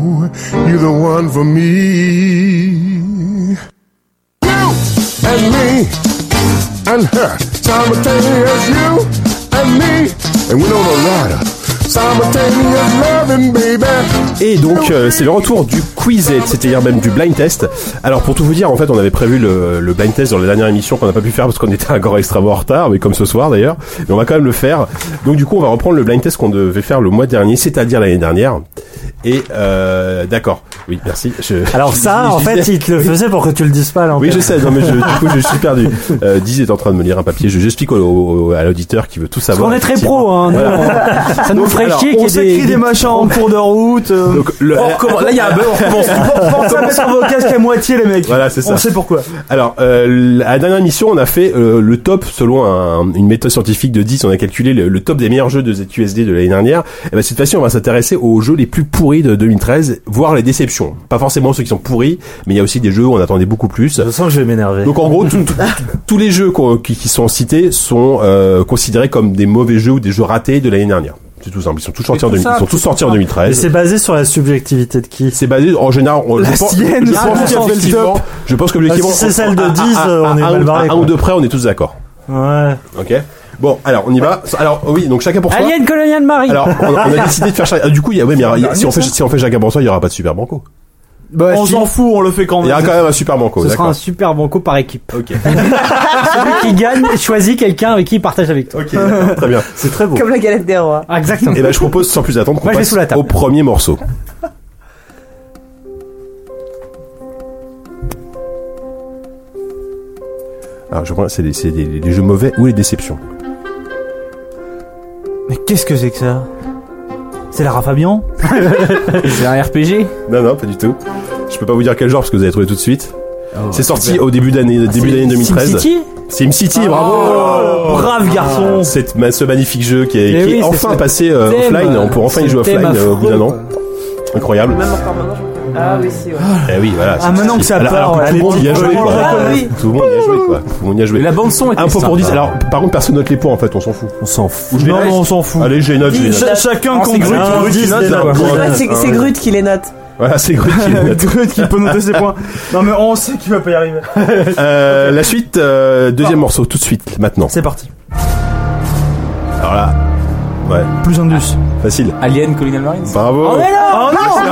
[SPEAKER 7] you're the one for me. You and me and her. Simultaneous you and me and Winona Ryder. Simultaneous loving, baby.
[SPEAKER 1] Et donc euh, c'est le retour du quiz, c'est-à-dire même du blind test. Alors pour tout vous dire, en fait, on avait prévu le, le blind test dans la dernière émission qu'on n'a pas pu faire parce qu'on était encore extrêmement en retard, mais comme ce soir d'ailleurs. Mais on va quand même le faire. Donc du coup, on va reprendre le blind test qu'on devait faire le mois dernier, c'est-à-dire l'année dernière. Et euh, d'accord. Oui, merci. Je-
[SPEAKER 8] Alors ça,
[SPEAKER 1] je
[SPEAKER 8] en
[SPEAKER 1] disais-
[SPEAKER 8] fait, il te le faisait pour que tu le dises pas, là. en
[SPEAKER 1] Oui,
[SPEAKER 8] fait.
[SPEAKER 1] je sais. Non, mais je, du coup, je suis perdu. Euh, Diz est en train de me lire un papier. Je j'explique au- au- à l'auditeur qui veut tout
[SPEAKER 5] Parce
[SPEAKER 1] savoir.
[SPEAKER 5] qu'on est très pro, hein. nous, on- ça nous ferait
[SPEAKER 1] alors,
[SPEAKER 5] chier
[SPEAKER 2] On
[SPEAKER 5] qu'il y ait
[SPEAKER 2] s'écrit
[SPEAKER 5] des,
[SPEAKER 2] des machins en cours de route. euh,
[SPEAKER 1] Donc, le-
[SPEAKER 3] Oh,
[SPEAKER 5] Oh,
[SPEAKER 3] Là, il y a un bug, on recommence.
[SPEAKER 2] Pensez à mettre vos casques à moitié, les mecs.
[SPEAKER 1] Voilà, c'est ça.
[SPEAKER 2] On sait pourquoi.
[SPEAKER 1] Alors, euh, à la dernière émission, on a fait euh, le top, selon un- une méthode scientifique de 10, on a calculé le, le top des meilleurs jeux de ZQSD de l'année dernière. Et ben, cette fois-ci, on va s'intéresser aux jeux les plus pourris de 2013, voire les déceptions. Pas forcément ceux qui sont pourris, mais il y a aussi des jeux où on attendait beaucoup plus.
[SPEAKER 8] Je sens que je vais m'énerver.
[SPEAKER 1] Donc en gros, tout- tout- tous les jeux qu'on- qui, qui sont cités sont euh, considérés comme des mauvais jeux ou des jeux ratés de l'année dernière. C'est tout simple. Ils sont tous sortis, en,
[SPEAKER 3] tout
[SPEAKER 1] 2000
[SPEAKER 3] ça,
[SPEAKER 1] ils sont tous
[SPEAKER 3] tout
[SPEAKER 1] sortis en
[SPEAKER 3] ça.
[SPEAKER 8] Mais
[SPEAKER 1] 2013.
[SPEAKER 8] c'est basé sur la subjectivité de qui
[SPEAKER 1] C'est basé en général. on- je pense,
[SPEAKER 2] sienne,
[SPEAKER 1] je
[SPEAKER 2] ah,
[SPEAKER 1] pense
[SPEAKER 2] la
[SPEAKER 1] qu'effectivement-
[SPEAKER 8] sienne.
[SPEAKER 1] je pense
[SPEAKER 8] Ah,
[SPEAKER 1] qu'objectivement,
[SPEAKER 8] Si c'est
[SPEAKER 1] on-
[SPEAKER 8] celle de 10,
[SPEAKER 2] Ah,
[SPEAKER 1] à- à-
[SPEAKER 8] euh, on est
[SPEAKER 1] à un-
[SPEAKER 8] mal barré.
[SPEAKER 1] à un
[SPEAKER 8] quoi.
[SPEAKER 1] ou deux près, on est tous d'accord.
[SPEAKER 8] Ouais.
[SPEAKER 1] Ok. Bon, alors on y va. Alors oh oui, donc chacun pour soi.
[SPEAKER 5] Alien Colonial Marie.
[SPEAKER 1] Alors on a, on a décidé de faire chacun. ah, Du coup, il y a, ouais, mais il y a- si on fait si on fait chacun pour soi, il y aura pas de super banco.
[SPEAKER 8] Bah,
[SPEAKER 2] on s'en fout, on le fait quand
[SPEAKER 1] Il y
[SPEAKER 2] même.
[SPEAKER 1] aura quand même un super banco.
[SPEAKER 5] Ce sera
[SPEAKER 1] D'accord.
[SPEAKER 5] un super banco par équipe.
[SPEAKER 1] Ok.
[SPEAKER 5] Celui qui gagne choisit quelqu'un avec qui il partage avec toi.
[SPEAKER 1] Ok. d'accord, Très bien.
[SPEAKER 8] C'est très beau.
[SPEAKER 4] euh, Comme la galette des rois.
[SPEAKER 5] Exactement.
[SPEAKER 1] Et ben je propose sans plus attendre qu'on
[SPEAKER 5] Moi, je vais
[SPEAKER 1] passe
[SPEAKER 5] sous la table.
[SPEAKER 1] au premier morceau. Alors je vois, c'est les, c'est les- les jeux mauvais ou les déceptions.
[SPEAKER 2] Mais qu'est-ce que c'est que ça C'est Lara Fabian
[SPEAKER 5] C'est un RPG
[SPEAKER 1] Non, non, pas du tout. Je peux pas vous dire quel genre parce que vous allez trouver tout de suite.
[SPEAKER 5] Oh,
[SPEAKER 1] c'est sorti au début d'année,
[SPEAKER 5] Ah,
[SPEAKER 1] début d'année 2013.
[SPEAKER 5] City
[SPEAKER 1] SimCity, bravo
[SPEAKER 2] Brave garçon
[SPEAKER 1] C'est ma- ce magnifique jeu qui est,
[SPEAKER 5] Eh
[SPEAKER 1] qui est
[SPEAKER 5] oui, c'est
[SPEAKER 1] enfin
[SPEAKER 5] ce
[SPEAKER 1] passé euh,
[SPEAKER 5] thème,
[SPEAKER 1] offline. On peut enfin y
[SPEAKER 5] ce
[SPEAKER 1] jouer offline
[SPEAKER 5] thème
[SPEAKER 1] euh, au bout d'un
[SPEAKER 5] affreux,
[SPEAKER 1] an. Incroyable.
[SPEAKER 4] Même encore maintenant, je crois. Ah oui, si, ouais.
[SPEAKER 1] Eh oui, voilà.
[SPEAKER 2] Ah, maintenant
[SPEAKER 1] c'est-
[SPEAKER 2] que ça
[SPEAKER 1] alors- alors
[SPEAKER 2] part,
[SPEAKER 1] que
[SPEAKER 2] ouais,
[SPEAKER 1] tout le monde y a
[SPEAKER 2] allez,
[SPEAKER 1] joué,
[SPEAKER 2] on
[SPEAKER 1] quoi.
[SPEAKER 4] le reconnaît.
[SPEAKER 1] Tout le monde y a joué, quoi. Tout le monde y a
[SPEAKER 3] Mais
[SPEAKER 1] joué.
[SPEAKER 3] la bande son était
[SPEAKER 1] Un point pour 10.
[SPEAKER 3] sympa.
[SPEAKER 1] Alors, par contre, personne note les points, en fait, on s'en fout.
[SPEAKER 8] On s'en fout.
[SPEAKER 1] Ou je les
[SPEAKER 2] Non,
[SPEAKER 1] laisse.
[SPEAKER 2] non, on s'en fout.
[SPEAKER 1] Allez, j'ai une note, j'ai une
[SPEAKER 2] Cha-
[SPEAKER 1] note.
[SPEAKER 2] chacun
[SPEAKER 3] Ah, c'est
[SPEAKER 2] compte.
[SPEAKER 3] Grut
[SPEAKER 2] Ah,
[SPEAKER 3] qui
[SPEAKER 2] dix,
[SPEAKER 3] note,
[SPEAKER 2] dix,
[SPEAKER 3] là,
[SPEAKER 2] dix.
[SPEAKER 1] Ouais,
[SPEAKER 4] Ouais, c'est c'est Grut qui les note.
[SPEAKER 1] Voilà, c'est Grut qui les note.
[SPEAKER 2] Grut qui peut noter ses points. Non, mais on sait qu'il va pas y arriver.
[SPEAKER 1] Euh, La suite, euh, deuxième morceau, tout de suite, maintenant.
[SPEAKER 2] C'est parti.
[SPEAKER 1] Alors là, ouais,
[SPEAKER 2] Plus Indus.
[SPEAKER 1] facile.
[SPEAKER 3] Alien Colonial Marines.
[SPEAKER 1] Bravo.
[SPEAKER 2] Oh non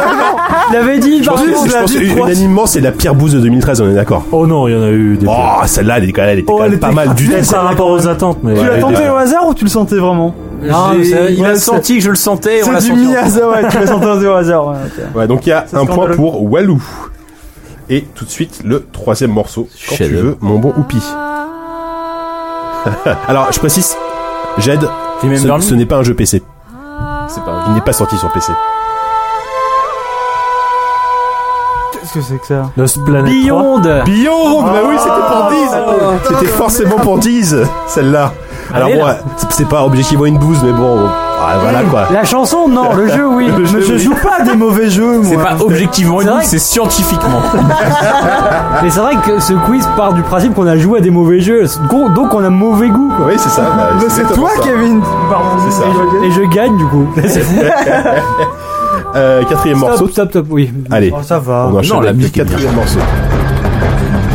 [SPEAKER 5] Il avait dit,
[SPEAKER 1] Je pense que-
[SPEAKER 2] Par contre,
[SPEAKER 1] je
[SPEAKER 2] la
[SPEAKER 1] pense
[SPEAKER 2] vie
[SPEAKER 1] que
[SPEAKER 2] de Croix-
[SPEAKER 1] unanimement, c'est la pire bouse de 2013, on est d'accord.
[SPEAKER 8] Oh non, il y en a eu des
[SPEAKER 1] Oh, celle-là, elle, est quand même- elle était
[SPEAKER 2] Oh,
[SPEAKER 1] quand
[SPEAKER 2] elle
[SPEAKER 1] même
[SPEAKER 2] était
[SPEAKER 1] pas mal du tout.
[SPEAKER 8] Peut-être par rapport aux attentes, mais
[SPEAKER 2] Tu l'as
[SPEAKER 1] Ouais,
[SPEAKER 2] tenté
[SPEAKER 1] ouais.
[SPEAKER 2] au hasard ou tu le sentais vraiment
[SPEAKER 5] Non, mais c'est-
[SPEAKER 3] il
[SPEAKER 2] ouais,
[SPEAKER 3] a
[SPEAKER 2] c'est-
[SPEAKER 3] senti que je le sentais, on l'a
[SPEAKER 2] C'est du
[SPEAKER 3] senti.
[SPEAKER 2] mi hasard, ouais, tu l'as tenté au hasard. ouais, ok.
[SPEAKER 1] Ouais, donc il y a
[SPEAKER 2] C'est
[SPEAKER 1] un point
[SPEAKER 2] scandaleux.
[SPEAKER 1] pour Walou. Et tout de suite, le troisième morceau. Quand tu
[SPEAKER 3] Shadow.
[SPEAKER 1] veux, mon bon Oupi. Alors, je précise, Jed,
[SPEAKER 3] Remember
[SPEAKER 1] ce,
[SPEAKER 3] Me
[SPEAKER 1] ce n'est pas un jeu PC.
[SPEAKER 3] C'est pas
[SPEAKER 1] Il n'est pas sorti sur PC.
[SPEAKER 2] Qu'est-ce que c'est que ça
[SPEAKER 8] Lost Planet 3.
[SPEAKER 5] Beyond
[SPEAKER 3] Ah.
[SPEAKER 1] Beyond Bah oui, c'était pour
[SPEAKER 5] Oh.
[SPEAKER 1] 10 C'était forcément pour 10, celle-là. Alors
[SPEAKER 5] Allez,
[SPEAKER 1] bon,
[SPEAKER 5] là.
[SPEAKER 1] c'est- c'est pas objectivement une 12, mais bon, ah, voilà quoi.
[SPEAKER 5] La chanson, non, le jeu, oui.
[SPEAKER 1] Le jeu,
[SPEAKER 2] Mais je
[SPEAKER 1] oui.
[SPEAKER 2] joue pas à des mauvais jeux,
[SPEAKER 3] C'est
[SPEAKER 2] moi.
[SPEAKER 3] pas objectivement
[SPEAKER 5] C'est
[SPEAKER 3] une
[SPEAKER 5] vrai
[SPEAKER 3] c'est scientifiquement.
[SPEAKER 5] Mais c'est vrai que ce quiz part du principe qu'on a joué à des mauvais jeux, donc on a mauvais goût, quoi.
[SPEAKER 1] Oui, c'est ça. bah,
[SPEAKER 2] Mais C'est
[SPEAKER 1] exactement
[SPEAKER 2] toi,
[SPEAKER 1] ça.
[SPEAKER 2] Kevin Pardon,
[SPEAKER 1] C'est ça.
[SPEAKER 5] Et je gagne, du coup.
[SPEAKER 1] Euh, quatrième morceau.
[SPEAKER 5] Stop, stop, stop, oui.
[SPEAKER 1] Allez,
[SPEAKER 2] Oh, ça va.
[SPEAKER 1] on enchaîne
[SPEAKER 3] non, la
[SPEAKER 1] avec le
[SPEAKER 3] musique est bien.
[SPEAKER 1] quatrième morceau.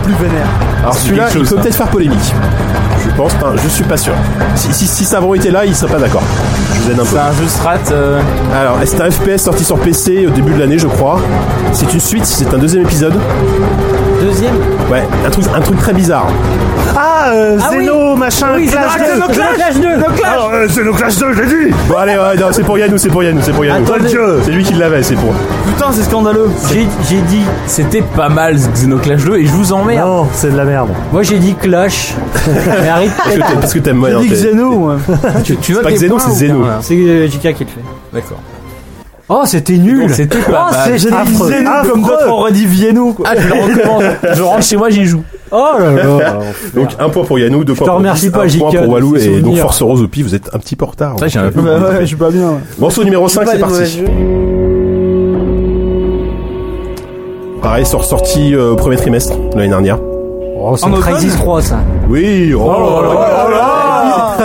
[SPEAKER 2] Plus vénère.
[SPEAKER 1] Alors
[SPEAKER 3] C'est
[SPEAKER 1] celui-là,
[SPEAKER 3] quelque
[SPEAKER 1] il
[SPEAKER 3] chose,
[SPEAKER 1] peut
[SPEAKER 3] ça.
[SPEAKER 1] peut-être faire polémique. Je pense, enfin, je suis pas sûr. Si, si, si Savon était là, il serait pas d'accord. Je vous aide un peu.
[SPEAKER 3] C'est un jeu strat. euh,
[SPEAKER 1] Alors, c'est un FPS sorti sur PC au début de l'année, je crois. C'est une suite, c'est un deuxième épisode.
[SPEAKER 5] Deuxième.
[SPEAKER 1] Ouais, un truc, un truc très bizarre.
[SPEAKER 8] Ah, euh,
[SPEAKER 5] Ah oui.
[SPEAKER 8] Zeno, machin,
[SPEAKER 5] Oui,
[SPEAKER 8] Clash
[SPEAKER 5] Clash
[SPEAKER 8] 2.
[SPEAKER 5] deux, Clash 2
[SPEAKER 8] Ah, euh, Zeno Clash 2, je l'ai dit
[SPEAKER 1] Bon, allez, ouais, non, c'est pour Yannou, c'est pour Yannou, c'est pour Yannou.
[SPEAKER 5] Attendez.
[SPEAKER 1] C'est lui qui l'avait, c'est pour.
[SPEAKER 2] Putain, c'est scandaleux.
[SPEAKER 3] J'ai j'ai dit, c'était pas mal Xenoclash 2 et je vous emmerde.
[SPEAKER 8] Non, c'est de la merde.
[SPEAKER 5] Moi j'ai dit Clash. Mais arrête.
[SPEAKER 1] Parce que t'aimes- Parce que t'aimes moi.
[SPEAKER 2] J'ai dit Xeno, moi.
[SPEAKER 3] Tu, tu notes
[SPEAKER 1] pas
[SPEAKER 3] les
[SPEAKER 1] Xeno,
[SPEAKER 3] points
[SPEAKER 1] c'est
[SPEAKER 3] ou
[SPEAKER 1] Zeno.
[SPEAKER 3] bien,
[SPEAKER 2] hein.
[SPEAKER 3] voilà.
[SPEAKER 5] C'est euh, JK qui le fait.
[SPEAKER 3] D'accord.
[SPEAKER 5] Oh, c'était
[SPEAKER 3] Donc,
[SPEAKER 5] nul.
[SPEAKER 3] C'était pas
[SPEAKER 2] Ah,
[SPEAKER 3] mal.
[SPEAKER 2] c'est- J'ai dit
[SPEAKER 8] Affreux.
[SPEAKER 2] Xeno comme
[SPEAKER 8] Affreux.
[SPEAKER 2] d'autres auraient dit Vienno, quoi.
[SPEAKER 3] Ah, je le recommande. je rentre chez moi, j'y joue.
[SPEAKER 5] Oh là là.
[SPEAKER 1] Donc, un point pour Yannou, deux points pour
[SPEAKER 5] remercie
[SPEAKER 1] Chris,
[SPEAKER 5] pas,
[SPEAKER 1] un point
[SPEAKER 5] JK,
[SPEAKER 1] pour
[SPEAKER 5] de
[SPEAKER 1] Walou
[SPEAKER 5] ces
[SPEAKER 1] et donc
[SPEAKER 5] souvenirs.
[SPEAKER 1] Force Rose au pif, vous êtes un petit peu en retard. euh,
[SPEAKER 3] Ça, j'ai un peu.
[SPEAKER 2] Bah ouais, je suis pas bien.
[SPEAKER 1] Morceau numéro 5,
[SPEAKER 4] Pas
[SPEAKER 1] c'est
[SPEAKER 4] des mauvais
[SPEAKER 1] parti.
[SPEAKER 4] jeux.
[SPEAKER 1] Pareil, sort- sorti euh, au premier trimestre de l'année dernière.
[SPEAKER 5] Oh, c'est
[SPEAKER 2] En automne
[SPEAKER 5] Crisis 3 ça.
[SPEAKER 1] Oui, oh, là là
[SPEAKER 2] Ah,
[SPEAKER 1] là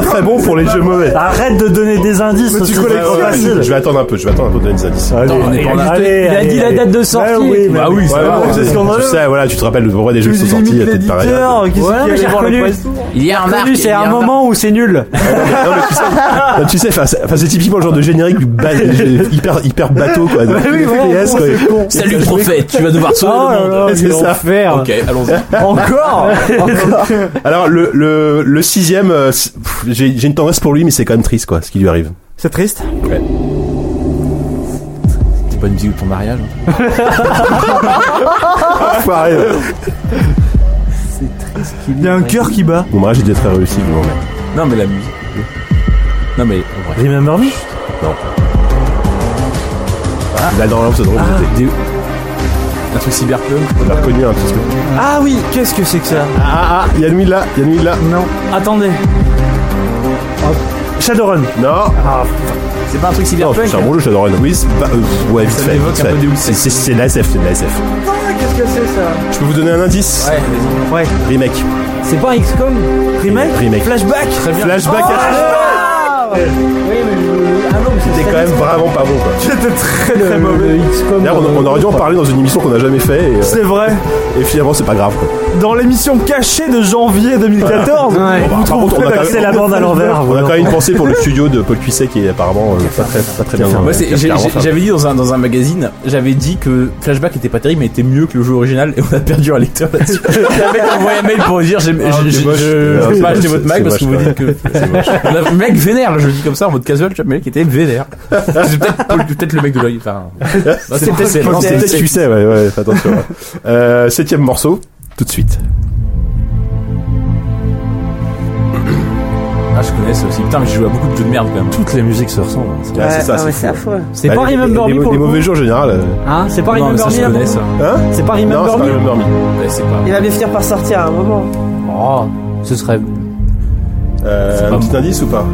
[SPEAKER 1] Très très bon pour les jeux mauvais.
[SPEAKER 8] Arrête de donner des indices, c'est trop facile.
[SPEAKER 1] Je vais attendre un peu, je vais attendre un peu de donner des indices.
[SPEAKER 8] Allez,
[SPEAKER 3] Attends, on est pas là.
[SPEAKER 5] Il a dit la date de sortie.
[SPEAKER 8] Ah oui,
[SPEAKER 2] Bah
[SPEAKER 8] mais
[SPEAKER 3] Ah oui, ça
[SPEAKER 1] Ouais,
[SPEAKER 3] va.
[SPEAKER 1] ouais,
[SPEAKER 2] c'est
[SPEAKER 1] tu
[SPEAKER 2] scandaleux.
[SPEAKER 1] sais, voilà, tu te rappelles le vrai des jeux qui sont
[SPEAKER 2] limite
[SPEAKER 1] sortis, peut-être pareil.
[SPEAKER 2] l'éditeur,
[SPEAKER 1] Non,
[SPEAKER 2] qu'est-ce
[SPEAKER 5] Ouais,
[SPEAKER 2] qu'il
[SPEAKER 5] mais
[SPEAKER 2] y
[SPEAKER 5] j'ai
[SPEAKER 2] a
[SPEAKER 5] reconnu.
[SPEAKER 3] Il y a un arc.
[SPEAKER 5] Connu, c'est un moment où c'est nul.
[SPEAKER 1] mais tu sais, non, tu sais, enfin, c'est enfin, c'est typiquement le genre de générique ba- hyper, hyper bateau, quoi.
[SPEAKER 5] oui, vraiment,
[SPEAKER 1] FPS, quoi.
[SPEAKER 3] Salut prophète, tu vas devoir
[SPEAKER 5] Oh
[SPEAKER 3] sauver
[SPEAKER 5] là
[SPEAKER 3] le monde.
[SPEAKER 5] là,
[SPEAKER 1] C'est
[SPEAKER 5] c'est
[SPEAKER 1] ça.
[SPEAKER 5] faire.
[SPEAKER 3] Ok, allons-y.
[SPEAKER 5] Encore.
[SPEAKER 1] Alors, le, le, le sixième, euh, c'est- pff, j'ai j'ai une tendresse pour lui, mais c'est quand même triste, quoi, ce qui lui arrive.
[SPEAKER 2] C'est triste.
[SPEAKER 3] C'est pas une musique de ton mariage. hein.
[SPEAKER 1] Pareil.
[SPEAKER 2] Il y a un cœur qui bat.
[SPEAKER 1] Bon, moi, j'ai déjà très réussi, bon, mais.
[SPEAKER 3] Non, mais la musique. Non, mais en vrai.
[SPEAKER 8] Remember me
[SPEAKER 1] Là, dans l'homme, c'est drôle, vous
[SPEAKER 3] Des- Un truc cyberpunk.
[SPEAKER 1] avez- on a reconnu un petit peu.
[SPEAKER 2] Ah oui, qu'est-ce que c'est que ça
[SPEAKER 1] Ah, ah, Yannou, il l'a, Yannou, il l'a.
[SPEAKER 2] Non. Attendez.
[SPEAKER 8] Shadowrun.
[SPEAKER 1] Non.
[SPEAKER 3] C'est pas un truc
[SPEAKER 1] Non,
[SPEAKER 3] cyberpunk.
[SPEAKER 1] Ah, c'est un bon jeu Shadowrun. Oui, c'est pas- euh, ouais, vite
[SPEAKER 3] Ça
[SPEAKER 1] fait,
[SPEAKER 3] m'évoque
[SPEAKER 1] vite
[SPEAKER 3] un
[SPEAKER 1] fait.
[SPEAKER 3] peu des Odyssey.
[SPEAKER 1] C'est- c'est c'est de la SF, c'est de la SF.
[SPEAKER 2] Qu'est-ce que c'est ça
[SPEAKER 1] Je peux vous donner un indice
[SPEAKER 3] Ouais, vas-y.
[SPEAKER 1] Remake.
[SPEAKER 5] C'est pas un XCOM.
[SPEAKER 2] Remake
[SPEAKER 1] Remake.
[SPEAKER 2] Flashback Oh
[SPEAKER 3] très bien.
[SPEAKER 1] Flashback à
[SPEAKER 5] Oui, mais je... ah non, mais
[SPEAKER 1] C'était quand même vraiment pas bon quoi.
[SPEAKER 2] C'était très
[SPEAKER 5] le,
[SPEAKER 2] très mauvais.
[SPEAKER 5] le XCOM.
[SPEAKER 1] D'ailleurs, on, on aurait dû en parler dans une émission qu'on n'a jamais fait et, euh,
[SPEAKER 2] C'est vrai.
[SPEAKER 1] et finalement c'est pas grave quoi.
[SPEAKER 2] Dans l'émission cachée de janvier 2014,
[SPEAKER 5] Ouais.
[SPEAKER 2] vous
[SPEAKER 1] Par contre, on a
[SPEAKER 2] trouverez
[SPEAKER 1] quand même-
[SPEAKER 8] C'est la bande à l'envers.
[SPEAKER 1] On a
[SPEAKER 8] voilà.
[SPEAKER 1] quand même une pensée pour le studio de Paul Cuisset qui est apparemment euh, pas très, pas très bien.
[SPEAKER 3] Moi,
[SPEAKER 1] euh,
[SPEAKER 3] c'est-
[SPEAKER 1] qui a
[SPEAKER 3] j'ai-
[SPEAKER 1] clairement
[SPEAKER 3] j'ai-
[SPEAKER 1] fait un-
[SPEAKER 3] j'avais dit dans un, dans un magazine, j'avais dit que Flashback était pas terrible, mais était mieux que le jeu original, et on a perdu un lecteur là-dessus. J'avais envoyé un mail pour dire, j'ai-
[SPEAKER 1] Ah,
[SPEAKER 3] j'ai-
[SPEAKER 1] c'est
[SPEAKER 3] j'ai-
[SPEAKER 1] moche.
[SPEAKER 3] je
[SPEAKER 1] Ah,
[SPEAKER 3] peux
[SPEAKER 1] c'est
[SPEAKER 3] pas acheter
[SPEAKER 1] moche,
[SPEAKER 3] votre Mac
[SPEAKER 1] c'est
[SPEAKER 3] parce que vous
[SPEAKER 1] moche,
[SPEAKER 3] dites que. On a- Le mec vénère, le dis comme ça en mode casual, tu vois, mais le mec était vénère. C'est peut-être peut-être le mec de l'œil. Enfin, non, c'est peut-être
[SPEAKER 1] Non, c'est peut-être
[SPEAKER 3] c'est-
[SPEAKER 1] Cuisset, ouais, ouais, fais attention. ouais. Euh, septième morceau, tout de suite.
[SPEAKER 3] Ah, je connais ça aussi. Putain, mais je joue à beaucoup de jeux de merde quand même.
[SPEAKER 8] Toutes les musiques se ressemblent. hein.
[SPEAKER 1] Ouais, c'est ça,
[SPEAKER 4] ah
[SPEAKER 1] c'est
[SPEAKER 4] ouais,
[SPEAKER 1] fou.
[SPEAKER 4] c'est affreux.
[SPEAKER 5] C'est
[SPEAKER 1] Bah,
[SPEAKER 5] pas
[SPEAKER 1] les-
[SPEAKER 5] Remember
[SPEAKER 1] les-
[SPEAKER 5] Me pour
[SPEAKER 1] Les
[SPEAKER 5] le
[SPEAKER 1] mauvais
[SPEAKER 5] coup.
[SPEAKER 1] jeux en général. euh,
[SPEAKER 5] Hein, c'est pas
[SPEAKER 3] non, mais
[SPEAKER 5] Remember
[SPEAKER 3] ça, je
[SPEAKER 5] Me.
[SPEAKER 3] connais
[SPEAKER 5] là-bas
[SPEAKER 3] ça.
[SPEAKER 1] Hein
[SPEAKER 5] C'est pas
[SPEAKER 1] Non, c'est
[SPEAKER 5] Remember
[SPEAKER 1] pas
[SPEAKER 5] Me.
[SPEAKER 1] Remember Me.
[SPEAKER 3] Ouais, c'est pas.
[SPEAKER 4] Il va bien finir par sortir à un moment.
[SPEAKER 5] Oh, ce serait
[SPEAKER 1] Euh,
[SPEAKER 3] C'est pas
[SPEAKER 1] un petit
[SPEAKER 3] bon.
[SPEAKER 1] indice ou pas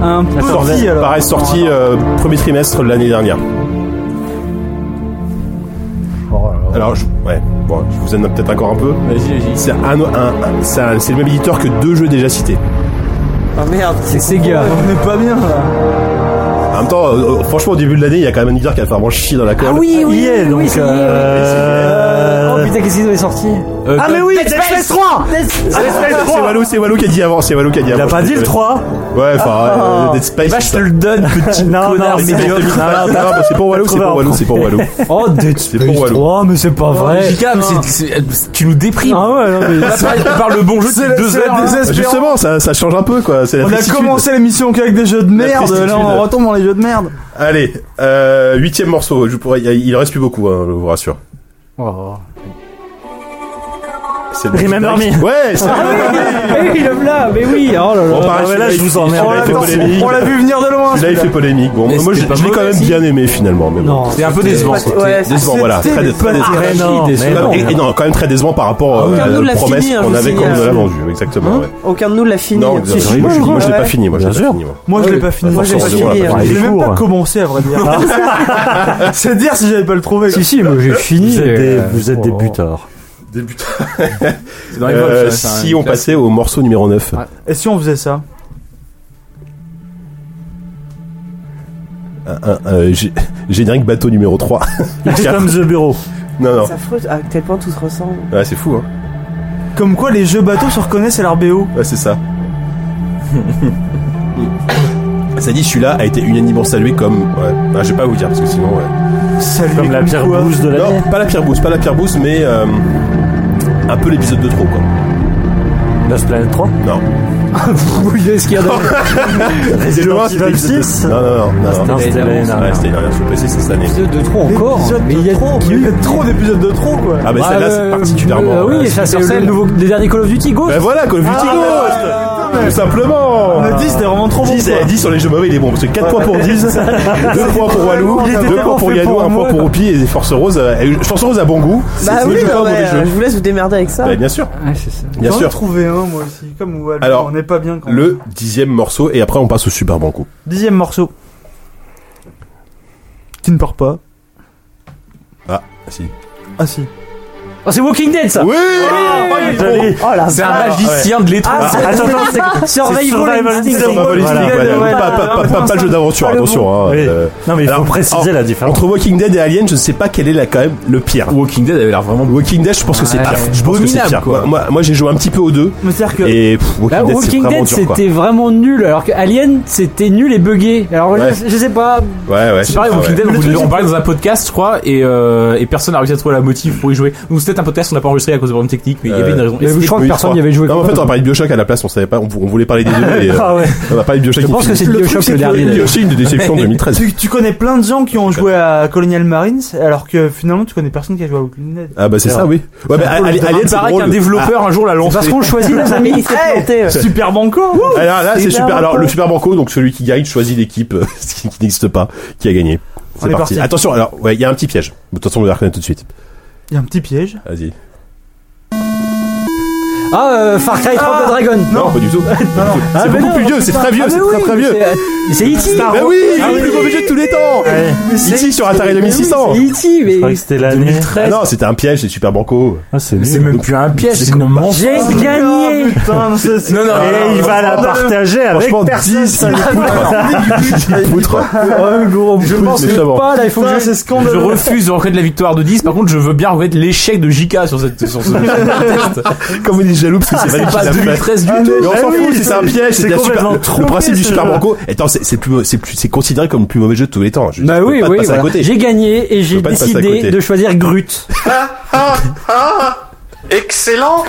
[SPEAKER 2] Un peu
[SPEAKER 1] Sorti,
[SPEAKER 2] si, alors.
[SPEAKER 1] Pareil, sorti euh, premier trimestre de l'année dernière. Alors, je, ouais, bon, je vous aide peut-être encore un peu.
[SPEAKER 3] Vas-y, vas-y.
[SPEAKER 1] C'est un, un- un- c'est un- c'est le même éditeur que deux jeux déjà cités.
[SPEAKER 4] Oh merde.
[SPEAKER 5] c'est Sega.
[SPEAKER 2] On est Ah, pas bien là.
[SPEAKER 1] En même temps, euh, euh, franchement, au début de l'année, il y a quand même un éditeur qui a fait vraiment chier dans la Euh, colle.
[SPEAKER 5] oui,
[SPEAKER 8] Il est, donc,
[SPEAKER 5] c'est lié, ouais.
[SPEAKER 8] euh,
[SPEAKER 5] Oh putain, qu'est-ce qu'ils ont sorti
[SPEAKER 3] Euh,
[SPEAKER 2] Ah, mais oui, Dead Space 3
[SPEAKER 4] Ah,
[SPEAKER 1] C'est Walou, c'est Walou qui a dit avant, c'est Walou qui a dit
[SPEAKER 8] Il
[SPEAKER 1] avant.
[SPEAKER 8] a pas dit le 3
[SPEAKER 1] Ouais, enfin, euh, Dead Space.
[SPEAKER 3] Bah,
[SPEAKER 1] c'est
[SPEAKER 3] je te
[SPEAKER 1] ça.
[SPEAKER 3] le donne, petit
[SPEAKER 8] Non, non,
[SPEAKER 3] connard
[SPEAKER 8] c'est-
[SPEAKER 1] Non,
[SPEAKER 3] médiocre.
[SPEAKER 1] mais c'est pour Walou, c'est pour Walou, c'est pour Walou.
[SPEAKER 5] Oh, Dead
[SPEAKER 1] C'est pour
[SPEAKER 5] Space
[SPEAKER 1] Walou.
[SPEAKER 2] Oh,
[SPEAKER 5] 3, mais c'est pas vrai.
[SPEAKER 3] Jika, mais c'est- c'est- c'est- tu nous déprimes.
[SPEAKER 5] Ah ouais, non, mais-
[SPEAKER 3] Là, pareil, on parle le bon jeu depuis deux heures. hein.
[SPEAKER 1] Justement, ça, ça change un peu, quoi. C'est la
[SPEAKER 2] On a
[SPEAKER 1] tristitude.
[SPEAKER 2] commencé l'émission qu'avec des jeux de merde,
[SPEAKER 1] tristitude.
[SPEAKER 2] là on retombe dans les jeux de merde.
[SPEAKER 1] Allez, euh, huitième morceau. Je pourrais, il en reste plus beaucoup, hein, je vous rassure.
[SPEAKER 5] Oh.
[SPEAKER 1] C'est le-
[SPEAKER 8] Remember me.
[SPEAKER 1] Ouais, c'est
[SPEAKER 4] ah,
[SPEAKER 5] Eh oui, le blas, mais oui, oh là là.
[SPEAKER 1] Bon, pareil,
[SPEAKER 8] mais
[SPEAKER 1] celui-là,
[SPEAKER 8] là, je
[SPEAKER 1] il-
[SPEAKER 8] vous
[SPEAKER 1] celui-là,
[SPEAKER 8] emmerde.
[SPEAKER 1] il
[SPEAKER 2] On
[SPEAKER 1] fait
[SPEAKER 2] l'a-
[SPEAKER 1] polémique.
[SPEAKER 2] on l'a vu venir de loin.
[SPEAKER 1] Là, il
[SPEAKER 2] celui-là.
[SPEAKER 1] fait polémique. Bon,
[SPEAKER 3] Mais
[SPEAKER 1] moi, je,
[SPEAKER 3] c'était pas
[SPEAKER 1] je l'ai quand
[SPEAKER 3] mauvais,
[SPEAKER 1] même
[SPEAKER 3] si.
[SPEAKER 1] bien aimé finalement. Mais bon.
[SPEAKER 5] Non.
[SPEAKER 3] C'est un peu décevant.
[SPEAKER 4] Ouais,
[SPEAKER 3] quoi.
[SPEAKER 4] ouais,
[SPEAKER 1] Décevant, voilà.
[SPEAKER 2] C'était
[SPEAKER 1] Très, dé-
[SPEAKER 2] des
[SPEAKER 1] très décevant.
[SPEAKER 8] Mais Ah, non,
[SPEAKER 1] Et,
[SPEAKER 8] mais non.
[SPEAKER 1] et non, quand même très décevant par rapport
[SPEAKER 3] Ah
[SPEAKER 1] euh,
[SPEAKER 4] Aucun
[SPEAKER 1] à
[SPEAKER 4] nous
[SPEAKER 1] la
[SPEAKER 4] l'a
[SPEAKER 1] promesse
[SPEAKER 4] fini, hein,
[SPEAKER 1] qu'on
[SPEAKER 4] je
[SPEAKER 1] avait
[SPEAKER 4] vous
[SPEAKER 1] quand
[SPEAKER 3] euh,
[SPEAKER 1] on nous l'a
[SPEAKER 4] signale.
[SPEAKER 1] vendu.
[SPEAKER 3] hein,
[SPEAKER 1] Exactement, ouais.
[SPEAKER 4] Aucun de nous l'a fini.
[SPEAKER 1] Non,
[SPEAKER 4] hein.
[SPEAKER 1] vous avez- moi, je- moi, je l'ai pas fini. Moi, je l'ai pas fini. moi.
[SPEAKER 2] Moi je
[SPEAKER 4] Ouais,
[SPEAKER 2] l'ai pas fini.
[SPEAKER 4] Moi j'ai pas
[SPEAKER 1] forcément, on
[SPEAKER 4] fini.
[SPEAKER 1] l'a
[SPEAKER 4] hein.
[SPEAKER 1] pas
[SPEAKER 2] J'ai même pas
[SPEAKER 8] Court.
[SPEAKER 2] commencé à vrai dire. Ah. C'est dire si j'avais pas le trouvé.
[SPEAKER 5] Si, si, moi j'ai fini.
[SPEAKER 8] Vous êtes des,
[SPEAKER 5] euh,
[SPEAKER 8] vous êtes
[SPEAKER 5] oh.
[SPEAKER 8] des butards.
[SPEAKER 3] C'est dans les
[SPEAKER 1] Euh,
[SPEAKER 3] vols, ça, Ah. c'est
[SPEAKER 1] Si
[SPEAKER 3] un-
[SPEAKER 1] on passait au morceau numéro 9.
[SPEAKER 5] Ouais.
[SPEAKER 2] Et si on faisait ça
[SPEAKER 1] Un, un, euh, gé- Générique bateau numéro 3.
[SPEAKER 8] Comme The Bureau.
[SPEAKER 1] Non, non.
[SPEAKER 4] C'est affreux à quel point tout se ressemble.
[SPEAKER 1] Ouais, c'est fou, hein.
[SPEAKER 2] Comme quoi les jeux bateaux se reconnaissent à l'RBO.
[SPEAKER 1] Ouais, c'est ça. ça dit, celui-là a été unanimement salué comme. Ouais. Ah, je vais pas vous dire parce que sinon. Ouais.
[SPEAKER 2] Salut.
[SPEAKER 8] Comme la pire
[SPEAKER 2] quoi.
[SPEAKER 8] blouse de la
[SPEAKER 1] Non, pas la pierre boost, pas la pierre boost, mais euh, un peu l'épisode de trop, quoi.
[SPEAKER 8] Lost Planet 3.
[SPEAKER 1] Non.
[SPEAKER 5] Oui, est-ce qu'il y a dans-
[SPEAKER 1] Resident
[SPEAKER 8] Evil 6?
[SPEAKER 1] Non, non, non. non, non.
[SPEAKER 8] Non, c'était l'année
[SPEAKER 1] Ouais,
[SPEAKER 8] dernière.
[SPEAKER 1] c'était l'année dernière, je vous précise, c'est cette année.
[SPEAKER 5] épisode de trop encore.
[SPEAKER 2] Épisode
[SPEAKER 5] Mais il y a
[SPEAKER 2] de trop,
[SPEAKER 5] il y a
[SPEAKER 2] il y
[SPEAKER 5] eu-
[SPEAKER 2] a trop d'épisodes de trop quoi.
[SPEAKER 1] Ah, mais
[SPEAKER 5] Bah,
[SPEAKER 1] celle-là,
[SPEAKER 5] euh,
[SPEAKER 1] c'est particulièrement.
[SPEAKER 5] euh,
[SPEAKER 1] euh,
[SPEAKER 5] oui, ça c'est le nouveau des derniers Call of Duty Ghost.
[SPEAKER 1] Ben voilà, Call of Duty Ghost Tout simplement
[SPEAKER 2] Le 10 c'était vraiment trop bon.
[SPEAKER 1] 10,
[SPEAKER 2] quoi.
[SPEAKER 1] eh, 10 sur les jeux mauvais, il est bon. Parce que 4 points pour 10, 2 points pour Walou,
[SPEAKER 2] Il
[SPEAKER 1] 2
[SPEAKER 2] était
[SPEAKER 1] points
[SPEAKER 2] tellement
[SPEAKER 1] pour
[SPEAKER 2] fait
[SPEAKER 1] Yannou,
[SPEAKER 2] pour
[SPEAKER 1] 1 point
[SPEAKER 2] moi.
[SPEAKER 1] pour Oupi et Force Rose. euh, Force Rose a bon goût.
[SPEAKER 4] Bah
[SPEAKER 1] mais
[SPEAKER 4] oui,
[SPEAKER 1] je joue pas au
[SPEAKER 4] ouais,
[SPEAKER 1] mauvais jeu.
[SPEAKER 4] euh, je vous laisse vous démerder avec ça.
[SPEAKER 1] Bah, bien sûr,
[SPEAKER 5] Ouais, c'est ça.
[SPEAKER 1] bien
[SPEAKER 2] J'en ai
[SPEAKER 1] sûr.
[SPEAKER 2] trouvé un moi aussi. Comme Walou,
[SPEAKER 1] Alors,
[SPEAKER 2] on n'est pas bien quand
[SPEAKER 1] Le dixième morceau, et après on passe au Super Banco.
[SPEAKER 2] Dixième morceau. Qui ne part pas.
[SPEAKER 1] Ah, si.
[SPEAKER 2] Ah si.
[SPEAKER 5] Oh, c'est Walking Dead ça.
[SPEAKER 1] Oui Oh, il est bon.
[SPEAKER 3] C'est un magicien de l'étro.
[SPEAKER 1] bah,
[SPEAKER 5] Ah, c'est
[SPEAKER 8] Attends, attends, c'est
[SPEAKER 5] Survival
[SPEAKER 8] Survival
[SPEAKER 5] Instinct.
[SPEAKER 1] Sur ma valise,
[SPEAKER 8] Voilà.
[SPEAKER 1] voilà.
[SPEAKER 2] Ouais, ouais,
[SPEAKER 1] Pas- pas-
[SPEAKER 2] ouais,
[SPEAKER 1] pas- pas-
[SPEAKER 2] ouais,
[SPEAKER 1] Pas
[SPEAKER 2] ouais,
[SPEAKER 1] le jeu d'aventure,
[SPEAKER 2] ouais,
[SPEAKER 1] attention. hein,
[SPEAKER 8] Oui.
[SPEAKER 1] euh,
[SPEAKER 8] Non, mais il
[SPEAKER 1] Alors,
[SPEAKER 8] faut préciser
[SPEAKER 1] en-
[SPEAKER 8] la différence.
[SPEAKER 1] Entre Walking Dead et Alien, je ne sais pas quel est là quand même le pire.
[SPEAKER 3] Walking Dead avait l'air vraiment
[SPEAKER 1] Walking Dead, je pense que c'est
[SPEAKER 5] Ouais.
[SPEAKER 1] pire. Je pense que c'est
[SPEAKER 3] Abominable,
[SPEAKER 1] pire.
[SPEAKER 3] quoi.
[SPEAKER 1] Moi- Moi, moi, j'ai joué un petit peu aux deux.
[SPEAKER 2] Mais c'est-à-dire que.
[SPEAKER 1] Et pff, Walking
[SPEAKER 5] Là,
[SPEAKER 1] Dead, c'est
[SPEAKER 5] Bah, Walking
[SPEAKER 1] vraiment
[SPEAKER 5] Dead
[SPEAKER 1] dur, quoi.
[SPEAKER 5] c'était vraiment nul, alors que Alien c'était nul et buggé. Alors
[SPEAKER 1] Ouais.
[SPEAKER 5] je, je sais pas.
[SPEAKER 1] Ouais, ouais.
[SPEAKER 3] C'est pareil,
[SPEAKER 1] Ah,
[SPEAKER 3] Walking
[SPEAKER 1] ouais.
[SPEAKER 3] Dead, on,
[SPEAKER 2] Mais le
[SPEAKER 3] voulait-
[SPEAKER 2] truc,
[SPEAKER 3] on parlait dans un podcast, je crois, et, euh, et personne n'a réussi à trouver la motive pour y jouer. Nous, c'était un podcast qu'on n'a pas enregistré à cause de problèmes techniques, mais il y avait
[SPEAKER 1] Euh,
[SPEAKER 3] une raison.
[SPEAKER 5] Mais je crois que
[SPEAKER 1] Oui,
[SPEAKER 5] personne
[SPEAKER 1] je
[SPEAKER 5] n'y avait joué.
[SPEAKER 1] Non, mais en fait, on a parlé de Bioshock à la place, on savait pas, on, vou- on voulait parler des deux, et, euh,
[SPEAKER 8] Ah ouais.
[SPEAKER 1] on a parlé de Bioshock.
[SPEAKER 5] je pense que c'est
[SPEAKER 2] Le truc,
[SPEAKER 5] Bioshock
[SPEAKER 2] c'est
[SPEAKER 5] le
[SPEAKER 2] que-
[SPEAKER 5] dernier.
[SPEAKER 1] Il y a
[SPEAKER 5] d'ailleurs.
[SPEAKER 1] aussi une déception de 2013.
[SPEAKER 2] Tu, tu connais plein de gens qui ont joué à Colonial Marines, alors que finalement tu connais personne qui a joué à Walking Dead.
[SPEAKER 1] Ah, bah, c'est ça, oui. Ouais, mais
[SPEAKER 3] Ah,
[SPEAKER 1] Ali- Alien,
[SPEAKER 3] il
[SPEAKER 1] c'est
[SPEAKER 3] paraît
[SPEAKER 1] drôle.
[SPEAKER 3] qu'un développeur un jour l'a
[SPEAKER 5] C'est
[SPEAKER 3] lancé.
[SPEAKER 5] parce qu'on choisit nos amis.
[SPEAKER 4] Il s'est planté.
[SPEAKER 1] euh.
[SPEAKER 4] ouais.
[SPEAKER 2] Super banco
[SPEAKER 1] Ah, Alors là, c'est
[SPEAKER 4] Super
[SPEAKER 1] super. Alors,
[SPEAKER 4] Banco.
[SPEAKER 1] le Super Banco, donc celui qui gagne choisit l'équipe euh, qui, qui n'existe pas, qui a gagné.
[SPEAKER 2] On
[SPEAKER 1] C'est
[SPEAKER 2] est
[SPEAKER 1] parti.
[SPEAKER 2] parti.
[SPEAKER 1] Attention, alors, ouais, il y a un petit piège. De toute façon, on va le reconnaître tout de suite.
[SPEAKER 2] Il y a un petit piège.
[SPEAKER 1] Vas-y.
[SPEAKER 5] Ah, euh, Far Cry 3 de Dragon.
[SPEAKER 1] Non, pas du tout.
[SPEAKER 5] Ah,
[SPEAKER 1] C'est
[SPEAKER 5] mais
[SPEAKER 1] beaucoup
[SPEAKER 5] non,
[SPEAKER 1] plus vieux,
[SPEAKER 5] putain.
[SPEAKER 1] c'est très vieux,
[SPEAKER 5] Ah, mais
[SPEAKER 1] c'est
[SPEAKER 5] oui,
[SPEAKER 1] très très vieux.
[SPEAKER 5] mais C'est E.T.
[SPEAKER 1] Bah oui, le plus mauvais jeu de tous les temps. Ici sur Atari
[SPEAKER 5] Mais oui,
[SPEAKER 1] 2600.
[SPEAKER 5] C'est E.T.
[SPEAKER 8] Je croyais
[SPEAKER 5] mais.
[SPEAKER 8] que c'était l'année.
[SPEAKER 1] Ah non, c'était un piège, c'est Super Banco.
[SPEAKER 8] Ah, c'est
[SPEAKER 3] C'est
[SPEAKER 8] nul.
[SPEAKER 3] même plus un piège, c'est une mensonge.
[SPEAKER 5] J'ai gagné
[SPEAKER 2] Ah, Putain, c'est
[SPEAKER 3] Non, non,
[SPEAKER 8] Et il va la partager avec
[SPEAKER 1] Franchement,
[SPEAKER 8] personne.
[SPEAKER 1] 10 poutres.
[SPEAKER 5] Je pense
[SPEAKER 1] mais ça va.
[SPEAKER 5] pas, là, il faut que
[SPEAKER 2] Putain,
[SPEAKER 5] je-
[SPEAKER 2] c'est
[SPEAKER 3] Je
[SPEAKER 2] scandaleux.
[SPEAKER 3] refuse de reconnaître la victoire de 10, par contre, je veux bien reconnaître l'échec de JK sur cette, sur ce test.
[SPEAKER 1] Comme vous dites jaloux, parce que c'est
[SPEAKER 3] C'est
[SPEAKER 1] Valérie qui
[SPEAKER 3] pas
[SPEAKER 1] l'a fait.
[SPEAKER 3] 2013 du
[SPEAKER 1] Mais
[SPEAKER 3] tout.
[SPEAKER 1] on s'en
[SPEAKER 8] oui,
[SPEAKER 1] fout,
[SPEAKER 8] c'est-
[SPEAKER 1] c'est un piège,
[SPEAKER 8] c'est
[SPEAKER 1] c'est un
[SPEAKER 8] complètement
[SPEAKER 1] super- le
[SPEAKER 8] trompé,
[SPEAKER 1] principe du
[SPEAKER 8] ce
[SPEAKER 1] Super
[SPEAKER 8] jeu.
[SPEAKER 1] Banco. Attends, c'est c'est le plus, c'est plus, c'est considéré comme le plus mauvais jeu de tous les temps. Je-
[SPEAKER 5] Bah
[SPEAKER 1] je peux
[SPEAKER 5] oui,
[SPEAKER 1] pas te
[SPEAKER 5] oui,
[SPEAKER 1] passer à
[SPEAKER 5] voilà.
[SPEAKER 1] côté.
[SPEAKER 5] J'ai gagné et j'ai
[SPEAKER 1] peux pas te passer à
[SPEAKER 5] décidé
[SPEAKER 1] côté.
[SPEAKER 5] de choisir Grut.
[SPEAKER 6] Ah, Excellent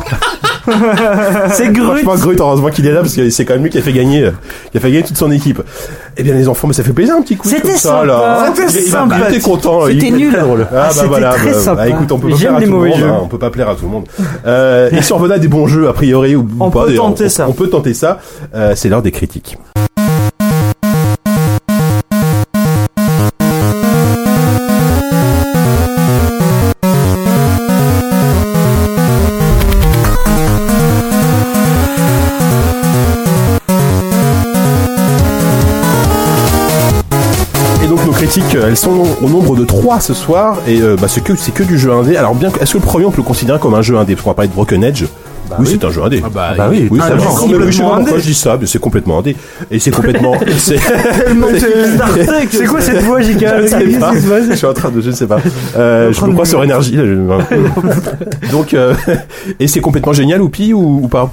[SPEAKER 2] C'est Grut.
[SPEAKER 1] Franchement, Grut, heureusement qu'il est là parce que c'est quand même lui qui a fait gagner, euh, qui a fait gagner toute son équipe. Eh bien, les enfants, mais ça fait plaisir un petit coup.
[SPEAKER 4] C'était
[SPEAKER 1] comme ça,
[SPEAKER 4] sympa.
[SPEAKER 1] là.
[SPEAKER 2] C'était
[SPEAKER 1] Il- il-
[SPEAKER 2] sympa.
[SPEAKER 1] Il était content.
[SPEAKER 5] C'était
[SPEAKER 1] il-
[SPEAKER 5] nul.
[SPEAKER 1] Ah, bah
[SPEAKER 5] c'était
[SPEAKER 1] voilà.
[SPEAKER 5] très
[SPEAKER 1] bah, bah,
[SPEAKER 5] sympa.
[SPEAKER 1] écoute, on peut pas
[SPEAKER 5] J'aime
[SPEAKER 1] plaire à
[SPEAKER 5] les
[SPEAKER 1] tout le
[SPEAKER 5] mauvais
[SPEAKER 1] monde.
[SPEAKER 5] jeux.
[SPEAKER 1] hein, on peut pas plaire à tout le monde. Euh, et si on revenait à des bons jeux, a priori, ou, ou
[SPEAKER 2] On
[SPEAKER 1] pas,
[SPEAKER 2] peut
[SPEAKER 1] d'ailleurs,
[SPEAKER 2] tenter
[SPEAKER 1] on-
[SPEAKER 2] ça.
[SPEAKER 1] On peut tenter ça. Euh, c'est l'heure des critiques. Et donc nos critiques, euh, elles sont au nombre de 3 ce soir, et euh, bah, c'est que c'est que du jeu indé. Alors bien, que- est-ce que le premier on peut le considérer comme un jeu indé Parce qu'on va parler de Broken Edge. oui, c'est un jeu indé.
[SPEAKER 3] bah,
[SPEAKER 8] Bah oui,
[SPEAKER 1] Oui,
[SPEAKER 8] ah,
[SPEAKER 1] ça
[SPEAKER 8] non,
[SPEAKER 1] marche. Mais oui, je sais pas
[SPEAKER 2] complètement
[SPEAKER 1] pourquoi
[SPEAKER 2] indé.
[SPEAKER 1] je dis ça, mais c'est complètement indé. Et c'est complètement. c'est-
[SPEAKER 2] C'est quoi cette voix, Jika
[SPEAKER 1] je sais pas. Je suis en train de, je ne sais pas. Euh, je me crois sur énergie. là, je- Donc, euh, et c'est complètement génial ou pis ou, ou pas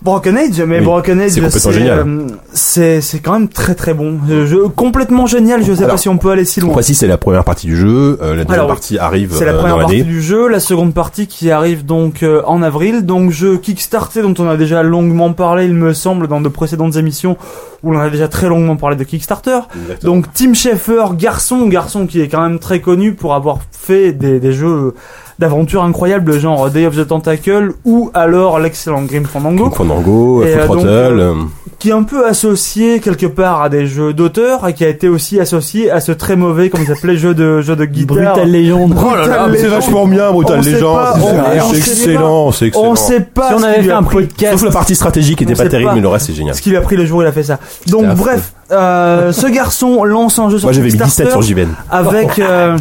[SPEAKER 2] Broken Age, mais
[SPEAKER 1] Oui,
[SPEAKER 2] Broken Age,
[SPEAKER 1] c'est complètement génial.
[SPEAKER 2] euh, c'est c'est quand même très très bon. Je, je- complètement génial. Je sais
[SPEAKER 1] Alors,
[SPEAKER 2] pas si on peut aller si
[SPEAKER 1] On
[SPEAKER 2] loin.
[SPEAKER 1] précise, c'est la première partie du jeu. euh, la deuxième
[SPEAKER 2] Alors,
[SPEAKER 1] partie arrive
[SPEAKER 2] C'est la
[SPEAKER 1] euh,
[SPEAKER 2] première
[SPEAKER 1] dans
[SPEAKER 2] partie
[SPEAKER 1] l'année.
[SPEAKER 2] du jeu, la seconde partie qui arrive donc euh, en avril, donc jeu Kickstarter dont on a déjà longuement parlé, il me semble, dans de précédentes émissions où l'on a déjà très longuement parlé de Kickstarter. Donc Tim Schafer, garçon, garçon qui est quand même très connu pour avoir fait des, des jeux d'aventure incroyables, genre Day of the Tentacle ou alors l'excellent Grim Fandango,
[SPEAKER 1] Donc, Fandango,
[SPEAKER 2] Et,
[SPEAKER 1] Full
[SPEAKER 2] euh, donc,
[SPEAKER 1] Throttle.
[SPEAKER 2] euh,
[SPEAKER 1] euh,
[SPEAKER 2] qui est un peu associé quelque part à des jeux d'auteur et qui a été aussi associé à ce très mauvais, comme il s'appelait, jeu de jeu de guitare.
[SPEAKER 5] Brutal légende.
[SPEAKER 3] Oh là là,
[SPEAKER 2] Brutal
[SPEAKER 1] C'est
[SPEAKER 2] Legend.
[SPEAKER 1] vachement bien, Brutal
[SPEAKER 2] On sait
[SPEAKER 1] Legend.
[SPEAKER 2] pas, on- on
[SPEAKER 1] C'est
[SPEAKER 2] sait
[SPEAKER 1] excellent, c'est excellent.
[SPEAKER 2] On sait pas
[SPEAKER 5] Si on
[SPEAKER 2] ce
[SPEAKER 5] avait
[SPEAKER 2] qu'il
[SPEAKER 5] fait
[SPEAKER 2] a
[SPEAKER 5] un
[SPEAKER 2] pris.
[SPEAKER 5] podcast,
[SPEAKER 1] Sauf la partie stratégique qui
[SPEAKER 2] On
[SPEAKER 1] n'était pas
[SPEAKER 2] sait
[SPEAKER 1] terrible,
[SPEAKER 2] pas.
[SPEAKER 1] mais le reste c'est génial.
[SPEAKER 2] Ce qu'il a pris le jour où il a fait ça. Donc
[SPEAKER 1] C'était
[SPEAKER 2] bref, euh, ce garçon lance un jeu sur
[SPEAKER 1] Moi j'avais mis
[SPEAKER 2] Kickstarter
[SPEAKER 1] 17 sur JVN. Oh.
[SPEAKER 2] avec euh,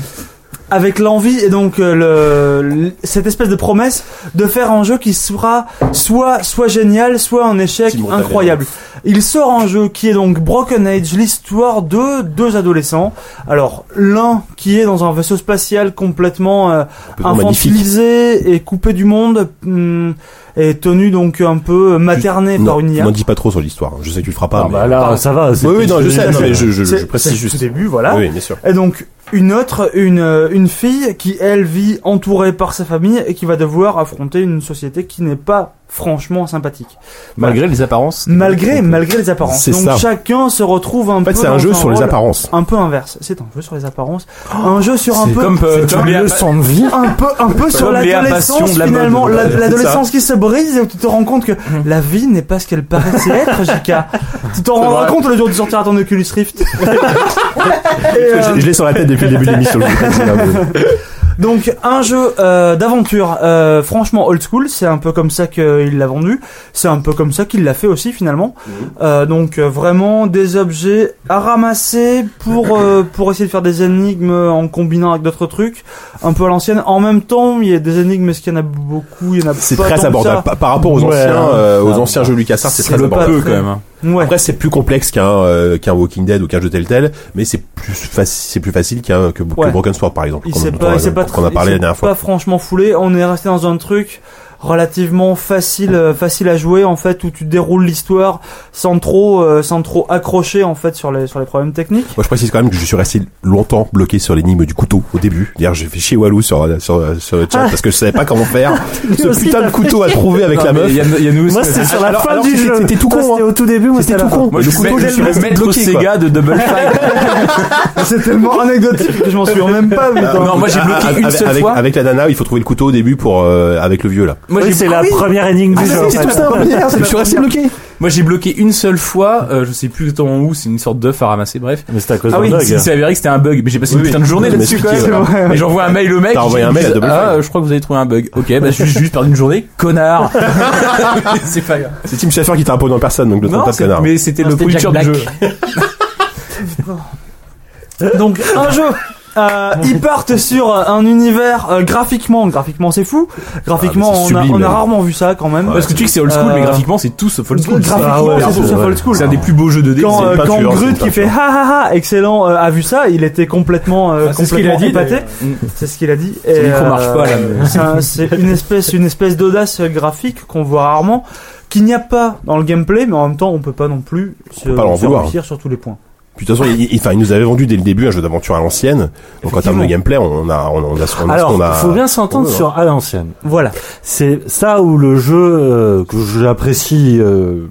[SPEAKER 2] avec l'envie et donc euh, le, le- cette espèce de promesse de faire un jeu qui sera soit soit génial, soit un échec
[SPEAKER 1] Simon Tavernier.
[SPEAKER 2] incroyable. Il sort un jeu qui est donc Broken Age, l'histoire de deux adolescents. Alors l'un qui est dans un vaisseau spatial complètement euh,
[SPEAKER 1] Complètement magnifique.
[SPEAKER 2] infantilisé et coupé du monde hum, et tenu donc un peu euh, materné par
[SPEAKER 1] Non,
[SPEAKER 2] une IA.
[SPEAKER 1] m'en dis pas trop sur l'histoire. Je sais que tu le feras pas.
[SPEAKER 8] Ah
[SPEAKER 1] mais-
[SPEAKER 8] bah là, ça va.
[SPEAKER 1] Oui, oui, non, je sais,
[SPEAKER 8] c'est-
[SPEAKER 1] non, mais je, je,
[SPEAKER 2] C'est-
[SPEAKER 1] je précise
[SPEAKER 2] c'est
[SPEAKER 1] juste.
[SPEAKER 2] Au début, voilà.
[SPEAKER 1] Oui, bien sûr.
[SPEAKER 2] Et donc une autre, une euh, une fille qui elle vit entourée par sa famille et qui va devoir affronter une société qui n'est pas franchement sympathique.
[SPEAKER 3] Malgré les apparences.
[SPEAKER 2] Malgré malgré les apparences.
[SPEAKER 1] C'est
[SPEAKER 2] donc
[SPEAKER 1] ça.
[SPEAKER 2] chacun se retrouve un
[SPEAKER 1] En
[SPEAKER 2] peu.
[SPEAKER 1] fait, c'est un
[SPEAKER 2] dans
[SPEAKER 1] jeu sur les
[SPEAKER 2] rôle
[SPEAKER 1] apparences.
[SPEAKER 2] Un peu inverse. C'est un jeu sur les apparences. Un jeu sur un
[SPEAKER 3] Oh, C'est
[SPEAKER 2] peu.
[SPEAKER 3] comme, euh,
[SPEAKER 2] c'est
[SPEAKER 3] comme
[SPEAKER 2] un
[SPEAKER 3] les-
[SPEAKER 2] jeu
[SPEAKER 8] Leçon de vie.
[SPEAKER 2] un peu un peu sur
[SPEAKER 3] Comme les
[SPEAKER 2] l'adolescence
[SPEAKER 3] impatients de la mode.
[SPEAKER 2] finalement La-
[SPEAKER 3] C'est ça. Mhm.
[SPEAKER 2] l'adolescence qui se brise et où tu te rends compte que la vie n'est pas ce qu'elle paraissait être JK tu t'en rendras
[SPEAKER 3] vrai.
[SPEAKER 2] compte le jour de sortir à ton Oculus Rift Et, euh,
[SPEAKER 1] Je, je l'ai sur la tête depuis le début de l'émission. je vous le précise.
[SPEAKER 2] donc un jeu euh, d'aventure euh, franchement old school c'est un peu comme ça qu'il l'a vendu c'est un peu comme ça qu'il l'a fait aussi finalement Euh, donc euh, vraiment des objets à ramasser pour euh, pour essayer de faire des énigmes en combinant avec d'autres trucs un peu à l'ancienne en même temps il y a des énigmes est-ce qu'il y en a beaucoup il y en a
[SPEAKER 1] C'est
[SPEAKER 2] pas tant
[SPEAKER 1] très
[SPEAKER 2] que
[SPEAKER 1] abordable.
[SPEAKER 2] ça.
[SPEAKER 1] Par- Par rapport aux
[SPEAKER 8] Ouais,
[SPEAKER 1] anciens, euh, aux
[SPEAKER 8] ça-
[SPEAKER 1] anciens jeux LucasArts, c'est
[SPEAKER 2] c'est
[SPEAKER 1] très
[SPEAKER 2] le pas-
[SPEAKER 1] abordable.
[SPEAKER 3] peu quand même. hein.
[SPEAKER 2] Ouais.
[SPEAKER 1] Après, c'est plus complexe qu'un euh, qu'un Walking Dead ou qu'un jeu Telltale, mais c'est plus facile, c'est plus facile qu'un que, que
[SPEAKER 2] Ouais.
[SPEAKER 1] Broken Sword par exemple.
[SPEAKER 2] il
[SPEAKER 1] qu'on-
[SPEAKER 2] s'est
[SPEAKER 1] dont-
[SPEAKER 2] pas, il s'est pas,
[SPEAKER 1] qu'on a
[SPEAKER 2] tr-
[SPEAKER 1] parlé
[SPEAKER 2] il
[SPEAKER 1] la
[SPEAKER 2] s'est
[SPEAKER 1] dernière fois.
[SPEAKER 2] pas franchement foulé. On est resté dans un truc relativement facile, euh, facile à jouer en fait, où tu déroules l'histoire sans trop, euh, sans trop accrocher en fait sur les sur les problèmes techniques.
[SPEAKER 1] Moi, je précise quand même que je suis resté longtemps bloqué sur l'énigme du couteau au début. D'ailleurs, j'ai fait chier Walou sur, sur, sur le chat parce que je savais pas comment faire ce
[SPEAKER 2] Ah. aussi,
[SPEAKER 1] putain de
[SPEAKER 2] t'as
[SPEAKER 1] couteau à trouver avec
[SPEAKER 3] Non,
[SPEAKER 1] la
[SPEAKER 3] mais
[SPEAKER 1] meuf.
[SPEAKER 3] Il y a, il y a nous aussi.
[SPEAKER 8] Moi, c'était sur la
[SPEAKER 1] Alors-
[SPEAKER 8] fin
[SPEAKER 1] alors
[SPEAKER 8] du
[SPEAKER 1] que
[SPEAKER 8] jeu.
[SPEAKER 1] c'était tout
[SPEAKER 8] Toi,
[SPEAKER 1] con,
[SPEAKER 8] C'était
[SPEAKER 1] hein.
[SPEAKER 8] au tout début, moi, c'était
[SPEAKER 1] C'était
[SPEAKER 8] à la
[SPEAKER 1] tout
[SPEAKER 8] fin.
[SPEAKER 1] con.
[SPEAKER 3] Moi, je
[SPEAKER 1] Le
[SPEAKER 3] suis,
[SPEAKER 1] couteau,
[SPEAKER 3] ma- je
[SPEAKER 1] j'ai
[SPEAKER 3] suis
[SPEAKER 1] le
[SPEAKER 3] le
[SPEAKER 1] reste
[SPEAKER 3] maître
[SPEAKER 1] bloqué, quoi.
[SPEAKER 3] Sega de Double Fine.
[SPEAKER 2] C'est tellement anecdotique que je m'en souviens même pas. putain.
[SPEAKER 3] Non, moi j'ai
[SPEAKER 1] Ah,
[SPEAKER 3] bloqué
[SPEAKER 1] avec,
[SPEAKER 3] une seule
[SPEAKER 1] avec,
[SPEAKER 3] fois.
[SPEAKER 1] avec la nana, il faut trouver le couteau au début pour euh, avec le vieux là.
[SPEAKER 3] Moi,
[SPEAKER 8] Oui,
[SPEAKER 3] j'ai-
[SPEAKER 8] c'est la première énigme
[SPEAKER 2] Ah,
[SPEAKER 8] du jeu. en fait.
[SPEAKER 1] Je suis resté bloqué.
[SPEAKER 3] Moi j'ai bloqué une seule fois, euh, je sais plus exactement où, c'est une sorte d'œuf à ramasser, bref.
[SPEAKER 8] Mais c'est à cause
[SPEAKER 3] Ah
[SPEAKER 8] d'un
[SPEAKER 3] oui,
[SPEAKER 8] bug.
[SPEAKER 3] il s'est avéré que c'était un bug, mais j'ai passé une
[SPEAKER 1] Oui,
[SPEAKER 3] putain de
[SPEAKER 1] oui.
[SPEAKER 3] journée
[SPEAKER 1] Vous
[SPEAKER 3] là-dessus quoi.
[SPEAKER 1] m'expliquez,
[SPEAKER 3] Et j'envoie un mail au mec.
[SPEAKER 1] T'as envoyé
[SPEAKER 3] qui
[SPEAKER 1] un mail à
[SPEAKER 3] dit,
[SPEAKER 1] Double
[SPEAKER 3] Ah,
[SPEAKER 1] Fine.
[SPEAKER 3] euh, je crois que vous avez trouvé un bug. Ok, bah je suis juste perdu une journée, connard. c'est pas grave.
[SPEAKER 1] C'est Tim Schafer qui t'a imposé en personne, donc le
[SPEAKER 3] Non,
[SPEAKER 1] tentable
[SPEAKER 3] c'est-
[SPEAKER 1] canard.
[SPEAKER 3] mais c'était
[SPEAKER 5] Non,
[SPEAKER 3] le
[SPEAKER 5] c'était Jack
[SPEAKER 3] producteur du jeu.
[SPEAKER 5] Black.
[SPEAKER 2] Donc un jeu. Euh, ils partent sur euh, un univers euh, graphiquement, graphiquement c'est fou. Graphiquement,
[SPEAKER 1] Ah, mais c'est
[SPEAKER 2] on, a,
[SPEAKER 1] sublime,
[SPEAKER 2] on a
[SPEAKER 1] là.
[SPEAKER 2] rarement vu ça quand même.
[SPEAKER 3] Parce que tu dis que c'est old school,
[SPEAKER 2] Euh,
[SPEAKER 3] mais graphiquement c'est tout sauf old school.
[SPEAKER 2] graphiquement,
[SPEAKER 8] ouais,
[SPEAKER 2] c'est
[SPEAKER 8] c'est
[SPEAKER 2] tout sauf
[SPEAKER 8] vrai.
[SPEAKER 2] old school.
[SPEAKER 3] C'est un des plus beaux jeux de d
[SPEAKER 2] quand,
[SPEAKER 1] une
[SPEAKER 2] euh, quand
[SPEAKER 1] peinture, c'est une
[SPEAKER 2] Grut qui fait
[SPEAKER 1] peinture.
[SPEAKER 2] ha ha ha excellent euh, a vu ça, il était complètement euh,
[SPEAKER 5] c'est ce qu'il
[SPEAKER 2] complètement
[SPEAKER 5] a dit,
[SPEAKER 2] épaté.
[SPEAKER 3] d'ailleurs.
[SPEAKER 2] C'est ce qu'il a dit.
[SPEAKER 3] Son
[SPEAKER 2] Et,
[SPEAKER 3] micro
[SPEAKER 2] euh,
[SPEAKER 3] marche pas, là, mais-
[SPEAKER 2] c'est un- C'est une espèce une espèce d'audace graphique qu'on voit rarement, qu'il n'y a pas dans le gameplay, mais en même temps on peut pas non plus se,
[SPEAKER 1] pas leur en
[SPEAKER 2] se
[SPEAKER 1] vouloir.
[SPEAKER 2] réussir sur tous les points.
[SPEAKER 1] Puis de toute façon, il, il- enfin, il nous avait vendu dès le début un jeu d'aventure à l'ancienne. Donc en termes de gameplay, on a, on a, on a, ce- on a ce
[SPEAKER 8] Alors,
[SPEAKER 1] qu'on a. hein.
[SPEAKER 8] faut bien s'entendre
[SPEAKER 1] on a-
[SPEAKER 8] sur à l'ancienne.
[SPEAKER 2] Voilà.
[SPEAKER 8] C'est ça où le jeu euh, que j'apprécie euh,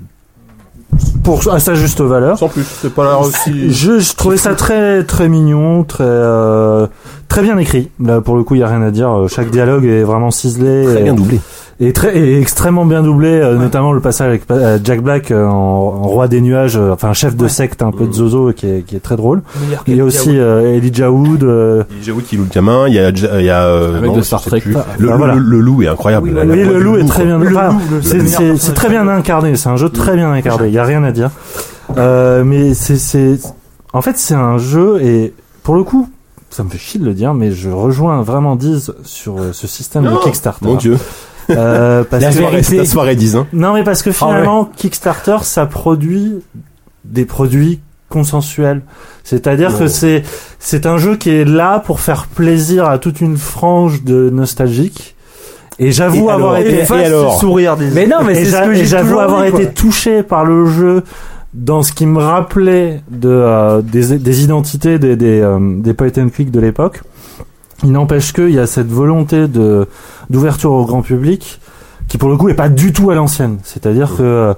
[SPEAKER 8] pour à sa juste valeur.
[SPEAKER 1] Sans plus, c'est pas là aussi.
[SPEAKER 8] Je, je trouvais ça très très mignon, très euh, très bien écrit. Là, pour le coup, il y a rien à dire. Euh, Chaque dialogue est vraiment ciselé.
[SPEAKER 1] Très
[SPEAKER 8] et-
[SPEAKER 1] bien doublé.
[SPEAKER 8] et très et extrêmement bien doublé euh, notamment le passage avec euh, Jack Black euh, en, en roi des nuages euh, enfin chef de secte un
[SPEAKER 1] Mm.
[SPEAKER 8] peu de zozo qui est, qui est très drôle il y a aussi euh, Elijah Wood euh,
[SPEAKER 1] J'ai vu qui loue le gamin, il y a, Ja- il y a, euh,
[SPEAKER 3] Un mec de
[SPEAKER 1] je
[SPEAKER 3] Star
[SPEAKER 1] sais
[SPEAKER 3] Trek.
[SPEAKER 1] plus. Le,
[SPEAKER 8] Ah, bah, voilà.
[SPEAKER 1] le- le loup est incroyable. La- la
[SPEAKER 8] oui,
[SPEAKER 1] voix
[SPEAKER 8] le
[SPEAKER 1] du
[SPEAKER 8] loup est
[SPEAKER 1] quoi.
[SPEAKER 8] très bien enfin,
[SPEAKER 2] le
[SPEAKER 8] c'est
[SPEAKER 2] meilleur
[SPEAKER 8] c'est- c'est très
[SPEAKER 2] hein.
[SPEAKER 8] bien incarné c'est un jeu très bien incarné il y a rien à dire euh, mais c'est c'est en fait c'est un jeu et pour le coup ça me fait chier de le dire mais je rejoins vraiment Diz sur euh, ce système
[SPEAKER 1] Non,
[SPEAKER 8] de Kickstarter
[SPEAKER 1] Mon dieu.
[SPEAKER 8] Euh, parce
[SPEAKER 1] La
[SPEAKER 8] que-
[SPEAKER 1] soirée, c'est la soirée 10 hein.
[SPEAKER 8] Non, mais parce que finalement, Kickstarter, ça produit des produits consensuels. C'est-à-dire
[SPEAKER 1] Oh.
[SPEAKER 8] que c'est c'est un jeu qui est là pour faire plaisir à toute une frange de nostalgiques. Et j'avoue
[SPEAKER 1] Et
[SPEAKER 8] avoir
[SPEAKER 1] alors
[SPEAKER 8] été
[SPEAKER 1] Et alors
[SPEAKER 2] sourire des.
[SPEAKER 5] Mais non, mais c'est
[SPEAKER 8] et
[SPEAKER 5] ce
[SPEAKER 8] j'a-
[SPEAKER 5] que
[SPEAKER 8] et
[SPEAKER 5] j'ai
[SPEAKER 8] j'avoue
[SPEAKER 5] toujours
[SPEAKER 8] avoir
[SPEAKER 5] dit, quoi.
[SPEAKER 8] été touché par le jeu dans ce qui me rappelait de euh, des, des identités des des, euh, des point and click de l'époque. Il n'empêche que il y a cette volonté de d'ouverture au grand public qui pour le coup est pas du tout à l'ancienne. C'est-à-dire que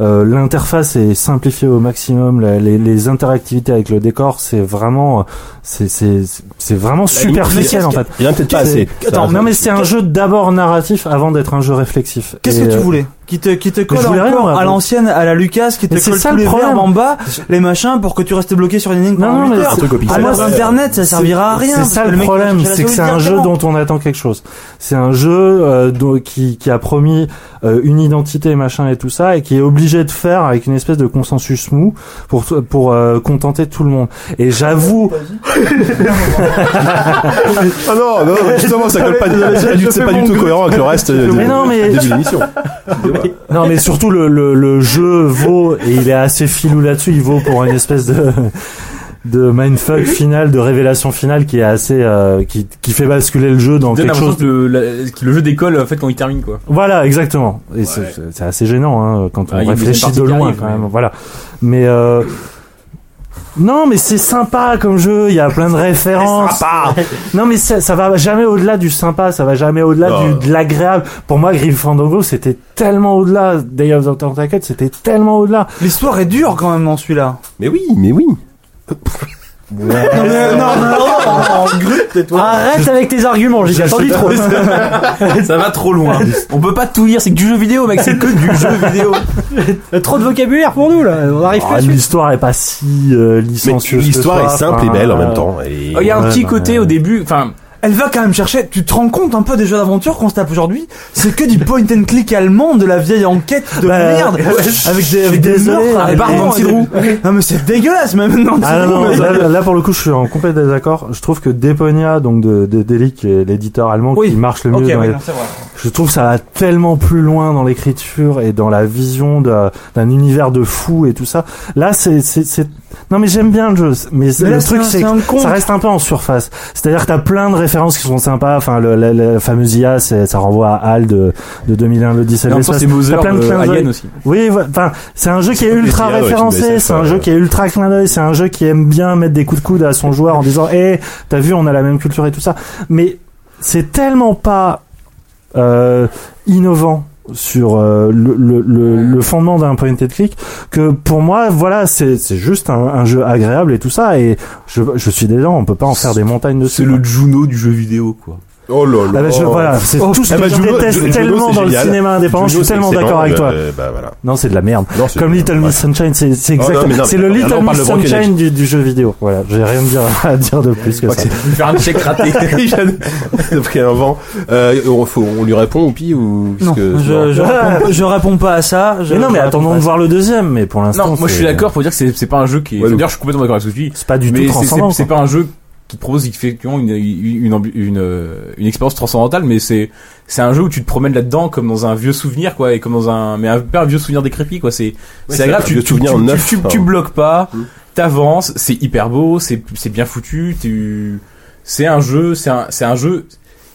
[SPEAKER 8] euh, l'interface est simplifiée au maximum, la- les, les interactivités avec le décor, c'est vraiment, euh, c'est c'est c'est vraiment superficiel en fait.
[SPEAKER 1] Il y en a peut-être pas assez.
[SPEAKER 8] C'est- Attends,
[SPEAKER 1] Ça-
[SPEAKER 8] non mais c'est un jeu d'abord narratif avant d'être un jeu réflexif.
[SPEAKER 2] Qu'est-ce
[SPEAKER 8] Et,
[SPEAKER 2] que tu
[SPEAKER 8] euh,
[SPEAKER 2] voulais Qui te, qui te colle
[SPEAKER 8] je voulais rien,
[SPEAKER 2] encore
[SPEAKER 8] moi,
[SPEAKER 2] à
[SPEAKER 8] bon.
[SPEAKER 2] l'ancienne, à la Lucas, qui te
[SPEAKER 8] Mais c'est
[SPEAKER 2] colle
[SPEAKER 8] ça,
[SPEAKER 2] tous
[SPEAKER 8] le
[SPEAKER 2] les
[SPEAKER 8] problème.
[SPEAKER 2] verbes en bas, les machins, pour que tu restes bloqué sur une énigme
[SPEAKER 8] Non,
[SPEAKER 2] pendant
[SPEAKER 8] non,
[SPEAKER 2] huit
[SPEAKER 8] mais
[SPEAKER 2] heures.
[SPEAKER 1] truc au pixel
[SPEAKER 2] À Ah, moi,
[SPEAKER 1] art, ouais.
[SPEAKER 2] internet, ça servira à Ah, rien.
[SPEAKER 8] C'est
[SPEAKER 2] parce
[SPEAKER 8] ça
[SPEAKER 2] que
[SPEAKER 8] le
[SPEAKER 2] mec, il va
[SPEAKER 8] problème,
[SPEAKER 2] chercher la
[SPEAKER 8] c'est que c'est un
[SPEAKER 2] solution
[SPEAKER 8] jeu
[SPEAKER 2] directement.
[SPEAKER 8] dont on attend quelque chose. C'est un jeu euh, dont- qui, qui a promis euh, une identité, machin et tout ça, et qui est obligé de faire avec une espèce de consensus mou pour pour euh, contenter tout le monde. Et j'avoue,
[SPEAKER 1] Ah non, non, non, justement, ça colle pas. C'est pas du- c'est pas du tout cohérent avec le reste de
[SPEAKER 8] Mais non, mais-
[SPEAKER 1] de l'émission.
[SPEAKER 8] non mais surtout le, le, le jeu vaut et il est assez filou là-dessus. Il vaut pour une espèce de de mindfuck final, de révélation finale qui est assez euh, qui qui fait basculer le jeu dans
[SPEAKER 3] Donne
[SPEAKER 8] quelque
[SPEAKER 3] l'impression
[SPEAKER 8] chose
[SPEAKER 3] que le, la- que le jeu décolle en fait quand il termine quoi.
[SPEAKER 8] Voilà, exactement. Et c'est- c'est- c'est assez gênant hein, quand
[SPEAKER 3] Ah, il
[SPEAKER 8] on
[SPEAKER 3] y a une
[SPEAKER 8] réfléchit
[SPEAKER 3] partie
[SPEAKER 8] de
[SPEAKER 3] qui
[SPEAKER 8] loin
[SPEAKER 3] arrive,
[SPEAKER 8] quand
[SPEAKER 3] mais-
[SPEAKER 8] même. Voilà. Mais euh, non, mais c'est sympa comme jeu. Il y a plein de références. Non, mais ça, ça va jamais au-delà du sympa. Ça va jamais au-delà
[SPEAKER 1] Non.
[SPEAKER 8] du de l'agréable. Pour moi, Grim Fandango, c'était tellement au-delà. Day of the Tentacle, c'était tellement au-delà.
[SPEAKER 2] L'histoire est dure quand même dans celui-là.
[SPEAKER 1] Mais oui, mais oui.
[SPEAKER 2] Non, mais non,
[SPEAKER 5] Arrête avec tes arguments, j'ai attendu trop.
[SPEAKER 3] ça va trop loin. On peut pas tout lire, c'est que du jeu vidéo mec, c'est que du jeu vidéo.
[SPEAKER 5] Trop de vocabulaire pour nous là, on arrive
[SPEAKER 8] Ah,
[SPEAKER 5] plus.
[SPEAKER 8] L'histoire est pas si euh,
[SPEAKER 1] Mais
[SPEAKER 8] licencieuse. que
[SPEAKER 1] l'histoire
[SPEAKER 8] ça,
[SPEAKER 1] est simple et
[SPEAKER 8] enfin,
[SPEAKER 1] belle en
[SPEAKER 8] euh,
[SPEAKER 1] même temps. Et-
[SPEAKER 3] Il y a un
[SPEAKER 8] Ouais,
[SPEAKER 3] petit
[SPEAKER 8] bah,
[SPEAKER 3] côté au début, enfin
[SPEAKER 2] Elle va quand même chercher, tu te rends compte un peu des jeux d'aventure qu'on se tape aujourd'hui C'est que du point and click allemand, de la vieille enquête de
[SPEAKER 8] Bah,
[SPEAKER 2] merde Avec des, avec des
[SPEAKER 8] désolé,
[SPEAKER 2] meurtres à
[SPEAKER 8] mais-
[SPEAKER 2] réparations et des- Non mais c'est dégueulasse même non, c'est
[SPEAKER 8] Ah non, non,
[SPEAKER 2] drôle.
[SPEAKER 8] là, là, pour le coup je suis en complet désaccord. Je trouve que Deponia, donc de, de Deli, qui est l'éditeur allemand
[SPEAKER 2] Oui.
[SPEAKER 8] qui marche le mieux,
[SPEAKER 2] Ok,
[SPEAKER 8] dans
[SPEAKER 2] ouais,
[SPEAKER 8] les-
[SPEAKER 2] non, c'est vrai.
[SPEAKER 8] je trouve ça va tellement plus loin dans l'écriture et dans la vision d'un d'un univers de fou et tout ça. Là c'est c'est c'est- non mais j'aime bien le jeu, mais
[SPEAKER 2] Mais là,
[SPEAKER 8] le truc
[SPEAKER 2] un-
[SPEAKER 8] c'est que
[SPEAKER 2] un con.
[SPEAKER 8] ça reste un peu en surface. C'est-à-dire que t'as plein de références qui sont sympas. Enfin, le, la, la fameuse IA, c'est- ça renvoie à HAL de, de 2001, l'Odyssée
[SPEAKER 3] en
[SPEAKER 8] de
[SPEAKER 3] même temps,
[SPEAKER 8] l'espace.
[SPEAKER 3] c'est Bowser,
[SPEAKER 8] T'as plein de
[SPEAKER 3] euh,
[SPEAKER 8] clins d'œil.
[SPEAKER 3] Alien aussi.
[SPEAKER 8] Oui, voilà. enfin, c'est un jeu qui est
[SPEAKER 1] comme les
[SPEAKER 8] ultra
[SPEAKER 1] CIA, ouais, qui
[SPEAKER 8] référencé,
[SPEAKER 1] baissent,
[SPEAKER 8] c'est un
[SPEAKER 1] euh,
[SPEAKER 8] jeu qui est ultra clin d'œil, c'est un jeu qui aime bien mettre des coups de coude à son joueur en disant "Eh, t'as vu, on a la même culture et tout ça." Mais c'est tellement pas euh, innovant sur euh, le, le, le, le fondement d'un point and click que pour moi voilà c'est c'est juste un, un jeu agréable et tout ça et je, je suis déjà on peut pas en faire des montagnes dessus
[SPEAKER 3] C'est le Juno du jeu vidéo quoi.
[SPEAKER 1] Oh là
[SPEAKER 8] Ah
[SPEAKER 1] là.
[SPEAKER 8] bah, je- voilà c'est tout ce
[SPEAKER 1] Ah
[SPEAKER 8] que
[SPEAKER 1] bah,
[SPEAKER 8] je
[SPEAKER 1] Juno-
[SPEAKER 8] déteste
[SPEAKER 1] Juno, c'est
[SPEAKER 8] tellement dans le
[SPEAKER 1] génial.
[SPEAKER 8] cinéma indépendant je
[SPEAKER 1] Juno,
[SPEAKER 8] suis
[SPEAKER 1] c'est
[SPEAKER 8] tellement
[SPEAKER 1] excellent,
[SPEAKER 8] d'accord avec
[SPEAKER 1] bah,
[SPEAKER 8] toi
[SPEAKER 1] euh, Bah voilà.
[SPEAKER 8] non c'est de la merde
[SPEAKER 1] Non, c'est-
[SPEAKER 8] comme Little
[SPEAKER 1] ouais.
[SPEAKER 8] Miss Sunshine, c'est c'est exact.
[SPEAKER 1] non, mais non, mais
[SPEAKER 8] c'est le
[SPEAKER 1] là,
[SPEAKER 8] Little
[SPEAKER 1] on parle
[SPEAKER 8] Miss
[SPEAKER 1] de Broken
[SPEAKER 8] Sunshine du, du jeu vidéo. Voilà, j'ai rien de dire, à dire de plus que ça.
[SPEAKER 3] Faire un check raté.
[SPEAKER 1] Après un vent. Euh, on, faut- on lui répond ou pis ou
[SPEAKER 2] Non,
[SPEAKER 1] qu'est-ce que-
[SPEAKER 2] je, je,
[SPEAKER 8] Ah.
[SPEAKER 2] réponds, je réponds pas à ça. Je,
[SPEAKER 8] Mais non, mais
[SPEAKER 2] je réponds
[SPEAKER 8] attendons
[SPEAKER 2] pas
[SPEAKER 8] de
[SPEAKER 2] à ça.
[SPEAKER 8] voir le deuxième. Mais pour l'instant,
[SPEAKER 3] Non, moi je
[SPEAKER 8] c'est-
[SPEAKER 3] suis d'accord pour dire que c'est- c'est pas un jeu qui. est-
[SPEAKER 1] Ouais,
[SPEAKER 3] D'ailleurs, je suis complètement d'accord avec ce que tu dis.
[SPEAKER 8] C'est pas du
[SPEAKER 3] mais
[SPEAKER 8] tout
[SPEAKER 3] c'est-
[SPEAKER 8] transcendant.
[SPEAKER 3] c'est- C'est pas un jeu qui te propose effectivement une une une, ambi- une, euh, une expérience transcendantale, mais c'est c'est un jeu où tu te promènes là-dedans comme dans un vieux souvenir quoi, et comme dans un mais un pas un vieux souvenir décrépit quoi. C'est
[SPEAKER 1] c'est
[SPEAKER 3] c'est agréable.
[SPEAKER 1] un
[SPEAKER 3] Tu
[SPEAKER 1] vieux
[SPEAKER 3] tu,
[SPEAKER 1] souvenir
[SPEAKER 3] tu,
[SPEAKER 1] neuf,
[SPEAKER 3] tu, tu,
[SPEAKER 1] pardon.
[SPEAKER 3] tu bloques pas,
[SPEAKER 1] Mm.
[SPEAKER 3] t'avances, c'est hyper beau, c'est c'est bien foutu. Tu c'est un jeu, c'est un c'est un jeu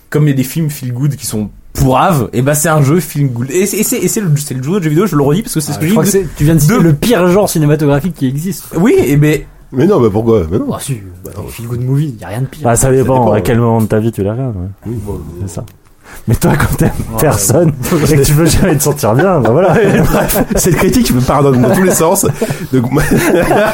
[SPEAKER 3] comme il y a des films feel good qui sont pourraves, et ben c'est un jeu feel good. Et c'est et c'est et c'est le c'est le jeu de jeu vidéo. Je le redis parce que c'est ce que
[SPEAKER 5] Je
[SPEAKER 3] j'ai
[SPEAKER 5] crois que
[SPEAKER 3] dit
[SPEAKER 5] c'est- tu viens de citer
[SPEAKER 3] Deux.
[SPEAKER 5] le pire genre cinématographique qui existe.
[SPEAKER 3] oui, et ben
[SPEAKER 1] Mais non, bah pourquoi Mais non.
[SPEAKER 5] Oh, si, bah, feel good movie, y a rien de pire.
[SPEAKER 8] Bah, ça dépend,
[SPEAKER 1] dépend,
[SPEAKER 8] à
[SPEAKER 1] ouais.
[SPEAKER 8] quel moment de ta vie tu la regardes. ouais.
[SPEAKER 1] Oui, bon,
[SPEAKER 8] C'est ça. Mais toi, quand t'aimes personne et que tu veux jamais te sentir bien, bah voilà.
[SPEAKER 1] Bref, cette critique me pardonne dans tous les sens. Donc, moi-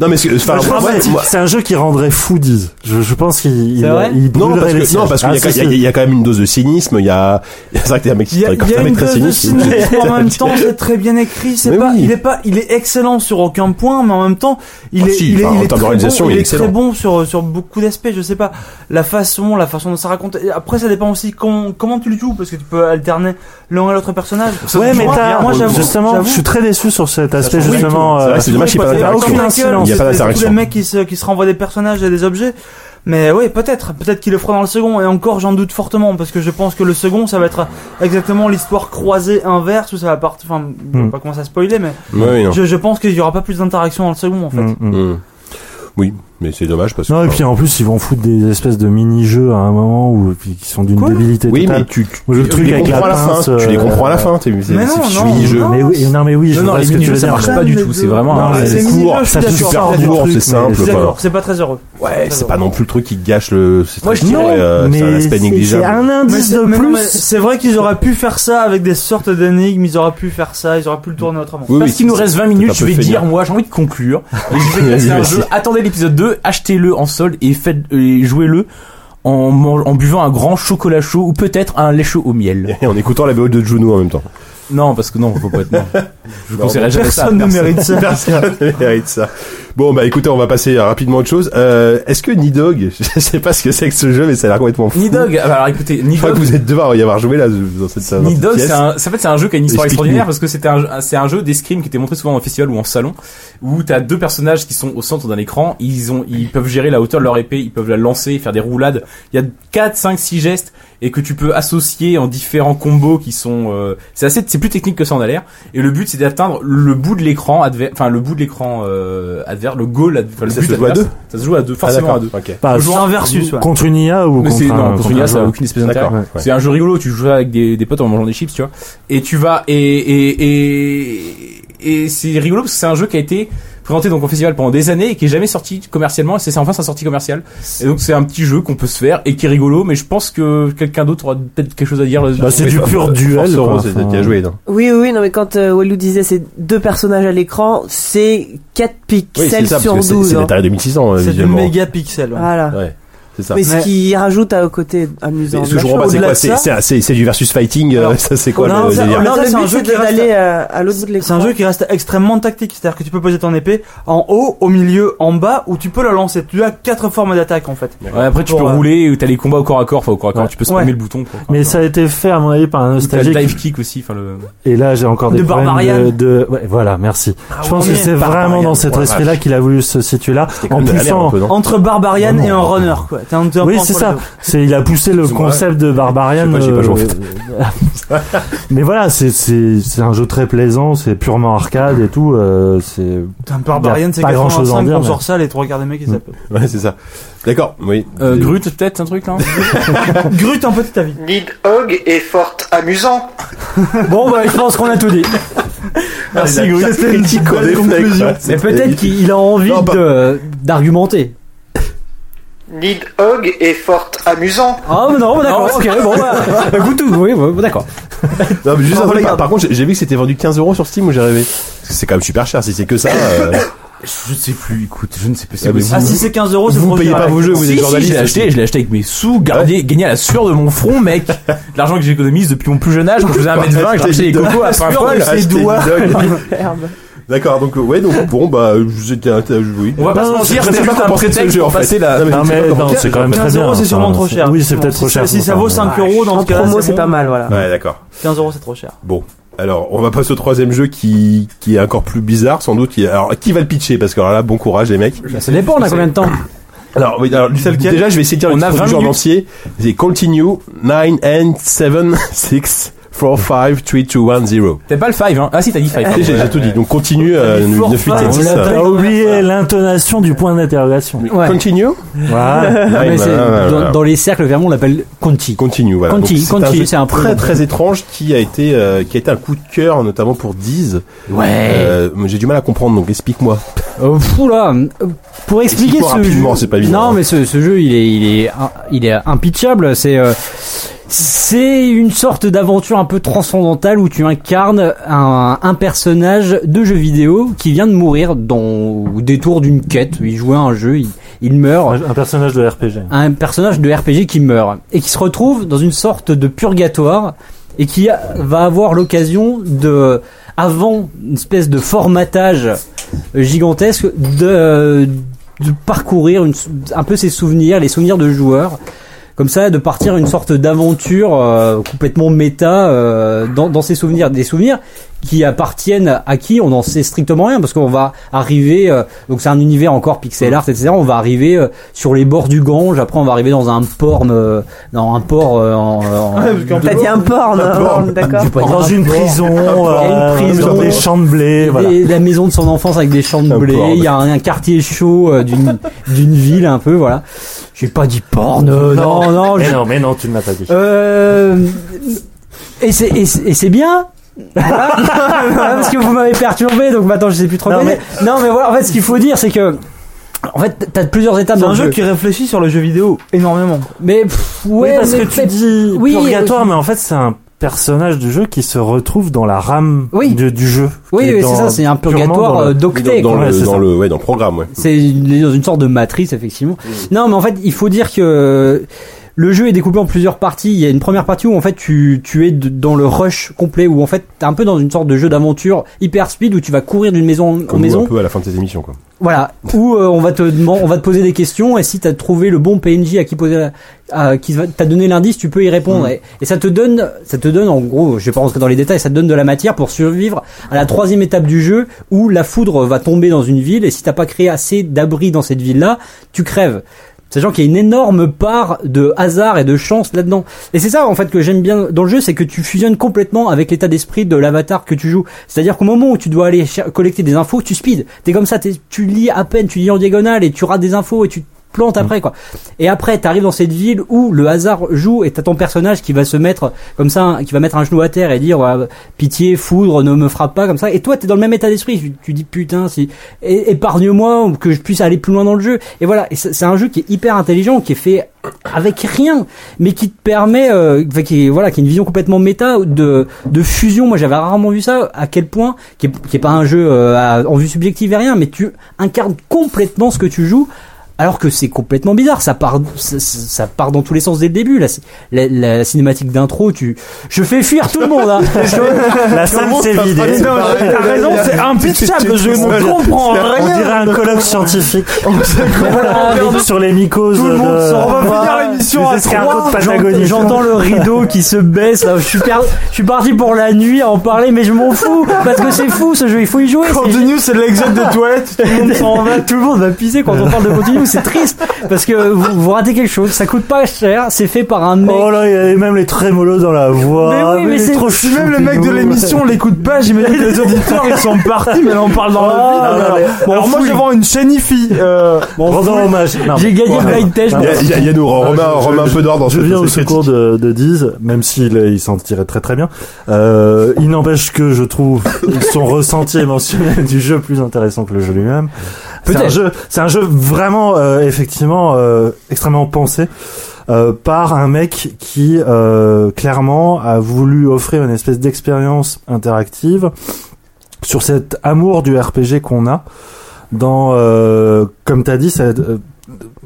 [SPEAKER 1] non mais ce que- enfin,
[SPEAKER 8] Moi, je
[SPEAKER 1] moi-
[SPEAKER 8] pense que
[SPEAKER 1] moi-
[SPEAKER 8] c'est un jeu qui rendrait fou Diz. Je, je pense qu'il il,
[SPEAKER 5] C'est vrai
[SPEAKER 8] il
[SPEAKER 1] non
[SPEAKER 8] brûlerait
[SPEAKER 1] parce
[SPEAKER 8] les
[SPEAKER 1] que non
[SPEAKER 8] sièges.
[SPEAKER 1] parce qu'il y, a
[SPEAKER 8] Ah,
[SPEAKER 1] quand- il y,
[SPEAKER 8] si,
[SPEAKER 1] a-
[SPEAKER 8] si.
[SPEAKER 1] il y a quand même une dose de cynisme. Il y a c'est vrai que t'es un mec,
[SPEAKER 2] Il y a,
[SPEAKER 1] quand
[SPEAKER 2] il y
[SPEAKER 1] t'es
[SPEAKER 2] a
[SPEAKER 1] un mec
[SPEAKER 2] une
[SPEAKER 1] très
[SPEAKER 2] dose de
[SPEAKER 1] cynique.
[SPEAKER 2] cynisme, en même temps c'est très bien écrit, c'est
[SPEAKER 1] Mais
[SPEAKER 2] pas,
[SPEAKER 1] oui.
[SPEAKER 2] il est pas, il est excellent sur aucun point, mais en même temps il
[SPEAKER 1] Ah
[SPEAKER 2] est,
[SPEAKER 1] si,
[SPEAKER 2] il est,
[SPEAKER 1] enfin, en
[SPEAKER 2] il est
[SPEAKER 1] termes
[SPEAKER 2] très
[SPEAKER 1] d'organisation,
[SPEAKER 2] bon,
[SPEAKER 1] il est
[SPEAKER 2] il est
[SPEAKER 1] excellent.
[SPEAKER 2] très bon sur sur beaucoup d'aspects, je sais pas, la façon, la façon dont ça raconte. Et Après ça dépend aussi comment comment tu le joues parce que tu peux alterner l'un et l'autre personnage.
[SPEAKER 8] Ouais, mais
[SPEAKER 2] Moi,
[SPEAKER 8] t'as,
[SPEAKER 2] moi, j'avoue-
[SPEAKER 8] justement,
[SPEAKER 2] j'avoue-
[SPEAKER 8] je suis très déçu sur cet aspect,
[SPEAKER 1] change oui,
[SPEAKER 8] justement.
[SPEAKER 1] tout. C'est vrai
[SPEAKER 8] euh,
[SPEAKER 1] que c'est dommage qu'il y ait pas
[SPEAKER 8] il y a
[SPEAKER 1] d'interaction.
[SPEAKER 8] aucune
[SPEAKER 2] aucune
[SPEAKER 8] incidence.
[SPEAKER 1] Il y a pas
[SPEAKER 2] C'est Tous
[SPEAKER 1] d'interaction.
[SPEAKER 2] les mecs qui se, qui se renvoient des personnages et des objets. Mais oui, peut-être, peut-être qu'il le fera dans le second, et encore j'en doute fortement, parce que je pense que le second, ça va être exactement l'histoire croisée inverse, où ça va partir, enfin, je
[SPEAKER 8] Hmm.
[SPEAKER 2] vais pas commencer à spoiler, mais
[SPEAKER 1] Oui, non.
[SPEAKER 2] je, je pense qu'il y aura pas plus d'interaction dans le second, en fait.
[SPEAKER 8] Mm, mm.
[SPEAKER 1] Mm. Oui, mais c'est dommage parce que.
[SPEAKER 8] Non, et puis en plus, ils vont foutre des espèces de mini-jeux à un moment où, qui sont d'une
[SPEAKER 2] Quoi
[SPEAKER 8] débilité
[SPEAKER 1] oui, mais
[SPEAKER 8] totale.
[SPEAKER 1] tu,
[SPEAKER 8] Ou le
[SPEAKER 1] tu
[SPEAKER 8] truc
[SPEAKER 1] les
[SPEAKER 8] avec la
[SPEAKER 1] comprends à la fin.
[SPEAKER 8] pince, euh,
[SPEAKER 1] Tu les comprends à la fin. t'es- c'est-
[SPEAKER 2] Mais
[SPEAKER 1] c'est-
[SPEAKER 2] non,
[SPEAKER 1] c'est
[SPEAKER 2] non,
[SPEAKER 1] mini-jeu.
[SPEAKER 2] non.
[SPEAKER 8] Mais oui, non, mais oui, je
[SPEAKER 3] Non, non,
[SPEAKER 8] vois
[SPEAKER 3] les
[SPEAKER 8] ce que tu
[SPEAKER 3] mini-jeux,
[SPEAKER 8] veux
[SPEAKER 3] ça
[SPEAKER 8] dire.
[SPEAKER 3] marche pas du tout. C'est vraiment
[SPEAKER 8] Non,
[SPEAKER 3] un-
[SPEAKER 8] mais
[SPEAKER 1] c'est
[SPEAKER 8] c'est
[SPEAKER 2] mini-jeu,
[SPEAKER 1] court,
[SPEAKER 2] je suis
[SPEAKER 1] ça se
[SPEAKER 2] d'accord,
[SPEAKER 1] super
[SPEAKER 2] ça, c'est
[SPEAKER 1] court,
[SPEAKER 8] le
[SPEAKER 1] c'est
[SPEAKER 8] truc, mais
[SPEAKER 1] simple.
[SPEAKER 2] Je suis
[SPEAKER 1] enfin.
[SPEAKER 2] d'accord, c'est pas très heureux.
[SPEAKER 1] Ouais,
[SPEAKER 2] Ça
[SPEAKER 1] Eh, c'est
[SPEAKER 2] va.
[SPEAKER 1] pas non plus le truc qui gâche le. c'est
[SPEAKER 3] Moi,
[SPEAKER 1] très
[SPEAKER 3] je
[SPEAKER 1] court,
[SPEAKER 3] dirais-
[SPEAKER 1] et, euh,
[SPEAKER 8] mais
[SPEAKER 1] C'est un aspect
[SPEAKER 8] c'est-
[SPEAKER 1] négligeable.
[SPEAKER 8] c'est un indice de
[SPEAKER 2] mais non, mais
[SPEAKER 8] plus.
[SPEAKER 2] c'est vrai qu'ils auraient pu faire ça avec des sortes d'énigmes, ils auraient pu faire ça, ils auraient pu le tourner autrement.
[SPEAKER 1] Oui,
[SPEAKER 3] Parce
[SPEAKER 1] oui,
[SPEAKER 3] qu'il nous
[SPEAKER 1] c'est-
[SPEAKER 3] reste 20
[SPEAKER 1] un
[SPEAKER 3] minutes, je
[SPEAKER 1] peu
[SPEAKER 3] vais
[SPEAKER 1] feignant.
[SPEAKER 3] dire, moi, j'ai envie de conclure. Et je vais
[SPEAKER 1] Vas-y,
[SPEAKER 3] casser un
[SPEAKER 1] vas-y.
[SPEAKER 3] jeu. Attendez l'épisode 2, achetez-le en solde et faites, et jouez-le en, man- en buvant un grand chocolat chaud ou peut-être un lait chaud au miel.
[SPEAKER 1] Et en écoutant la BO de Juno en même temps.
[SPEAKER 3] Non, parce que non, faut pas être, non. Je
[SPEAKER 1] Non,
[SPEAKER 3] conseillerais jamais ça. à
[SPEAKER 2] Personne ne
[SPEAKER 3] personne.
[SPEAKER 2] mérite ça.
[SPEAKER 1] Personne ne mérite ça. Bon, bah écoutez, on va passer à rapidement à autre chose. Euh, Est-ce que Nidog, je sais pas ce que c'est que ce jeu, mais ça a l'air complètement fou.
[SPEAKER 3] Nidog, alors écoutez,
[SPEAKER 1] Je crois
[SPEAKER 3] Nidog,
[SPEAKER 1] que vous êtes devoir y avoir joué là dans cette dans cette
[SPEAKER 3] Nidog,
[SPEAKER 1] pièce. Ah,
[SPEAKER 3] c'est un, en fait, c'est un jeu qui a une histoire
[SPEAKER 1] Explique-nous.
[SPEAKER 3] extraordinaire parce que c'était un, c'est un jeu d'escrime qui était montré souvent en festival ou en salon où t'as deux personnages qui sont au centre d'un écran. Ils ont, ils peuvent gérer la hauteur de leur épée, ils peuvent la lancer, faire des roulades. Il y a 4, 5, 6 gestes et que tu peux associer en différents combos qui sont, euh, c'est assez, c'est plus technique que ça en a l'air. Et le but, c'est d'atteindre le bout de l'écran adverse, enfin, le bout de l'écran, euh, adverse, le goal, adver- enfin, le
[SPEAKER 1] Ça
[SPEAKER 3] but
[SPEAKER 1] se joue à
[SPEAKER 3] adverse.
[SPEAKER 1] deux
[SPEAKER 3] Ça se joue à deux, forcément
[SPEAKER 1] Ah,
[SPEAKER 3] à deux.
[SPEAKER 1] d'accord, ok.
[SPEAKER 8] Pas
[SPEAKER 2] C'est un versus, ouais.
[SPEAKER 8] contre une IA ou
[SPEAKER 3] Mais
[SPEAKER 8] contre
[SPEAKER 3] c'est non,
[SPEAKER 8] un, contre
[SPEAKER 3] contre
[SPEAKER 8] un
[SPEAKER 3] Nia, ça a
[SPEAKER 8] joueur.
[SPEAKER 3] aucune espèce d'intérêt.
[SPEAKER 1] D'accord. ouais.
[SPEAKER 3] C'est un jeu rigolo, tu joues avec des, des potes en mangeant des chips, tu vois. Et tu vas et et et, et c'est rigolo parce que c'est un jeu qui a été présenté donc au festival pendant des années et qui est jamais sorti commercialement. et C'est enfin sa sortie commerciale. Et donc c'est un petit jeu qu'on peut se faire et qui est rigolo. Mais je pense que quelqu'un d'autre aura peut-être quelque chose à dire. là-dessus.
[SPEAKER 8] Bah, c'est du pur duel.
[SPEAKER 1] Force
[SPEAKER 8] quoi.
[SPEAKER 1] Rose, c'est
[SPEAKER 8] Enfin,
[SPEAKER 1] qui a joué. non
[SPEAKER 4] Oui, oui, non, mais quand euh, Walou disait ces deux personnages à l'écran, c'est 4
[SPEAKER 1] Oui,
[SPEAKER 4] pixels
[SPEAKER 1] c'est ça,
[SPEAKER 4] sur
[SPEAKER 1] parce que c'est-
[SPEAKER 4] 12.
[SPEAKER 1] c'est
[SPEAKER 4] hein.
[SPEAKER 1] l'intérêt de 1600 euh,
[SPEAKER 2] C'est du
[SPEAKER 1] visuellement.
[SPEAKER 2] méga pixel. ouais.
[SPEAKER 4] Voilà.
[SPEAKER 1] Ouais, c'est ça.
[SPEAKER 4] Mais
[SPEAKER 2] Mais-
[SPEAKER 4] ce qui rajoute à côté amusant. Bah,
[SPEAKER 1] Mais ce que
[SPEAKER 4] de
[SPEAKER 1] je
[SPEAKER 4] la
[SPEAKER 1] comprends pas,
[SPEAKER 4] chose.
[SPEAKER 1] c'est
[SPEAKER 2] au-delà
[SPEAKER 1] quoi
[SPEAKER 2] de
[SPEAKER 1] C'est-
[SPEAKER 2] ça-
[SPEAKER 1] c'est- c'est- C'est du versus fighting, euh,
[SPEAKER 2] Alors,
[SPEAKER 1] ça c'est quoi
[SPEAKER 2] non,
[SPEAKER 1] le
[SPEAKER 2] ça-
[SPEAKER 1] délire
[SPEAKER 2] alors,
[SPEAKER 4] Non,
[SPEAKER 2] Ça,
[SPEAKER 4] le
[SPEAKER 2] c'est un
[SPEAKER 4] but
[SPEAKER 2] jeu
[SPEAKER 4] c'est
[SPEAKER 2] qui reste-
[SPEAKER 4] d'aller euh, à l'autre bout de l'écran.
[SPEAKER 2] C'est un jeu qui reste extrêmement tactique, c'est-à-dire que tu peux poser ton épée en haut, au milieu, en bas, ou tu peux la lancer. Tu as quatre formes d'attaque en fait.
[SPEAKER 3] Ouais, après tu peux
[SPEAKER 2] Pour, euh,
[SPEAKER 3] rouler ou t'as les combats au corps à corps, enfin au corps à corps.
[SPEAKER 8] Ouais.
[SPEAKER 3] Tu peux spammer
[SPEAKER 2] Ouais.
[SPEAKER 3] le bouton. quoi.
[SPEAKER 8] Mais ça a été fait, à mon avis, par un
[SPEAKER 3] Ou t'as le dive
[SPEAKER 8] nostalgique.
[SPEAKER 3] kick aussi. Enfin le.
[SPEAKER 8] Et là, j'ai encore des
[SPEAKER 2] De
[SPEAKER 8] problèmes
[SPEAKER 2] Barbarian. Ah
[SPEAKER 8] de, de- ouais, voilà, merci. je pense
[SPEAKER 2] oui,
[SPEAKER 8] que c'est
[SPEAKER 1] Barbarian,
[SPEAKER 8] vraiment dans cet
[SPEAKER 1] ouais,
[SPEAKER 8] esprit-là
[SPEAKER 1] vache.
[SPEAKER 8] qu'il a voulu se situer là,
[SPEAKER 1] C'était quand
[SPEAKER 8] en
[SPEAKER 1] même de la merde, un
[SPEAKER 8] poussant.
[SPEAKER 1] peu, non
[SPEAKER 2] Entre Barbarian
[SPEAKER 8] Non, non.
[SPEAKER 2] et un runner, quoi. T'es un, t'es un peu
[SPEAKER 8] Oui,
[SPEAKER 2] entre
[SPEAKER 8] c'est
[SPEAKER 2] les
[SPEAKER 8] ça.
[SPEAKER 2] deux.
[SPEAKER 8] C'est, il a poussé le
[SPEAKER 1] Excuse-moi.
[SPEAKER 8] concept de
[SPEAKER 1] Je
[SPEAKER 8] Barbarian.
[SPEAKER 1] sais pas, j'ai pas joué, en
[SPEAKER 8] euh, Mais voilà, c'est, c'est, c'est un jeu très plaisant, c'est purement arcade et tout, euh, c'est,
[SPEAKER 2] Putain, Barbarian, c'est
[SPEAKER 8] pas grand-chose à
[SPEAKER 2] 85
[SPEAKER 8] en dire,
[SPEAKER 2] qu'on
[SPEAKER 8] mais-
[SPEAKER 2] sort ça, les trois quarts des mecs, ils s'appellent.
[SPEAKER 1] Ouais, c'est ça. D'accord, oui.
[SPEAKER 3] Euh, Grut peut-être un truc là.
[SPEAKER 2] Grut, un peu de ta vie.
[SPEAKER 6] Need Hog est fort amusant.
[SPEAKER 5] Bon, bah, je pense qu'on a tout dit.
[SPEAKER 1] Merci Grut. C'était une petite conclusion.
[SPEAKER 5] Mais peut-être qu'il a envie
[SPEAKER 1] Non, pas-
[SPEAKER 5] de- d'argumenter.
[SPEAKER 6] Need Hog est fort amusant.
[SPEAKER 5] Ah, mais non, bah, d'accord,
[SPEAKER 3] Non,
[SPEAKER 5] ok, bon, bah, bah, good to- oui, bah, bah, d'accord.
[SPEAKER 1] Non, mais juste un truc, par, par contre, j'ai- j'ai vu que c'était vendu 15 euros sur Steam où j'ai rêvé. Parce que C'est quand même super cher si c'est que ça. euh,
[SPEAKER 3] Je ne sais plus. Écoute, je ne sais pas.
[SPEAKER 1] Ah, mais
[SPEAKER 3] possible.
[SPEAKER 2] Ah, si c'est 15 euros, c'est
[SPEAKER 1] vous
[SPEAKER 2] trop
[SPEAKER 1] payez
[SPEAKER 2] cher.
[SPEAKER 1] pas vos jeux, vous
[SPEAKER 3] Si,
[SPEAKER 1] êtes
[SPEAKER 3] si,
[SPEAKER 1] journaliste.
[SPEAKER 3] je l'ai acheté, je l'ai acheté avec mes sous, gardé, gagné à la sueur de mon front, mec. De L'argent que j'ai économisé depuis mon plus jeune âge, quand je faisais 1m20, que j'achetais des cocos à Saint-Paul.
[SPEAKER 1] Acheter une dog. D'accord, donc euh, ouais, donc bon bah euh, j'étais un- euh, oui.
[SPEAKER 3] On va pas se mentir, c'était juste un prétexte pour passer la...
[SPEAKER 8] non, mais, non, Eh ben, c'est quand même très
[SPEAKER 2] 15
[SPEAKER 8] bien. hein,
[SPEAKER 2] euros, c'est
[SPEAKER 8] enfin,
[SPEAKER 2] sûrement trop cher.
[SPEAKER 8] Oui, c'est peut-être
[SPEAKER 2] Si
[SPEAKER 8] trop
[SPEAKER 2] ça-
[SPEAKER 8] cher.
[SPEAKER 2] Si ça
[SPEAKER 8] enfin,
[SPEAKER 2] vaut 5 euros, dans
[SPEAKER 4] En
[SPEAKER 2] ce cas
[SPEAKER 4] promo, c'est pas mal, voilà.
[SPEAKER 1] Ouais, d'accord.
[SPEAKER 2] 15 euros, c'est trop cher.
[SPEAKER 1] Bon, alors on va passer au troisième jeu qui qui est encore plus bizarre sans doute. qui- Alors qui va le pitcher parce que alors là bon courage les mecs.
[SPEAKER 5] Bah, ça dépend, on a combien de temps
[SPEAKER 1] Alors, oui, alors
[SPEAKER 2] lequel
[SPEAKER 1] déjà je vais essayer de dire
[SPEAKER 3] On a
[SPEAKER 1] le titre
[SPEAKER 3] 20
[SPEAKER 1] du jeu en
[SPEAKER 3] minutes.
[SPEAKER 1] entier. C'est Continue 9 and 7 6 4, 5, 3, 2, 1, 0.
[SPEAKER 3] T'es pas le 5, hein Ah si, t'as dit 5.
[SPEAKER 1] J'ai j'ai tout dit, donc continue, euh,
[SPEAKER 3] dit four,
[SPEAKER 1] 9, 8 et
[SPEAKER 5] hein,
[SPEAKER 3] five,
[SPEAKER 1] 10.
[SPEAKER 3] on
[SPEAKER 8] T'as
[SPEAKER 3] l'appelle.
[SPEAKER 8] oublié l'intonation du point d'interrogation.
[SPEAKER 5] Ouais.
[SPEAKER 1] Continue
[SPEAKER 8] Voilà.
[SPEAKER 5] Ah, mais
[SPEAKER 1] Ouais,
[SPEAKER 5] c'est-
[SPEAKER 1] bah,
[SPEAKER 5] dans,
[SPEAKER 1] voilà.
[SPEAKER 5] dans les cercles, vraiment, on l'appelle Conti.
[SPEAKER 1] Continue, voilà.
[SPEAKER 5] Conti,
[SPEAKER 1] Donc, c'est
[SPEAKER 5] Conti,
[SPEAKER 1] un jeu
[SPEAKER 5] c'est un
[SPEAKER 1] très
[SPEAKER 5] peu-
[SPEAKER 1] très étrange qui a été euh, qui a été un coup de cœur notamment pour Diz.
[SPEAKER 5] Ouais.
[SPEAKER 1] Euh, mais j'ai du mal à comprendre, donc explique-moi.
[SPEAKER 5] Euh, fou là. Euh, Pour expliquer
[SPEAKER 1] Explique-moi
[SPEAKER 5] ce
[SPEAKER 1] rapidement,
[SPEAKER 5] jeu,
[SPEAKER 1] c'est pas évident,
[SPEAKER 5] non
[SPEAKER 1] hein.
[SPEAKER 5] mais ce, ce jeu il est il est un- il est impitchable. C'est euh, c'est une sorte d'aventure un peu transcendantale où tu incarnes un, un personnage de jeu vidéo qui vient de mourir dans au détour d'une quête. Il jouait à un jeu, il, il meurt.
[SPEAKER 8] Un personnage de RPG.
[SPEAKER 5] Un personnage de RPG qui meurt et qui se retrouve dans une sorte de purgatoire et qui a- va avoir l'occasion de, avant une espèce de formatage gigantesque, de, euh, de parcourir une- un peu ses souvenirs, les souvenirs de joueurs. Comme ça, de partir une sorte d'aventure euh, complètement méta euh, dans, dans ses souvenirs, des souvenirs qui appartiennent à qui on n'en sait strictement rien parce qu'on va arriver. euh, donc c'est un univers encore pixel art, etc. On va arriver euh, sur les bords du Gange. Après, on va arriver dans un port, euh, dans un port euh, en- en,
[SPEAKER 4] T'as dit un porn, hein, d'accord
[SPEAKER 5] J'ai pas dit
[SPEAKER 8] Dans
[SPEAKER 5] un
[SPEAKER 8] une
[SPEAKER 5] port.
[SPEAKER 8] prison, euh,
[SPEAKER 5] prison.
[SPEAKER 8] sur des champs de blé,
[SPEAKER 5] Et
[SPEAKER 8] voilà.
[SPEAKER 5] La maison de son enfance avec des champs de
[SPEAKER 1] Un
[SPEAKER 5] blé.
[SPEAKER 1] porn.
[SPEAKER 5] Il y a un, un quartier chaud euh, d'une d'une ville un peu, voilà. J'ai pas dit porn. euh, Non, non.
[SPEAKER 8] Mais
[SPEAKER 5] je-
[SPEAKER 8] non, mais non, tu ne l'as pas dit.
[SPEAKER 5] Euh, et c'est et c'est- et c'est bien. Voilà. Voilà, parce que vous m'avez perturbé, donc maintenant je sais plus trop.
[SPEAKER 8] Non,
[SPEAKER 5] quoi dire. non mais voilà. En fait, ce qu'il faut dire, c'est que en fait, t'as plusieurs étapes
[SPEAKER 2] C'est
[SPEAKER 5] dans
[SPEAKER 2] un
[SPEAKER 5] le
[SPEAKER 2] jeu
[SPEAKER 5] jeu.
[SPEAKER 2] qui réfléchit sur le jeu vidéo énormément.
[SPEAKER 5] Mais pff,
[SPEAKER 8] Oui,
[SPEAKER 5] ouais,
[SPEAKER 8] parce
[SPEAKER 5] mais
[SPEAKER 8] que tu
[SPEAKER 5] fait-
[SPEAKER 8] dis
[SPEAKER 5] oui,
[SPEAKER 8] purgatoire,
[SPEAKER 5] oui.
[SPEAKER 8] mais en fait, c'est un personnage du jeu qui se retrouve dans la rame
[SPEAKER 5] Oui.
[SPEAKER 8] de- du jeu.
[SPEAKER 5] Oui,
[SPEAKER 8] Qui est
[SPEAKER 5] oui, c'est
[SPEAKER 8] dans-
[SPEAKER 5] ça. C'est un
[SPEAKER 8] purement
[SPEAKER 5] purgatoire
[SPEAKER 8] dans le-
[SPEAKER 5] euh, d'octet.
[SPEAKER 1] dans
[SPEAKER 5] quoi.
[SPEAKER 8] ouais,
[SPEAKER 1] le
[SPEAKER 8] c'est
[SPEAKER 1] dans
[SPEAKER 8] ça.
[SPEAKER 1] le ouais, dans le programme, ouais.
[SPEAKER 5] C'est il est dans une sorte de matrice, effectivement. Non, mais en fait, il faut dire que euh, le jeu est découpé en plusieurs parties. Il y a une première partie où en fait tu, tu es de- dans le rush complet, où en fait t'es un peu dans une sorte de jeu d'aventure hyper speed où tu vas courir d'une maison en- en
[SPEAKER 1] Comme nous, un
[SPEAKER 5] maison.
[SPEAKER 1] peu à la fin de cette émission quoi.
[SPEAKER 5] Voilà, où euh, on va te demand- on va te poser des questions et si t'as trouvé le bon PNJ à qui poser la- à qui va- t'a donné l'indice, tu peux y répondre et, et ça te donne ça te donne en gros, je vais pas rentrer dans les détails, ça te donne de la matière pour survivre à la troisième étape du jeu où la foudre va tomber dans une ville et si t'as pas créé assez d'abris dans cette ville là, tu crèves. Sachant qu'il y a une énorme part de hasard et de chance là-dedans. Et c'est ça en fait que j'aime bien dans le jeu, c'est que tu fusionnes complètement avec l'état d'esprit de l'avatar que tu joues. C'est-à-dire qu'au moment où tu dois aller cher- collecter des infos, tu speed. T'es comme ça, t'es- tu lis à peine, tu lis en diagonale et tu rates des infos et tu te plantes après quoi. Et après, t'arrives dans cette ville où le hasard joue et t'as ton personnage qui va se mettre comme ça, qui va mettre un genou à terre et dire ouais, pitié, foudre, ne me frappe pas comme ça. Et toi, t'es dans le même état d'esprit. Tu, tu dis putain, si é- épargne-moi ou que je puisse aller plus loin dans le jeu. Et voilà, Et c'est c'est un jeu qui est hyper intelligent, qui est fait avec rien, mais qui te permet, euh, enfin, qui est, voilà, qui est une vision complètement méta de, de fusion. Moi, j'avais rarement vu ça. À quel point, qui est, qui est pas un jeu euh, à- en vue subjective et rien, mais tu incarnes complètement ce que tu joues. Alors que c'est complètement bizarre, ça part, ça, ça- ça part dans tous les sens dès le début. La, la, la cinématique d'intro, tu, je fais fuir tout le monde. Hein.
[SPEAKER 8] La salle s'est vidée.
[SPEAKER 2] Non, t'as raison, c'est impitchable, je ne comprends
[SPEAKER 8] On
[SPEAKER 2] rien.
[SPEAKER 8] dirait un colloque scientifique
[SPEAKER 5] Mais voilà, mais-
[SPEAKER 8] sur les mycoses.
[SPEAKER 2] Tout le monde
[SPEAKER 8] de-
[SPEAKER 2] s'en va
[SPEAKER 8] Voilà.
[SPEAKER 2] finir l'émission
[SPEAKER 8] Les
[SPEAKER 2] à
[SPEAKER 8] escargots
[SPEAKER 2] trois.
[SPEAKER 8] de
[SPEAKER 5] J'entends
[SPEAKER 8] Patagonie.
[SPEAKER 5] j'entends le rideau qui se baisse. là. Je suis, per- je suis parti pour la nuit à en parler, mais je m'en fous parce que c'est fou ce jeu. Il faut y jouer. c'est-
[SPEAKER 2] Continue, c'est l'exode des toilettes, tout le monde s'en va.
[SPEAKER 5] Tout le monde va piser quand on parle de continu. C'est triste parce que vous, vous ratez quelque chose. Ça coûte pas cher. C'est fait par un mec.
[SPEAKER 8] Oh là, il y avait même les trémolos dans la voix.
[SPEAKER 5] Mais oui, mais
[SPEAKER 8] il est
[SPEAKER 5] c'est-
[SPEAKER 8] trop
[SPEAKER 2] Si
[SPEAKER 8] chou,
[SPEAKER 2] même le mec de
[SPEAKER 8] Pino.
[SPEAKER 2] l'émission l'écoute pas, j'imagine que les auditeurs ils sont partis, mais là on parle dans
[SPEAKER 8] Ah,
[SPEAKER 2] la
[SPEAKER 8] non,
[SPEAKER 2] vie.
[SPEAKER 8] mais-
[SPEAKER 2] Bon, alors moi je vais voir une chaîne IFI. Euh, bon,
[SPEAKER 8] Rendons hommage. Non,
[SPEAKER 5] J'ai gagné
[SPEAKER 8] voilà.
[SPEAKER 5] Blind Test.
[SPEAKER 1] Il y a, il y a- il y a nous,
[SPEAKER 8] Ah,
[SPEAKER 1] Romain,
[SPEAKER 8] je- je-
[SPEAKER 1] Romain un peu d'ordre dans
[SPEAKER 8] Je
[SPEAKER 1] cette-
[SPEAKER 8] viens au
[SPEAKER 1] cette critique.
[SPEAKER 8] secours de, de Diz, même s'il il s'en tirait très très bien. Euh, il n'empêche que je trouve son ressenti émotionnel du jeu plus intéressant que le jeu lui-même. C'est un
[SPEAKER 5] Peut-être.
[SPEAKER 8] jeu, c'est un jeu vraiment euh, effectivement euh, extrêmement pensé euh, par un mec qui euh, clairement a voulu offrir une espèce d'expérience interactive sur cet amour du RPG qu'on a dans euh, comme t'as dit cette, euh,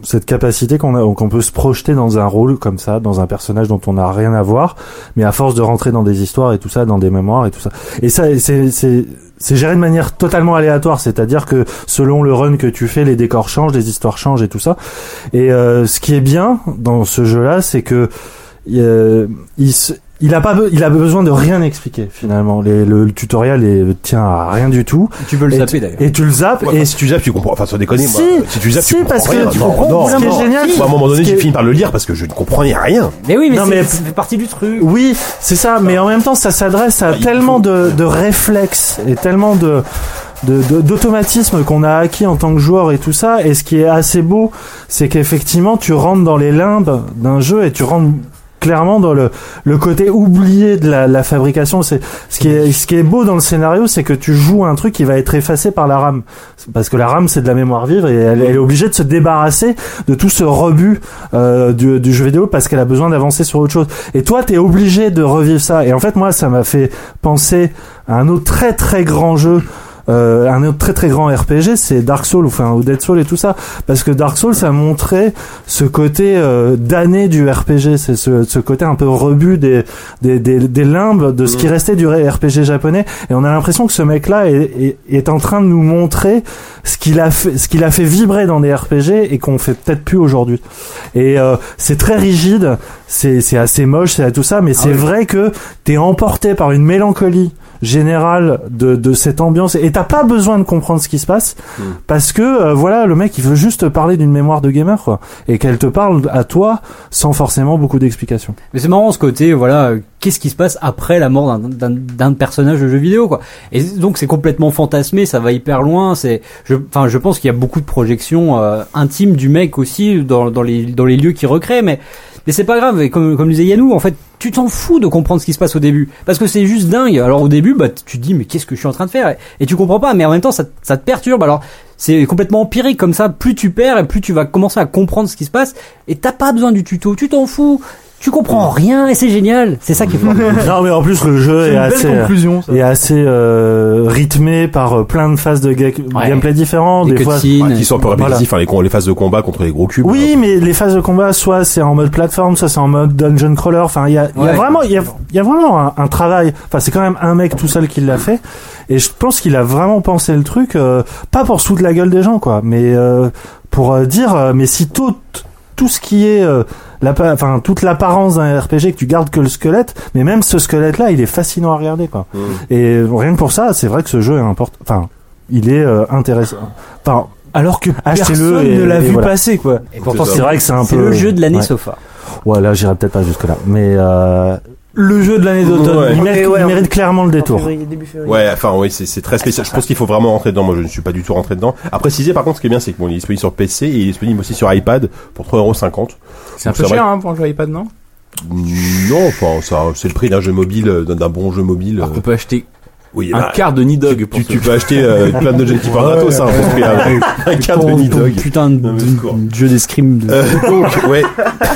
[SPEAKER 8] cette capacité qu'on a qu'on peut se projeter dans un rôle comme ça dans un personnage dont on n'a rien à voir mais à force de rentrer dans des histoires et tout ça dans des mémoires et tout ça et ça c'est c'est c'est géré de manière totalement aléatoire, c'est-à-dire que selon le run que tu fais, les décors changent, les histoires changent et tout ça. Et euh, ce qui est bien dans ce jeu-là, c'est que euh, il, se- Il a pas, be- il a besoin de rien expliquer finalement. Les- le, le tutoriel est, tient à rien du tout.
[SPEAKER 5] Tu peux le
[SPEAKER 8] Et
[SPEAKER 5] zapper d'ailleurs.
[SPEAKER 8] Et tu le zappes
[SPEAKER 1] Ouais,
[SPEAKER 8] et
[SPEAKER 1] enfin, si tu zappes, tu comprends. Enfin, sans déconner, moi,
[SPEAKER 8] Si,
[SPEAKER 1] euh, si tu zappes,
[SPEAKER 8] si,
[SPEAKER 1] tu comprends
[SPEAKER 8] parce que
[SPEAKER 1] rien.
[SPEAKER 8] tu
[SPEAKER 1] Non,
[SPEAKER 8] comprends,
[SPEAKER 1] non,
[SPEAKER 8] au bout d'un
[SPEAKER 1] non.
[SPEAKER 8] moment. génial,
[SPEAKER 1] Moi, à un moment donné,
[SPEAKER 8] ce qui
[SPEAKER 1] j'ai
[SPEAKER 8] est-
[SPEAKER 1] fini par le lire parce que je ne comprenais rien.
[SPEAKER 5] Mais oui, mais,
[SPEAKER 8] Non,
[SPEAKER 5] c'est-
[SPEAKER 8] mais-
[SPEAKER 5] ça fait partie du truc.
[SPEAKER 8] Oui, c'est ça, mais en même temps, ça s'adresse à
[SPEAKER 1] il faut-
[SPEAKER 8] tellement de, de réflexes et tellement de de- de- d'automatismes qu'on a acquis en tant que joueur et tout ça. Et ce qui est assez beau, c'est qu'effectivement, tu rentres dans les limbes d'un jeu et tu rentres clairement dans le, le côté oublié de la, la fabrication. C'est ce qui est ce qui est beau dans le scénario, c'est que tu joues un truc qui va être effacé par la RAM, parce que la RAM c'est de la mémoire vive et elle, elle est obligée de se débarrasser de tout ce rebut euh, du, du jeu vidéo parce qu'elle a besoin d'avancer sur autre chose. Et toi, t'es obligé de revivre ça. Et en fait, moi, ça m'a fait penser à un autre très très grand jeu. euh, un autre très très grand RPG, c'est Dark Souls, ou enfin ou Dead Souls et tout ça, parce que Dark Souls ça montrait ce côté euh, damné du RPG, c'est ce, ce côté un peu rebut des des, des, des limbes de ce qui restait du RPG japonais, et on a l'impression que ce mec-là est, est, est en train de nous montrer ce qu'il a fait, ce qu'il a fait vibrer dans des RPG et qu'on fait peut-être plus aujourd'hui. Et euh, c'est très rigide, c'est c'est assez moche, c'est tout ça, mais c'est vrai que t'es emporté par une mélancolie générale de, de cette ambiance et t'as pas besoin de comprendre ce qui se passe parce que euh, voilà le mec il veut juste te parler d'une mémoire de gamer quoi et qu'elle te parle à toi sans forcément beaucoup d'explications.
[SPEAKER 5] Mais c'est marrant ce côté, voilà, euh, qu'est-ce qui se passe après la mort d'un- d'un d'un personnage de jeu vidéo, quoi. Et donc c'est complètement fantasmé, ça va hyper loin. C'est, je, enfin, je pense qu'il y a beaucoup de projections euh, intimes du mec aussi dans, dans les dans les lieux qu'il recrée, mais mais c'est pas grave. Et comme comme disait Yannou, en fait, tu t'en fous de comprendre ce qui se passe au début, parce que c'est juste dingue. Alors au début, bah, tu te dis mais qu'est-ce que je suis en train de faire et, et tu comprends pas, mais en même temps ça ça te perturbe. Alors c'est complètement empirique comme ça. Plus tu perds et plus tu vas commencer à comprendre ce qui se passe. Et t'as pas besoin du tuto, tu t'en fous. Tu comprends rien et c'est génial. C'est ça qui est fort.
[SPEAKER 8] non mais en plus le jeu
[SPEAKER 2] C'est
[SPEAKER 8] est,
[SPEAKER 2] une
[SPEAKER 8] assez
[SPEAKER 2] belle conclusion. Ça.
[SPEAKER 8] est assez euh, rythmé par euh, plein de phases de ga- gameplay différents,
[SPEAKER 5] Les
[SPEAKER 8] des fois
[SPEAKER 5] cutscenes.
[SPEAKER 1] Qui sont un peu
[SPEAKER 8] Voilà.
[SPEAKER 1] répétitifs, hein, les, com- les phases de combat contre les gros cubes.
[SPEAKER 8] Oui, mais les phases de combat, soit c'est en mode plateforme, soit c'est en mode dungeon crawler. Enfin, il y a, il y a
[SPEAKER 5] Ouais.
[SPEAKER 8] vraiment, il y a, il y a vraiment un, un travail. Enfin, c'est quand même un mec tout seul qui l'a fait. Et je pense qu'il a vraiment pensé le truc, euh, pas pour se foutre de la gueule des gens, quoi, mais euh, pour euh, dire, euh, mais si tout, tout ce qui est, euh, l'appa- enfin, toute l'apparence d'un RPG que tu gardes que le squelette, mais même ce squelette-là, il est fascinant à regarder, quoi.
[SPEAKER 5] Mmh.
[SPEAKER 8] Et rien que pour ça, c'est vrai que ce jeu est important. Enfin, il est euh, intéressant. Enfin,
[SPEAKER 2] Alors que
[SPEAKER 8] Achetez-le
[SPEAKER 2] personne
[SPEAKER 8] et-
[SPEAKER 2] ne l'a
[SPEAKER 8] et
[SPEAKER 2] vu
[SPEAKER 8] voilà.
[SPEAKER 2] passer, quoi.
[SPEAKER 1] hein.
[SPEAKER 5] Et pourtant,
[SPEAKER 8] c'est vrai que c'est un
[SPEAKER 5] c'est
[SPEAKER 8] peu
[SPEAKER 5] le jeu de l'année
[SPEAKER 8] ouais.
[SPEAKER 5] so far.
[SPEAKER 8] Ouais, là, j'irai peut-être pas jusque-là. Mais euh,
[SPEAKER 2] Le jeu de l'année d'automne.
[SPEAKER 1] Ouais.
[SPEAKER 8] il, mérite,
[SPEAKER 4] Ok, ouais,
[SPEAKER 8] il
[SPEAKER 4] on-
[SPEAKER 8] mérite clairement le détour.
[SPEAKER 4] Février, début février.
[SPEAKER 1] Ouais, enfin oui, c'est c'est très spécial. Je pense qu'il faut vraiment rentrer dedans. Moi, je ne suis pas du tout rentré dedans. À préciser, par contre, ce qui est bien, c'est que bon, il est disponible sur PC et il est disponible aussi sur iPad pour 3,50€.
[SPEAKER 3] C'est un
[SPEAKER 1] Ça
[SPEAKER 3] peu
[SPEAKER 1] va.
[SPEAKER 3] cher hein, pour un jeu iPad, non
[SPEAKER 1] Non, enfin, ça, c'est le prix d'un jeu mobile, euh, d'un- d'un bon jeu mobile. euh.
[SPEAKER 8] Ah,
[SPEAKER 3] On peut acheter
[SPEAKER 1] Oui,
[SPEAKER 3] un
[SPEAKER 1] bah,
[SPEAKER 3] quart de Nidog pour
[SPEAKER 1] tu,
[SPEAKER 3] ce
[SPEAKER 1] tu peux acheter euh, plein de jeux qui partent gratos, hein, pour ce prix-là. un cadre de
[SPEAKER 5] Ton- ton
[SPEAKER 1] Nidog.
[SPEAKER 5] Putain de,
[SPEAKER 1] Non, mais c'est court.
[SPEAKER 5] de jeu d'escrime. de-
[SPEAKER 1] Euh, donc, ouais.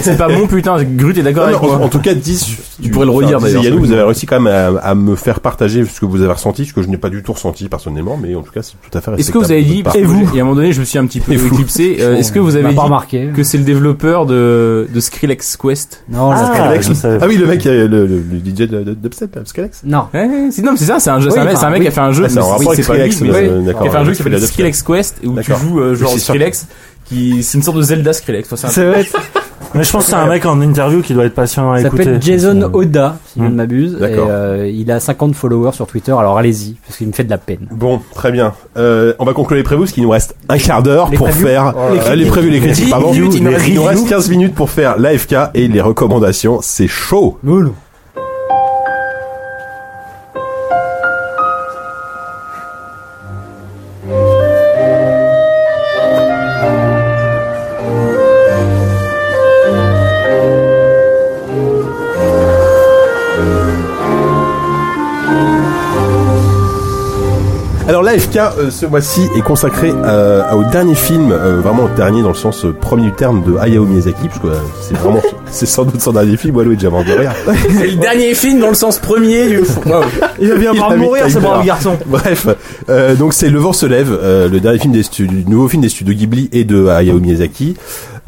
[SPEAKER 3] C'est pas mon putain, Grut est d'accord
[SPEAKER 1] Non,
[SPEAKER 3] avec
[SPEAKER 1] non, en, en
[SPEAKER 3] moi.
[SPEAKER 1] tout cas, 10.
[SPEAKER 3] Tu pourrais le redire, d'ailleurs.
[SPEAKER 1] Yannou, vous avez réussi quand même à, à me faire partager ce que vous avez ressenti, ce que je n'ai pas du tout ressenti personnellement, mais en tout cas, c'est tout à fait
[SPEAKER 3] Est-ce que vous avez dit,
[SPEAKER 1] respectable
[SPEAKER 3] parce
[SPEAKER 1] de
[SPEAKER 3] que
[SPEAKER 1] votre part.
[SPEAKER 3] j'ai- et à un moment donné, je me suis un petit peu
[SPEAKER 1] Et vous.
[SPEAKER 3] éclipsé, euh, est-ce que vous
[SPEAKER 5] On
[SPEAKER 3] avez
[SPEAKER 5] m'a pas
[SPEAKER 3] dit
[SPEAKER 5] remarqué.
[SPEAKER 3] que c'est le développeur de, de Skrillex Quest
[SPEAKER 5] Non, là-
[SPEAKER 8] Ah, je savais.
[SPEAKER 1] Ah oui, le mec, euh, le, le, le DJ de- de- d'Upstep, là, Skrillex.
[SPEAKER 5] non.
[SPEAKER 3] Ouais, c'est- Non, mais c'est ça, c'est un, jeu,
[SPEAKER 5] Oui,
[SPEAKER 3] c'est un mec,
[SPEAKER 5] enfin,
[SPEAKER 3] c'est un mec
[SPEAKER 5] oui.
[SPEAKER 3] qui a fait un jeu,
[SPEAKER 1] Ah, c'est en
[SPEAKER 3] mais
[SPEAKER 1] rapport avec
[SPEAKER 3] c'est pas lui,
[SPEAKER 1] Skrillex,
[SPEAKER 3] mais-
[SPEAKER 1] mais,
[SPEAKER 3] Ouais.
[SPEAKER 1] euh, d'accord,
[SPEAKER 3] qui a fait un
[SPEAKER 1] ouais,
[SPEAKER 3] jeu
[SPEAKER 1] il
[SPEAKER 3] qui
[SPEAKER 1] fait de la
[SPEAKER 3] s'appelle
[SPEAKER 1] dubstep.
[SPEAKER 3] Skrillex Quest, où tu
[SPEAKER 1] D'accord.
[SPEAKER 3] joues euh, genre
[SPEAKER 1] c'est sûr.
[SPEAKER 3] Skrillex, qui c'est une sorte de Zelda Skrillex. Enfin, c'est un-
[SPEAKER 2] C'est vrai.
[SPEAKER 8] Mais je pense que c'est un mec en interview qui doit être patient à
[SPEAKER 5] Il
[SPEAKER 8] écouter.
[SPEAKER 5] s'appelle Jason
[SPEAKER 8] Euh,
[SPEAKER 5] Oda, si je ne
[SPEAKER 8] Hmm.
[SPEAKER 5] m'abuse. Et
[SPEAKER 1] D'accord.
[SPEAKER 5] euh, il a 50 followers sur Twitter, alors allez-y, parce qu'il me fait de la peine.
[SPEAKER 1] Bon, très bien. Euh, on va conclure les prévus, parce qu'il nous reste un quart d'heure
[SPEAKER 5] Les
[SPEAKER 1] pour
[SPEAKER 5] previews
[SPEAKER 1] faire euh, les prévus, les critiques,
[SPEAKER 3] Les
[SPEAKER 1] pardon.
[SPEAKER 3] minutes, il nous reste
[SPEAKER 1] Il nous
[SPEAKER 3] 10
[SPEAKER 1] reste
[SPEAKER 3] minutes.
[SPEAKER 1] 15 minutes pour faire l'AFK et les recommandations. C'est chaud. Alors l'AFK euh, ce mois-ci est consacré euh, au dernier film, euh, vraiment au dernier dans le sens euh, premier du terme de Hayao Miyazaki, parce que euh, c'est vraiment, c'est sans doute son dernier film. Walou est déjà mort de rire.
[SPEAKER 3] C'est le dernier film dans le sens premier du. Waouh.
[SPEAKER 2] Il vient
[SPEAKER 1] Il
[SPEAKER 2] par
[SPEAKER 1] avait
[SPEAKER 2] mourir, ce
[SPEAKER 1] Tiger.
[SPEAKER 2] brave garçon.
[SPEAKER 1] Bref, euh, donc c'est Le Vent se lève, euh, le dernier film des studios, nouveau film des studios Ghibli et de Hayao Miyazaki.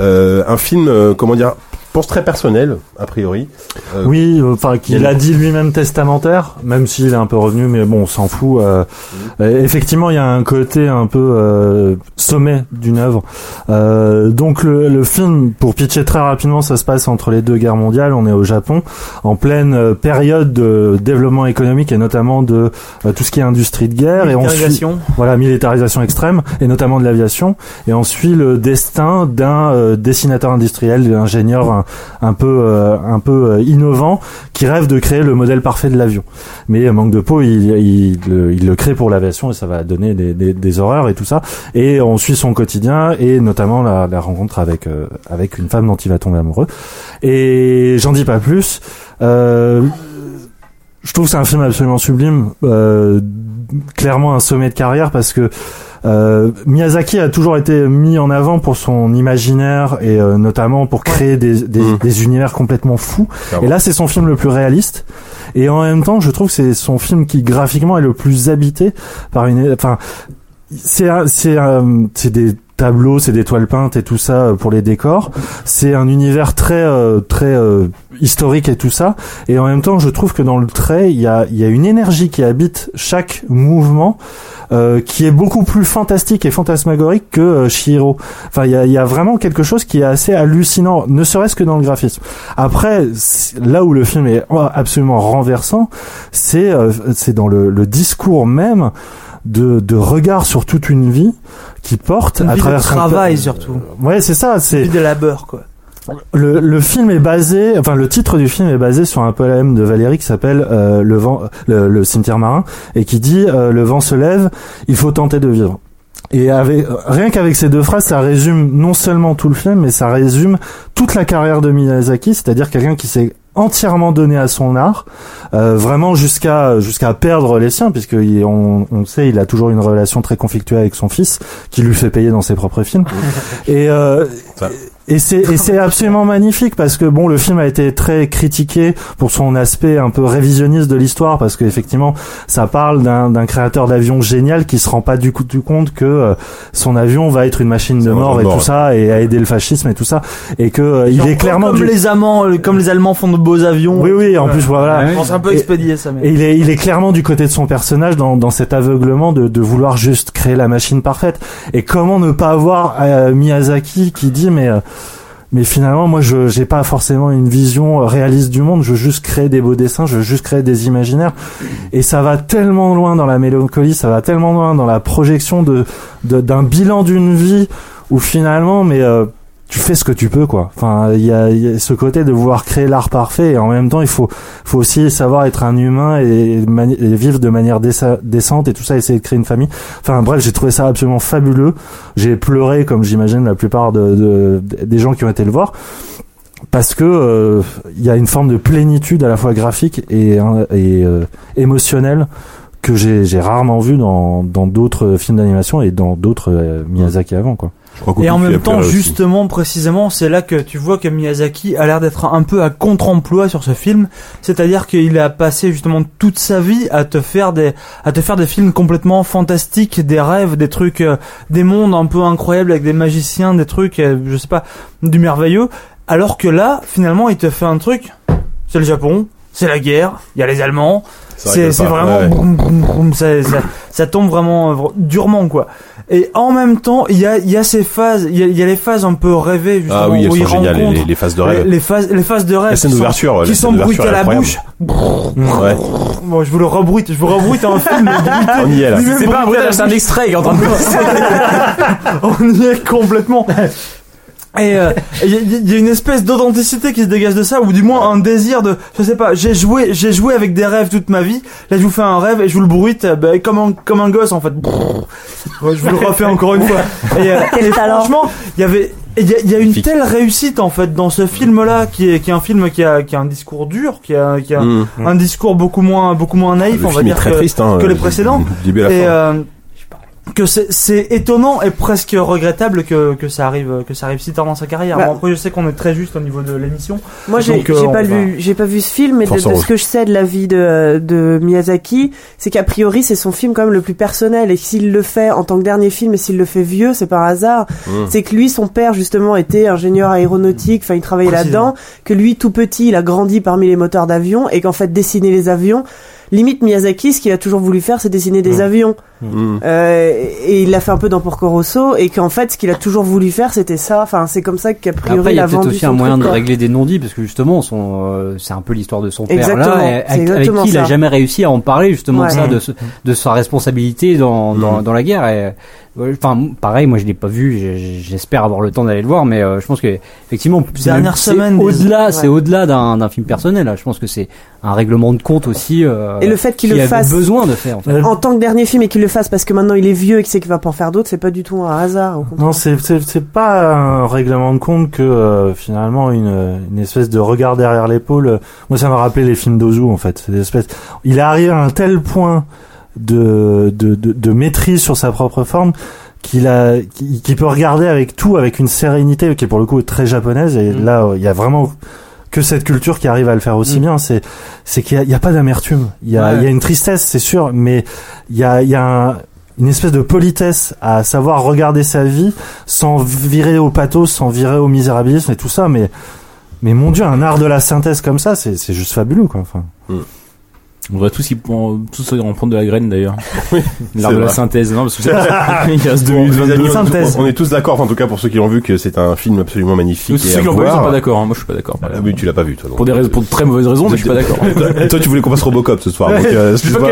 [SPEAKER 1] Euh, un film, euh, comment dire, pense très personnelle, a priori. Euh,
[SPEAKER 8] Oui, enfin,
[SPEAKER 1] il y
[SPEAKER 8] qu'il
[SPEAKER 1] a
[SPEAKER 8] a
[SPEAKER 1] des-
[SPEAKER 8] dit lui-même testamentaire, même s'il est un peu revenu, mais bon, on s'en fout. euh,
[SPEAKER 1] Mm.
[SPEAKER 8] euh, Effectivement, il y a un côté un peu euh, sommet d'une œuvre. Euh, donc le, le film, pour pitcher très rapidement, ça se passe entre les deux guerres mondiales. On est au Japon, en pleine euh, période de développement économique et notamment de euh, tout ce qui est industrie de guerre. Et Ah, on suit-
[SPEAKER 2] Interrogation.
[SPEAKER 8] voilà, militarisation extrême, et notamment de l'aviation. Et on suit le destin d'un euh, dessinateur industriel, d'un ingénieur un, un peu, euh, un peu euh, innovant, qui rêve de créer le modèle parfait de l'avion. Mais euh, manque de peau, il, il, le- il le crée pour l'aviation et ça va donner des, des, des horreurs et tout ça. Et on suit son quotidien et notamment la, la rencontre avec, euh, avec une femme dont il va tomber amoureux. Et j'en dis pas plus. Euh, je trouve que c'est un film absolument sublime, euh, clairement un sommet de carrière parce que euh, Miyazaki a toujours été mis en avant pour son imaginaire et euh, notamment pour créer des, des,
[SPEAKER 1] Mhm.
[SPEAKER 8] des univers complètement fous.
[SPEAKER 1] Clairement.
[SPEAKER 8] Et là, c'est son film le plus réaliste. Et en même temps, je trouve que c'est son film qui graphiquement est le plus habité par une. Enfin, c'est un- c'est un- c'est des tableaux, c'est des toiles peintes et tout ça euh, pour les décors. C'est un univers très euh, très euh, historique et tout ça. Et en même temps, je trouve que dans le trait, il y a il y a une énergie qui habite chaque mouvement euh, qui est beaucoup plus fantastique et fantasmagorique que euh, Shihiro. Enfin, il y a, il y a vraiment quelque chose qui est assez hallucinant, ne serait-ce que dans le graphisme. Après, c'est- là où le film est oh, absolument renversant, c'est euh, c'est dans le, le discours même de, de regard sur toute une vie qui porte
[SPEAKER 2] Une
[SPEAKER 8] à
[SPEAKER 2] vie de
[SPEAKER 8] travers son-
[SPEAKER 2] travail, surtout.
[SPEAKER 8] Ouais, c'est ça. C'est
[SPEAKER 2] Vie de labeur, quoi.
[SPEAKER 8] le, le film est basé, enfin le titre du film est basé sur un poème de Valérie qui s'appelle euh, le vent, le, le cimetière marin et qui dit euh, le vent se lève, il faut tenter de vivre. Et avec, rien qu'avec ces deux phrases, ça résume non seulement tout le film, mais ça résume toute la carrière de Miyazaki, c'est-à-dire quelqu'un qui s'est entièrement donné à son art, euh, vraiment jusqu'à jusqu'à perdre les siens, puisque il- on, on sait il a toujours une relation très conflictuelle avec son fils, qui lui fait payer dans ses propres films. et euh,
[SPEAKER 1] Ça.
[SPEAKER 8] et c'est et c'est absolument magnifique parce que bon le film a été très critiqué pour son aspect un peu révisionniste de l'histoire parce que effectivement ça parle d'un d'un créateur d'avion génial qui se rend pas du coup du compte que euh, son avion va être une machine de
[SPEAKER 1] un avion
[SPEAKER 8] mort
[SPEAKER 1] de
[SPEAKER 8] et
[SPEAKER 1] mort,
[SPEAKER 8] tout ça et à aider le fascisme et tout ça et que euh, il est clairement
[SPEAKER 2] comme
[SPEAKER 8] du...
[SPEAKER 2] les Allemands, euh, comme les Allemands font de beaux avions.
[SPEAKER 8] oui oui en plus voilà
[SPEAKER 2] Je pense un peu
[SPEAKER 8] Et-
[SPEAKER 2] expédié ça, mais.
[SPEAKER 8] et il est, il est clairement du côté de son personnage dans, dans cet aveuglement de, de vouloir juste créer la machine parfaite. Et comment ne pas avoir euh, Miyazaki qui dit mais euh, mais finalement moi je j'ai pas forcément une vision euh, réaliste du monde. Je veux juste créer des beaux dessins, je veux juste créer des imaginaires. Et ça va tellement loin dans la mélancolie, ça va tellement loin dans la projection de de- d'un bilan d'une vie où finalement mais euh, tu fais ce que tu peux quoi. Enfin, il y a, il y a ce côté de vouloir créer l'art parfait et en même temps, il faut faut aussi savoir être un humain et, mani- et vivre de manière déce- décente et tout ça, essayer de créer une famille. Enfin bref, j'ai trouvé ça absolument fabuleux. J'ai pleuré comme j'imagine la plupart de, de- des gens qui ont été le voir. Parce que euh, il y a une forme de plénitude à la fois graphique et, hein, et euh, émotionnelle que j'ai j'ai rarement vu dans dans d'autres films d'animation et dans d'autres euh, Miyazaki avant quoi.
[SPEAKER 1] hein. je crois qu'au
[SPEAKER 2] Et en
[SPEAKER 1] pif, il y a
[SPEAKER 2] même
[SPEAKER 1] plein
[SPEAKER 2] temps,
[SPEAKER 1] de-
[SPEAKER 2] justement, précisément, c'est là que tu vois que Miyazaki a l'air d'être un peu à contre-emploi sur ce film. C'est-à-dire qu'il a passé justement toute sa vie à te faire des, à te faire des films complètement fantastiques, des rêves, des trucs, euh, des mondes un peu incroyables avec des magiciens, des trucs, euh, je sais pas, du merveilleux. Alors que là, finalement, il te fait un truc. C'est le Japon. C'est la guerre, il y a les Allemands,
[SPEAKER 1] Ça
[SPEAKER 2] c'est
[SPEAKER 1] rigole
[SPEAKER 2] c'est
[SPEAKER 1] pas.
[SPEAKER 2] vraiment
[SPEAKER 1] Ouais, ouais.
[SPEAKER 2] broum, broum, broum, ça, ça- ça tombe vraiment euh, vr- durement quoi. Et en même temps, il y a, il y a ces phases, il y a, il y a les phases un peu rêvées justement
[SPEAKER 1] Ah oui,
[SPEAKER 2] où
[SPEAKER 1] elles sont
[SPEAKER 2] ils
[SPEAKER 1] géniales, les- les,
[SPEAKER 2] rencontrent
[SPEAKER 1] les phases de
[SPEAKER 2] les,
[SPEAKER 1] rêve.
[SPEAKER 2] les phases, les phases de rêve
[SPEAKER 1] La scène
[SPEAKER 2] qui sont,
[SPEAKER 1] d'ouverture,
[SPEAKER 2] qui
[SPEAKER 1] la
[SPEAKER 2] sont
[SPEAKER 1] scène d'ouverture
[SPEAKER 2] bruitées à
[SPEAKER 1] est
[SPEAKER 2] la
[SPEAKER 1] incroyable.
[SPEAKER 2] bouche.
[SPEAKER 1] Ouais,
[SPEAKER 2] Bon, je vous le rebruite, je vous rebruite un film. mais bruité.
[SPEAKER 1] on y est là.
[SPEAKER 2] Lui-même
[SPEAKER 3] C'est pas un
[SPEAKER 2] bruité à la
[SPEAKER 3] bruitage, c'est un
[SPEAKER 2] bouche.
[SPEAKER 3] extrait qui est en train de
[SPEAKER 2] On y est complètement. Et il y, a- y a une espèce d'authenticité qui se dégage de ça, ou du moins un désir de, je sais pas, j'ai joué, j'ai joué avec des rêves toute ma vie. Là, je vous fais un rêve et je vous le bruite, euh, bah, comme un, comme un gosse en fait. Brrr. Ouais, Je vous le refais encore une fois. Et, euh,
[SPEAKER 4] Quel
[SPEAKER 2] et
[SPEAKER 4] talent.
[SPEAKER 2] franchement, il y avait, il y, a- y a une
[SPEAKER 1] Magnifique.
[SPEAKER 2] telle réussite en fait dans ce film-là, qui est, qui est un film qui a, qui a un discours dur, qui a, qui a
[SPEAKER 1] Mmh.
[SPEAKER 2] un discours beaucoup moins, beaucoup moins naïf,
[SPEAKER 1] Le
[SPEAKER 2] on va
[SPEAKER 1] film est
[SPEAKER 2] dire
[SPEAKER 1] très
[SPEAKER 2] que-
[SPEAKER 1] triste. Hein,
[SPEAKER 2] que les
[SPEAKER 1] euh,
[SPEAKER 2] précédents.
[SPEAKER 1] du début à la
[SPEAKER 2] et
[SPEAKER 1] fin.
[SPEAKER 2] euh, que c'est- c'est étonnant et presque regrettable que, que ça arrive que ça arrive si tard dans sa carrière.
[SPEAKER 4] Bah.
[SPEAKER 2] Bon, après, je sais qu'on est très juste au niveau de l'émission.
[SPEAKER 4] Moi, j'ai
[SPEAKER 2] Donc, euh,
[SPEAKER 4] j'ai
[SPEAKER 2] on
[SPEAKER 4] pas
[SPEAKER 2] va-
[SPEAKER 4] lu, j'ai pas vu ce film, mais de,
[SPEAKER 1] Force
[SPEAKER 4] de
[SPEAKER 1] Rose.
[SPEAKER 4] ce que je sais de la vie de, de Miyazaki, c'est qu'a priori, c'est son film quand même le plus personnel. Et s'il le fait en tant que dernier film, et s'il le fait vieux, c'est par hasard.
[SPEAKER 2] Hum.
[SPEAKER 4] C'est que lui, son père justement était ingénieur aéronautique. Enfin, il travaillait
[SPEAKER 2] Précisément.
[SPEAKER 4] là-dedans. Que lui, tout petit, il a grandi parmi les moteurs d'avions et qu'en fait, dessiner les avions. Limite Miyazaki, ce qu'il a toujours voulu faire, c'est dessiner
[SPEAKER 2] Hum.
[SPEAKER 4] des avions. Euh, et il l'a fait un peu dans Porco Rosso. Et qu'en fait, ce qu'il a toujours voulu faire, c'était ça. Enfin, c'est comme ça qu'a priori,
[SPEAKER 5] Après, il y a
[SPEAKER 4] vendu
[SPEAKER 5] peut-être aussi
[SPEAKER 4] son
[SPEAKER 5] un
[SPEAKER 4] truc,
[SPEAKER 5] moyen de
[SPEAKER 4] quoi.
[SPEAKER 5] régler des non-dits, parce que justement, son, euh, c'est un peu l'histoire de son père
[SPEAKER 4] Exactement,
[SPEAKER 5] là, et-
[SPEAKER 4] c'est
[SPEAKER 5] avec, avec
[SPEAKER 4] exactement
[SPEAKER 5] qui il a
[SPEAKER 4] ça.
[SPEAKER 5] jamais réussi à en parler justement
[SPEAKER 4] Ouais.
[SPEAKER 5] ça de, ce- de sa responsabilité dans,
[SPEAKER 2] Mm.
[SPEAKER 5] dans, dans la guerre. Et, euh, Enfin, pareil, moi je l'ai pas vu. j'ai- J'espère avoir le temps d'aller le voir, mais euh, je pense que effectivement, c'est-
[SPEAKER 2] Dernière
[SPEAKER 5] c'est
[SPEAKER 2] semaine des-
[SPEAKER 5] au-delà,
[SPEAKER 4] Ouais.
[SPEAKER 5] c'est au-delà d'un d'un film personnel. là. Je pense que c'est un règlement de compte aussi. euh,
[SPEAKER 4] Et le fait qu'il
[SPEAKER 5] qu'il
[SPEAKER 4] le
[SPEAKER 5] avait
[SPEAKER 4] fasse
[SPEAKER 5] besoin de faire. En fait.
[SPEAKER 4] en tant que dernier film et qu'il le fasse parce que maintenant il est vieux et qu'il sait qu'il va pas en faire d'autres, c'est pas du tout un hasard. au contraire.
[SPEAKER 8] Non, c'est c'est c'est pas un règlement de compte que euh, finalement une une espèce de regard derrière l'épaule. euh, Moi, ça m'a rappelé les films d'Ozu en fait. C'est des espèces. Il arrive à un tel point de de de, de maîtrise sur sa propre forme qu'il a qui peut regarder avec tout avec une sérénité qui pour le coup est très japonaise et
[SPEAKER 5] Mm.
[SPEAKER 8] là euh, il y a vraiment que cette culture qui arrive à le faire aussi bien c'est c'est qu'il y a, il y a pas d'amertume il y a
[SPEAKER 5] Ouais.
[SPEAKER 8] il y a une tristesse c'est sûr mais il y a il y a un- une espèce de politesse à savoir regarder sa vie sans virer au pathos, sans virer au misérabilisme et tout ça, mais mais mon dieu, un art de la synthèse comme ça, c'est c'est juste fabuleux quoi. Enfin,
[SPEAKER 3] On va tous y prendre, tous en prendre de la graine d'ailleurs. L'art
[SPEAKER 1] c'est
[SPEAKER 3] de la
[SPEAKER 1] vrai.
[SPEAKER 3] synthèse, non Parce que c'est- il y a ce
[SPEAKER 1] Bon, les
[SPEAKER 3] 2022.
[SPEAKER 1] amis, on-
[SPEAKER 8] synthèse.
[SPEAKER 1] on est tous d'accord, enfin, en tout cas pour ceux qui l'ont vu, que c'est un film absolument magnifique. et
[SPEAKER 3] Ceux
[SPEAKER 1] à
[SPEAKER 3] qui l'ont pas vu sont
[SPEAKER 1] voir.
[SPEAKER 3] pas d'accord. hein. Moi, je suis pas d'accord.
[SPEAKER 1] Ah oui, tu l'as pas vu, toi. donc.
[SPEAKER 3] Pour des raisons, pour de très mauvaises raisons, mais je suis pas d'accord.
[SPEAKER 1] Toi- toi, tu voulais qu'on fasse Robocop ce soir. donc, euh, excuse-moi.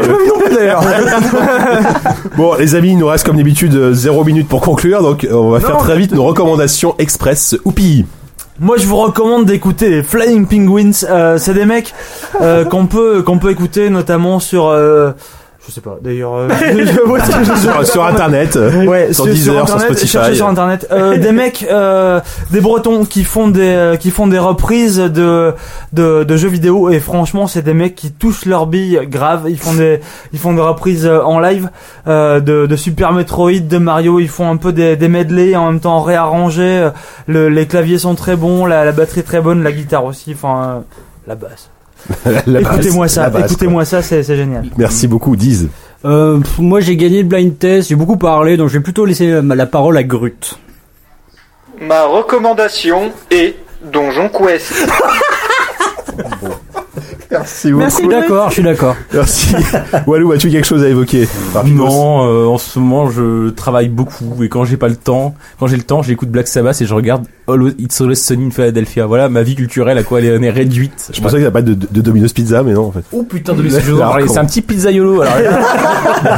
[SPEAKER 1] bon, les amis, il nous reste comme d'habitude euh, zéro minute pour conclure, donc euh, on va faire très vite nos recommandations express. Oupi
[SPEAKER 2] Moi, je vous recommande d'écouter les Flying Penguins. Euh, c'est des mecs euh, qu'on peut qu'on peut écouter notamment sur. euh, je sais pas. D'ailleurs. euh, je- je- je-
[SPEAKER 1] sur, sur internet, euh,
[SPEAKER 2] Ouais,
[SPEAKER 1] sur Deezer, sur
[SPEAKER 2] Internet,
[SPEAKER 1] Spotify.
[SPEAKER 2] cherchez sur internet Euh, des mecs euh, des bretons qui font des euh, qui font des reprises de de, de jeux vidéo et franchement c'est des mecs qui touchent leur bille grave ils font des ils font des reprises euh, en live euh, de, de Super Metroid de Mario ils font un peu des, des medley en même temps réarrangés Euh, Le- les claviers sont très bons la, la batterie est très bonne la guitare aussi enfin euh, la basse
[SPEAKER 1] La base,
[SPEAKER 2] écoutez-moi ça
[SPEAKER 1] la base,
[SPEAKER 2] écoutez-moi ça c'est c'est génial
[SPEAKER 1] quoi. Merci beaucoup, Diz.
[SPEAKER 5] Euh, pff, moi, j'ai gagné le blind test. J'ai beaucoup parlé, donc je vais plutôt laisser la, la parole à Grut.
[SPEAKER 6] Ma recommandation est Donjon Quest.
[SPEAKER 1] Merci beaucoup.
[SPEAKER 5] Je suis d'accord, je suis d'accord.
[SPEAKER 1] Merci. Walou, as-tu quelque chose à évoquer Rapidos.
[SPEAKER 3] Non, euh, en ce moment, je travaille beaucoup et quand j'ai pas le temps, quand j'ai le temps, j'écoute Black Sabbath et je regarde All It's Always Sunny in Philadelphia. Voilà ma vie culturelle à quoi elle est réduite.
[SPEAKER 1] Je pensais que ça pas de, de Domino's Pizza, mais non, en fait.
[SPEAKER 3] Oh putain de message,
[SPEAKER 1] Alors,
[SPEAKER 3] C'est
[SPEAKER 1] comment
[SPEAKER 3] un petit pizzaiolo. Alors,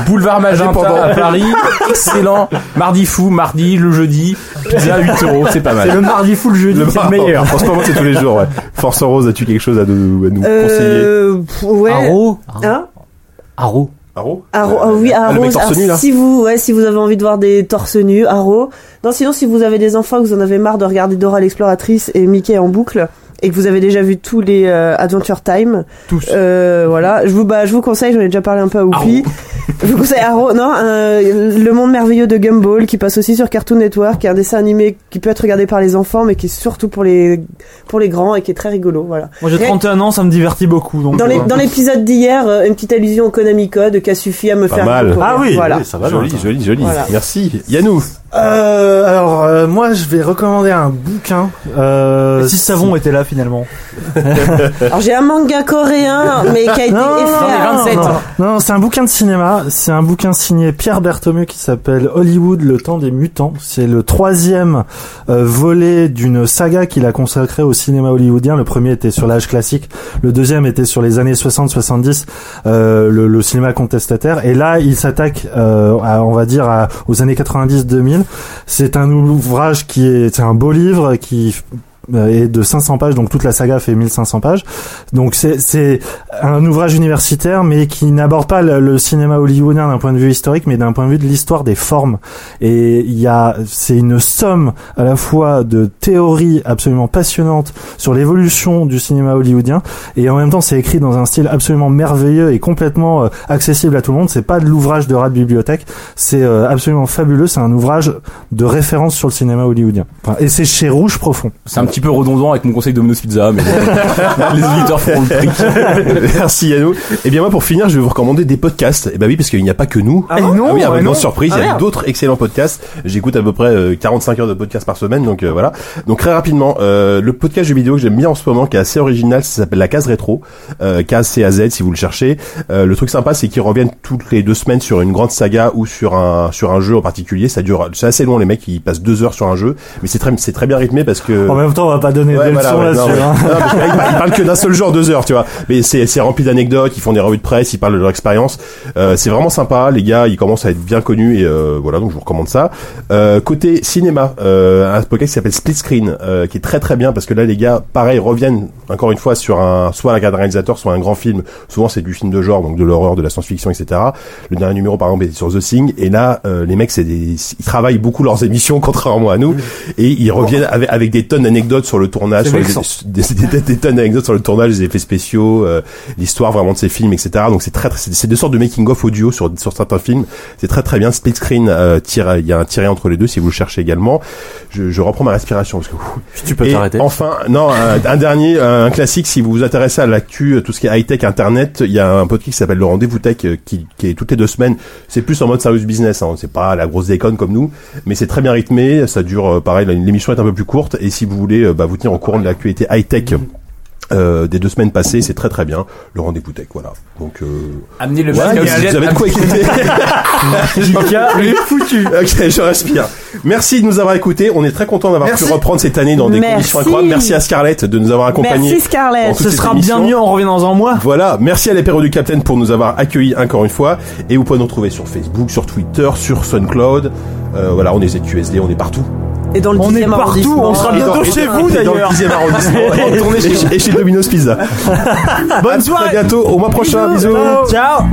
[SPEAKER 3] boulevard Magenta à Paris, excellent. Mardi fou, mardi, le jeudi, pizza 8 euros, c'est pas
[SPEAKER 4] Bah,
[SPEAKER 3] mal.
[SPEAKER 5] Le mardi full jeudi, c'est le meilleur.
[SPEAKER 1] En ce moment, c'est tous les jours, ouais. Force Rose, as-tu quelque chose à nous, à nous conseiller
[SPEAKER 4] Euh, pff, ouais.
[SPEAKER 5] Haro,
[SPEAKER 4] Hein
[SPEAKER 5] Haro.
[SPEAKER 1] Arrow
[SPEAKER 4] Arrow, ah oui,
[SPEAKER 1] Ah, le
[SPEAKER 4] Arrow.
[SPEAKER 1] mec torse
[SPEAKER 4] Alors,
[SPEAKER 1] nu, là.
[SPEAKER 4] si vous, ouais, si vous avez envie de voir des torse nus, Arrow. Non, sinon, si vous avez des enfants, que vous en avez marre de regarder Dora l'exploratrice et Mickey en boucle, et que vous avez déjà vu tous les euh, Adventure Time,
[SPEAKER 2] Tous.
[SPEAKER 4] euh, voilà, je vous, bah, je vous conseille. J'en ai déjà parlé un peu à Oupi. je vous conseille Arrow. Non, euh, le monde merveilleux de Gumball qui passe aussi sur Cartoon Network, qui est un dessin animé qui peut être regardé par les enfants, mais qui est surtout pour les pour les grands et qui est très rigolo. Voilà.
[SPEAKER 2] moi j'ai
[SPEAKER 4] Rien-
[SPEAKER 2] 31 ans ça me divertit beaucoup donc
[SPEAKER 4] Dans les-
[SPEAKER 2] euh,
[SPEAKER 4] dans l'épisode d'hier, euh, une petite allusion au Konami Code qui a suffi à me
[SPEAKER 1] Pas
[SPEAKER 4] faire.
[SPEAKER 1] mal.
[SPEAKER 4] concourir.
[SPEAKER 8] Ah oui,
[SPEAKER 4] voilà.
[SPEAKER 8] oui, ça va.
[SPEAKER 1] joli,
[SPEAKER 8] Jonathan.
[SPEAKER 1] joli, joli.
[SPEAKER 4] Voilà.
[SPEAKER 1] Merci. Yannou.
[SPEAKER 8] Euh, alors euh, moi, je vais recommander un bouquin. Euh,
[SPEAKER 2] si ce savon était là finalement
[SPEAKER 4] Alors j'ai un manga coréen, mais qui a été
[SPEAKER 8] Non,
[SPEAKER 4] effacé.
[SPEAKER 8] non, non, non, c'est un bouquin de cinéma. C'est un bouquin signé Pierre Berthomeu qui s'appelle Hollywood, le temps des mutants. C'est le troisième euh, volet d'une saga qu'il a consacrée au cinéma hollywoodien. Le premier était sur l'âge classique. Le deuxième était sur les années 60-70, euh, le, le cinéma contestataire. Et là, il s'attaque, euh, à, on va dire, à- aux années 90-2000. C'est un ouvrage qui est, c'est un beau livre qui euh, et de 500 pages, donc toute la saga fait 1500 pages. Donc c'est- c'est un ouvrage universitaire, mais qui n'aborde pas le, le cinéma hollywoodien d'un point de vue historique, mais d'un point de vue de l'histoire des formes. Et il y a, c'est une somme à la fois de théories absolument passionnantes sur l'évolution du cinéma hollywoodien, et en même temps c'est écrit dans un style absolument merveilleux et complètement euh, accessible à tout le monde. C'est pas de l'ouvrage de rat de bibliothèque, c'est euh, absolument fabuleux. C'est un ouvrage de référence sur le cinéma hollywoodien. Enfin, et c'est chez Rouge Profond.
[SPEAKER 3] C'est un petit peu redondant avec mon conseil de Domino's Pizza, mais bon. les auditeurs feront le prix.
[SPEAKER 1] Merci Yannou. Et bien moi pour finir, je vais vous recommander des podcasts. Et bah oui, parce qu'il n'y a pas que nous.
[SPEAKER 2] Eh non,
[SPEAKER 1] Ah oui,
[SPEAKER 2] eh
[SPEAKER 1] avec
[SPEAKER 2] non.
[SPEAKER 1] grande surprise, il
[SPEAKER 2] Ah
[SPEAKER 1] y a
[SPEAKER 2] merde.
[SPEAKER 1] d'autres excellents podcasts. J'écoute à peu près euh, 45 heures de podcasts par semaine, donc euh, voilà. Donc très rapidement, euh, le podcast jeu vidéo que j'aime bien en ce moment, qui est assez original, ça s'appelle La Case Rétro. Euh, Case C-A-Z si vous le cherchez. Euh, le truc sympa, c'est qu'ils reviennent toutes les deux semaines sur une grande saga ou sur un sur un jeu en particulier. Ça dure, c'est assez long, les mecs, ils passent deux heures sur un jeu, mais c'est très c'est très bien rythmé parce que
[SPEAKER 2] Oh,
[SPEAKER 8] En même temps, on va pas donner
[SPEAKER 1] Ouais,
[SPEAKER 8] de
[SPEAKER 1] voilà,
[SPEAKER 8] leçons
[SPEAKER 1] ouais,
[SPEAKER 8] là-dessus.
[SPEAKER 1] non,
[SPEAKER 8] hein.
[SPEAKER 1] non, parce que là, ils, parlent, ils parlent que d'un seul jour, deux heures, tu vois. Mais c'est c'est rempli d'anecdotes, ils font des revues de presse, ils parlent de leur expérience. Euh, c'est vraiment sympa, les gars, ils commencent à être bien connus et euh, voilà, donc je vous recommande ça. Euh, côté cinéma, euh, un podcast qui s'appelle Split Screen, euh, qui est très très bien parce que là, les gars, pareil, reviennent encore une fois sur un soit un cadre réalisateur, soit un grand film. Souvent, c'est du film de genre, donc de l'horreur, de la science-fiction, etc. Le dernier numéro, par exemple, était sur The Thing. Et là, euh, les mecs, c'est des, ils travaillent beaucoup leurs émissions, contrairement à nous, et ils reviennent avec, avec des tonnes d'anecdotes sur le tournage, sur les- des, des- des- des tonnes d'anecdotes sur le tournage, les effets spéciaux, euh, l'histoire vraiment de ces films, etc. Donc c'est très, très- c'est c'est deux sortes de making of audio sur sur certains films. C'est très très bien. Split screen, euh, tiré- il y a un tiré entre les deux si vous le cherchez également. Je, je reprends ma respiration parce que ouh,
[SPEAKER 8] Tu peux
[SPEAKER 1] et
[SPEAKER 8] t'arrêter.
[SPEAKER 1] Enfin, non, un, un dernier, un classique. Si vous vous intéressez à l'actu, euh, tout ce qui est high tech, internet, il y a un podcast qui s'appelle le Rendez-vous Tech, euh, qui, qui est toutes les deux semaines. C'est plus en mode service business. Hein. C'est pas la grosse déconne comme nous, mais c'est très bien rythmé. Ça dure, euh, pareil, là, l'émission est un peu plus courte. Et si vous voulez euh, bah, vous tenir au courant de l'actualité high tech.
[SPEAKER 8] Mm-hmm.
[SPEAKER 1] euh, des deux semaines passées, c'est très très bien. Le rendez-vous tech, voilà. Donc, euh,
[SPEAKER 3] Amenez le
[SPEAKER 1] voilà,
[SPEAKER 3] masque à
[SPEAKER 1] vous
[SPEAKER 3] oxygène.
[SPEAKER 1] avez de quoi écouter.
[SPEAKER 2] foutu.
[SPEAKER 1] Ok, je respire. Merci de nous avoir écoutés. On est très content d'avoir pu reprendre cette année dans des
[SPEAKER 4] Merci.
[SPEAKER 1] conditions incroyables. Merci à Scarlett de nous avoir accompagnés.
[SPEAKER 4] Merci Scarlett.
[SPEAKER 1] dans toute
[SPEAKER 2] Ce
[SPEAKER 1] cette
[SPEAKER 2] sera
[SPEAKER 1] émission.
[SPEAKER 2] bien mieux, on revient dans un mois.
[SPEAKER 1] Voilà, merci à l'apéro du Capitaine pour nous avoir accueillis encore une fois. Et vous pouvez nous retrouver sur Facebook, sur Twitter, sur SoundCloud. Euh, voilà, on est ZQSD, on est partout.
[SPEAKER 4] Et dans le
[SPEAKER 2] On est
[SPEAKER 4] 10e
[SPEAKER 2] partout,
[SPEAKER 4] arrondissement.
[SPEAKER 2] on sera
[SPEAKER 1] Et
[SPEAKER 2] bientôt
[SPEAKER 1] dans- et
[SPEAKER 2] Ah, chez
[SPEAKER 1] dans-
[SPEAKER 2] vous
[SPEAKER 1] et dans le
[SPEAKER 2] d'ailleurs.
[SPEAKER 1] 10e arrondissement. Et retournez chez- et chez Domino's Pizza.
[SPEAKER 2] Bonne
[SPEAKER 1] À
[SPEAKER 2] soirée.
[SPEAKER 1] bientôt, au mois prochain, bisous.
[SPEAKER 2] Ciao.